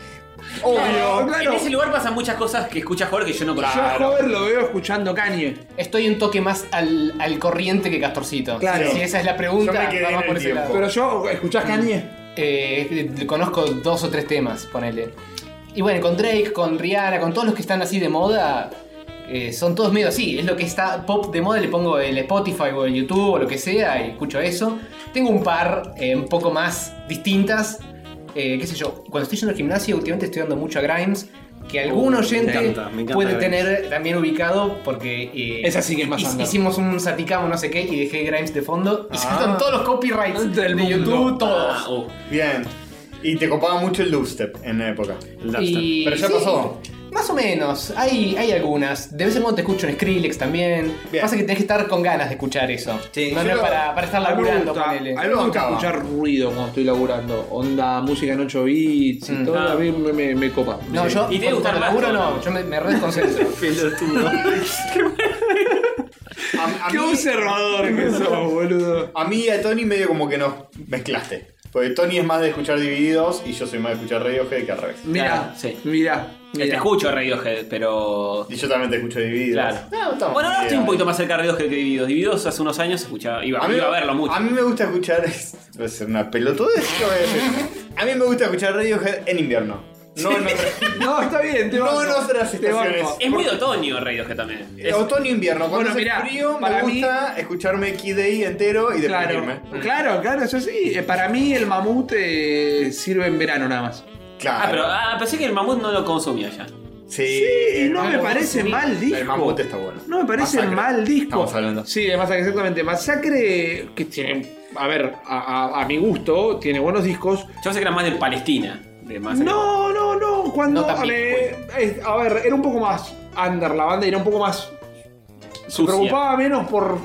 E: Obvio.
C: claro.
A: En ese lugar pasan muchas cosas que escucha Jorge que yo no conozco.
C: Yo a Hover lo veo escuchando Kanye.
B: Estoy un toque más al, al corriente que Castorcito.
C: Claro.
B: Si esa es la pregunta,
E: Yo me quedé
B: vamos
E: en
B: por
E: el
B: ese lado.
E: tiempo.
C: Pero yo, ¿escuchás Kanye?
B: Eh, eh, conozco dos o tres temas, ponele. Y bueno, con Drake, con Rihanna, con todos los que están así de moda, eh, son todos medio así. Es lo que está pop de moda, le pongo el Spotify o el YouTube o lo que sea y escucho eso. Tengo un par eh, un poco más distintas. Eh, qué sé yo, cuando estoy yendo al gimnasio, últimamente estoy dando mucho a Grimes, que algún
D: Uh, me
B: oyente
D: encanta, me encanta
B: puede
D: Grimes.
B: tener también ubicado porque... eh,
C: Esa sí que es más
B: hic-
C: under.
B: Hicimos un saticamo no sé qué y dejé Grimes de fondo y
E: Ah.
B: saltan todos los copyrights
C: Del
B: de
C: mundo.
B: YouTube, todos.
A: Ah, uh.
E: Bien. Y te copaba mucho el dubstep en la época.
B: Y-
E: Pero ya
B: sí,
E: pasó.
B: Más o menos, hay, hay algunas. De vez en cuando te escucho en Skrillex también.
E: Bien.
B: Pasa que tenés que estar con ganas de escuchar eso.
D: Sí.
B: no, no
E: Yo-
B: para, para estar
C: A mí me
B: laburando,
C: gusta, a mí
B: ponele.
C: me gusta
E: Acaba.
C: escuchar ruido cuando estoy laburando. Onda, música en 8 bits y
B: Mm.
C: todo.
A: Ah.
C: A mí me, me- me copa.
B: No,
C: Sí.
B: yo.
A: ¿Y te gusta
B: cuando
A: el
B: laburo?
A: resto?
B: No, yo me, me re desconcentro.
E: A, a
C: Qué
E: mí,
C: observador que sos, boludo.
E: a mí y a Tony medio como que nos mezclaste. Porque Tony es más de escuchar divididos y yo soy más de escuchar Radiohead que al revés.
C: Mirá,
A: Claro, sí.
C: mirá,
A: Te
C: mirá.
A: escucho Radiohead, pero...
E: Y yo también te escucho divididos.
A: Claro.
E: No, estamos
A: Bueno, ahora estoy un
E: bien.
A: poquito más cerca de Radiohead que de Divididos. Divididos hace unos años escuchaba, iba,
E: A mí,
A: iba a verlo mucho.
E: a mí me gusta escuchar. Voy a ser una pelotudez. ¿qué voy a decir? A mí me gusta escuchar Radiohead en invierno. No en otra-
C: No, está bien, te
E: No,
C: banco.
E: no será
C: Te
E: situaciones.
C: banco.
A: Es muy de otoño Radiohead también. Es-
E: Otoño e invierno. Cuando
C: Bueno,
E: hace
C: mirá,
E: frío, me
C: para mí-
E: gusta escucharme Key Day entero y
C: Claro,
E: deprimirme.
C: claro, claro, eso sí. Eh, Para mí el mamut eh, sirve en verano nada más.
E: Claro.
A: Ah, pero ah, pensé que el mamut no lo consumía ya.
E: Sí,
C: Y no me
E: mamut-
C: parece mal disco.
E: El mamut está bueno.
C: No me parece
E: Masacre.
C: mal disco.
E: Estamos hablando.
C: Sí, de Masacre, exactamente. Masacre, que tiene. A ver, a, a- a mi gusto, tiene buenos discos.
A: Yo pensé que era más de Palestina. De más
C: No, no, no. Cuando.
B: No tan
C: a, ver,
E: pues.
C: es- a ver, era un poco más under la banda, era un poco más. Se
A: Sucia.
C: preocupaba menos por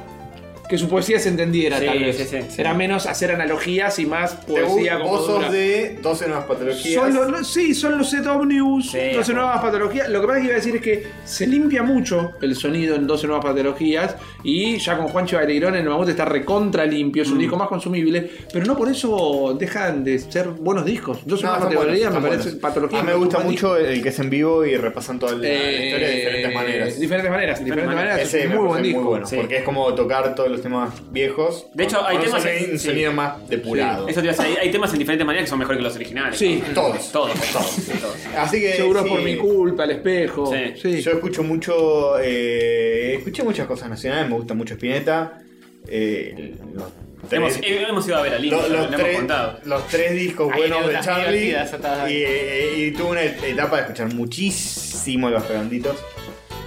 C: que su poesía se entendiera,
A: Sí,
C: tal vez.
A: sí, sí, sí.
C: Era menos hacer analogías y más
E: Te gu-
C: poesía como.
E: vos sos
C: dura.
E: de 12 nuevas patologías.
C: Son los, no- sí, son los set omnibus,
A: Sí,
C: 12
A: bueno.
C: nuevas patologías. Lo que pasa que iba a decir es que se limpia mucho el sonido en 12 nuevas patologías y ya con Juancho Baileirón en el Mamut está recontra limpio, es un disco más consumible, pero no por eso dejan de ser buenos discos. 12
E: No,
C: nuevas
E: son buenos,
C: patologías
E: son
C: me
E: buenos.
C: parecen patologías.
E: A mí me
C: mucho
E: gusta
C: más
E: mucho el que es en vivo y repasan toda la,
C: discos.
E: la historia de diferentes
C: Eh,
E: maneras.
C: Diferentes maneras, diferentes maneras.
E: Ese
C: es
E: me
C: muy
E: parece
C: buen disco.
E: bueno,
A: Sí.
E: porque es como tocar todos los temas viejos.
A: De hecho, hay
E: con un
A: temas
E: sonido-
A: que-
E: un
A: sí.
E: sonido más depurado.
A: Eso te iba a decir, hay, hay temas en diferentes maneras que son mejores que los originales.
C: Sí.
A: ¿no?
E: Todos.
A: Todos, todos, todos.
E: Así que
C: Seguro
E: sí,
C: es por mi culpa, el espejo.
A: Sí,
C: sí.
E: Yo escucho mucho, eh, escuché muchas cosas nacionales, me gusta mucho Spinetta. eh, los
A: Hemos,
E: tres-
A: hemos ido a ver a Linda,
E: Los,
A: lo,
E: los
A: hemos
E: tres,
A: contado.
E: los tres discos
B: Hay
E: buenos de
B: anécdotas
E: Charlie.
B: divertidas atadas.
E: Y, eh, y tuve una etapa de escuchar muchísimo los redonditos.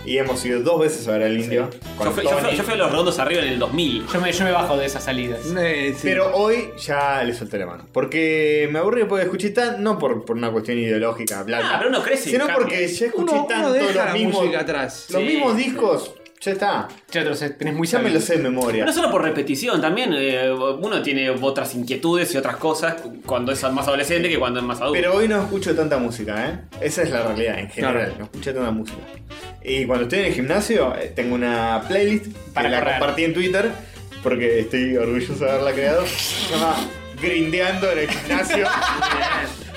E: Y hemos ido dos veces a ver al indio. con
A: Yo fui, yo, fui,
E: Tony.
A: yo fui a los redondos arriba en el 2000.
B: Yo me, yo me bajo de esas salidas.
C: Eh, sí.
E: Pero hoy ya le solté la mano. Porque me aburrí porque escuché tan. No por, por una cuestión ideológica, blanca.
A: Ah, pero uno crece,
E: Sino
A: cambia.
E: porque ya escuché
C: uno, uno
E: tanto
C: deja
E: los
C: la
E: mismos.
C: música atrás.
E: Los
A: Sí,
E: mismos
A: sí.
E: discos Ya está.
B: Ya te lo sé, tenés muy
E: Ya me
B: sabido.
E: lo sé de memoria.
A: Pero no solo por repetición, también eh, uno tiene otras inquietudes y otras cosas cuando es más adolescente que cuando es más adulto.
E: Pero hoy no escucho tanta música, ¿eh? Esa es la realidad en general,
A: Claro.
E: no escucho tanta música. Y cuando estoy en el gimnasio, eh, tengo una playlist
B: Para
E: que la
B: correr.
E: compartí en Twitter, porque estoy orgulloso de haberla creado. Se llama Grindeando en el gimnasio.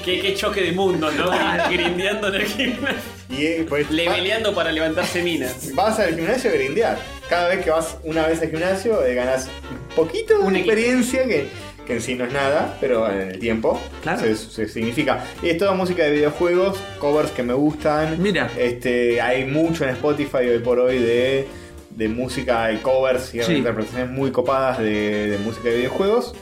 A: qué, qué choque de mundos, ¿no? Grindeando en el gimnasio.
E: y eh, pues,
A: Leveleando para levantarse minas.
E: vas al gimnasio a grindear. Cada vez que vas una vez al gimnasio, eh, ganas un poquito de una experiencia que, que en sí no es nada, pero en el tiempo se, se significa. Y es toda música de videojuegos, covers que me gustan. Mira. Este, hay mucho en Spotify hoy por hoy de, de música y covers y
C: Sí.
E: interpretaciones muy copadas de, de música de videojuegos.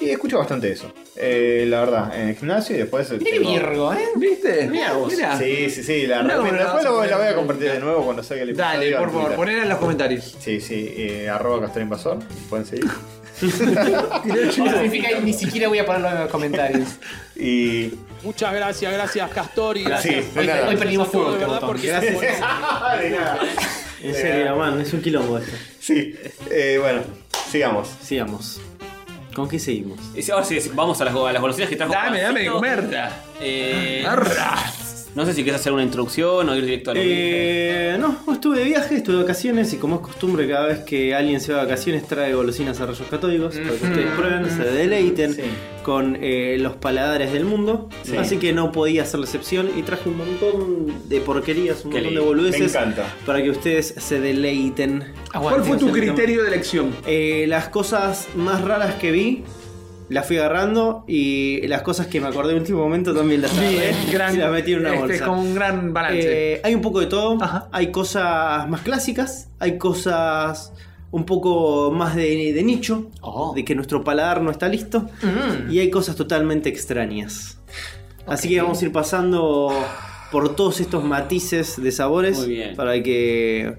E: Y escucho bastante eso. Eh, la verdad, en el gimnasio y después.
B: Mirá qué
E: tengo-
B: virgo, ¿eh?
C: ¿Viste?
B: Mirá vos.
E: Sí, sí, sí, la
C: Mirá cómo
E: repito.
C: la
E: Después
C: vas a
E: lo voy- la voy a
C: poner.
E: compartir de nuevo cuando salga el episodio.
C: Dale,
E: en
C: por favor,
E: Twitter.
C: ponela en los comentarios.
E: Sí, sí, eh, arroba Castor Invasor, pueden seguir.
B: No significa que ni siquiera voy a ponerlo en los comentarios.
E: y.
T: Muchas gracias, gracias Castor y
E: Sí,
T: gracias.
E: de Hoy- nada. hoy
B: perdimos fuego
T: De
B: este
T: verdad,
B: botón.
T: porque
B: Gracias.
T: por eso-
E: de nada.
D: En
E: Eh.
D: serio, man, es un quilombo esto.
E: Sí, eh, bueno, sigamos.
D: Sigamos. ¿Con qué seguimos?
A: Y Ahora sí, vamos a las, go- a las golosinas que trajo.
C: Dame, dame de
A: Juancito.
C: comer.
A: Eh,
C: Arra.
A: no sé si quieres hacer una introducción o ir directo a la
D: Eh, no, no, estuve de viaje, estuve de vacaciones y como es costumbre cada vez que alguien se va de vacaciones trae golosinas a rayos catódicos para que ustedes prueben, se deleiten con eh, los paladares del mundo.
E: Sí.
D: Así que no podía hacer la excepción y traje un montón de porquerías, un
E: Qué
D: montón de
E: lindo.
D: boludeces
E: Me encanta.
D: para que ustedes se deleiten.
C: ¿Cuál fue tu criterio de elección?
D: Eh, las cosas más raras que vi las fui agarrando y las cosas que me acordé en el último momento también las agarré y las metí en una
C: este,
D: bolsa.
C: con un gran balance.
D: Eh, hay un poco de todo. Hay cosas más clásicas, hay cosas un poco más de, de nicho,
B: Oh.
D: de que nuestro paladar no está listo,
B: Mm.
D: y hay cosas totalmente extrañas. Así que vamos a ir pasando por todos estos matices de sabores
A: Muy bien.
D: para que,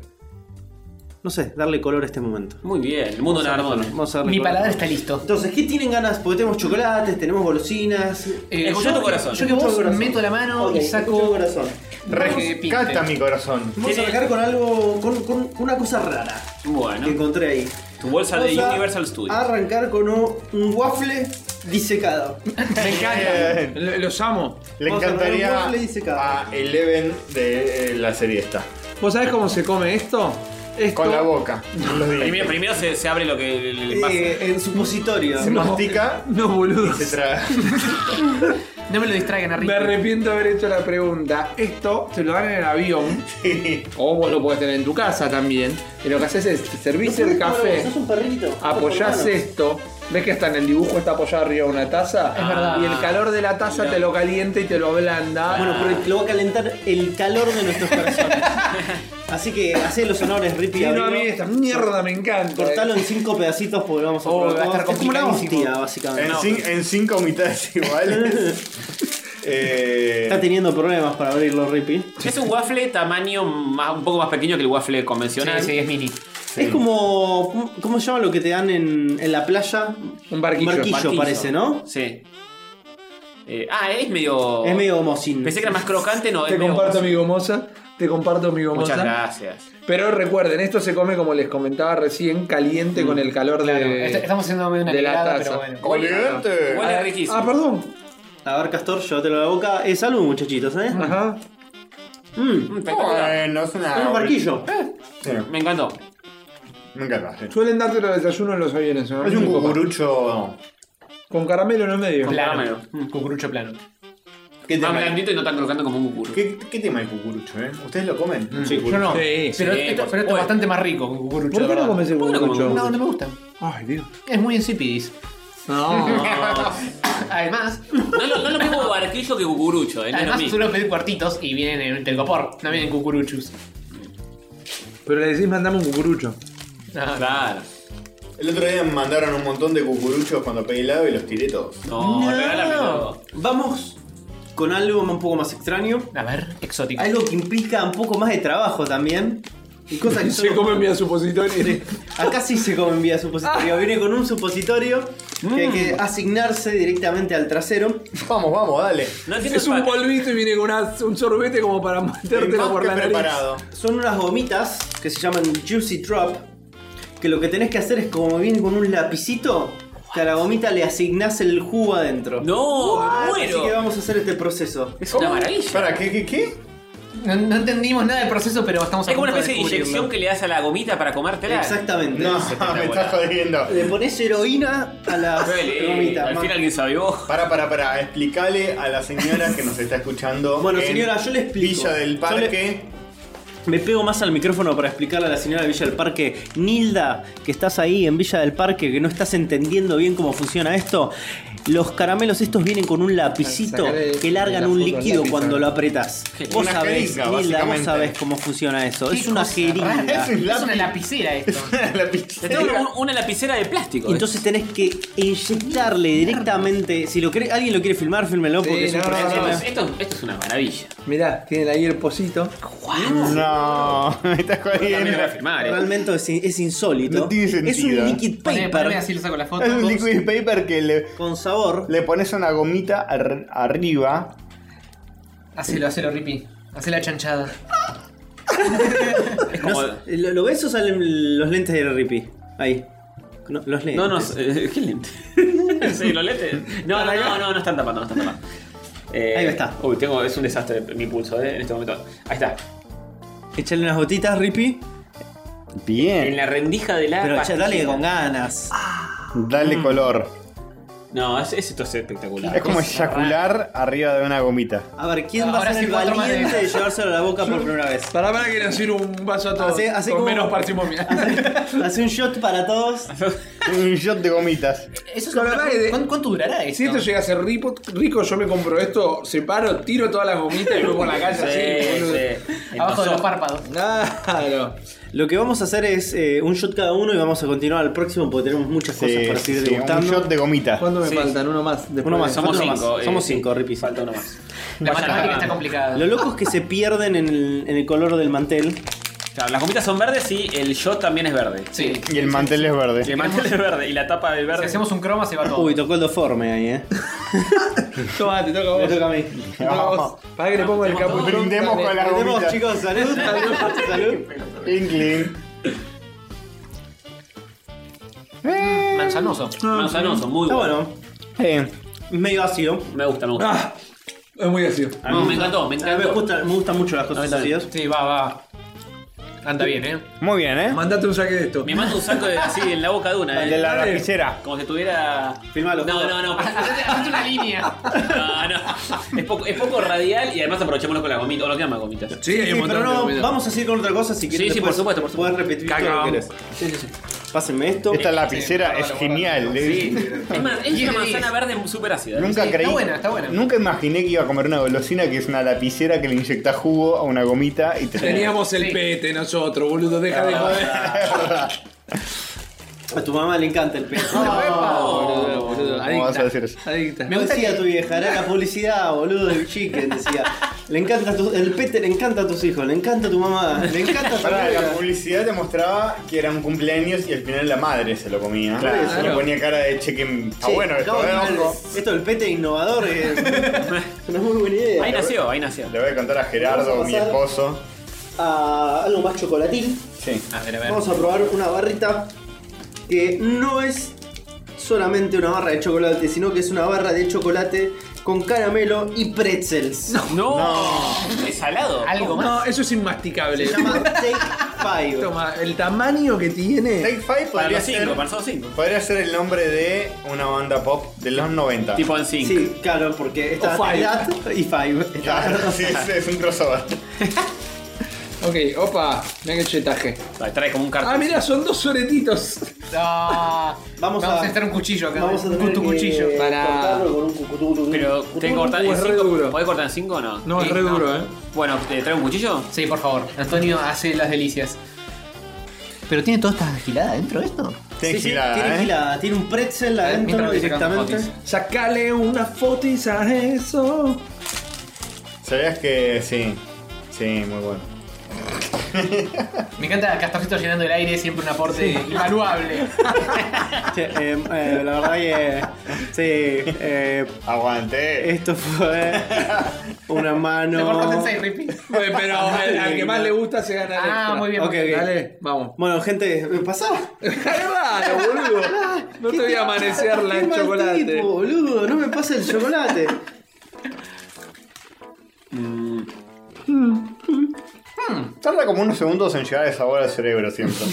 D: no sé, darle color a este momento.
A: Muy bien, el mundo
D: Vamos a darle
A: Nardone.
D: color, vamos a darle
B: Mi
D: color.
B: paladar está listo.
D: Entonces, ¿qué tienen ganas? Porque tenemos chocolates, tenemos golosinas.
B: Eh,
A: Escuchá
B: yo-
A: tu corazón.
B: Yo que vos
D: Escuchá tu corazón.
B: meto la mano
D: Ok,
B: y saco.
D: escucha mi corazón.
E: Rescata mi corazón.
D: Vamos a arrancar con algo, con, con- con una cosa rara que
A: Bueno,
D: encontré ahí.
A: tu bolsa
D: Vamos
A: de
D: a
A: Universal Studios.
D: Arrancar con un, un waffle disecado.
C: Me
E: Eh,
C: encanta. Lo- Los amo.
E: Le
D: Vamos a arrancar un
E: encantaría
D: waffle disecado.
E: a Eleven de eh, la serie esta.
C: ¿Vos sabés cómo se come esto? Esto-
E: Con la boca. con los dientes.
A: Primero, primero se, se abre lo que el, el vaso.
D: Eh, en supositorio.
E: Se mastica
C: No, boludo.
E: y se traga.
B: No me lo distraigan
C: Me
B: arriba.
C: arrepiento de haber hecho la pregunta. Esto se lo dan en el avión. O vos lo podés tener en tu casa también. Y lo que haces es te servís el café,
D: ¿Sos un perrito?
C: apoyás esto. ¿Ves que hasta en el dibujo está apoyado arriba de una taza?
B: Es verdad.
C: Y el calor de la taza te lo calienta y te lo ablanda.
D: Bueno, pero lo va a calentar el calor de nuestros corazones. Así que hacé los honores, Rippy.
C: Sí, no, a
D: abrilo.
C: mí esta mierda me encanta.
D: Cortalo en cinco pedacitos porque lo vamos a
C: Oh,
D: probar
C: va a
D: todos.
C: estar
D: Es como una
C: complicadísimo.
D: hostia, básicamente.
E: En, cin- en cinco mitades iguales. Eh,
D: Está teniendo problemas para abrirlo, Rippy.
A: Es un waffle tamaño más, un poco más pequeño que el waffle
B: Sí,
A: convencional.
B: sí, es mini.
D: Es como. ¿Cómo se llama lo que te dan en, en la playa?
C: Un barquillo.
D: Un barquillo, parece, ¿no?
A: Sí. Eh, ah, es medio.
D: Es medio gomosín.
A: Pensé que era más crocante, no.
C: Te
A: es medio
C: comparto eh? mi gomosa. Te comparto mi gomosa.
A: Muchas gracias.
C: Pero recuerden, esto se come como les comentaba recién, caliente con el calor
B: Claro, este-
C: de.
B: est- estamos haciendo una
C: de la
B: mirada,
C: taza.
B: pero bueno.
E: Olvidate.
A: Huele riquísimo.
C: Ah, perdón.
D: A ver, Castor, llévatelo a la boca. Eh, salud, muchachitos, ¿eh?
C: Ajá.
D: Mm,
A: Mm, espectacular.
E: Bueno, Eh, es
A: Ah,
E: una.
D: es un barquillo.
A: Eh,
E: Sí,
A: Me encantó.
E: me encanta. sí.
C: Suelen darte los desayunos en los aviones, ¿no?
E: Es
C: Muy
E: un
C: poco.
E: cucurucho.
C: Con caramelo en el medio.
A: Con-
B: Plano.
A: Caramelo.
B: Mm, Cucurucho plano.
E: ¿Qué
A: Más
E: tema,
A: blandito y no tan crocante como un cucuro.
E: ¿Qué, qué tema el cucurucho, eh? ¿Ustedes lo comen?
B: Sí, yo no.
C: Sí,
B: pero,
A: sí,
B: esto,
A: por
B: pero esto
A: supuesto.
B: es bastante más rico que cucurucho.
C: ¿Por
B: la
C: qué no
B: verdad.
C: comes el
A: ¿Por qué no comes
C: cucurucho?
B: No, no me gusta.
C: Ay, Dios.
B: Es muy insipidis.
C: No.
B: Además,
A: No, lo- no lo mismo barquillo que cucurucho, eh, no es lo
B: además
A: mismo.
B: suelo pedir cuartitos y vienen en telgopor, no vienen cucuruchus.
C: Pero le decís, mandame un cucurucho.
B: Ah,
A: Claro.
E: El otro día me mandaron un montón de cucuruchos cuando pedí helado y los tiré todos.
A: No,
D: No.
A: regálamelo.
D: Vamos con algo un poco más extraño.
B: A ver, exótico.
D: Algo que implica un poco más de trabajo también. Y cosas que
C: Se
D: solo-
C: comen bien supositorio.
A: Ah.
D: Acá sí se comen vía supositorio. Viene con un supositorio que hay
A: Mm.
D: que asignarse directamente al trasero.
E: Vamos, vamos, dale.
C: es un polvito y viene con una- un sorbete como para metértelo por la nariz.
D: Son unas gomitas que se llaman Juicy Drop. Que lo que tenés que hacer es como viene con un lapicito. Que a la gomita le asignás el jugo adentro.
A: ¡No!
D: Así
B: me muero.
D: que vamos a hacer este proceso.
A: Es una maravilla.
E: ¿Para Oh, qué, qué, qué?
B: No, no entendimos nada del proceso, pero estamos a
A: Es como una
B: punto de
A: especie de
B: descubrirlo.
A: inyección que le das a la gomita para comértela.
D: Exactamente.
E: No,
A: Espectacular.
E: me estás jodiendo.
D: Le pones heroína a la
A: Duele,
D: gomita.
A: Al
D: ma-
A: fin alguien sabió.
E: Para, para, para, explicale a la señora que nos está escuchando.
D: Bueno,
E: en
D: señora, yo le explico.
E: Villa del
D: Yo le-
E: Parque.
D: Me pego más al micrófono para explicarle a la señora de Villa del Parque, Nilda, que estás ahí en Villa del Parque, que no estás entendiendo bien cómo funciona esto. Los caramelos estos vienen con un lapicito
C: Sacaré
D: que largan
C: la
D: un
C: foto al
D: líquido
C: lápiz,
D: cuando
C: ¿no?
D: lo apretás.
E: Qué
D: Vos
E: una
D: sabés,
E: jeringa,
D: Nilda, vos
E: básicamente.
D: sabés cómo funciona eso.
B: Qué
D: Es una
B: cosa rara.
D: jeringa.
E: Es un
B: Es una
E: lápiz.
B: lapicera esto.
E: La pizza.
A: Le tengo un- una lapicera de plástico.
D: Y Entonces tenés que inyectarle directamente. Si lo quiere- alguien lo quiere filmar, fílmelo
C: Sí,
D: porque es un
C: no, no,
D: proceso.
A: esto, es- esto, esto es una maravilla.
C: Mirá, tienen ahí el pocito.
E: No, me estás
A: También lo
E: jodiendo.
A: voy a firmar, eh.
D: Realmente es, es insólito.
E: No tiene
D: es
E: sentido. ¿eh?
D: un liquid
B: Poné, poneme
D: paper
B: así le saco la foto.
E: Es un liquid paper que le,
D: con sabor.
E: le pones una gomita ar- arriba.
B: Hacelo, hacelo, Rippy. Hacé la chanchada.
A: Es como.
D: No sé, ¿lo, lo ves o salen los lentes de Rippy? Ahí. No, los lentes.
A: No, no, eh, ¿qué lente? sí, los lentes. No, no, no, no, no están tapando, no están tapando. Eh,
D: Ahí está.
A: Uy, tengo, es un desastre mi pulso, eh, en este momento. Ahí está.
D: Échale unas gotitas, Rippy.
A: En
E: Bien.
A: la rendija de la.
D: Pero ya,
A: pastilla.
D: dale con ganas.
E: Dale color.
A: No, es, es- esto es espectacular.
E: Es como eyacular arriba de una gomita.
D: A ver, ¿quién va
B: Ahora
D: a ser
B: sí,
D: el
B: cuatro más de-
D: valiente de llevárselo a la boca por primera vez?
C: Para para que nos sirva un vaso a todos.
D: Así- así
C: con
D: como-
C: menos parsimonia.
D: Hace un shot para todos.
E: Un shot de gomitas.
B: Eso es
C: Con la
B: una-
C: madre de-
B: ¿cuán- ¿Cuánto durará esto?
C: Si esto llega a ser ripo- rico, yo me compro esto, separo, tiro todas las gomitas y voy por la calle así. boludo.
B: Abajo de los
A: parques.
B: párpados.
C: Claro.
D: Lo que vamos a hacer es eh, un shot cada uno y vamos a continuar al próximo porque tenemos muchas cosas
E: Sí,
D: para seguir
E: sí, un
D: degustando.
E: shot de gomita.
C: ¿Cuánto me faltan? Uno más. después
D: Uno más,
C: de-
A: Somos
D: Falta uno
A: cinco. eh,
D: más. Somos cinco, Rippy.
A: Falta uno más.
B: La
A: Vayan
B: matemática
A: acá.
B: está complicada.
D: Lo loco es que se pierden en el, en el color del mantel.
A: Claro, las gomitas son verdes y el shot también es verde.
B: Sí.
E: Y el mantel es
A: Y
E: verde.
A: el mantel es verde y la tapa de
B: Si
A: verde.
B: hacemos un croma se va todo.
D: Uy, tocó el deforme ahí, eh.
C: Toma, te toca a vos.
D: a mí.
C: Te toca a vos. Para que le pongo el capuchón.
E: Brindemos con las
D: Brindemos,
E: gomitas.
D: chicos, salud, salud, salud.
E: Clean, clean. Eh,
B: Manzanoso.
A: Manzanoso, muy
D: Está
A: bueno.
D: bueno,
E: eh,
D: medio ácido.
A: Me gusta, me gusta.
C: Ah, es muy ácido.
A: A mí me encantó, me
D: A mí me
A: encantó.
D: gusta, me gustan mucho las cosas
A: A mí también.
D: ácidas.
B: Sí, va, va. Anda bien, eh.
E: Muy bien, ¿eh?
C: Mandate un saque de esto.
A: Me manda un saco de- así en la boca de una.
E: El de
A: eh.
E: la lapicera.
A: Como si tuviera.
D: Filmalo,
A: No,
D: filmalo.
A: no, no.
B: Hacete hacete una línea.
A: No, no. Es poco, es poco radial y además aprovechémoslo con la gomita. O no quedan más gomitas.
C: Sí, hay
D: Sí,
C: un montón
D: pero
C: de
D: no,
C: comida.
D: vamos a seguir con otra cosa si quieres.
A: sí, por supuesto, por supuesto.
D: Puedes repetir todo lo que querés. Pásenme esto.
E: Esta lapicera
B: guardala,
E: es
B: guardala.
E: genial. ¿eh?
A: Es, más, es una manzana verde súper ácida.
E: Nunca
B: Sí, está
E: creí.
B: buena, está buena.
E: Nunca imaginé que iba a comer una golosina que es una lapicera que le inyecta jugo a una gomita y te
C: Teníamos el
B: Sí.
C: pete nosotros, boludo. Deja de joder.
D: A tu mamá le encanta el pez.
C: Boludo, boludo.
E: ¿Cómo vas a
C: Adicta.
E: decir eso?
C: Adicta.
D: Me decía tu vieja, era la publicidad, boludo, del chicken, decía. Le encanta tu- el pete le encanta a tus hijos, le encanta a tu mamá, le encanta a tu
E: Pará, la
D: abuela.
E: publicidad te mostraba que era un cumpleaños y al final la madre se lo comía.
D: Claro.
E: Se le ponía cara de cheque. Está
D: Che,
E: bueno esto,
D: acabo de
E: ¿eh?
D: ver
E: Ojo.
D: el- Esto del pete innovador es una muy buena idea.
A: Ahí nació, ahí nació.
E: Le voy a contar a Gerardo,
D: Vamos a
E: mi
D: pasar.
E: esposo.
D: A algo más chocolatil.
E: Sí.
A: A ver, a ver.
D: Vamos a probar una barrita que no es solamente una barra de chocolate, sino que es una barra de chocolate con caramelo y pretzels.
A: No, es salado.
B: Algo más.
C: No, eso es inmasticable.
D: Se llama Take Five.
C: Toma, el tamaño que tiene.
E: Take Five
A: Para
E: podría
A: los cinco,
E: ser,
A: para los cinco.
E: podría ser el nombre de una banda pop de los 90.
A: Tipo en cinco.
D: Sí, claro, porque está
C: O Five.
D: edad y Five.
E: Claro, sí, es, es un crossover.
C: Ok, opa, mira que chetaje.
A: Ahí Trae como un cartón.
C: Ah, mira, son dos soretitos.
B: Ah,
D: Vamos
B: vamos,
D: a-
B: a necesitar un cuchillo acá. eh.
D: Vamos a tener
B: un tu
D: que
B: cuchillo.
C: para-
D: cortarlo con un cucuturu.
A: Pero, ¿te cortar
C: Uh,
A: en
C: es re
A: cinco?
C: duro.
A: ¿Podés cortar en cinco o no?
C: No, es
A: Sí,
C: re duro, eh.
A: Bueno, ¿te traigo un cuchillo?
B: Sí, por favor. Antonio hace las delicias. Pero tiene todas estas giladas dentro de esto.
E: Tiene
D: Sí, sí,
E: gilada,
D: tiene
E: ¿eh?
D: gilada, tiene un pretzel
B: ver,
D: adentro
B: mientras voy sacando
D: directamente.
C: Sacale una fotis a eso.
E: ¿eh? Sabías que sí. Sí, muy bueno.
B: Me encanta Castorcito llenando el aire, siempre un aporte invaluable.
D: Che, eh, eh, la verdad que. Sí. eh,
E: Aguante.
D: Esto fue una
B: Te portaste en
D: mano.
B: seis, Ripi.
C: Bueno, pero al, al que más le gusta se gana el
B: Ah,
C: extra.
B: muy bien.
D: Ok, ok.
C: Dale, vamos.
D: Bueno, gente, ¿me pasó?
C: Claro, boludo. No te voy a amanecer la
D: Qué
C: el
D: mal
C: chocolate.
D: tipo, boludo, no me pasa el chocolate.
E: Tarda como unos segundos en llegar el sabor al cerebro siempre.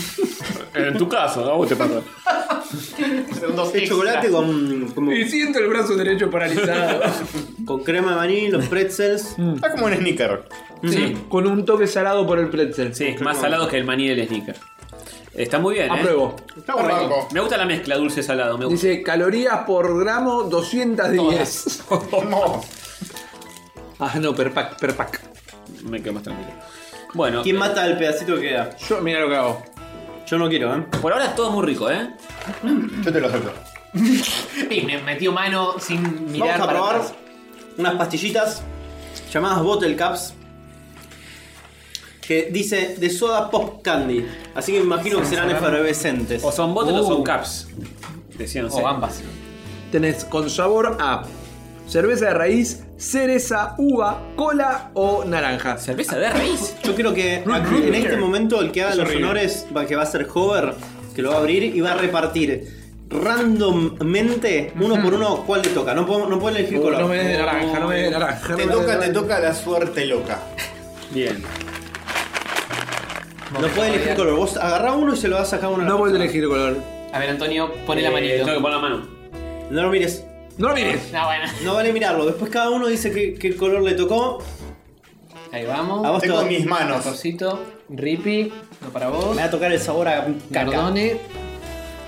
A: En tu caso, ¿no? Vos te pasa.
B: Segundos
D: El
B: extra.
D: chocolate con, como-
C: Y siento el brazo derecho paralizado.
D: con crema de maní, los pretzels.
E: Está como un sneaker.
C: Sí. Con un toque salado por el pretzel.
A: Sí, más salado que el maní del sneaker. Está muy bien, ¿eh?
C: Apruebo.
E: Está guapo.
A: Me gusta la mezcla dulce-salado, me gusta.
C: Dice calorías por gramo 210.
E: No.
C: Ah, no, per pack, per pack.
A: Me quedo más tranquilo. Bueno,
D: ¿Quién mata el pedacito que queda?
C: Yo, mira lo que hago.
D: Yo no quiero, ¿eh?
A: por ahora todo muy rico, ¿eh?
E: Yo te lo acepto.
B: Y me metió mano sin mirar.
D: Vamos a
B: para
D: probar
B: atrás.
D: unas pastillitas llamadas Bottle Caps. Que dice de soda pop candy. Así que me imagino que serán efervescentes.
A: O son botes o
B: Uh.
A: son caps. Decían,
B: O ambas.
C: Tenés con sabor a cerveza de raíz, cereza, uva, cola o naranja.
A: Cerveza de raíz.
D: Yo creo que aquí, en este momento el que haga los honores va, que va a ser Hover, que lo va a abrir y va a repartir randommente, uno por uno, cuál le toca. No puedo, no puedo elegir
C: Oh,
D: color.
C: no me des de naranja, no me des de naranja. no
E: Te
C: me des de
E: toca, te
C: naranja.
E: toca la suerte loca.
A: Bien.
D: No puede elegir color. Vos agarrá uno y se lo vas a sacar uno. a la
C: No puedo
D: persona.
C: elegir color.
B: A ver, Antonio, pone la
A: Eh,
B: manito.
A: Tengo que poner la mano.
D: No lo mires.
C: No lo mires.
B: Ah, bueno.
D: No vale mirarlo. Después cada uno dice qué, qué color le tocó.
B: Ahí
D: A
B: vamos.
D: vos te
E: Tengo
D: va,
E: mis manos.
B: Castorcito, Ripi, no para vos.
D: me va a tocar el sabor a caca.
B: Cardone.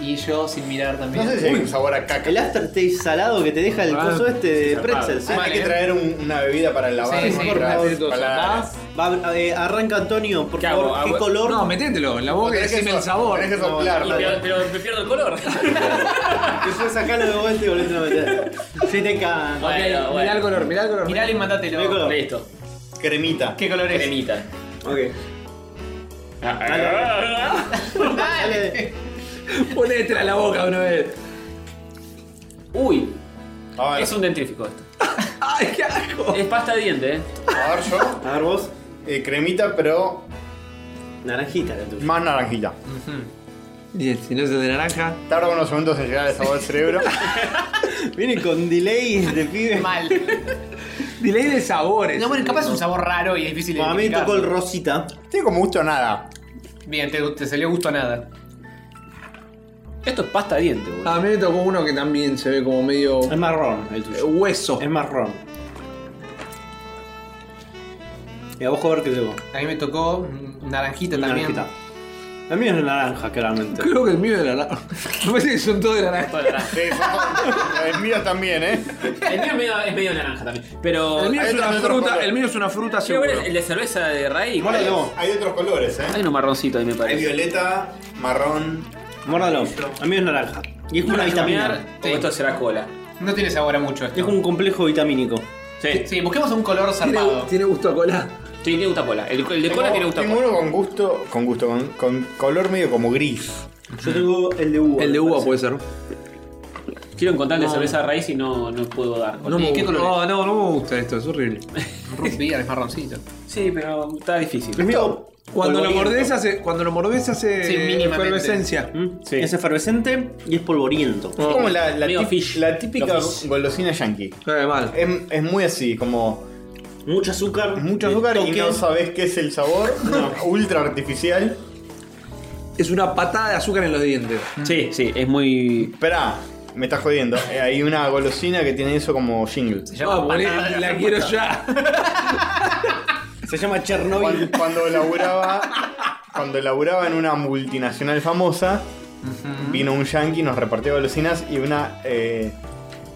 B: Y yo sin mirar
E: No
B: también.
E: sé si hay un sabor a caca.
D: El aftertaste salado que te deja el
C: Ah,
D: coso este de
A: zarpado.
D: pretzel. ¿sí?
E: Ah,
B: Vale,
E: hay
B: eh.
E: que traer un- una bebida para lavar.
B: Sí,
E: ¿no?
B: sí,
E: Para-
B: una
C: botella.
E: para-
C: Vas.
D: Va, eh, arranca Antonio, por
A: ¿Qué
D: favor.
A: hago?
D: ¿Qué
A: Hago-
D: color?
C: Ah, No, metételo en la boca y
E: tenés que
C: decime el
E: so-
C: sabor.
E: Tenés que
D: No,
E: soplar.
A: Y
E: ¿no?
A: pero, pero me pierdo el color.
D: Ah, Después sacalo de vuelta y volvete a meter. Si te cagan.
B: Bueno,
C: Mirá
B: bueno.
C: el color, mirá el color.
B: Miralo y
D: Mirá el
B: matátelo.
D: color.
A: Listo.
E: Cremita.
B: ¿Qué color es?
A: Cremita.
D: Dale.
C: Ponétela en la boca una vez.
A: Uy,
E: A ver,
A: es un dentrífico esto.
C: ¡Ay, qué asco!
A: Es pasta de diente, ¿eh?
E: a ver yo.
D: A ver vos.
E: eh, cremita, pero
D: Naranjita la tuya.
E: más naranjita.
C: Bien, si no es el de naranja.
E: Tarda unos segundos en llegar el sabor al cerebro.
D: Viene con delay de pibe.
B: Mal.
C: Delay de sabores.
B: No, bueno, capaz es un sabor raro y es difícil de
D: Bueno, a mí me tocó el rosita.
E: Tiene como gusto a nada.
B: Bien, te, te salió gusto a nada.
A: Esto es pasta de diente, boludo.
C: A mí me tocó uno que también se ve como medio
D: Es marrón el
C: eh,
D: tuyo.
C: hueso.
D: Es marrón. Y a vos joder que llegó.
B: A mí me tocó mm, naranjita también.
D: Naranjita. A mí es de naranja, claramente.
C: Creo que el mío era naranja. Me parece que son todos de naranja.
E: Sí, son- el mío también, ¿eh?
A: Ah. El mío es medio, es medio naranja también. Pero.
C: El mío
E: ahí
C: es
E: está
C: una
E: el otro
C: fruta,
E: color.
C: el mío es una fruta
A: Quiero
C: seguro.
A: ver el de cerveza de raíz.
D: Bueno,
A: ¿cuál es?
D: no.
E: Hay otros colores, ¿eh?
A: Hay uno marroncito ahí, me
E: Hay
A: parece.
E: violeta, marrón.
D: Mórdalo. A mí es naranja. Y es como una vitamina.
A: Caminar, O esto será cola.
B: No tiene sabor a mucho
D: Es
B: esto.
D: como un complejo vitamínico.
A: Sí.
B: Sí, busquemos un color
C: Tiene,
B: zarpado.
C: tiene gusto a cola.
A: Tiene gusto a cola. El, el de cola tiene gusto a
E: Tengo
A: cola.
E: uno con gusto, con gusto, con, con color medio como gris.
D: Yo tengo el de uva.
C: El de
D: me
C: uva
D: parece.
C: puede ser.
A: Quiero encontrar el de cerveza de raíz y no, no Ah, puedo dar.
C: No me
B: ¿Y qué
C: gusta.
B: color
C: No, no, no me gusta esto, es horrible.
B: Root beer, es marroncito.
A: Sí, pero está difícil.
D: Es mío.
C: Cuando lo
D: Polvoriento.
C: mordés hace. Cuando lo mordés hace
B: Sí, mínimamente.
C: efervescencia.
D: ¿Mm?
A: Sí.
D: Es efervescente y es polvoriento.
E: Es como la, la
A: Medio
E: tip-
A: fish.
E: la típica
A: Medio fish.
E: golosina yankee.
C: Sabe mal.
E: Es, es muy así, como
D: Mucho azúcar. Eh,
E: mucho azúcar y
D: toque.
E: no sabes qué es el sabor. Ultra artificial.
C: Es una patada de azúcar en los dientes.
A: Sí, sí, es muy.
E: Esperá, me estás jodiendo. Eh, Hay una golosina que tiene eso como jingle.
B: Se llama
C: Ah, poné-
B: patada de
C: la
B: azúcar.
C: quiero ya.
D: Se llama Chernobyl.
E: Cuando, cuando laburaba cuando laburaba en una multinacional famosa, vino un yankee, nos repartió golosinas y una eh,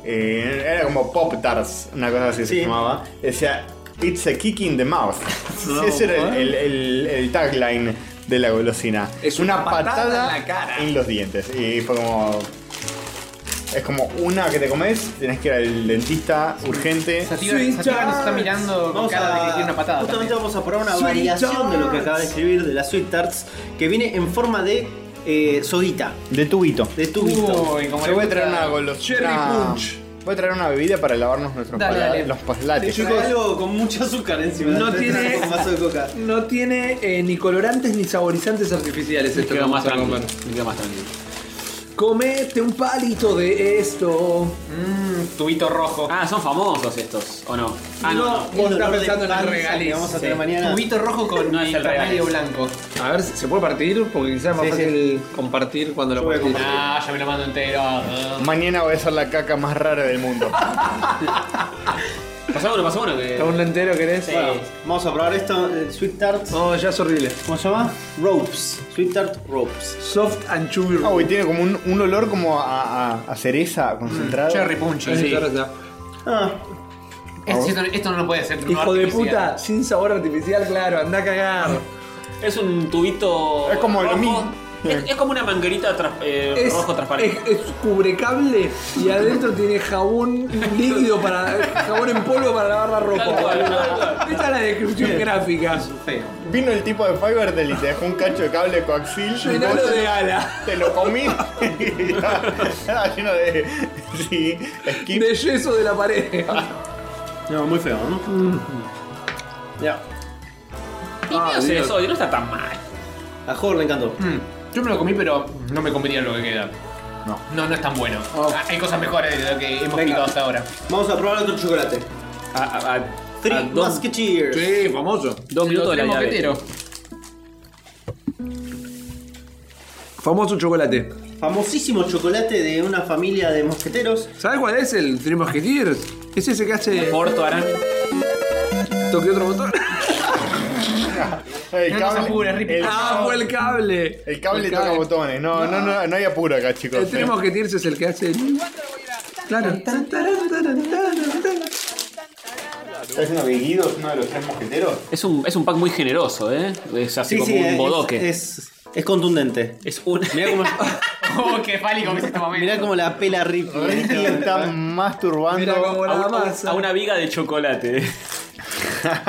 E: eh, era como Pop Tarts, una cosa así
D: Sí.
E: se llamaba. Decía It's a kick in the mouth.
D: No,
E: Ese era el,
D: ¿eh?
E: el- el- el tagline de la golosina.
C: Es una patada en la cara.
E: en los dientes. Y fue como Es como una que te comes, tenés que ir al dentista urgente.
B: Sativa, Sativa nos está mirando con
D: Vamos
B: cara de que
D: a-
B: tiene una patada.
D: Justamente
B: también.
D: vamos a probar una
B: Sweet
D: variación de lo que
B: tarts.
D: acaba de escribir de las Sweet Tarts, que viene en forma de eh, sodita,
E: De tubito.
D: de tubito.
B: Uy, como le
E: Yo voy a
B: gusta.
E: traer una golosina. Voy a traer una bebida para lavarnos nuestros
B: Dale,
E: pala-
B: dale.
E: los palates.
D: Chicos, algo con mucho azúcar encima.
C: No
D: Entonces,
C: tiene-
D: con vaso de coca.
C: No tiene eh, ni colorantes ni saborizantes artificiales esto que
A: Queda más
C: vamos a
A: tranquilo.
C: comer.
A: Me queda más tranquilo.
C: Comete un palito de esto.
B: Mm, tubito rojo.
A: Ah, son famosos estos, ¿o no? Ah,
C: No,
A: no.
C: vos
D: Un
C: estás
D: olor de
C: pensando en el
D: panza
C: regaliz,
D: que Vamos a tener
C: sí.
D: mañana.
B: Tubito rojo con
A: No es el
B: intermedio
A: regalo.
B: blanco.
C: A ver, ¿se puede partir? Porque quizás es más
D: Sí, sí.
C: fácil compartir cuando lo
D: voy a
C: compartís.
B: Ah, ya me lo mando entero. Ah.
E: Mañana voy a hacer la caca más rara del mundo.
A: Pasá uno, pasá uno. Que...
C: ¿Aún lo entero querés?
A: Sí.
D: Bueno, vamos a probar esto, eh, Sweet Tarts.
C: No, ya es horrible.
D: ¿Cómo se llama? Ropes. Sweet Tart Ropes.
C: Soft and chubby
E: Ah, y tiene como un, un olor como a, a- a cereza concentrado.
B: Cherry punchy.
C: Sí.
B: sí.
D: Ah,
B: Esto, esto- esto no lo puede hacer.
C: Hijo de puta, sin sabor artificial, claro, anda a cagar.
A: Es un tubito.
E: Es como lo
A: rojo.
E: mismo.
A: Es, es como una manguerita tras- eh,
C: Es,
A: rojo transparente.
C: es- es cubrecable y adentro tiene jabón líquido para. jabón en polvo para lavar la ropa.
A: Tal cual, tal cual.
C: Esta es la descripción gráfica.
D: feo.
E: Vino el tipo de Fivertel y te dejó un cacho de cable coaxil.
C: Llenalo
E: vos
C: de ala.
E: Te lo comí. Y Estaba lleno de. Sí, skin.
C: De yeso de la pared.
D: No, muy feo, ¿no? Ya.
A: Y no
C: Ah,
A: sé
C: Dios.
A: eso, y no está tan mal.
D: A Jorge le encantó.
B: Mm, Yo me lo comí, pero no me comería lo que queda.
E: No.
B: No, no es tan bueno.
D: Oh.
B: Ah, Hay cosas mejores de lo que hemos
D: Venga.
B: picado hasta ahora.
D: Vamos a probar otro chocolate.
A: A, a- a-
D: Three
A: a dos,
D: Musketeers.
C: Sí, famoso.
A: dos minutos de la
B: Los
A: llave.
B: mosqueteros.
C: Famoso chocolate.
D: Famosísimo chocolate de una familia de mosqueteros.
C: ¿Sabes cuál es el Three Musketeers? Es ese que hace.
A: Porto Arán.
C: Toqué otro botón.
E: El
B: No nos apures, Rippy.
E: el-
C: Ah, fue el cable.
E: El cable toca botones, no, no, no, no hay apuro acá, chicos.
C: El tenemos que tirarse es el que hace. Claro. Tan, taran, taran, taran, taran.
E: ¿Estás uno veguido? ¿Uno de los tres mosqueteros?
A: Es un, es un pack muy generoso, ¿eh? Es así como un
D: es-
A: bodoque. Es,
D: Es, es, contundente.
A: un.
D: Mirá cómo,
B: Oh, qué fálico que es este momento.
D: mirá cómo la pela Ripley.
E: Ricky está
C: Mira
E: masturbando.
C: cómo
A: a,
C: la
A: un-
C: masa.
A: a una viga de chocolate.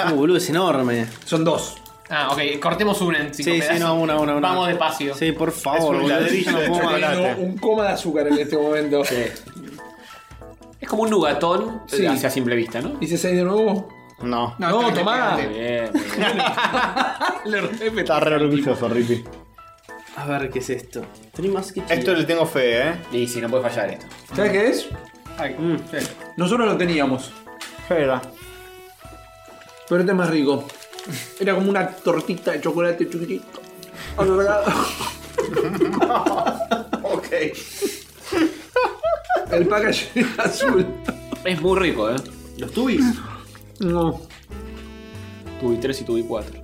D: Uh, boludo, es enorme.
C: Son dos.
B: Ah, ok, cortemos una en cinco
D: Sí,
B: pedazos.
D: sí, no, una, una, una.
B: Vamos despacio.
D: Sí, por favor,
E: Es un
D: boludo.
E: ladrillo
D: yo no
E: de
D: puedo más.
E: chocolate.
C: Tengo un coma de azúcar en este momento.
A: Es como un nugatón
C: Sí.
A: hacia simple vista, ¿no?
C: ¿Y se sale de nuevo?
E: No.
C: No,
B: está
C: tomá.
B: bien,
A: Bien, bien.
C: Le repete.
E: Está re orgulloso, Rippy.
D: A ver, ¿qué es esto? Three Musketeers.
E: Esto le tengo fe, ¿eh?
A: Y si no puede fallar esto.
C: ¿Sabes qué es? Mm. Nosotros lo teníamos.
E: Espera.
C: Pero este es más rico. Era como una tortita de chocolate chiquitito.
E: Ok.
C: El packaging era azul.
A: Es muy rico, ¿eh?
D: ¿Los tubis?
C: No.
A: Tubi 3 y Tubi 4.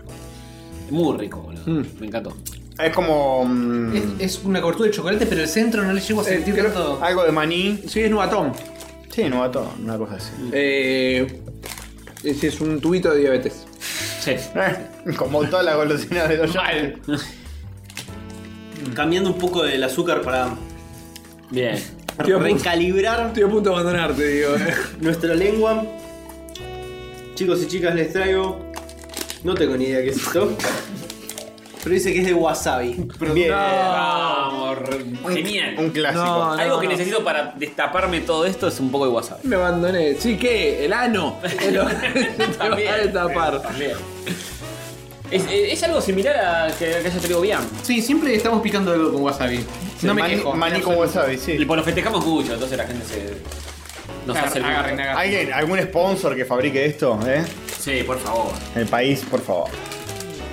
A: Muy rico, boludo. Me encantó.
E: Es como. mm,
B: Es, es una cobertura de chocolate, pero el centro no le llego a
C: Eh,
B: sentir
C: creo-
B: tanto.
E: algo de maní.
C: Sí, es nubatón.
E: Sí, no, todo, una cosa así.
C: Eh, ese es un tubito de diabetes.
A: Sí.
E: Eh, como toda la golosina de los
B: Mal.
D: Cambiando un poco el azúcar para
A: Bien.
C: Tío,
D: recalibrar
C: Estoy a punto de abandonarte, digo. eh.
D: nuestra lengua. Chicos y chicas, les traigo. No tengo ni idea qué es esto. Pero dice que es de wasabi.
E: Bien.
A: Vamos, re-
E: Un
A: genial.
E: clásico.
C: No,
A: Algo que necesito para destaparme todo esto es un poco de WhatsApp.
C: Me abandoné. Sí, ¿qué? El ano. El También. a destapar.
A: Es, es- es algo similar a que, que haya traído bien.
B: Sí, siempre estamos picando algo con wasabi.
E: Sí,
B: no me
E: maní,
B: quejo.
E: Maní con wasabi, sí.
A: Y pues lo festejamos mucho, entonces la gente se. Nos hace
B: Agarren,
A: el.
B: agarren, agarren.
E: ¿Alguien, algún sponsor que fabrique esto, eh?
A: Sí, por favor.
E: El país, por favor.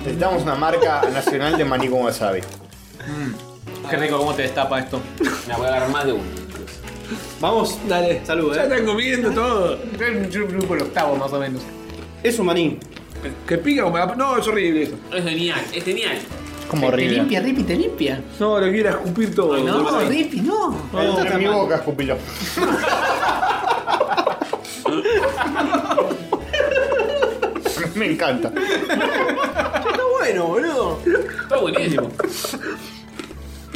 E: Necesitamos una marca nacional de maní con wasabi.
B: Qué rico cómo te destapa esto.
A: La voy a agarrar más de uno. incluso.
D: Vamos, dale, salud,
C: Ya
D: eh.
C: están comiendo todo.
B: Yo creo por octavo más o menos.
D: Es un maní.
C: Que pica como la... No, es horrible eso.
A: Es genial, es genial.
E: Como
B: Te
E: horrible.
B: limpia, Rippy, te limpia.
C: No, lo quiero escupir todo.
B: Ah, No, Rippy, no.
E: Entra en Oh, mi boca, escupilo. Me encanta.
D: Está bueno, boludo.
A: Está buenísimo.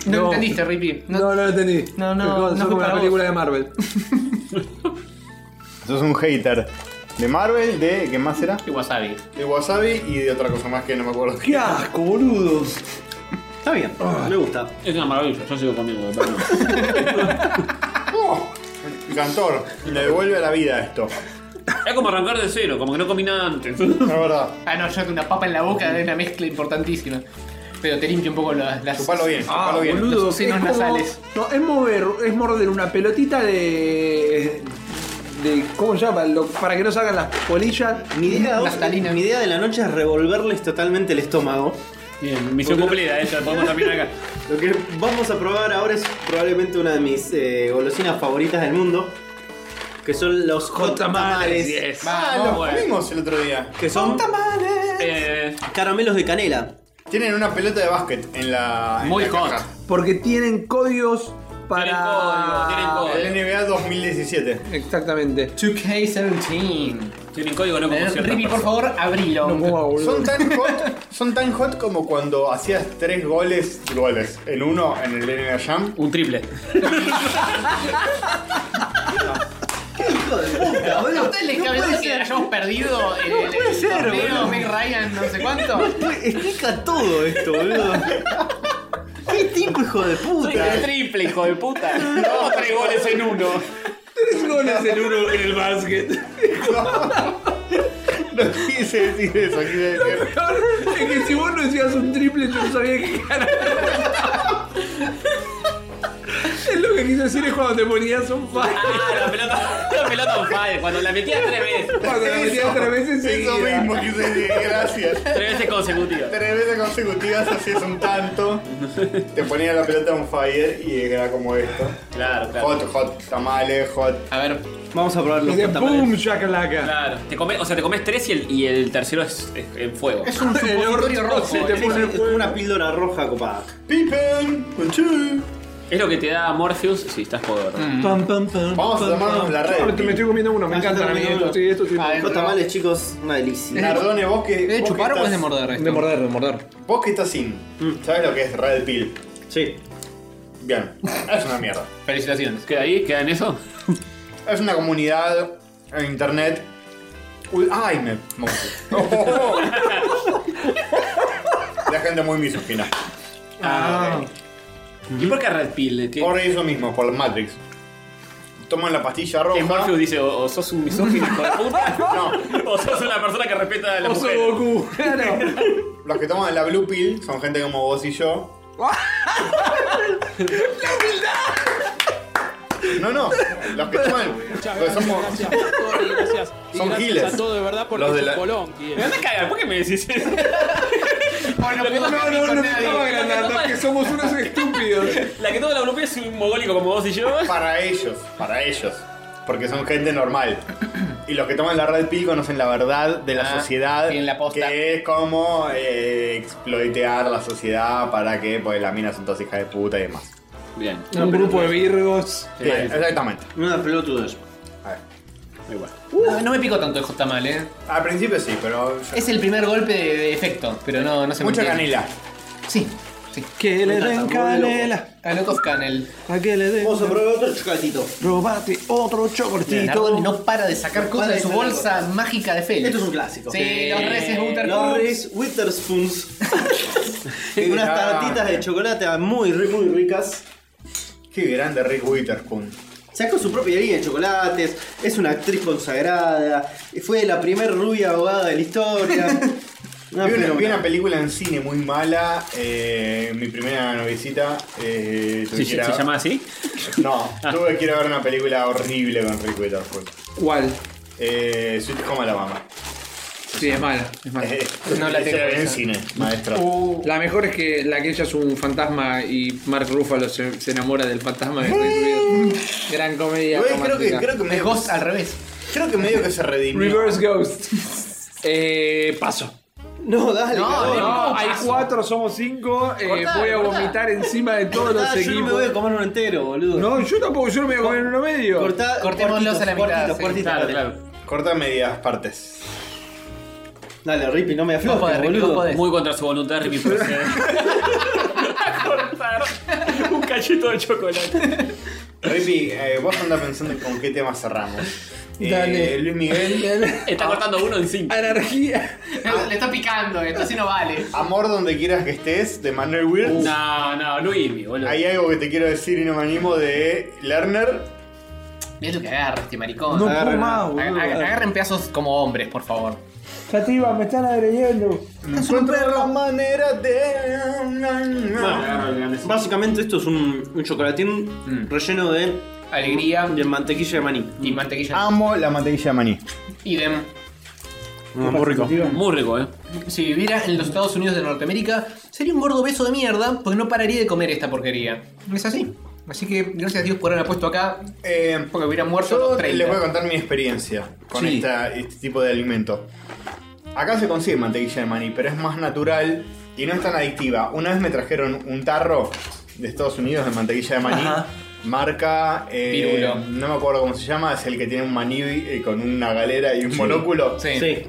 B: No,
C: No.
B: entendiste, Rippy. No,
C: No, no lo entendí.
B: No, no,
C: Es como-
B: no
C: sos
B: fue
C: como
B: para
C: la
B: vos.
C: película de Marvel.
E: Sos un hater de Marvel, de. ¿Qué más era?
B: De Wasabi.
E: De Wasabi y de otra cosa más que no me acuerdo.
D: ¡Qué asco, boludo! Está bien, me gusta.
A: Es una maravilla, yo sigo comiendo. perdón.
E: Cantor, le devuelve la vida a esto.
A: es como arrancar de cero, como que no comí nada antes.
E: La verdad.
B: Ah, no, yo con una papa en la boca es una mezcla importantísima. Pero te limpio un poco las. las
E: Chupalo bien,
C: Ah,
E: chupalo bien.
C: boludo,
B: Los senos
C: es como-
B: nasales.
C: No, es mover, es morder una pelotita de. de ¿Cómo se llama? Lo- para que no salgan las polillas.
D: Mi idea,
B: Naftalina.
D: mi idea de la noche es revolverles totalmente el estómago.
A: Bien, misión cumplida, esa, podemos terminar acá.
D: Lo que vamos a probar ahora es probablemente una de mis eh, golosinas favoritas del mundo, que son los hot tamales,
A: Yes.
E: Ah,
B: Vamos,
E: los
B: bueno.
E: comimos el otro día.
D: que son
A: Eh,
D: caramelos de canela.
E: Tienen una pelota de básquet en la. en
B: Muy
E: la
B: hot.
E: caja.
C: Porque tienen códigos para.
A: Tienen código,
E: El NBA 2017.
C: Exactamente.
B: 2K17.
A: tienen código, no como
B: Eh,
A: ciertas
B: Rippy, por
A: personas.
B: favor, abrilo.
C: No como, boludo.
E: Son tan hot, son tan hot como cuando hacías tres goles, goles en uno en el NBA Jam.
A: Un triple.
D: Hijo de puta,
B: ¿A
D: boludo.
B: ustedes les cabezó que hayamos perdido el, el,
D: puede
B: el
D: ser,
B: torneo,
D: boludo.
B: Meg Ryan, no sé cuánto?
D: Explica todo esto, boludo. ¿Qué tipo, hijo de puta?
A: El triple, hijo de puta. No, tres goles en uno.
E: No quise decir eso, quise decir.
C: es que si vos no decías un triple, yo no sabía que ganar. es lo que quise decir es cuando te ponías un fan.
A: Ah, la pelota, la pelota on fire, cuando la metías tres veces.
C: Cuando la metías tres veces
E: Eso
C: seguida.
E: mismo quise decir, gracias.
A: Tres veces consecutivas.
E: Tres veces consecutivas hacías un tanto. Te ponía la pelota on fire y era como esto.
A: Claro, claro.
E: Hot, hot, tamales, hot.
B: A ver,
D: Vamos a probar
C: Y
D: los
C: de
D: hot tamales.
C: boom, shakalaka.
A: Claro. Te comes, o sea, te comes tres y el, y el tercero es, es- en fuego.
B: es un supositorio rojo.
C: se te
B: eh.
C: pone
D: Es como una píldora roja copada.
E: Pipen, conchú.
A: Es lo que te da Morpheus si estás por.
D: Pam, pam, pam.
E: Vamos a tomarnos la
C: Ahora te- me estoy
E: red.
C: comiendo uno, me
D: Ah,
C: encanta
D: yo
C: a mí
D: también,
C: esto.
D: boludo.
C: Sí, esto sí.
B: Ah,
D: Hot tamales, chicos, una delicia.
E: Nardone, vos que.
B: ¿Es de
E: vos que
B: Eh, chupar o es
E: estás-
B: de morder Mm. esto?
C: De morder, de morder.
E: Vos que estás sin. ¿Sabes lo que es red pill?
D: Sí.
E: Bien, es una mierda.
B: Felicitaciones.
A: ¿Queda ahí? ¿Queda en eso?
E: Es una comunidad en internet. Uy, ay, me. me- La gente muy misógina.
A: Ah, ¿Y por qué Red Pill? Que,
E: Por eso mismo, por la Matrix. Toman la pastilla roja.
A: que Morpheus dice, o, o sos un misógino hijo de puta,
E: No,
A: o sos una persona que respeta a la
C: Oso
A: mujer.
C: Goku. Claro.
E: los que toman la Blue Pill son gente como vos y yo. No, no, los que toman.
U: Muchas
E: los
U: gracias,
E: somos-
U: gracias, Castor, y gracias, y
E: Son
U: gracias
E: giles.
U: a todo de verdad porque
E: Los de
U: es un
E: la-
U: bolón. y
C: eh.
A: Me
U: es-
A: vas a cagar, ¿por qué me decís eso?
B: Bueno,
A: Lo que
B: no,
C: No, no, no me estaba
B: nadie.
C: agrandando, que somos unos estúpidos.
A: La que toma la bloquea es un mogólico como vos y yo.
E: Para ellos, para ellos. Porque son gente normal. Y los que toman la red pill conocen la verdad de la
B: Ah,
E: sociedad.
B: tienen la posta.
E: Que es como eh, exploitear la sociedad para que pues, las minas son todas hijas de puta y demás.
A: Bien.
C: Un grupo de virgos.
E: Sí, exactamente.
D: Una pelotuda.
E: A ver.
B: No, no me picó tanto el hot tamal, eh.
E: Al principio sí, pero. yo-
B: Es el primer golpe de, de efecto, pero no, no se me
E: Mucha
B: entiende.
E: canela.
B: Sí, sí.
C: Que le den canela.
B: A lot of canel.
C: A que le den.
D: Vamos a probar otro chocolatito.
C: Robate otro
B: Nardone
C: chocolatito.
B: no para de sacar cosas
D: para
B: de
D: de
B: su
D: sacar
B: bolsa mágica de Félix.
D: Esto es un clásico.
B: Sí,
D: Sí.
B: los reces Buttercup.
D: Norris Witherspoons. Y unas tartitas de chocolate muy, ri- muy ricas.
E: Qué grande Rick Witherspoon.
D: Sacó su propia línea de chocolates, es una actriz consagrada, fue la primer rubia abogada de la historia. Una
E: vi, una, vi
D: fenomenal.
E: una película en cine muy mala. eh, mi primera novicita. eh, tuve
A: ¿Se,
E: que ir a-
A: se llama así?
E: No,
B: Ah.
E: tuve que ir a ver una película horrible con Rick Witherspoon.
C: ¿Cuál?
E: Eh, Sweet Home Alabama.
C: Sí, es mala. Es mala.
E: Eh,
B: No la
E: esa
B: tengo
E: vi en
B: esa.
E: cine, maestro.
V: Uh.
C: La mejor es que la que ella es un fantasma y Mark Ruffalo se, se enamora del fantasma de Reese Gran comedia.
E: Güey, creo, que,
C: romántica.
E: creo que
B: Es
E: medio,
B: Ghost al revés.
E: creo que medio que se redimió.
C: Reverse Ghost. eh, paso.
D: No, dale,
B: No,
D: cabrón.
C: No, hay cuatro, somos cinco. eh,
B: Cortá,
C: voy a
B: cortá.
C: vomitar encima de todos los
D: Ah, yo no me voy a
C: equipos.
D: comer uno entero, boludo.
C: No, yo tampoco, yo no me voy a comer uno medio.
D: Cortá-
B: Cortémoslos
D: cortitos,
B: a la mitad,
D: cortitos,
B: sí.
D: cortitos,
A: Claro,
D: dale.
A: claro.
E: Corta medias partes.
D: Dale, Rippy, no me
B: Vos
D: aflojes,
B: podés, Ricky, vos
D: boludo.
B: podés.
A: Muy contra su voluntad, Ricky. pero se- cortar un cachito de chocolate.
E: Rippy, eh, vos andás pensando con qué tema cerramos. Eh,
A: Dale.
E: Luis Miguel.
A: Está cortando uno en cinco.
E: Anarquía.
B: Le está picando, esto así no vale.
E: Amor donde quieras que estés, de Manuel
A: Uh,
E: Wirtz.
A: No, no, Luis, boludo.
E: Hay algo que te quiero decir y no me animo de Lerner.
B: Mira lo que agarra este maricón.
E: No puedo más,
B: Aga-
E: boludo.
B: aga- Agarren pedazos como hombres, por favor.
V: Ya te iba, me están agrediendo.
E: Encontré la manera de.
D: Básicamente esto es un, un chocolatín relleno de
B: alegría,
D: de mantequilla de maní.
B: Y mantequilla.
E: Amo la mantequilla de maní.
B: Idem.
D: muy rico.
A: Muy rico, eh.
B: Si viviera en los Estados Unidos de Norteamérica, sería un gordo beso de mierda, porque no pararía de comer esta porquería. Es así. Así que gracias a Dios por haberla puesto acá,
E: Eh,
B: porque hubiera muerto los 30.
E: Les voy a contar mi experiencia con
B: Sí.
E: esta- este tipo de alimento. Acá se consigue mantequilla de maní, pero es más natural y no es tan adictiva. Una vez me trajeron un tarro de Estados Unidos de mantequilla de maní.
B: Ajá.
E: Marca, eh,
B: Pirulo.
E: no me acuerdo cómo se llama, es el que tiene un maní eh, con una galera y un
B: Sí.
E: monóculo.
B: Sí.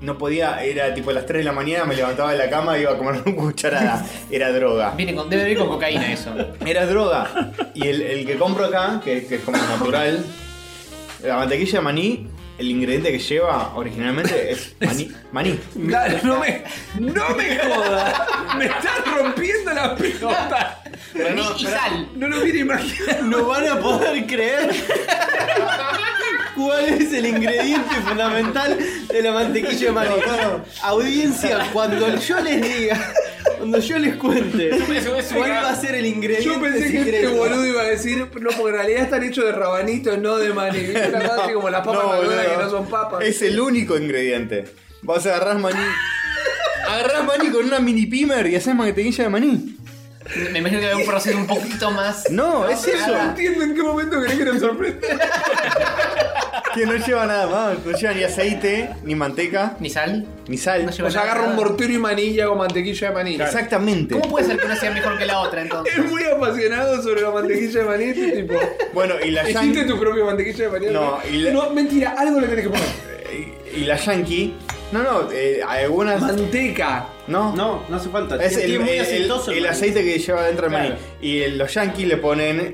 E: No podía, era tipo a las 3 de la mañana, me levantaba de la cama y iba a comer una cucharada. Era droga.
B: Viene con, debe venir con cocaína eso.
E: Era droga. Y el, el que compro acá, que, que es como natural, la mantequilla de maní, el ingrediente que lleva originalmente es maní. maní.
C: Dale, no me, no me jodas. Me estás rompiendo la pelota.
E: Pero no,
B: y
E: pero-
B: sal.
C: No lo hubiera imaginado.
D: No van a poder creer cuál es el ingrediente fundamental de la mantequilla de maní. Audiencia, cuando yo les diga, cuando yo les cuente cuál va a ser el ingrediente
C: Yo pensé que
D: secreto.
C: este boludo iba a decir, no, porque en realidad están hechos de rabanitos, no de maní. ¿Viste? La cosa así como las papas
E: No,
C: maduras
E: boludo.
C: que no son papas.
E: Es el único ingrediente. Vos agarrás maní. Agarrás maní con una mini pimer y haces mantequilla de maní.
B: Me imagino que va a haber un proceso un poquito más.
E: No, es eso.
C: No entiendo en qué momento querés que nos sorprenda.
E: Que no lleva nada más. No lleva ni aceite, ni manteca,
B: ni sal.
E: ni sal.
C: O sea, agarro un mortero y manilla o mantequilla de maní.
E: Exactamente.
B: ¿Cómo puede ser que una sea mejor que la otra entonces?
C: Es muy apasionado sobre la mantequilla de maní, este tipo.
E: Bueno, y la yang-
C: ¿Hiciste tu propia mantequilla de maní?
E: No, y la-
C: No, mentira, algo le tenés que poner.
E: Eh, y la yankee. No, no, eh, algunas.
C: Manteca.
E: No.
D: No, no hace falta.
E: Es el,
D: Tiene muy
E: el-
D: aceitoso
E: el
D: maní.
E: aceite que lleva dentro el maní.
D: Claro.
E: Y el- los yankees le ponen eh,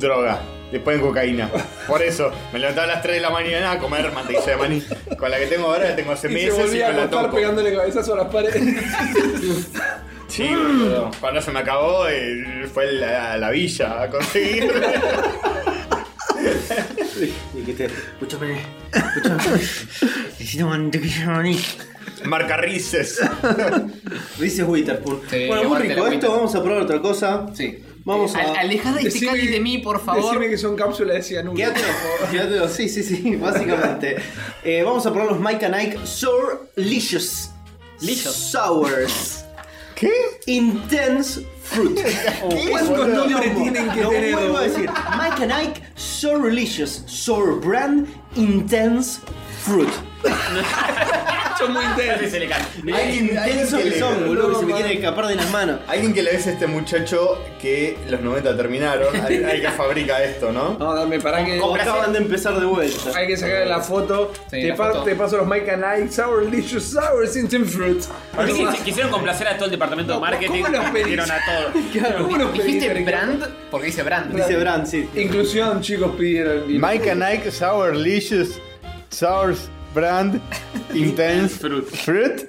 E: droga. Le ponen cocaína. Por eso, me levantaba a las 3 de la mañana a comer mantequilla de maní. Con la que tengo ahora, la tengo hace
C: Y se
E: meses y
C: volvía
E: me
C: a
E: la
C: acostar
E: toco.
C: pegándole cabezas a las paredes.
E: Sí, boludo. cuando se me acabó, eh, fue la- a la villa a conseguir.
D: Y que te. Escúchame, escúchame. Necesito mantequilla de maní.
E: Marca Rices.
D: Dices Witherspoon.
B: Sí,
D: bueno, muy
B: aguante la
D: rico esto.
B: Witherspoon.
D: Vamos a probar otra cosa.
B: Sí.
D: Vamos a.
B: Al- alejad este
C: Decime-
B: cáliz de mí, por favor.
C: Decime que son cápsulas de cianuro.
D: Quédatelo, quédatelo. Sí, sí, sí, básicamente. Eh, vamos a probar los Mike and Ike Sour Licious. Sours.
E: ¿Qué?
D: Intense Fruit.
C: ¿Cuántos nombres tienen que
D: Lo
C: tener?
D: vuelvo a
C: boludo?
D: decir. Mike and Ike Sour Licious. Sour Brand Intense Fruit.
C: Son muy intensos.
A: Se le cae.
D: Ay, intenso que son, boludo, que se me quiere escapar de las manos.
E: Alguien que le ves a este muchacho que los 90 terminaron, hay, hay que fabrica esto, ¿no?
C: No, dame, pará que.
D: Como acaban de empezar de vuelta.
C: Hay que sacar la foto.
B: Sí,
C: te,
B: la
C: pa-
B: foto.
C: te paso los Mike and Ike Sour Delicious Sour Instant Fruit.
A: Para mí que quisieron complacer a todo el departamento de marketing.
C: ¿cómo los pedís?
A: Dieron a todo.
C: ¿Cómo los
B: ¿Dijiste
C: pediste?
B: brand? Porque dice brand.
D: Dice Brand, sí.
C: Inclusión, chicos, pidieron. Y-
E: Mike and Ike Sour Licious Sours Brand Intense Fruit.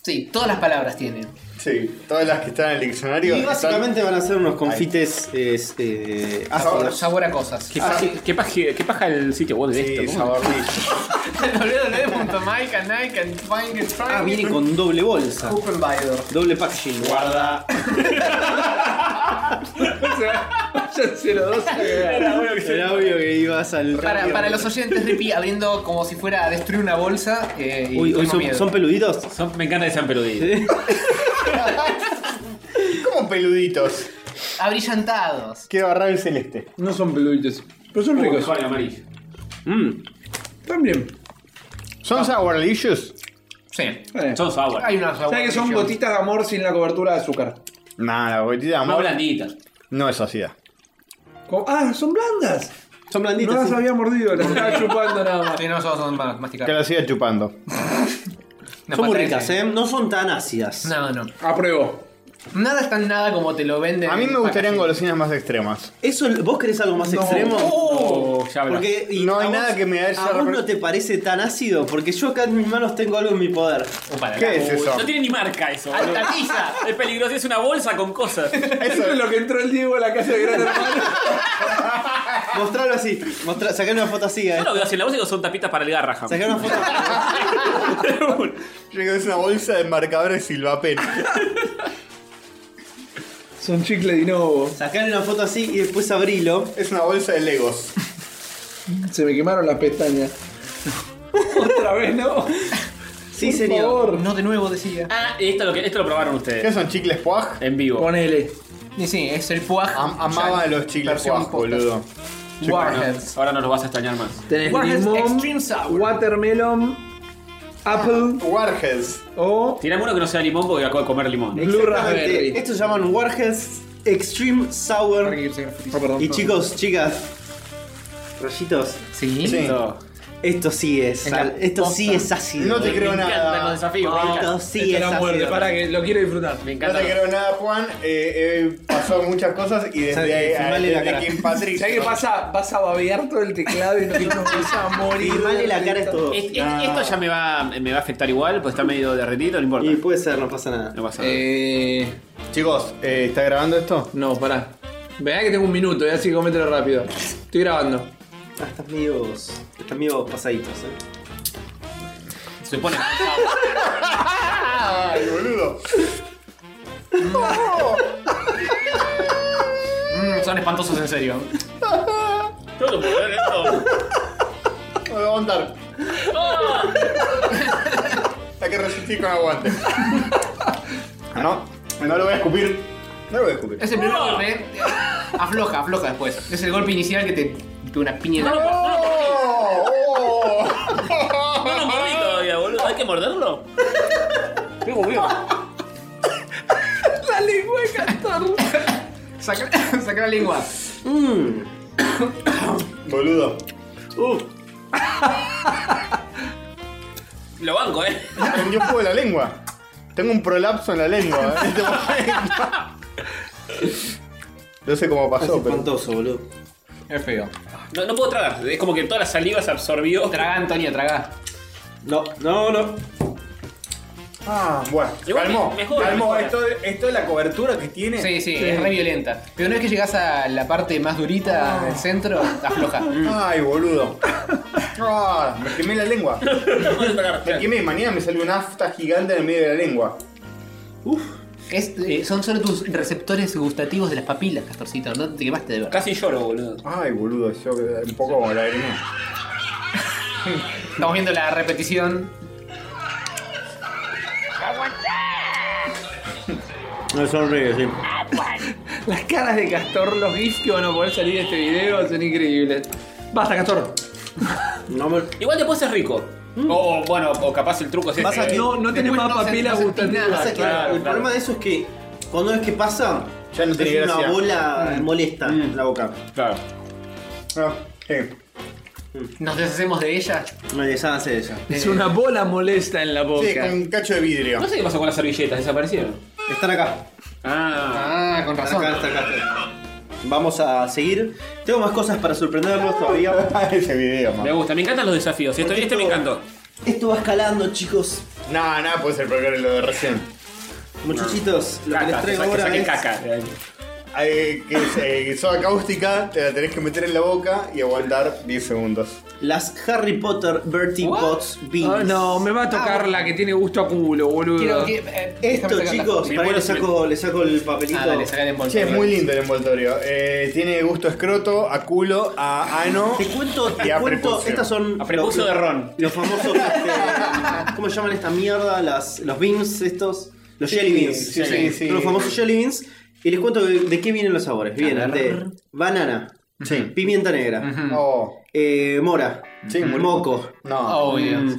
B: Sí, todas las palabras tienen.
E: Sí, todas las que están en el diccionario.
D: Y
E: están-
D: básicamente van a ser unos confites este,
E: Sabor-
D: ácidos.
B: Sabor a cosas.
C: Ah,
A: ¿Qué, paja- qué paja- qué paja el sitio web de
E: Sí,
A: esto? ¿Cómo?
E: Sour Licious.
B: www.mike and I can find it, find
D: Ah,
B: it.
D: viene con doble bolsa.
B: Open Biodor.
D: Doble packaging.
E: Guarda.
C: O sea, váyanse los dos a cagar.
D: Era obvio que ibas al.
B: Para, para los oyentes de Pi abriendo como si fuera a destruir una bolsa. eh, y
D: Uy, hoy
B: tengo
D: son,
B: miedo.
D: son peluditos.
A: Son- me encanta que sean peluditos.
D: ¿Sí?
E: Como peluditos.
B: Abrillantados.
E: Qué barra el celeste.
C: No son peluditos, pero son ricos.
A: Con el amarillo.
D: Mm.
C: También.
E: ¿Son Sour Licious?
B: Sí.
C: Eh.
A: Son sour.
B: Hay una
C: ¿Sabes que son gotitas de amor sin la cobertura de azúcar?
E: Nah, la bolita de
A: Más
E: amor
A: blanditas.
E: no es así.
C: Co- Ah, son blandas.
D: Son
C: No
D: blanditos.
C: las
D: sí.
C: había mordido, las estaba chupando nada más.
B: Sí, no, son, son más masticadas.
E: Que lo siga chupando.
B: Nos
D: Son muy
B: falta
D: ricas,
B: ese.
D: ¿eh? No son tan ácidas.
B: No, no.
C: Apruebo.
B: Nada es tan nada como te lo venden.
E: A mí
B: en
E: me gustarían
B: packaging.
E: golosinas más extremas.
D: Eso, ¿Vos querés algo más
E: No.
D: extremo?
B: Oh,
E: No, ya habla.
D: Porque, y
E: No hay
D: a
E: nada que me haya
D: ¿A vos
E: repre-
D: no te parece tan ácido? Porque yo acá en mis manos tengo algo en mi poder.
E: ¿Qué es eso?
A: No tiene ni marca eso. boludo.
B: Alta tiza.
A: Es peligroso, es una bolsa con cosas.
E: Eso es
O: lo que entró el Diego a la casa de Gran Hermano.
D: Mostrarlo así. Mostra, sacar una foto así.
A: Yo lo veo así en la bolsa y digo, son tapitas para el garraja.
D: Sacar una foto.
E: Llega es una bolsa de marcadores silvapen.
O: Son chicle de nuevo.
D: Sacar una foto así y después abrilo.
E: Es una bolsa de Legos.
O: Se me quemaron las pestañas. Otra vez, ¿no?
D: Sí,
O: Por
D: señor.
O: favor.
B: No de nuevo decía.
A: Ah, esto lo, que, esto lo probaron ustedes.
E: ¿Qué son chicles puaj?
A: En vivo.
O: Ponele.
B: Y sí, es el puaj.
E: Am- amaba los chicles
B: versión
E: puaj,
B: podcast.
E: boludo. Che,
B: Warheads.
A: Ahora no los vas a extrañar más.
O: Tenés
B: Warheads
O: limón,
B: Extreme Sour.
O: watermelon, apple
E: Warheads.
O: o
A: Tirame uno que no sea limón porque acabo de comer limón.
O: blue
D: Exactamente.
O: raspberry.
D: Estos se llaman Warheads Extreme Sour.
O: Oh, perdón.
D: Y chicos, chicas, rollitos,
B: Sí.
E: Sí.
D: esto sí es,
B: Es la
D: sal- esto sí
B: posta.
D: es ácido.
E: No te creo
A: encantan los
E: nada.
A: desafíos.
D: Ah.
A: me encantan.
D: Esto
O: Te
D: sí es
O: la
D: ácido.
O: muerde, para que lo quiero disfrutar.
A: Me
E: No
A: encanta.
E: te creo nada, Juan. Eh, eh, pasó muchas cosas y desde,
D: Sabe,
E: ahí- ah,
D: filmale la
E: desde
D: cara.
E: que en Patrick.
O: ¿Sabes qué pasa? Vas a babear todo el teclado y no te vas a morir.
D: Firmale la cara a esto.
A: Es- es- Esto ya me va, me va a afectar igual, pues está medio derretido, no importa.
D: Y puede ser, no pasa nada.
A: No pasa nada.
O: Eh,
E: Chicos, eh, ¿está grabando esto?
O: no, pará. Vea que tengo un minuto, ya así comételo rápido. Estoy grabando.
D: Ah, estás medio, estás medio pasaditos, eh.
A: Se pone.
E: ¡Ay, boludo!
B: Mm, son espantosos en serio.
A: Yo no puedo ver esto.
E: Me voy a aguantar. Ah. Hay que resistir con aguante. Ah, No, no lo voy a escupir. No lo voy a escupir.
B: Es el primer golpe. eh, Afloja, afloja después. Es el golpe inicial que te. te una piña en la boca.
E: ¡Oh! ¡Oh!
A: No lo mordí todavía, boludo. Hay que morderlo.
O: La lengua de cantar.
B: Saca, saca la lengua.
E: Boludo.
A: Lo banco, eh.
E: Me Prendió fuego la lengua. Tengo un prolapso en la lengua. en este momento. No sé cómo
D: Es
E: pasó, pero.
D: espantoso, boludo.
O: Es feo.
A: No, no puedo tragar. Es como que toda la saliva se absorbió.
B: Traga, Antonio, traga.
D: No, no, no.
E: Ah, bueno.
A: Igual
E: calmó.
A: mejora,
E: calmó.
A: mejora.
E: Esto, esto es la cobertura que tiene.
B: Sí, sí, es re violenta. Pero una vez que llegas a la parte más durita del centro, afloja.
E: Ay, boludo. Ah, me quemé la lengua.
A: No puedo tragar.
E: Me quemé. Mañana me salió una afta gigante en el medio de la lengua.
B: Es, eh, son solo tus receptores gustativos de las papilas, Castorcito. No te quemaste de verdad.
A: Casi lloro, boludo.
E: Ay, boludo. Yo eh, un poco como la hernia.
B: Estamos viendo la repetición.
D: No sonríe, sí.
O: Las caras de Castor, los gifs que van a poder salir de este video son increíbles. Basta, Castor.
D: No me...
A: Igual después es rico.
W: Mm.
A: O, o, bueno, o capaz el truco es este, eh,
D: Vas a
A: ese.
D: que-
O: No, no tenés
B: Eh, Después
O: más
B: no se-
O: papilas
B: no sentís
O: gustativas.
B: nada,
D: Pasa que
A: claro,
D: el
A: claro.
D: problema de eso es que cuando es que pasa,
E: Ya no tiene
D: es una
E: gracia.
D: bola molesta en la boca.
A: Claro.
E: Ah, sí.
B: Nos deshacemos de ella.
D: Me deshace ella.
O: Es una bola molesta en la
E: Sí,
O: boca.
E: con un cacho de vidrio.
A: No sé qué pasó con las servilletas, desaparecieron.
D: Están acá.
A: Ah.
B: Ah, con
D: Están
B: razón.
D: acá, están acá, están acá. Vamos a seguir. Tengo más cosas para sorprenderlos todavía.
E: Ah, Ese video,
A: Me
E: man.
A: gusta, me encantan los desafíos. Este, este me encantó.
D: Esto va escalando, chicos.
E: Nada, nada, puede ser peor que lo de recién.
D: Muchachitos, lo que les
A: Caca, que
D: traigo
A: saque,
D: ahora
A: saque
D: es...
A: caca.
E: Eh, que es eh, soda cáustica, te la tenés que meter en la boca y aguantar 10 segundos.
D: Las Harry Potter Bertie
B: What?
D: Potts Beans.
O: Ah, no, me va a tocar la que tiene gusto a culo, boludo.
B: Quiero que- eh, déjame
D: Esto,
B: sacar la-
D: chicos,
A: Me
D: para que
A: muero
D: le
A: si me-
D: saco, le saco el papelito.
B: Ah, dale, saca el
E: Che,
B: envoltorio.
E: es muy lindo el envoltorio. Eh, tiene gusto a escroto, a culo, a ano.
D: Te cuento,
E: Y
D: te
E: a
D: cuento,
E: prepucio.
D: estas son...
A: A prepucio
D: los-
A: de ron.
D: Los famosos... este, ¿Cómo llaman esta mierda? Las, los beans estos. Los jelly beans.
E: sí, sí, sí.
D: Son Los famosos jelly beans. Y les cuento de, de qué vienen los sabores. Vienen de banana,
E: Sí.
D: pimienta negra,
E: Oh.
D: eh, mora,
E: Sí, muy rico.
D: moco,
E: No.
B: Oh, Dios.
D: Mm.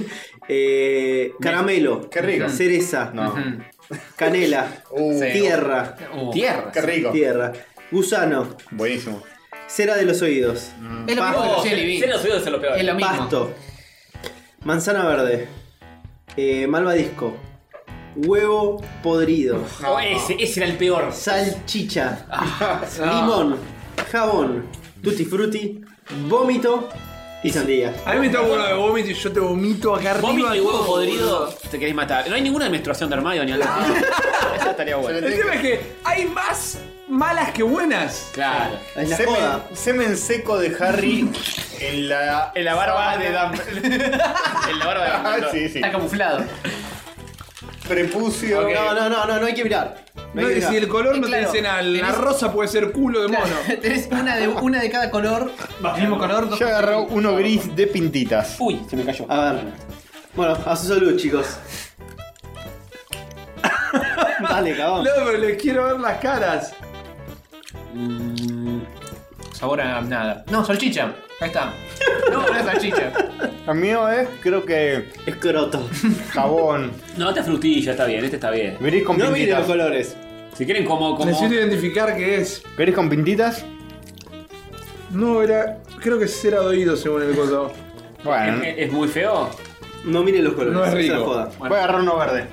D: eh, caramelo,
E: Qué rico.
D: cereza,
E: No.
D: canela,
E: Uh,
B: Sí.
D: tierra,
B: Uh,
A: Tierra.
E: Qué rico.
D: tierra, gusano,
E: Buenísimo.
D: cera de los oídos,
B: Es Uh.
D: Ah,
B: lo mismo que los
A: Oh, se,
B: jelly beans.
A: se los oídos son lo peor.
B: Es lo mismo.
D: pasto, manzana verde, eh, malvadisco, huevo podrido.
A: Oh, ese, ese era el peor.
D: Salchicha. Limón. Jabón. Tutti frutti. Vómito. Y sandía.
C: A mí me está bueno de vómito y yo te vomito acá arriba.
A: Vómito y huevo
C: todo,
A: podrido,
C: boludo.
A: te querés matar. No hay ninguna de menstruación de armario ni algo. así. Esa estaría buena.
C: El tema es que hay más malas que buenas.
A: Claro.
D: Es la
E: semen,
D: joda.
E: semen seco de Harry en la.
W: En la barba de Dumbledore. en la barba de
E: Ah,
W: Dumbledore.
E: sí, sí.
B: Está camuflado.
E: Prepucio.
D: No, no, no, no, no hay que mirar. No hay
C: No,
D: que
C: y
D: mirar.
C: si el color
B: Eh,
C: no
B: claro,
C: te dice nada, la
B: tenés-
C: rosa puede ser culo de mono.
B: Tenés una de, una de cada color, mismo color, dos.
E: Yo agarré uno gris de pintitas.
A: Uy, se me cayó.
D: A ver. Bueno, a su salud, chicos. Dale, cabrón.
C: No, pero les quiero ver las caras.
B: Mm. Sabor a nada. No, salchicha. Ahí está. No, no es salchicha.
E: El mío es, creo que,
D: Escroto.
E: jabón.
A: No, esta frutilla está bien, este está bien.
E: Gris con
D: No miren los
E: pintitas.
D: colores.
A: Si quieren como, como.
C: Necesito identificar qué es.
E: ¿Gris con pintitas?
C: No, era. Creo que será de oído según el coso.
E: Bueno,
A: ¿Es, es muy feo.
D: No miren los colores.
C: No es
D: esa
C: rico.
D: la joda.
E: voy a agarrar uno verde.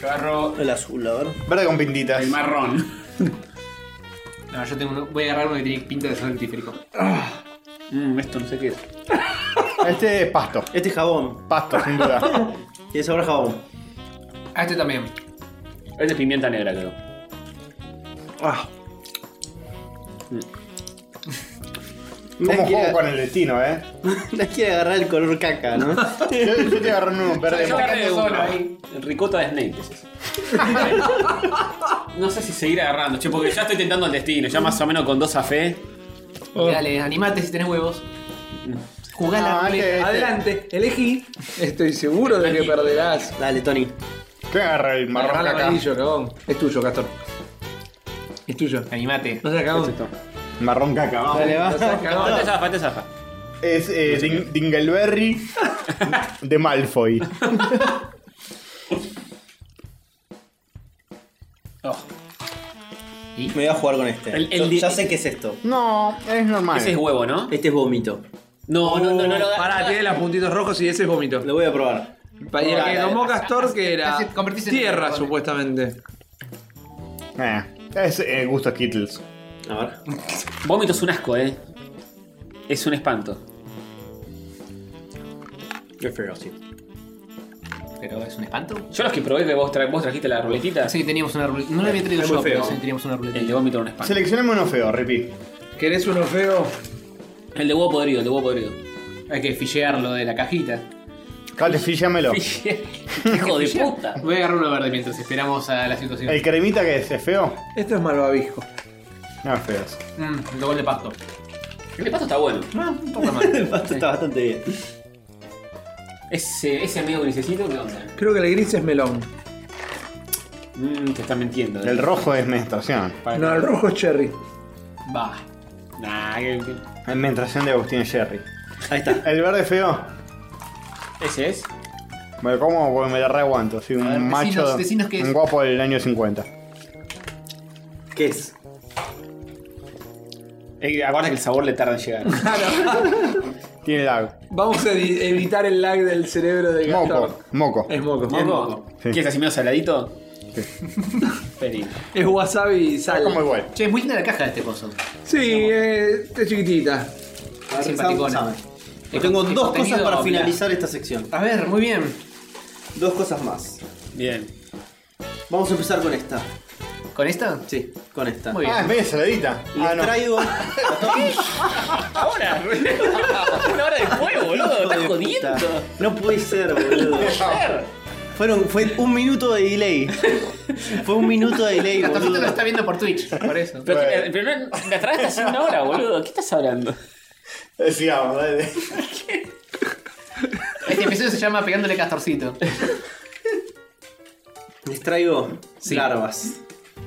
W: Yo agarro
D: El azul, a ver.
E: Verde con pintitas.
A: El marrón.
B: No, yo tengo uno. Voy a agarrar uno que tiene pinta de santiférico.
A: Mm, esto no sé qué es.
E: Este es pasto.
D: Este es jabón.
E: Pasto, sin duda.
D: Tiene sabor a jabón.
B: A este también.
A: Este es pimienta negra, creo.
D: Ah.
E: Como juego con el destino, eh.
D: No quiere agarrar el color caca, ¿no?
E: Yo, yo te agarré uno verde.
A: Yo agarré
B: solo
A: uno.
B: ahí.
A: Ricota de Snape. es ese. no sé si seguir agarrando, che, porque ya estoy tentando el destino. Ya más o menos con dos a E. fe.
B: Dale, animate si tenés huevos. Jugá la
E: No,
B: ruleta.
E: este, este.
C: Adelante, elegí. Estoy seguro de que perderás.
D: Dale, Tony.
E: Yo agarré el marrón
C: Agarrá el
E: caca.
C: amarillo, cagón. Es tuyo, Castor. Es tuyo.
B: Animate.
C: No seas cagón.
E: Marrón caca, vamos.
D: Dale,
C: No seas
D: va.
C: cagón.
A: Falta Este zafa, falta zafa.
E: Es eh, Ding- Dingleberry de Malfoy.
D: Me voy a jugar con este.
A: El- el
D: Yo-
A: di-
D: ya sé qué es esto.
E: No, es normal.
A: Ese es huevo, ¿no?
D: Este es vómito.
A: No, no, no, no lo
C: Pará, tiene los puntitos rojos y ese es vómito.
D: Lo voy a probar.
C: Y el que
D: Dale.
C: tomó Castor, que era
B: Casi convertiste en
C: tierra,
B: el-
C: supuestamente.
E: Eh, es eh, gusto Kittles.
D: A ver.
A: Vómito es un asco, eh. Es un espanto.
D: Qué feo, sí.
B: Pero es un espanto.
A: Yo los que probé que vos, tra- vos trajiste la ruletita.
B: Así que teníamos una ruleta. No la había traído
D: Es
B: yo,
D: muy feo.
B: pero sí teníamos una ruleta.
A: El de vómito era un espanto.
E: Seleccionemos uno feo, repito.
C: ¿Querés uno feo?
A: El de huevo podrido, el de huevo podrido.
B: Eh, Hay que fillearlo de la cajita.
E: Dale, fíllamelo.
A: Hijo de puta.
B: Voy a agarrar uno verde mientras esperamos a la situación.
E: ¿El cremita que es? ¿Es feo?
C: Esto es malvavisco.
E: No es feo. eso.
B: Mm, el gol de pasto.
A: El de pasto está bueno.
D: El pasto está bastante bien.
A: Ese, ese medio grisecito, ¿qué onda?
C: Creo que el gris es melón.
A: Mmm, te están mintiendo. eh.
E: El rojo es menstruación.
C: No, el rojo es cherry.
B: Va.
A: Nah, que- que-
E: Es menstruación de Agustín Jerry.
D: Ahí está.
E: ¿El verde feo?
A: ese es.
E: Me lo como porque me la reaguanto. Soy un
B: ver, decinos-
E: macho.
B: decinos qué es.
E: Un guapo del año 50.
D: ¿Qué es?
A: Eh, aguarda que el sabor le tarda en llegar.
E: Tiene lag.
C: Vamos a evi- evitar el lag del cerebro de Gastor.
E: Moco. Moco.
C: Es moco.
A: ¿Moco?
E: Sí.
A: ¿Qué es así medio saladito?
E: Sí.
A: Feliz.
C: Es wasabi y
E: Es
C: sal.
E: como igual.
B: Che, es muy linda la caja de este coso.
C: Sí, eh, es chiquitita.
B: Es simpaticona.
D: Yo tengo
B: El
D: dos
B: contenido
D: cosas para
B: habla.
D: finalizar esta sección.
B: A ver, muy bien.
D: Dos cosas más.
A: Bien.
D: Vamos a empezar con esta.
B: ¿Con esta?
D: Sí, con esta.
B: Muy bien.
E: Ah, es medio saladita.
D: Les
E: Ah, no.
D: traigo.
A: Ahora, una hora después, boludo, estás
D: Hijo de
A: jodiendo.
D: puta. No puede ser, boludo. Fueron, fue un minuto de delay. Fue un minuto de delay,
B: Castorcito lo
D: boludo.
B: Este está viendo por Twitch, por eso.
A: Pero, que- pero no, la tragaste hace una hora, boludo. ¿Qué estás hablando?
E: Sigamos, dale.
B: Este episodio se llama Pegándole Castorcito.
D: Les traigo larvas.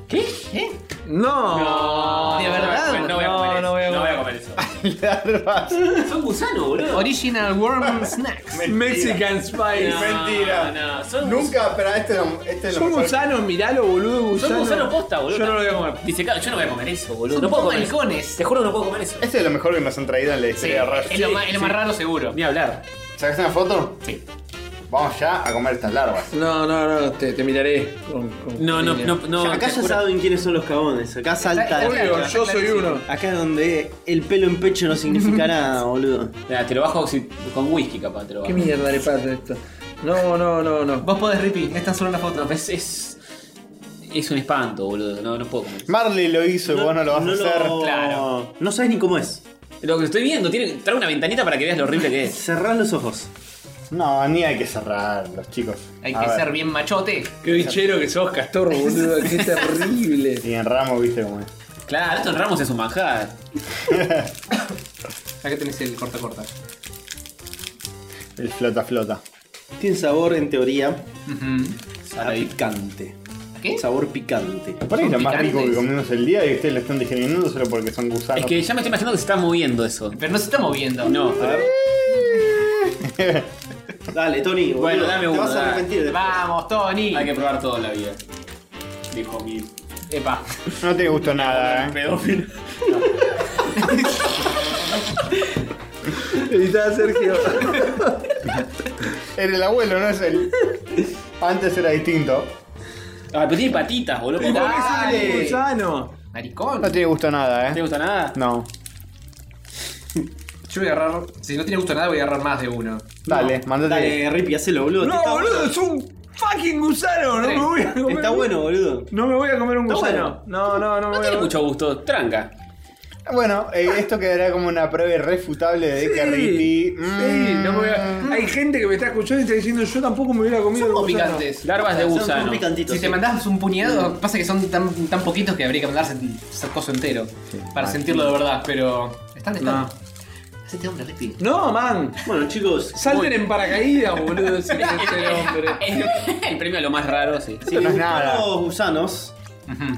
A: ¿Qué?
C: No.
B: ¿De verdad?
A: No, voy a comer eso.
C: No, no
A: No
C: voy
A: voy
C: a
A: a comer eso.
E: Larvas.
A: Son gusanos, boludo.
B: Original Worm Snacks.
C: Mexican Spice.
A: No,
E: Mentira.
A: No, son,
E: Nunca, pero este es lo- este es lo
C: Son
E: mejor.
C: gusanos, miralo, boludo.
A: son
C: Gusano.
A: gusanos posta, boludo.
C: Yo no lo voy a comer.
A: Disecado, yo no voy a comer eso, boludo.
B: Son
A: No puedo
B: dos
A: comer eso.
B: halcones.
A: Te juro que no puedo comer eso.
E: Este es lo mejor que nos han traído en la
B: Sí,
E: historia de Rush.
B: es lo más, es lo más raro seguro.
A: Ni hablar.
E: ¿Sacaste una foto?
B: Sí.
E: Vamos ya a comer estas larvas.
C: No, no, no, te, te miraré. Con, con
D: No, no,
C: cariño.
D: no, no, Acá te ya juro- saben quiénes son los cagones. Acá salta.
C: Obvio, yo soy uno.
D: Acá es donde el pelo en pecho no significa nada, boludo.
A: te lo bajo si- con whisky, capaz. Te lo bajo.
C: ¿Qué mierda le pasa a esto? No, no, no, no.
B: Vos podés repeat, esta es solo una foto.
A: Es, es, es un espanto, boludo. No, no puedo comer.
E: Marley lo hizo, vos no lo vas a hacer.
A: Claro.
D: No sabes ni cómo es.
A: Lo que estoy viendo, tiene trae una ventanita para que veas lo horrible que es.
D: Cerrás los ojos.
E: No, ni hay que cerrar, los chicos.
B: Hay
E: A
B: que
E: ver.
B: ser bien machote.
C: Qué bichero que sos, Castor, boludo. Qué terrible.
E: Y en Ramos, viste cómo es.
A: Claro, esto en Ramos es un manjar.
B: Acá tenés el corta corta.
E: El flota flota.
D: Tiene sabor, en teoría, a
A: Ahí.
D: picante.
B: ¿Qué?
D: Sabor picante.
E: Por ahí es lo más rico que
B: picantes.
E: comimos el día y ustedes lo están digiriendo solo porque son gusanos.
A: Es que ya me estoy imaginando que se está moviendo eso.
B: Pero no se está moviendo.
A: No,
D: Dale, Tony. boludo,
A: Bueno, dame uno,
D: Te vas
A: dale.
D: a arrepentir de
B: Vamos, Tony.
A: hay que probar todo en la vida. Dijo mi
B: Epa.
E: No te gustó nada, eh.
A: pedófilo.
C: Editá, Sergio.
E: Era el abuelo, no es el. Antes era distinto.
A: Ah, pero tiene patitas, boludo. ¿Cómo no
B: Dale.
C: Gusano.
B: Maricón.
E: No tiene gusto nada,
A: te
E: eh.
A: gusta nada?
E: No.
B: Yo voy a agarrar. Si no tiene gusto a nada, voy a agarrar más de uno.
E: Dale, mandate.
D: Dale, Rippy, hacelo, boludo.
C: No,
D: Está bueno.
C: boludo, es un fucking gusano. No me voy a comer.
D: Está bueno, boludo.
C: No me voy a comer un
D: Está
C: gusano. No, no, no me
A: No
C: voy a
A: tiene
C: comer.
A: mucho gusto. Tranca.
E: Bueno, eh, esto quedará como una prueba irrefutable de que
C: Sí,
E: Rippy.
C: sí,
E: Mm.
C: no me voy a- Hay gente que me está escuchando y está diciendo yo tampoco me hubiera comido el
B: Somos
C: gusano.
B: picantes.
A: Larvas de
D: Son- son
A: gusano.
D: picantitos,
B: Si te
D: sí.
B: mandás un puñado, pasa que son tan, tan poquitos que habría que mandarse un coso entero. para sentirlo de verdad, pero. Están, están.
C: No.
B: Hacete hombre, Rippy.
C: No, man.
D: Bueno, chicos,
C: Salten en paracaídas, boludo. si es este hombre.
A: El premio a lo más raro, sí.
D: si
E: no
D: les
E: es
D: gustan
E: nada.
D: los gusanos,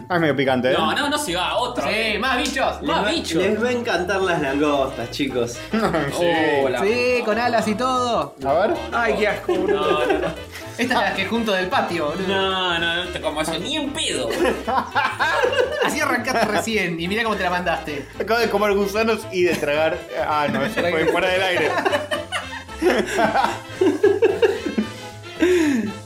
E: Ah, es medio picante, eh.
A: No, no, no se va. Otro. Eh,
B: Sí, más bichos.
D: les va,
A: Más bicho.
D: les va a encantar las langostas, chicos.
A: Hola.
B: Sí, con alas y todo.
E: A ver.
C: Ay, qué asco, boludo.
A: No, no, no.
B: Estas las que junto del patio, boludo.
A: No, no, no te como eso. Ni en pedo.
B: Así arrancaste recién y mira cómo te la mandaste.
E: Acabo de comer gusanos y de tragar. Ah, no, eso fue fuera del aire.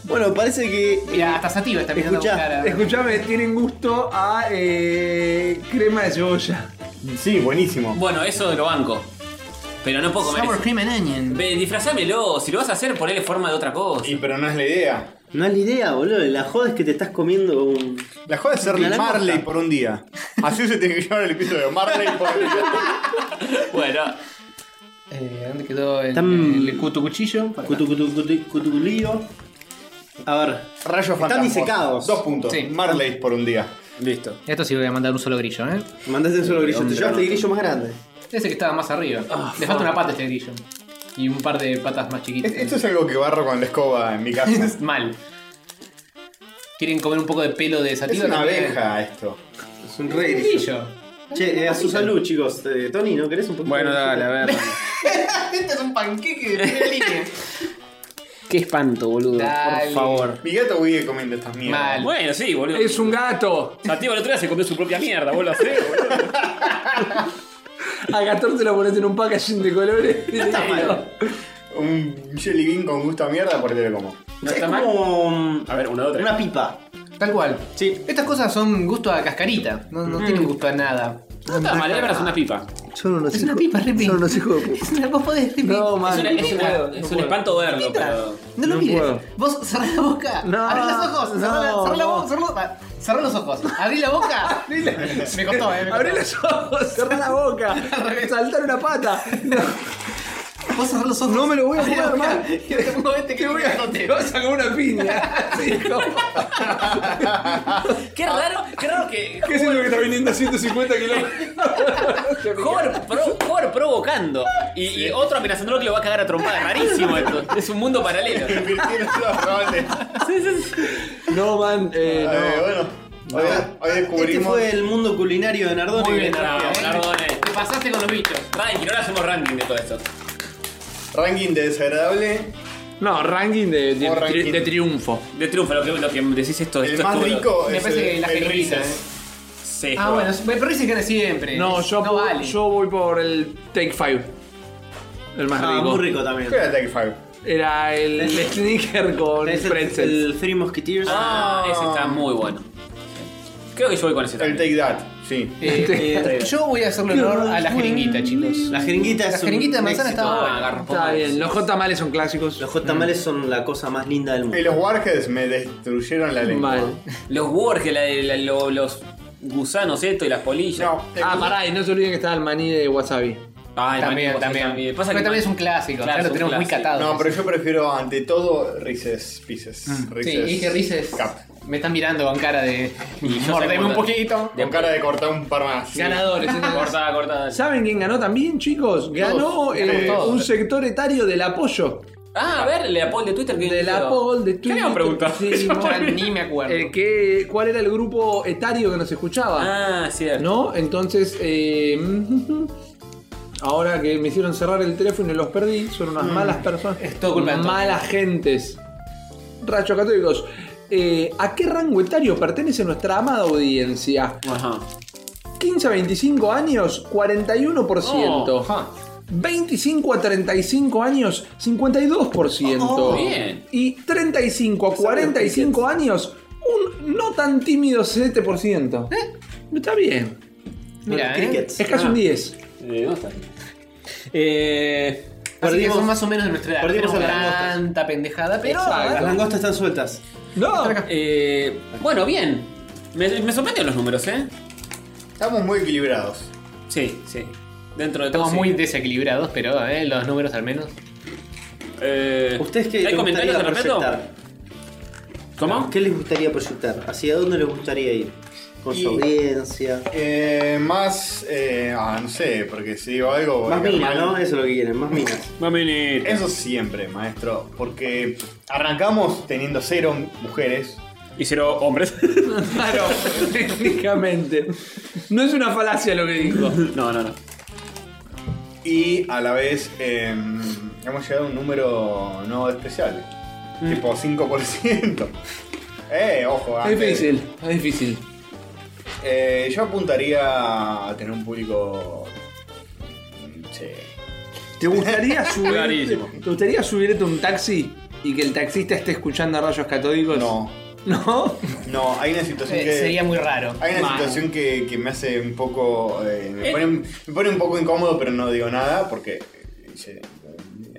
D: Bueno, parece que.
B: Mira, hasta Sativa está mirando
D: Escuchá,
B: cara.
C: Escuchame, tienen gusto a eh, crema de cebolla.
E: Sí, buenísimo.
A: Bueno, eso lo banco. Pero no puedo comer
B: Sour
A: eso.
B: cream and onion.
A: Ve, disfrazámelo. Si lo vas a hacer, ponele forma de otra cosa.
E: Y pero no es la idea.
D: No es la idea, boludo. La joda es que te estás comiendo un.
E: La joda es ser
D: La langosta.
E: Marley por un día. Así se tiene que llamar el episodio. Marley por un día.
A: Bueno,
B: Eh, ¿Dónde quedó el,
D: Tan-
B: el cutu cuchillo? Para acá.
D: cutu- cutu- cutu- cutulío. A ver,
E: Rayos fantasmas.
D: disecados.
E: Dos puntos.
B: Sí.
E: Marley por un día.
A: listo.
B: Esto sí voy a mandar un solo grillo, ¿eh?
D: mandaste un solo grillo. Te
A: hombre,
D: llevaste el
A: no.
D: grillo más grande.
B: Ese que estaba más arriba. Le falta una pata a este grillo. Y un par de patas más chiquitas.
E: Es- Esto es algo que barro con la escoba en mi casa.
B: Es Mal. ¿Quieren comer un poco de pelo de
E: es
B: sativa?
E: una
B: también?
E: abeja esto.
D: Es un rey
B: Un
D: grillo.
B: Grillo.
D: Che, eh, a su salud, chicos. Eh, Tony, ¿no querés un poquito?
A: Bueno,
D: de-
A: dale, a ver.
B: este es un panqueque de primera línea.
A: Qué espanto, boludo.
B: Dale.
A: Por favor.
E: Mi gato vive comiendo estas mierdas.
B: Mal.
A: Bueno, sí, boludo.
C: Es un gato.
A: Santiago el otro día se comió su propia mierda, vos lo hacés, boludo.
C: A Castor te lo pones en un packaging de colores.
D: Está mal.
E: Un jelly bean con gusto a mierda, por te lo como.
A: ¿No
D: es
A: está mal?
D: como. mm,
A: A ver, una otra.
D: Una pipa.
B: Tal cual.
D: Sí.
B: Estas cosas son gusto a cascarita. No, no
C: Mm.
B: tienen gusto a nada.
A: No está mal,
B: ¿eh?
A: es una pipa.
C: Son unos
B: Es una pipa, Rippy.
C: Son unos hijos de puta.
B: Es una- Vos podés, Rippy.
C: No,
A: Es,
C: man.
A: una- es
C: no
A: una-
C: puedo,
A: es
C: no
A: un
C: puedo.
A: espanto verlo, pero.
B: No lo
C: No
B: mires.
C: puedo.
B: Vos cerrá la boca.
C: No,
B: Abrí los ojos. Cerrá, la-
C: no,
B: cerrá la
C: no.
B: boca. Cerrá, la- cerrá los ojos. Abrí la boca. me costó, eh. me
C: Abrí
B: costó.
C: los ojos, cerrá la boca, saltar una pata. No,
B: Vos cerrá los ojos.
C: no me lo voy a
B: Abrí la
C: comer
B: boca.
C: más.
B: Y en un
A: este
B: momento que
C: Te voy a, te vas a comer una piña. Sí, como-
A: Qué raro, qué raro que.
C: ¿Qué es lo que está viniendo a 150 kilómetros?
A: Hor, provocando. Y, y otro amenazándolo que lo va a cagar a trompada. Es rarísimo esto. Es un mundo paralelo.
E: Invirtieron los roles.
C: No, man, eh,
E: Eh,
C: no.
E: bueno, hoy, hoy
D: Este
E: descubrimos.
D: fue el mundo culinario de Nardoni.
B: Muy bien,
A: Bravo,
B: Nardo, eh.
A: Nardone.
B: Te pasaste con los bichos.
A: Tranqui, ahora hacemos ranking de todo esto.
E: Ranking de desagradable.
C: No, ranking de, de-
E: O ranking.
C: de triunfo.
A: De triunfo, lo que, lo que decís esto.
E: El
A: esto
E: más
A: es todo.
E: rico
B: Me
E: es
B: parece
E: el, ¿eh?
B: que la
E: el
B: jeringuita,
E: Reese's.
A: Sí,
B: Ah, bueno, pero Rice gana siempre.
C: No, yo,
B: Eh, no vale.
C: yo voy por el Take Five. El más
D: Ah,
C: rico.
D: muy rico también.
E: ¿Qué era Take Five?
C: Era el, el sneaker con
D: Es el,
C: pretzels.
D: el Three Musketeers.
A: Ah, ese está muy bueno. Creo que yo voy con ese
E: El
A: también.
E: Take That, sí.
B: Eh,
D: Está
B: yo voy a hacerle honor a la jeringuita, chicos.
D: La jeringuita
B: La
D: es un
B: jeringuita de manzana
D: éxito.
B: estaba
A: Ah,
B: buena.
A: agarro
C: Está bien, los J males son clásicos.
D: Los J tamales son la cosa más linda del mundo.
E: Y los Warheads me destruyeron la lengua.
C: Mal.
A: Los Warg, la- la- lo- los gusanos esto y las polillas.
E: No, eh, el-
C: Ah, pará, y no se olviden que estaba el maní de wasabi.
A: Ah, el
B: También,
A: maní,
B: también.
A: Pasa
B: Pero
A: que
B: también es un clásico,
A: Claro,
B: ya
A: es
B: lo
A: un
B: tenemos muy
A: clásico.
B: catado.
E: no, pero yo prefiero ante todo Rises. Rises.
B: Mm. Sí, y que Rises
E: Cap.
B: me están mirando con cara de.
A: Y yo sé
B: Mordeme
A: cómo-
B: un poquito.
E: Con cara de cortar un par más.
B: Ganadores. ¿eh?
A: Cortada, cortada.
C: ¿Saben quién ganó también, chicos? Ganó eh,
E: todos.
C: un sector etario del apoyo.
A: Ah, a ver, la poll de Twitter.
C: De la poll de Twitter.
A: ¿Qué le iba a preguntar?
C: Sí, no.
B: Ya ni me acuerdo.
C: Eh, ¿qué- ¿Cuál era el grupo etario que nos escuchaba?
A: Ah, cierto.
C: ¿No? Entonces, eh, ahora que me hicieron cerrar el teléfono y los perdí, son unas malas personas.
B: Mm. es todo culpa de Antonio.
C: Malas gentes. Rayos católicos. eh, ¿A qué rango etario pertenece nuestra amada audiencia?
A: Ajá.
C: 15 a 25 años, 41%.
A: Oh, ajá.
C: 25 a 35 años, 52%.
A: Oh, bien.
C: Y 35 a 45 años, un no tan tímido 7%. Está bien.
B: Mira, eh.
D: Crickets.
C: Es casi un 10.
A: Eh, no está bien. Eh,
B: Así que
D: Perdimos-
B: son más o menos de nuestra edad.
D: perdimos
B: No
D: a la
B: tenemos
D: langosta.
B: tanta pendejada, pero.
C: Exacto.
D: Las langostas están sueltas.
C: No,
A: eh, bueno, bien. Me, me sorprenden los números, ¿eh?
E: Estamos muy equilibrados.
A: Sí, sí. Dentro de todo.
B: Estamos
A: sí.
B: muy desequilibrados, pero eh, los números al menos.
A: Eh,
D: ¿Ustedes qué
A: ¿Hay
D: les
A: comentarios al
D: gustaría
A: respecto?
D: proyectar?
A: ¿Cómo?
D: ¿Qué les gustaría proyectar? ¿Hacia dónde les gustaría ir? Con
E: Y-
D: su audiencia.
E: Eh, más. Eh, ah, no sé, porque si digo algo. voy a
D: Más
E: quedar
D: minas,
E: mal.
D: ¿no? Eso es lo que quieren, más minas.
E: Eso siempre, maestro. Porque arrancamos teniendo cero mujeres.
A: Y cero hombres.
C: claro, técnicamente. No es una falacia lo que dijo.
A: no, no, no.
E: Y a la vez eh, hemos llegado a un número no especial. Tipo 5%. Eh, ojo,
C: Es
E: antes.
C: difícil, es difícil.
E: Eh, yo apuntaría a tener un público. Che.
C: ¿Te gustaría
A: Clarísimo.
C: subirte, ¿Te gustaría subirte a un taxi y que el taxista esté escuchando rayos catódicos?
E: No.
C: ¿No?
E: No, hay una situación
B: Pues, Eh,
E: que.
B: sería muy raro.
E: Hay una
B: Mal.
E: situación que, que me hace un poco. eh, me, pone, me pone un poco incómodo, pero no digo nada porque. eh, che, eh,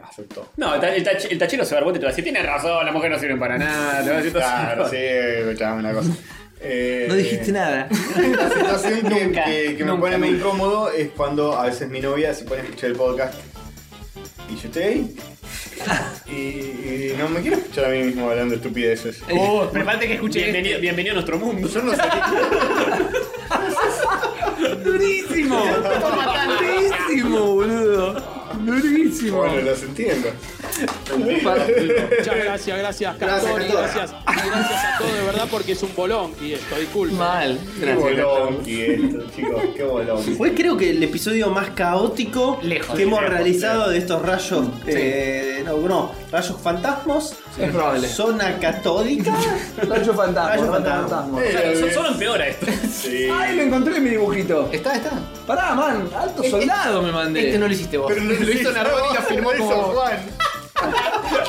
E: acepto.
A: No, el, ta- el tach- el tachero se va al bote y te va a decir: Tienes razón, las mujeres no sirven para
B: Ah,
A: nada. Te va a decir todo
E: Claro,
A: eso.
E: sí, escuchame una cosa. Eh,
C: No dijiste nada.
E: La situación que,
B: Nunca,
E: que- que me
B: nunca,
E: pone muy
B: nunca.
E: incómodo es cuando a veces mi novia se pone a escuchar el podcast y yo estoy ahí. Y, y no me quiero escuchar a mí mismo hablando estupideces.
B: Oh, prepárate que escuche.
A: Bienvenido, bienvenido a nuestro mundo.
E: Yo no sé qué-
C: ¡Durísimo! ¡Durísimo, boludo! ¡Durísimo!
E: Bueno, los entiendo.
X: Muchas gracias, gracias, Castori,
E: Castor.
X: gracias. Y Gracias a todos, de verdad, porque es un bolón y esto, disculpe.
B: Mal.
E: Qué bolón y esto, chicos, qué bolón.
D: Fue creo que el episodio más caótico
B: Lejos.
D: que hemos
E: Lejos,
D: realizado
E: lejos.
D: de estos rayos. eh, no, no, rayos fantasmos.
C: Es probable.
D: Zona catódica.
C: Rayo fantasma.
D: Rayo
C: Rayo
D: fantasma.
C: fantasma.
E: Eh,
A: Solo- Solo empeora esto.
E: sí.
C: ¡Ay, lo encontré en mi dibujito!
B: Está, está.
C: Pará, man, alto
B: Eh,
C: soldado me mandé.
B: Este no lo hiciste vos.
E: Pero no
B: lo hizo Narboni y lo firmó
E: lo hizo
B: como.
E: Juan.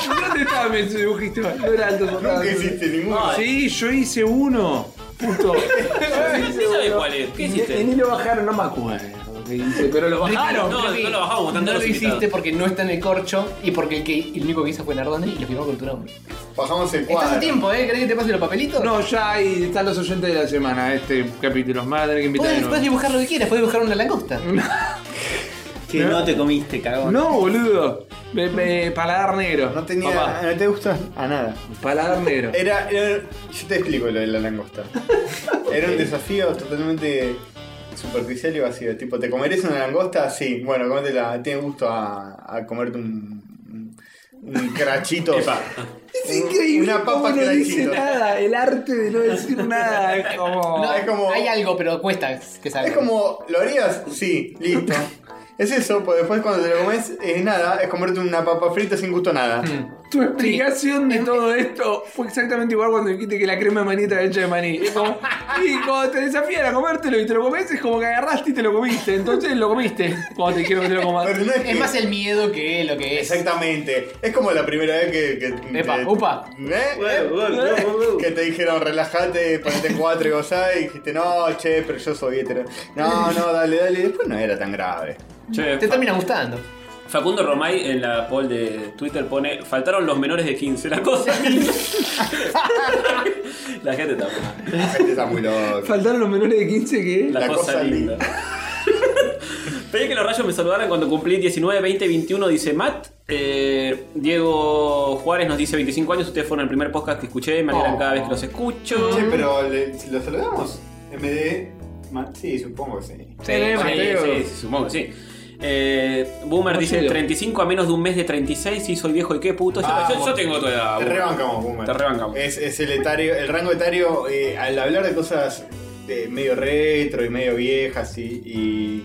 C: ¿Dónde estaba mi dibujito? No era alto soldado.
E: Nunca hiciste ninguno.
C: Sí, yo hice uno. Puto.
A: ¿Qué sabes cuál es? ¿Qué
C: Y
A: hiciste?
C: ni lo bajaron, no me acuerdo qué hice, pero lo bajaron.
A: No, no lo bajamos tanto
B: No lo
A: los invitados.
B: hiciste porque no está en el corcho y porque el, que, el único que hizo fue Nardoni y lo firmó con tu nombre.
E: Bajamos el cuadro.
B: Estás a tiempo, ¿eh? ¿Crees que te pase los papelitos?
C: No, ya ahí están los oyentes de la semana, este capítulo. Más tener que invitar de
B: Puedes,
C: nuevo.
B: puedes dibujar lo que quieras, puedes dibujar una langosta.
E: Mm,
D: Que no te comiste, cagón.
C: No, boludo. Me- me- paladar negro.
E: No tenía.
C: Papá,
E: No te gusta a nada.
C: paladar negro.
E: Era, era- Yo te explico lo de la langosta. Era un desafío totalmente superficial y vacío. Tipo, ¿te comerías una langosta? Sí. Bueno, cométela. Tiene gusto a, a comerte un. Un crachito.
C: Es increíble
E: Una
C: cómo
E: papa
C: no dice
E: crachito.
C: nada. El arte de no decir nada es como...
B: No,
E: es como-
B: Hay algo, pero cuesta que salga.
E: Es como, ¿lo harías? Sí, listo.
B: Hmm.
E: Es eso, pues después cuando te lo comes, es nada, es comerte una papa frita sin gusto a nada.
C: Tu explicación de todo esto fue exactamente igual cuando dijiste que la crema de maní estaba hecha de maní. Es como- y cuando te desafían a comértelo y te lo comes, es como que agarraste y te lo comiste. Entonces lo comiste cuando te quiero que te lo comas.
E: Pero no es que-
B: más el miedo que lo que es.
E: Exactamente. Es como la primera vez que. que
B: Epa,
E: que-
B: upa.
E: ¿Eh? Que te dijeron, relájate, ponete en cuatro y gozá. Y dijiste, no, che, pero yo soy hetero. No, no, dale, dale. Después no era tan grave.
A: Che,
B: Te termina gustando.
A: Facundo Romay en la poll de Twitter pone: Faltaron los menores de 15. La cosa. la gente está buena.
E: La gente está muy loca.
C: Faltaron los menores de 15 que.
A: La, cosa, linda. Pedí que los rayos me saludaran cuando cumplí 19, 20, 21, dice Matt. Eh, Diego Juárez nos dice 25 años. Ustedes fueron el primer podcast que escuché. Me alegran
E: Oh.
A: cada vez que los escucho.
E: Che, pero le- si lo saludamos, MD. Ma- Sí, supongo que sí.
A: Sí,
E: Eh,
A: sí,
E: Mateo.
A: sí, sí, supongo que sí. Eh, Boomer
E: No,
A: dice
E: chido.
A: 35 a menos de un mes de 36 y soy viejo y qué puto. Yo-
E: Ah,
A: yo, yo
E: vos-
A: tengo tu edad.
E: Te
A: Boomer.
E: rebancamos, Boomer.
A: Te rebancamos.
E: Es, es el etario, el rango etario, eh, al hablar de cosas eh, medio retro y medio viejas y, y,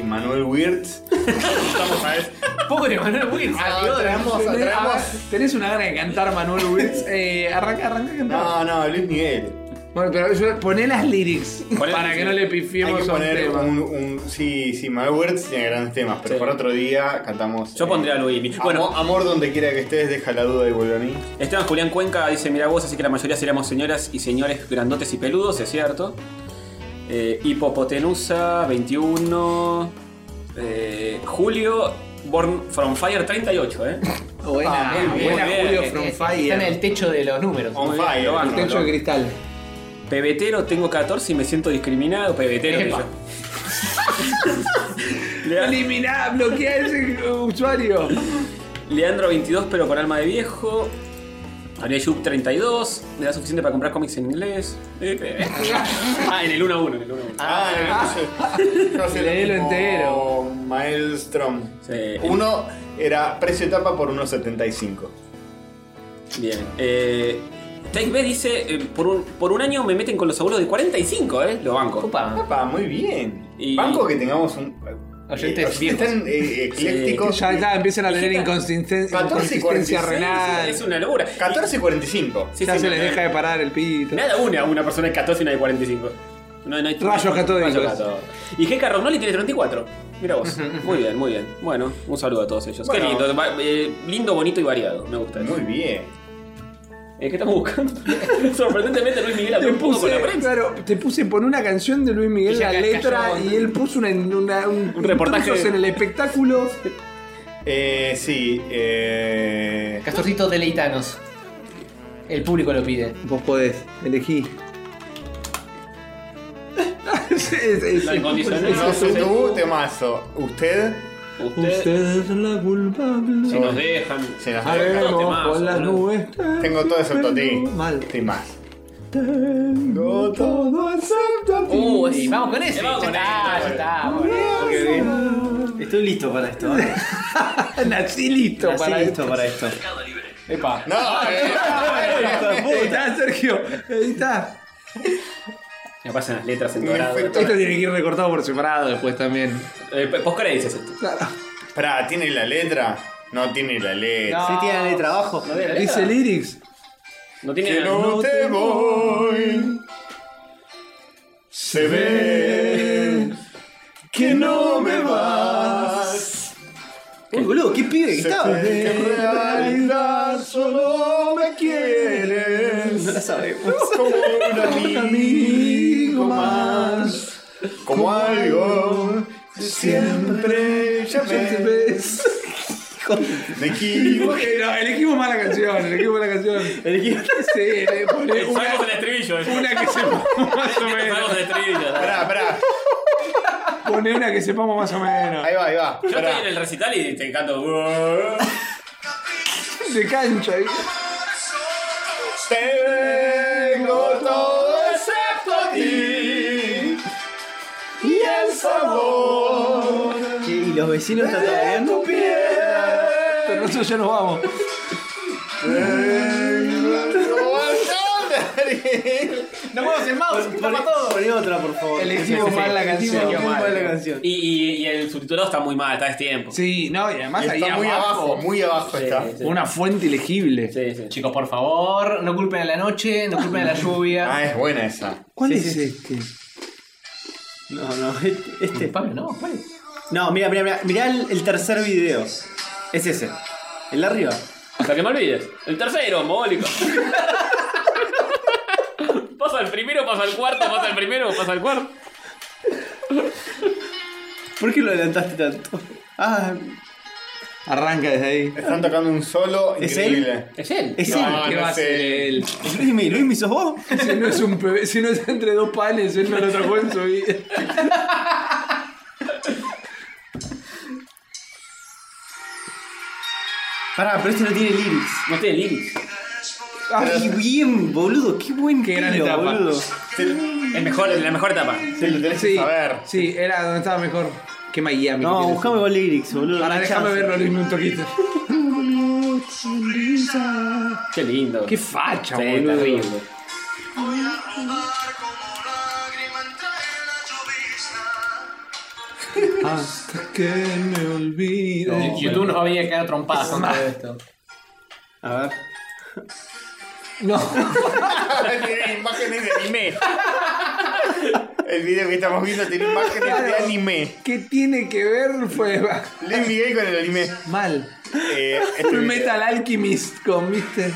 E: y Manuel Wirtz, estamos a ver.
B: Pobre Manuel Wirtz.
E: Ah, traemos-
C: Tenés-
E: traemos-
C: ah, Tenés una gana de cantar Manuel Wirtz. Eh, arranca, arranca a cantar.
E: No, no, Luis Miguel.
C: Bueno, pero yo- poné las lyrics
E: Poné
C: para
E: las
C: que
E: lyrics.
C: no le
E: Hay
C: pifiemos
E: que
C: a un
E: poner
C: tema.
E: un, un- Sí, sí, Manuel Wirtz tiene grandes temas, pero para otro día cantamos. Yo
A: pondría a Luis. Bueno.
E: Amor, donde quiera que estés, deja la duda y vuelve a mí.
A: Esteban Julián Cuenca dice: Mira vos, así que la mayoría seríamos señoras y señores grandotes y peludos, es cierto. Eh, hipopotenusa 21. Eh, Julio Born from Fire 38, ¿eh?
C: Buena,
A: Ah, bien,
C: buena
A: bien.
C: Julio
A: Eh,
C: From
A: eh,
C: Fire.
B: Está en el techo de los números.
A: On fire,
C: El
A: banco,
C: techo
A: lo-
C: de cristal.
A: Pebetero, tengo 14 y me siento discriminado. Pebetero.
C: Epa.
A: que yo. Lea-
C: Eliminá, bloqueá ese usuario.
A: Leandro 22, pero con alma de viejo. Ariel Yuk 32. Me da suficiente para comprar cómics en inglés. Eh, eh. ah, en el 1 a 1. En el 1
E: Ah, yo sé lo
C: Leelo
E: mismo,
C: entero.
E: Maelstrom. Uno era precio de tapa por 1.75.
A: Bien. Eh, Take B dice: eh, por, un, por un año me meten con los seguros de 45, ¿eh? Lo banco.
E: Papá, muy bien.
A: Y-
E: Banco que tengamos un.
B: Oyentes viejos.
E: están eh, eclécticos.
C: Ya, ya empiezan a tener inconsisten-
E: 14 y 46,
C: inconsistencia renal.
A: Es una locura.
E: 14 y 45.
A: Sí,
C: ya
A: sí,
C: se
A: no,
C: les
A: no.
C: deja de parar el pito.
A: Nada una, una persona de 14 y una de 45. No, no hay
C: Rayos catódicos.
A: Rayos catódicos. Y G. Rognoli tiene 34. Mira vos. Muy bien, muy bien. Bueno, un saludo a todos ellos.
E: Bueno.
A: Qué lindo. va- eh, lindo, bonito y variado. Me gusta eso.
E: Muy bien.
A: Eh, ¿Qué estamos buscando? Sorprendentemente Luis Miguel
C: Te
A: abrió un poco con la
C: puse,
A: prensa.
C: claro, te puse por una canción de Luis Miguel
A: Y ya ca-
C: la letra
A: cayó, ¿no?
C: y él puso una, una- un,
A: reportaje.
C: intrusos en el espectáculo.
E: Eh, sí. Eh...
B: Castorcito de Leitanos. El público lo pide.
C: Vos podés, elegí. Es- es- es-
A: La incondicional.
C: es-
E: No
C: es-
E: sé tú, temazo. ¿Usted?
C: Usted es la culpable.
A: Si nos dejan.
E: Se nos
C: Haremos
A: Temazo,
C: con las
A: boludo.
C: nubes.
E: Tengo todo excepto a ti.
C: Mal.
E: Temazo.
C: Tengo todo excepto a ti.
B: Y vamos con ese.
A: Eh, vamos
B: Ya
A: con
B: está,
A: ese,
B: ya está.
D: Estoy listo para esto.
C: Nací listo
D: Estoy
C: para
D: listo
C: esto.
D: para esto.
B: Epa.
E: No, eh,
C: Ahí está, Sergio. Ahí está.
A: Me pasan las letras en
E: me
A: dorado.
E: afectó.
C: Esto tiene que ir recortado por separado después también.
A: Eh, post dices esto.
C: Claro.
E: Pará, ¿tiene la letra? No tiene la letra.
D: Sí, tiene la letra abajo.
C: Dice lyrics.
A: No tiene
E: Que no te voy. Se ve que no me vas.
D: Uy, boludo, qué pibe que
E: Se
D: estaba.
E: ve que en realidad solo me quieres.
D: No la sabemos.
E: Como un amigo más. Como algo que siempre ya me. Me equivoqué.
C: Bueno, elegimos mala canción, elegimos mala canción.
D: Elegí-
C: Sí, le pone una,
A: Salgo del estribillo. eh.
C: una que sepamos más o menos.
A: Salgo del estribillo. dale.
E: Pará, pará.
C: Pone una que sepamos más o menos.
E: Ahí va, ahí va.
A: Yo
E: Pará.
A: estoy en el recital y te canto.
C: De cancha. ¿eh?
E: Tengo todo excepto a ti. Y el sabor
D: Che, ¿y los vecinos
C: Eh,
D: están
E: de
D: trabajando?
E: tu piel.
C: Pero nosotros ya nos vamos.
E: Tengo al calor
B: No muevas el mouse, que tapa todo.
D: Poné otra, por favor.
C: Elegimos mal la canción.
D: Elegimos muy mal la canción.
A: Y, y- y el subtitulado está muy mal, está a tiempo.
C: Sí, no, y además
E: Y
C: ahí
E: está muy abajo, muy abajo
A: Sí,
E: está.
A: sí.
C: Una fuente ilegible.
A: Sí, sí.
B: Chicos, por favor, no culpen a la noche, no culpen a la lluvia.
E: Ah, es buena esa.
D: ¿Cuál es este? No, no, este. este-
B: Pablo, no, ¿cuál es?
D: No, mira, mira, mira. Mirá el, el tercer video. Es ese. El de arriba.
A: Hasta que me olvides. El tercero, mogólico. pasa el primero, pasa el cuarto, pasa el primero, pasa el cuarto.
D: ¿Por qué lo adelantaste tanto? Ah,
C: Arranca desde ahí.
E: Están tocando un solo
D: ¿Es
E: increíble.
A: Es él.
D: es
E: No,
C: ¿Qué
E: no
C: va a
E: sé.
C: hacer él?
D: él. Luismi, Luismi, ¿sos vos?
C: Si no es un bebé, si no es entre dos panes, él no lo tocó en su vida.
D: Pará, pero este no tiene lyrics.
A: No tiene lyrics.
C: Ah,
D: Ay, bien, boludo, qué buen
C: Qué gran
D: tiro,
C: etapa.
D: boludo.
A: Es mejor, la mejor etapa.
E: Sí, lo tenés
C: Sí,
E: que saber.
C: sí, era donde estaba mejor. Que Miami.
D: No, buscame con lyrics, boludo.
C: Para
D: no hay
C: déjame
D: chance.
C: verlo Luis un toquito.
A: Qué lindo.
C: Qué facha,
A: Sí,
C: boludo.
A: terrible.
C: Hasta que me olvide.
B: YouTube nos va a venir a quedar trompadas con todo esto.
D: A ver.
E: tiene imágenes de anime. El video que estamos viendo tiene imágenes de anime.
C: ¿Qué tiene que ver fue
E: Luis Miguel con el anime.
C: mal?
E: Eh, este
C: Full
E: video.
C: Metal Alchemist con, viste.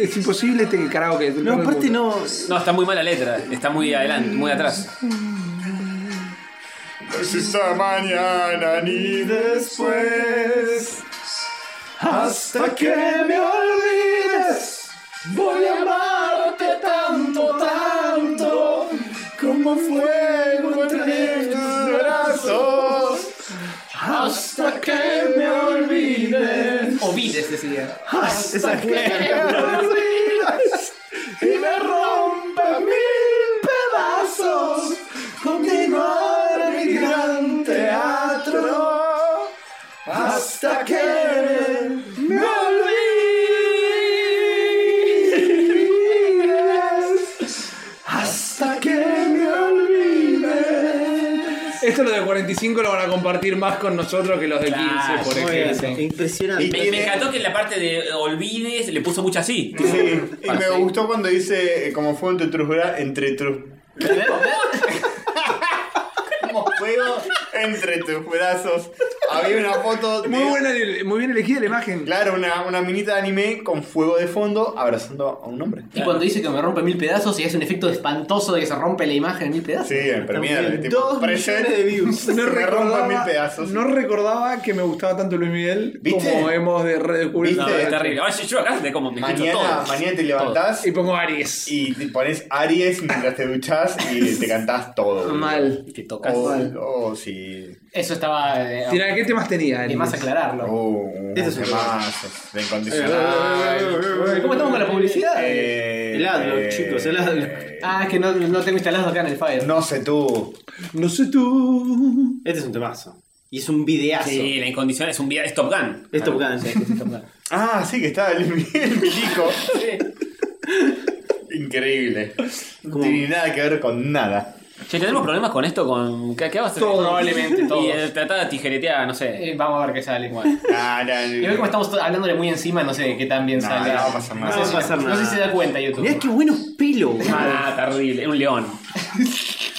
C: Es imposible este karaoke.
D: No, aparte no.
A: No, está muy mala letra. Está muy adelante, muy atrás.
E: Es esta mañana ni después.
C: Hasta que me olvides, voy a amarte tanto, tanto.
E: Como fuego entre tus brazos.
C: Hasta que me olvides,
B: Ovides decía.
D: Esa
C: olvides y me rompa mil pedazos. Continuar mi gran teatro hasta que me olvides. Hasta que me olvides. Esto lo de 45 lo van a compartir más con nosotros que los de 15,
A: Claro,
C: por
D: Muy bien,
C: ejemplo.
D: Impresionante.
A: Me, me encantó que en la parte de olvides le puso mucha así.
E: Sí, y
A: Para
E: me
A: sí.
E: gustó cuando dice eh, como fuego entre tus brazos. Entre tus. como fuego entre tus brazos. Había una foto de.
C: Muy, buena, muy bien elegida la imagen.
E: Claro, una, una minita de anime con fuego de fondo abrazando a un hombre.
B: Y cuando dice que me rompe mil pedazos y hace un efecto espantoso de que se rompe la imagen en mil pedazos.
E: Sí, en Premiere. tipo,
D: Dos
E: Premiere
D: millones de views.
E: se me rompan
C: recordaba-
E: mil pedazos.
C: No recordaba que me gustaba tanto Luis Miguel
E: ¿Viste?
C: como hemos de redescubrir.
A: No,
E: ¿Viste?
A: es terrible. Ahora yo acá te como me escucho
E: Mañana,
A: todo.
E: mañana te levantás
C: Y pongo Aries.
E: y te pones Aries mientras te duchas y te cantás todo.
C: Mal.
A: Te tocas.
E: Oh, oh, sí.
B: Eso estaba. eh,
C: Tirá, ¿qué temas tenía?
B: de
C: Aries?
B: más aclararlo.
E: Oh,
D: Ese es un Eh,
E: temazos de incondicional.
B: ¿Cómo estamos con la publicidad?
E: Eh,
D: El Adblock, chicos, el Adblock.
B: Ah, es que no, no tengo instalado acá en el Fire.
E: No sé tú.
C: No sé tú.
D: Este es un temazo. Y es un videazo.
A: Sí, la incondicional es un video. Es Top Gun.
D: Es Top Gun.
E: Ah, sí, que estaba el, el milico. Increíble. No tiene nada que ver con nada.
A: Che, tenemos problemas con esto, con. ¿Qué, qué vas a hacer?
B: Todos. Probablemente todos.
A: Y eh, tratá de tijeretear, no sé.
B: Eh, vamos a ver qué sale.
E: Ah, no, no,
B: Y hoy como estamos to- hablándole muy encima, no sé qué tan bien
E: No,
B: sale.
E: no va a pasar nada.
B: sé
D: No
B: si-
D: va a pasar
B: No
D: nada.
B: sé si se da cuenta YouTube.
D: Mirá qué buenos pelos, boludo.
A: Ah, terrible. Era un león.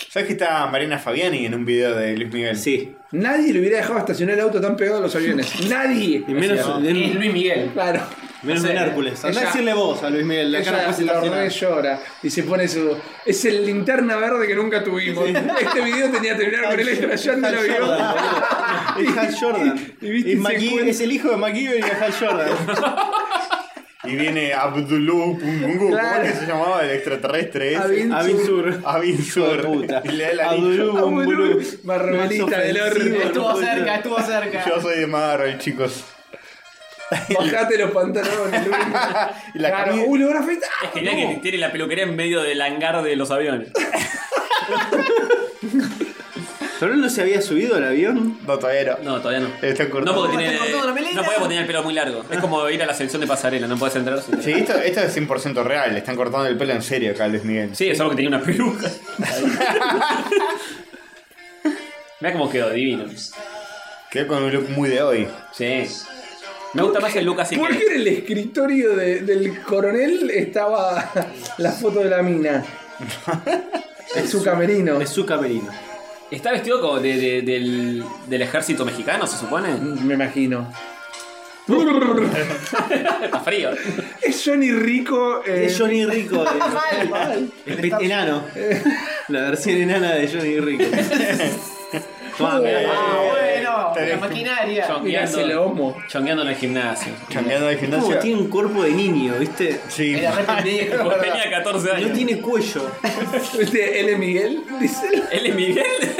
E: ¿Sabes que está Marina Fabiani en un video de Luis Miguel?
D: Sí.
C: Nadie le hubiera dejado estacionar el auto tan pegado a los aviones. Nadie.
D: Y menos,
B: Es
D: en-
B: Luis Miguel.
C: Claro.
D: menos
B: no sé,
D: en Hércules. Andá a
C: ella-
D: decirle vos a Luis Miguel. La cara
C: Ella
D: fácil
C: lo
D: de
C: re
D: hacer.
C: llora y se pone su. Es el linterna verde que nunca tuvimos. Este video tenía que terminar con él estallando el
D: Hal
C: avión.
D: Jordan, boludo. Es Hal Jordan.
C: y viste,
D: Es
C: se
D: MacGyver-
C: encuentra-
D: es el hijo de MacGyver y de Hal Jordan.
E: Y viene Abdulú Pungungu, ¿cómo
C: Claro.
E: es que se llamaba el extraterrestre ese?
C: Abin-
D: Abin Sur.
E: Abin
D: Hijo de
E: Sur.
D: puta.
E: Y le da el anillo.
D: Abdulú, Bumburú.
C: Marmalita del horno.
B: Estuvo
D: puede
B: cerca,
D: ser.
B: estuvo cerca.
E: Yo soy de Marvel, chicos.
C: Bajate los pantalones, Luis.
E: Y la
C: claro.
E: camisa-
C: Uy, le van a afeitar.
A: Es genial que tiene la peluquería en medio del hangar de los aviones.
D: ¿Solón no se había subido al avión?
E: No, todavía no.
A: No, todavía no.
E: Está cortado.
A: No porque tiene. No podemos tener el pelo muy largo. Es como ir a la selección de pasarela, no puedes entrar. sin-
E: Sí, esto, esto es 100% real. Le están cortando el pelo en serio acá a Luis Miguel.
A: Sí, es algo que tenía una peluca. Mira cómo quedó, divino.
E: Quedó con un look muy de hoy.
A: Sí. Me gusta más el look así
C: ¿Por
A: que.
C: qué en el escritorio de- del coronel estaba la foto de la mina? Es su camerino.
D: Es su camerino.
A: ¿Está vestido como de- de- del, del ejército mexicano, se supone?
C: Me imagino.
A: Está frío.
C: Es Johnny Rico. eh,
D: Es Johnny Rico. el- El pit enano. La versión enana de Johnny Rico. Tomá,
B: Ah,
E: Eh.
D: mira.
B: bueno,
E: Está
B: la
E: bien.
B: maquinaria.
C: Mira ese
A: Chongueando,
C: lomo.
A: chongueando en el gimnasio.
E: Cambiando de
D: Como
E: gimnasia.
D: Uh, tiene un cuerpo de niño, ¿viste?
E: Sí.
B: Era re pendejo.
A: Porque tenía 14
D: No
A: años.
D: tiene cuello.
C: Este, L. Miguel, dice. el-
A: ¿Él es Miguel?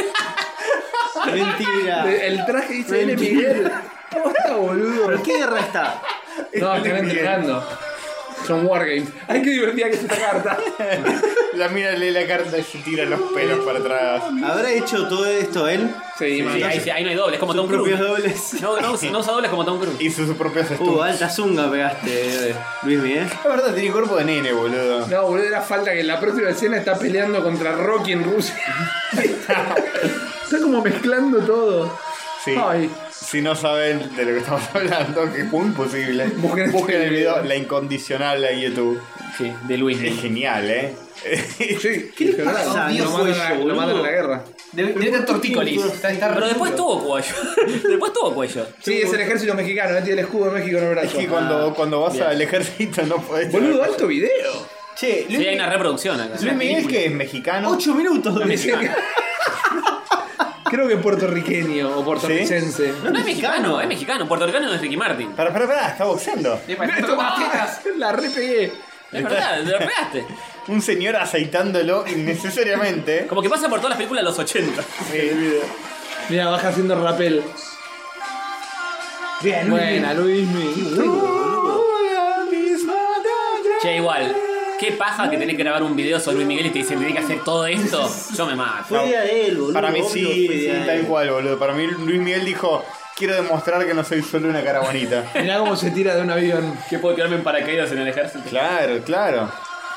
D: Mentira.
C: El traje dice L. Miguel. Posta, boludo.
D: ¿Pero qué guerra está?
C: No, están entrenando. Son wargames. Ay, qué divertida que es esta carta.
E: La mina lee la carta y se tira los pelos para atrás.
D: ¿Habrá hecho todo esto él?
C: Sí,
A: Sí,
C: mandó-
A: ahí, sí, ahí no hay doble, es como Tom
D: Propios
A: Cruise.
D: dobles.
A: No, no, usa- no usa dobles como Tom Cruise.
E: Hizo sus propios
D: Uh,
E: estudios.
D: alta zunga pegaste, eh, Luis Miguel.
E: La verdad, tiene cuerpo de nene, boludo.
C: No, boludo, era falta que en la próxima escena está peleando contra Rocky en Rusia. está como mezclando todo.
E: Sí.
C: Ay.
E: Si no saben de lo que estamos hablando, que es muy imposible,
C: Busquen
E: busquen,
C: este
E: el
C: video.
E: video La Incondicional en YouTube.
A: Sí, de Luis.
E: Es genial, ¿eh?
C: Sí, ¿qué le
D: pasa?
C: Lo
D: Dios,
C: mandan a la-
D: cuello,
C: lo mandan a la
D: boludo.
C: guerra.
B: Debe debe tener tortícolis. Está- está
A: Pero después
B: rotundo.
A: tuvo cuello. después tuvo cuello.
C: Sí, es el ejército mexicano, eh, tiene el escudo de México en el
E: Es
C: brazo. Ah.
E: que cuando, cuando vas al ejército no podés.
C: Boludo, alto video.
E: Che,
A: Sí, hay una reproducción acá.
E: Luis Miguel que es mexicano.
D: Ocho minutos.
C: Creo que puertorriqueño o puertorricense.
A: No es mexicano, es mexicano. Puertorriqueño no es Ricky Martin.
E: Pará, pará, pará, está boxeando.
B: Eh,
C: Mirá,
B: parece-
C: Tomás, La re pegué.
A: Es verdad, te lo pegaste.
E: Un señor aceitándolo innecesariamente.
A: Como que pasa por todas las películas de los 80.
C: Mira, baja haciendo rapel. Bien, Buena, Luis.
A: Che, igual. Qué paja que tenés que grabar un video sobre Luis Miguel y te dicen tenés que hacer todo esto. Yo me mato.
D: Fue idea de él, boludo.
E: Para mí
D: obvio
E: sí,
D: fue
E: sí,
D: idea de
E: tal
D: él.
E: cual, boludo. Para mí Luis Miguel dijo, quiero demostrar que no soy solo una cara bonita.
C: Mirá cómo se tira de un avión.
A: ¿Qué puedo tirarme en paracaídas en el ejército?
E: Claro, claro.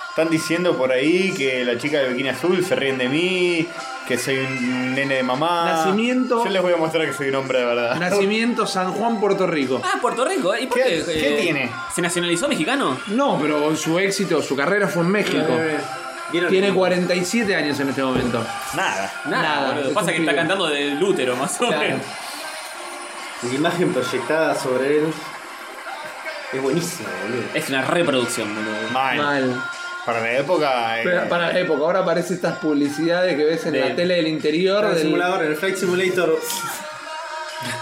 E: Están diciendo por ahí que la chica del bikini azul se ríen de mí, que soy un nene de mamá.
C: Nacimiento.
E: Yo les voy a mostrar que soy un hombre de verdad.
C: Nacimiento San Juan, Puerto Rico.
A: Ah, Puerto Rico. ¿Y por
E: ¿Qué-
A: qué? Eh,
E: qué tiene?
A: ¿Se nacionalizó mexicano?
C: No, pero su éxito, su carrera fue en México.
D: ¿Vieron?
C: Tiene 47 años en este momento.
E: Nada.
A: Nada,
C: Nada,
A: boludo.
C: es
A: Pasa
C: un
A: que está
C: pibe.
A: cantando del útero, más o
C: Claro.
A: menos.
D: La imagen proyectada sobre él es buenísima, boludo.
A: Es una reproducción, boludo.
E: Mal.
C: Mal.
E: Para la época. eh,
C: Pero para la época, ahora aparecen estas publicidades que ves en
A: Del-
C: la tele del interior.
D: El
C: del-
D: simulador, el Flight Simulator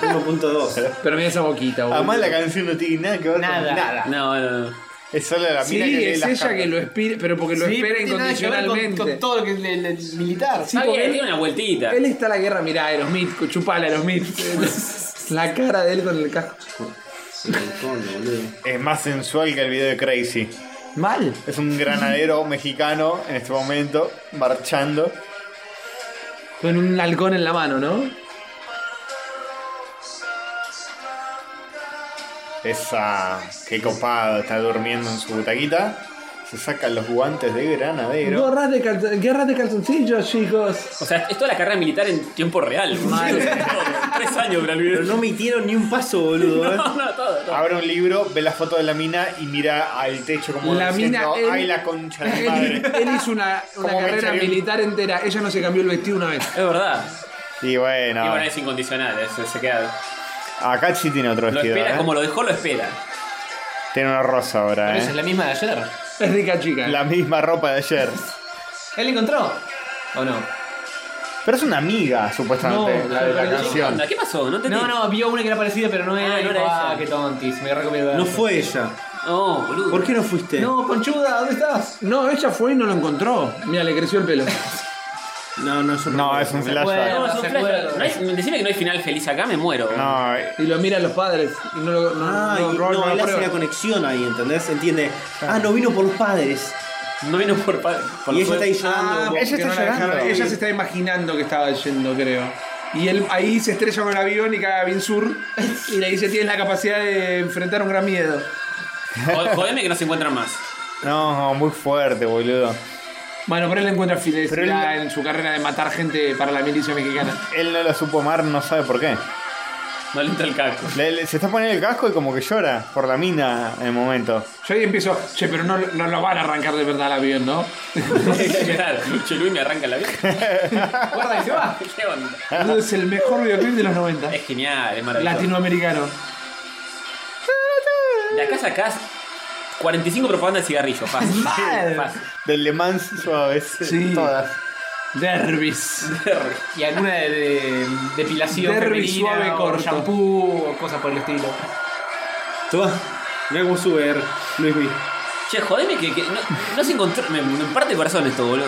D: 1.2.
C: Pero mira esa boquita, boludo.
E: Además la canción no tiene nada que ver
B: Nada.
E: con nada.
A: No, no, no.
E: Es solo la
C: Sí,
E: mina que lee
C: es
E: las
C: ella
E: cartas.
C: que lo espera, pero porque lo
B: Sí,
C: espera
B: tiene nada que ver con-
C: incondicionalmente.
B: Con todo lo que es el- el militar.
C: Sí,
A: Está
C: porque
A: bien,
C: él-
A: tiene una vueltita.
C: Él está a la guerra, mirá, Aerosmith, chupala Aerosmith. la cara de él con el casco.
E: Es más sensual que el video de Crazy.
C: Mal.
E: Es un granadero mexicano en este momento, marchando.
C: Con un halcón en la mano, ¿no?
E: Esa. ah, Qué copado, está durmiendo en su butaquita. Se saca los guantes de granadero.
C: Gorras de, calzon- guerras de calzoncillos, chicos.
A: O sea, es toda la carrera militar en tiempo real. boludo. Tres años para el video.
D: Pero no mitieron ni un paso, boludo. ¿eh?
A: No, no, todo, todo.
E: Abre un libro, ve la foto de la mina y mira al techo como
C: La
E: diciendo,
C: mina, él-
E: ¡ay la concha de la
C: Él,
E: madre!
C: él hizo una, una
E: Como
C: carrera
E: Benjamin.
C: militar entera. Ella no se cambió el vestido una vez.
A: Es verdad.
E: Y bueno,
D: Ah.
A: Y bueno, es incondicional, eso se queda.
E: acá sí tiene otro
A: Lo
E: vestido.
A: espera,
E: ¿eh?
A: como lo dejó, lo espera.
E: Tiene una rosa ahora,
B: Pero esa es
E: ¿eh?
B: la misma de ayer.
C: Es rica chica.
E: La misma ropa de ayer.
B: ¿Él la encontró? ¿O no?
E: Pero es una amiga, supuestamente,
B: No,
E: la de la
B: no, no,
A: ¿Qué
E: canción.
A: onda? ¿Qué pasó? No entendí.
B: No, no, vio una que era parecida, pero no era.
A: Ah, no era
B: Dijo,
A: esa.
B: ah, qué tontis, me recomiendo.
D: No fue ella.
A: No, Oh, boludo.
D: ¿Por qué no fuiste?
B: No, conchuda, ¿dónde estás?
C: No, ella fue y no lo encontró. Mira, le creció el pelo.
D: no, no, yo
E: No, es un flashback.
A: No, es un
B: Se
A: flash.
B: acuerda.
A: No hay- Decime que no hay final feliz acá, me muero.
E: No,
C: Y lo miran los padres. Y no lo. No,
D: Ah,
C: no,
D: y-
C: Robert
D: no,
C: no lo
D: él hace
C: aprueba.
D: la conexión ahí, ¿entendés? Entiende. Ah, no vino por los padres.
A: No vino por, pa- por la
D: Y Ah, ella está ahí
A: suerte.
D: llorando.
C: porque no la dejaron- Ella se está imaginando que estaba yendo, creo. Y él ahí se estrella con el avión y cae a Binsur y le dice tienes la capacidad de enfrentar un gran miedo.
A: Jod- Jodeme que no se encuentran más.
E: No, muy fuerte, boludo.
C: Bueno, pero él encuentra felicidad
E: él-
C: en su carrera de matar gente para la milicia mexicana.
E: Él no la supo amar, no sabe por qué.
A: No le entra el casco.
E: Le- le- se está poniendo el casco y como que llora por la mina en el momento.
C: Yo ahí empiezo, che, pero no, no lo van a arrancar de verdad el avión, ¿no?
A: claro, Lucho Luis me arranca la vida.
C: Guarda que se va.
A: ¿Qué onda?
C: Es el mejor videoclip de los 90.
A: Es genial, es maravilloso.
C: Latinoamericano.
A: De acá sacás 45 propagandas de cigarrillo, fácil.
C: Mal.
A: Fácil.
E: Del Le Mans suaves.
C: Sí.
E: Todas.
C: Derbis.
B: Y alguna de, de- depilación
C: Derby
B: femenina,
C: suave
B: o
C: corto.
B: shampoo o cosas por el estilo.
D: Toma, mira cómo sube R, Luis Luis.
A: Che, jodeme que, que no, no se encontró. Me, me parte el corazón esto, boludo.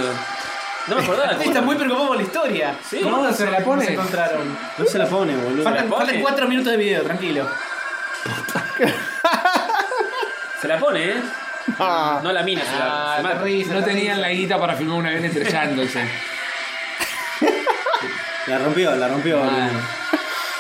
A: No me acordaba.
B: Está muy preocupado por la historia.
A: Sí.
B: ¿Cómo
C: ¿Se la pone?
B: se encontraron?
D: No se la pone, boludo.
B: Faltan,
A: pone?
B: faltan cuatro minutos de video, tranquilo.
A: Se la pone, ¿eh?
E: Ah,
A: No la mina, se la.
B: Ah,
A: se mata.
B: te ríes,
C: No
B: te ríes.
C: tenían la guita para filmar un avión estrellándose.
D: La rompió, la rompió.
C: Mal.
D: Luis.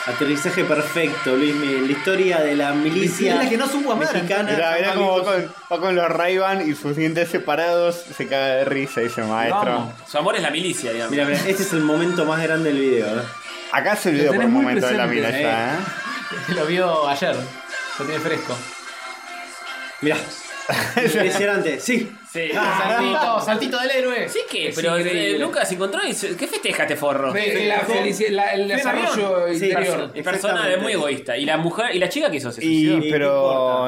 D: Aterrizaje perfecto, Luis. Miguel. La historia de la milicia
B: Es la que no supo amar.
D: mexicana.
E: Mirá, mirá
D: Amigos.
E: cómo va con, va con los ray y sus dientes separados. Se caga de risa, dice maestro.
C: Vamos.
A: Su amor es la milicia, digamos.
D: Mirá, mirá, este es el momento más grande del video. ¿eh?
E: Acá se olvidó por
C: tenés
E: un
C: muy
E: momento de la mina
C: presente,
E: esta, ¿eh?
B: Lo vio ayer. Lo tiene fresco.
D: Mirá. Impresionante, sí.
A: Sí.
B: Saltito, saltito del héroe.
A: Sí que,
B: Es
A: pero
B: increíble.
A: eh, Lucas se encontró y se- ¿qué festeja este forro?
C: Fe- la felici- la- el desarrollo
D: Sí,
C: interior.
A: Es persona
D: Exactamente.
A: de muy egoísta. ¿Y la mujer y la chica qué hizo? ¿Se
E: Y-
A: suicidó?
D: ¿qué
E: pero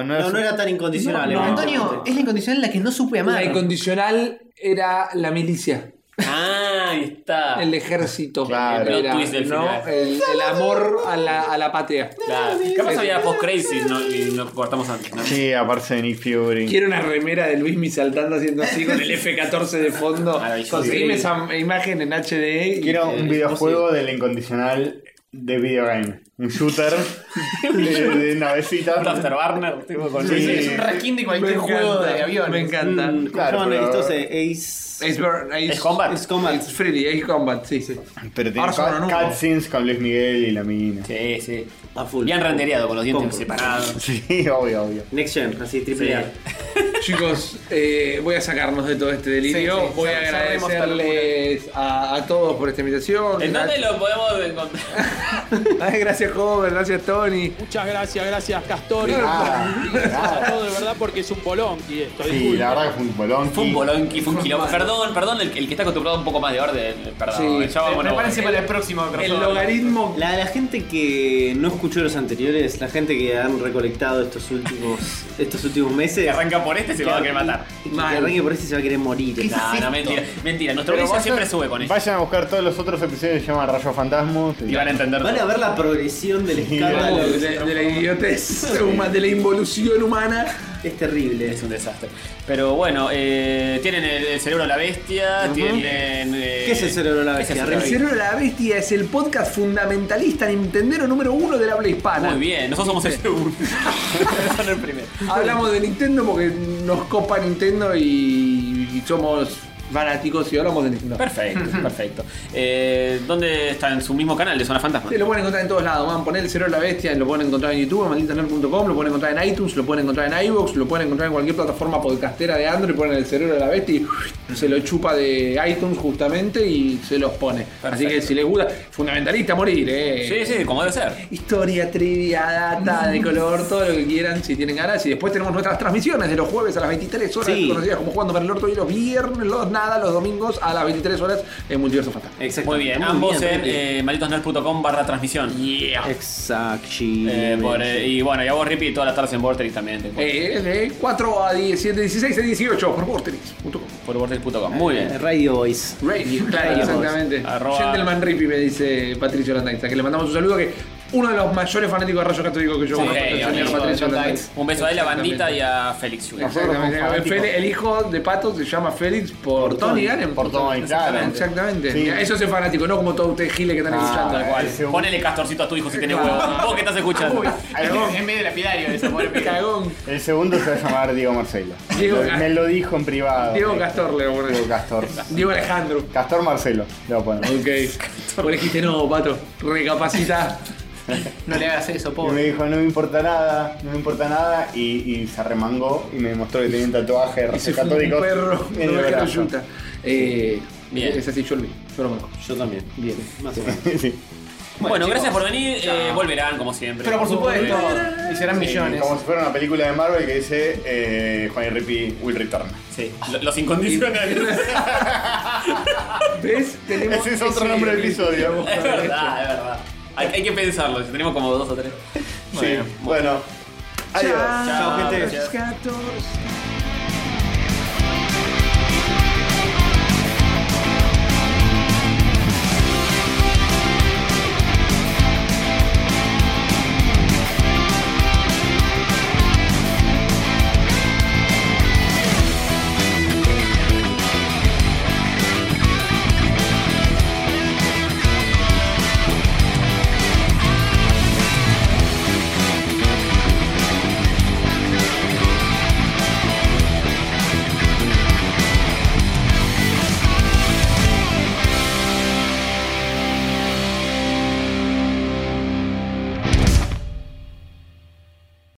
D: importa?
E: no es-
D: no, no era tan incondicional. ¿eh? Este,
B: No,
D: evidentemente.
B: Antonio, es la incondicional en la que no supe
C: La
B: amar.
C: incondicional era la milicia,
A: Ah, ahí está.
C: el ejército.
E: Claro.
C: Era,
A: El plot twist del
C: ¿no?
A: final.
C: el, el amor a la, a la patria.
A: Claro. Capaz había post credits y no, y no cortamos antes. ¿no?
E: Sí, aparte de Nick Fury.
C: Quiero una remera de Luismi saltando haciendo así con el F-14 de fondo.
A: Maravilloso.
C: Conseguime
A: Sí.
C: esa imagen en HD. y-
E: Quiero un videojuego del incondicional de videogame. Un shooter de, de
A: Un
E: navecita.
A: Afterburner, tipo con
E: Sí.
B: Es un reskin de
C: Me
B: cualquier
C: encanta,
B: juego de avión.
C: Me encanta.
D: Mm, ¿Cómo
E: Claro,
D: se llaman
E: pero-
D: estos? Eh, Ace.
C: Ace, Burn- Ace-
A: Es combat.
C: Ace Combat. It's Freely, Ace Combat, sí. sí.
E: Pero tiene
C: Ahora son
E: cut-
C: uno nuevo.
E: cutscenes con Luis Miguel y la mina.
A: Sí, sí.
D: A full.
A: Le han rendereado con los dientes
D: Compro.
A: separados.
E: Sí, obvio, obvio.
D: Next Gen, así, triple
A: Sí.
D: A.
C: Chicos, eh, voy a sacarnos de todo este delirio.
B: Sí, sí,
C: voy a
B: ya- ya haremos esta
C: agradecerles a, a todos por esta invitación.
A: ¿En dónde lo podemos encontrar?
C: Ay, gracias, joven, gracias, Tony.
Y: Muchas gracias, gracias Castor. Y
E: Nada,
Y: gracias
E: nada.
Y: a todos, de verdad, porque es un bolón. Y esto,
E: Ah,
Y: ¿eh?
E: Sí,
Y: disculpen.
E: la verdad que fue un bolón.
A: Fue un bolonqui, fue un quilombo. Perdón, perdón, el, el que está acostumbrado a un poco más de orden. Perdón,
C: Sí.
A: ya vamos eh, a
B: Prepárense para el próximo
C: El
B: crossover.
C: logaritmo.
D: La, la gente que no escuchó los anteriores, la gente que han recolectado estos últimos estos últimos meses,
A: Que arranca por este se lo va a querer matar.
D: que arranque por este se va a querer morir.
A: No, no, mentira. Mentira, nuestra audiencia siempre sube con eso.
E: Vayan a buscar todos los otros episodios que se llaman Rayo Fantasmo.
A: Y van a entender.
D: Van a ver la progresión del escándalo.
C: De, de la idiotez, huma- de la involución humana.
D: Es terrible.
A: Es un desastre. Pero bueno, eh, tienen el, el cerebro de la bestia, tienen. eh,
D: ¿Qué es el cerebro de la
A: ¿qué es el cerebro de la
D: bestia?
C: El
D: Rey?
C: cerebro de la bestia es el podcast fundamentalista Nintendero número uno del habla hispana.
A: Ah, Muy bien, nosotros somos el segundo. Son el primero.
C: Hablamos de Nintendo porque nos copa Nintendo y, y somos fanáticos y hablamos de Nintendo.
A: Perfecto, perfecto. Eh, ¿Dónde está? En su mismo canal de Zona Fantasma.
C: Sí, lo pueden encontrar en todos lados, van a poner el cero de la bestia, lo pueden encontrar en YouTube, en malditoner.com, lo pueden encontrar en iTunes, lo pueden encontrar en iVoox, lo pueden encontrar en cualquier plataforma podcastera de Android, ponen el cerebro de la bestia y uff, se lo chupa de iTunes justamente y se los pone. Así que si les gusta, fundamentalista morir, eh.
A: Sí, Mm. sí, como debe ser.
C: Historia, trivia, data, de color, todo lo que quieran, si tienen ganas. Y después tenemos nuestras transmisiones de los jueves a las 23 horas,
D: Sí.
C: conocidas como Jugando para el Orto, y los viernes, los nada, los domingos a las 23 horas en Multiverso Fantástico.
D: Exacto. Ah,
A: Muy bien, ambos en eh, malditosnerd.com barra transmisión.
D: Exacto.
A: Eh, por, eh, y bueno, y a vos, Ripi, todas las tardes en Vortex también. te encuentro.
C: Eh, de 4 a 17, 16 a 18 por Vortex.com.
A: Por vortex.com. Muy
D: Eh,
A: bien.
D: Radio Voice.
C: Radio, claro, exactamente.
A: Arroba-
C: Gentleman Rippy me dice Patricio Landainza, que le mandamos un saludo que uno de los mayores fanáticos de Rayos Católicos que yo
A: Sí,
C: conozco, el
A: genio,
C: señor
A: amigo,
C: Patricio
A: total.
C: Hernández.
A: Un beso a él, a Bandita y a Félix Jr.
C: Exactamente. Félix- El hijo de Pato se llama Félix por, Tony
A: Tony.
C: Allen.
A: Por Tony,
C: Exactamente.
A: claro.
C: Exactamente.
A: Sí. Ah,
C: Eso es fanático, no como todos ustedes giles que están escuchando.
A: Tal cual. Ponele castorcito a tu hijo si tenés huevo. Vos que estás escuchando.
B: Es medio lapidario eso, pobre pibe.
E: El segundo se va a llamar Diego Marcelo.
C: Diego
E: Lo-
C: Cas-
E: me lo dijo en privado.
C: Diego Castor le voy a poner.
E: Diego Castor.
C: Diego Alejandro.
E: Castor Marcelo. Le voy a poner.
C: Ok. Vos dijiste no, Pato. Recapacita.
B: No le hagas eso,
E: Y me
B: pobre.
E: dijo, no me importa nada, no me importa nada. Y, y se remangó y me mostró que tenía un tatuaje
C: Se fue un
E: católico.
C: perro.
E: en el
C: No me
E: brazo.
C: Yuta. Eh,
A: Bien.
C: Es así, yo lo vi. Yo lo marco.
Z: Yo también.
C: Bien.
E: Sí.
A: Bueno,
B: chicos,
A: gracias por venir. eh, volverán como siempre.
B: Pero por supuesto, y serán
E: Sí,
B: millones.
E: Eh, Como si fuera una película de Marvel que dice eh, Juan y Rippy will return.
A: Sí. Lo- Los incondicionales.
C: ¿Ves? Tenemos
E: Ese es otro nombre del episodio.
A: Es verdad, es verdad. Hay, hay que pensarlo, si tenemos como dos o tres.
E: Sí, bueno. Adiós.
A: Chao, gente.
C: Gatos.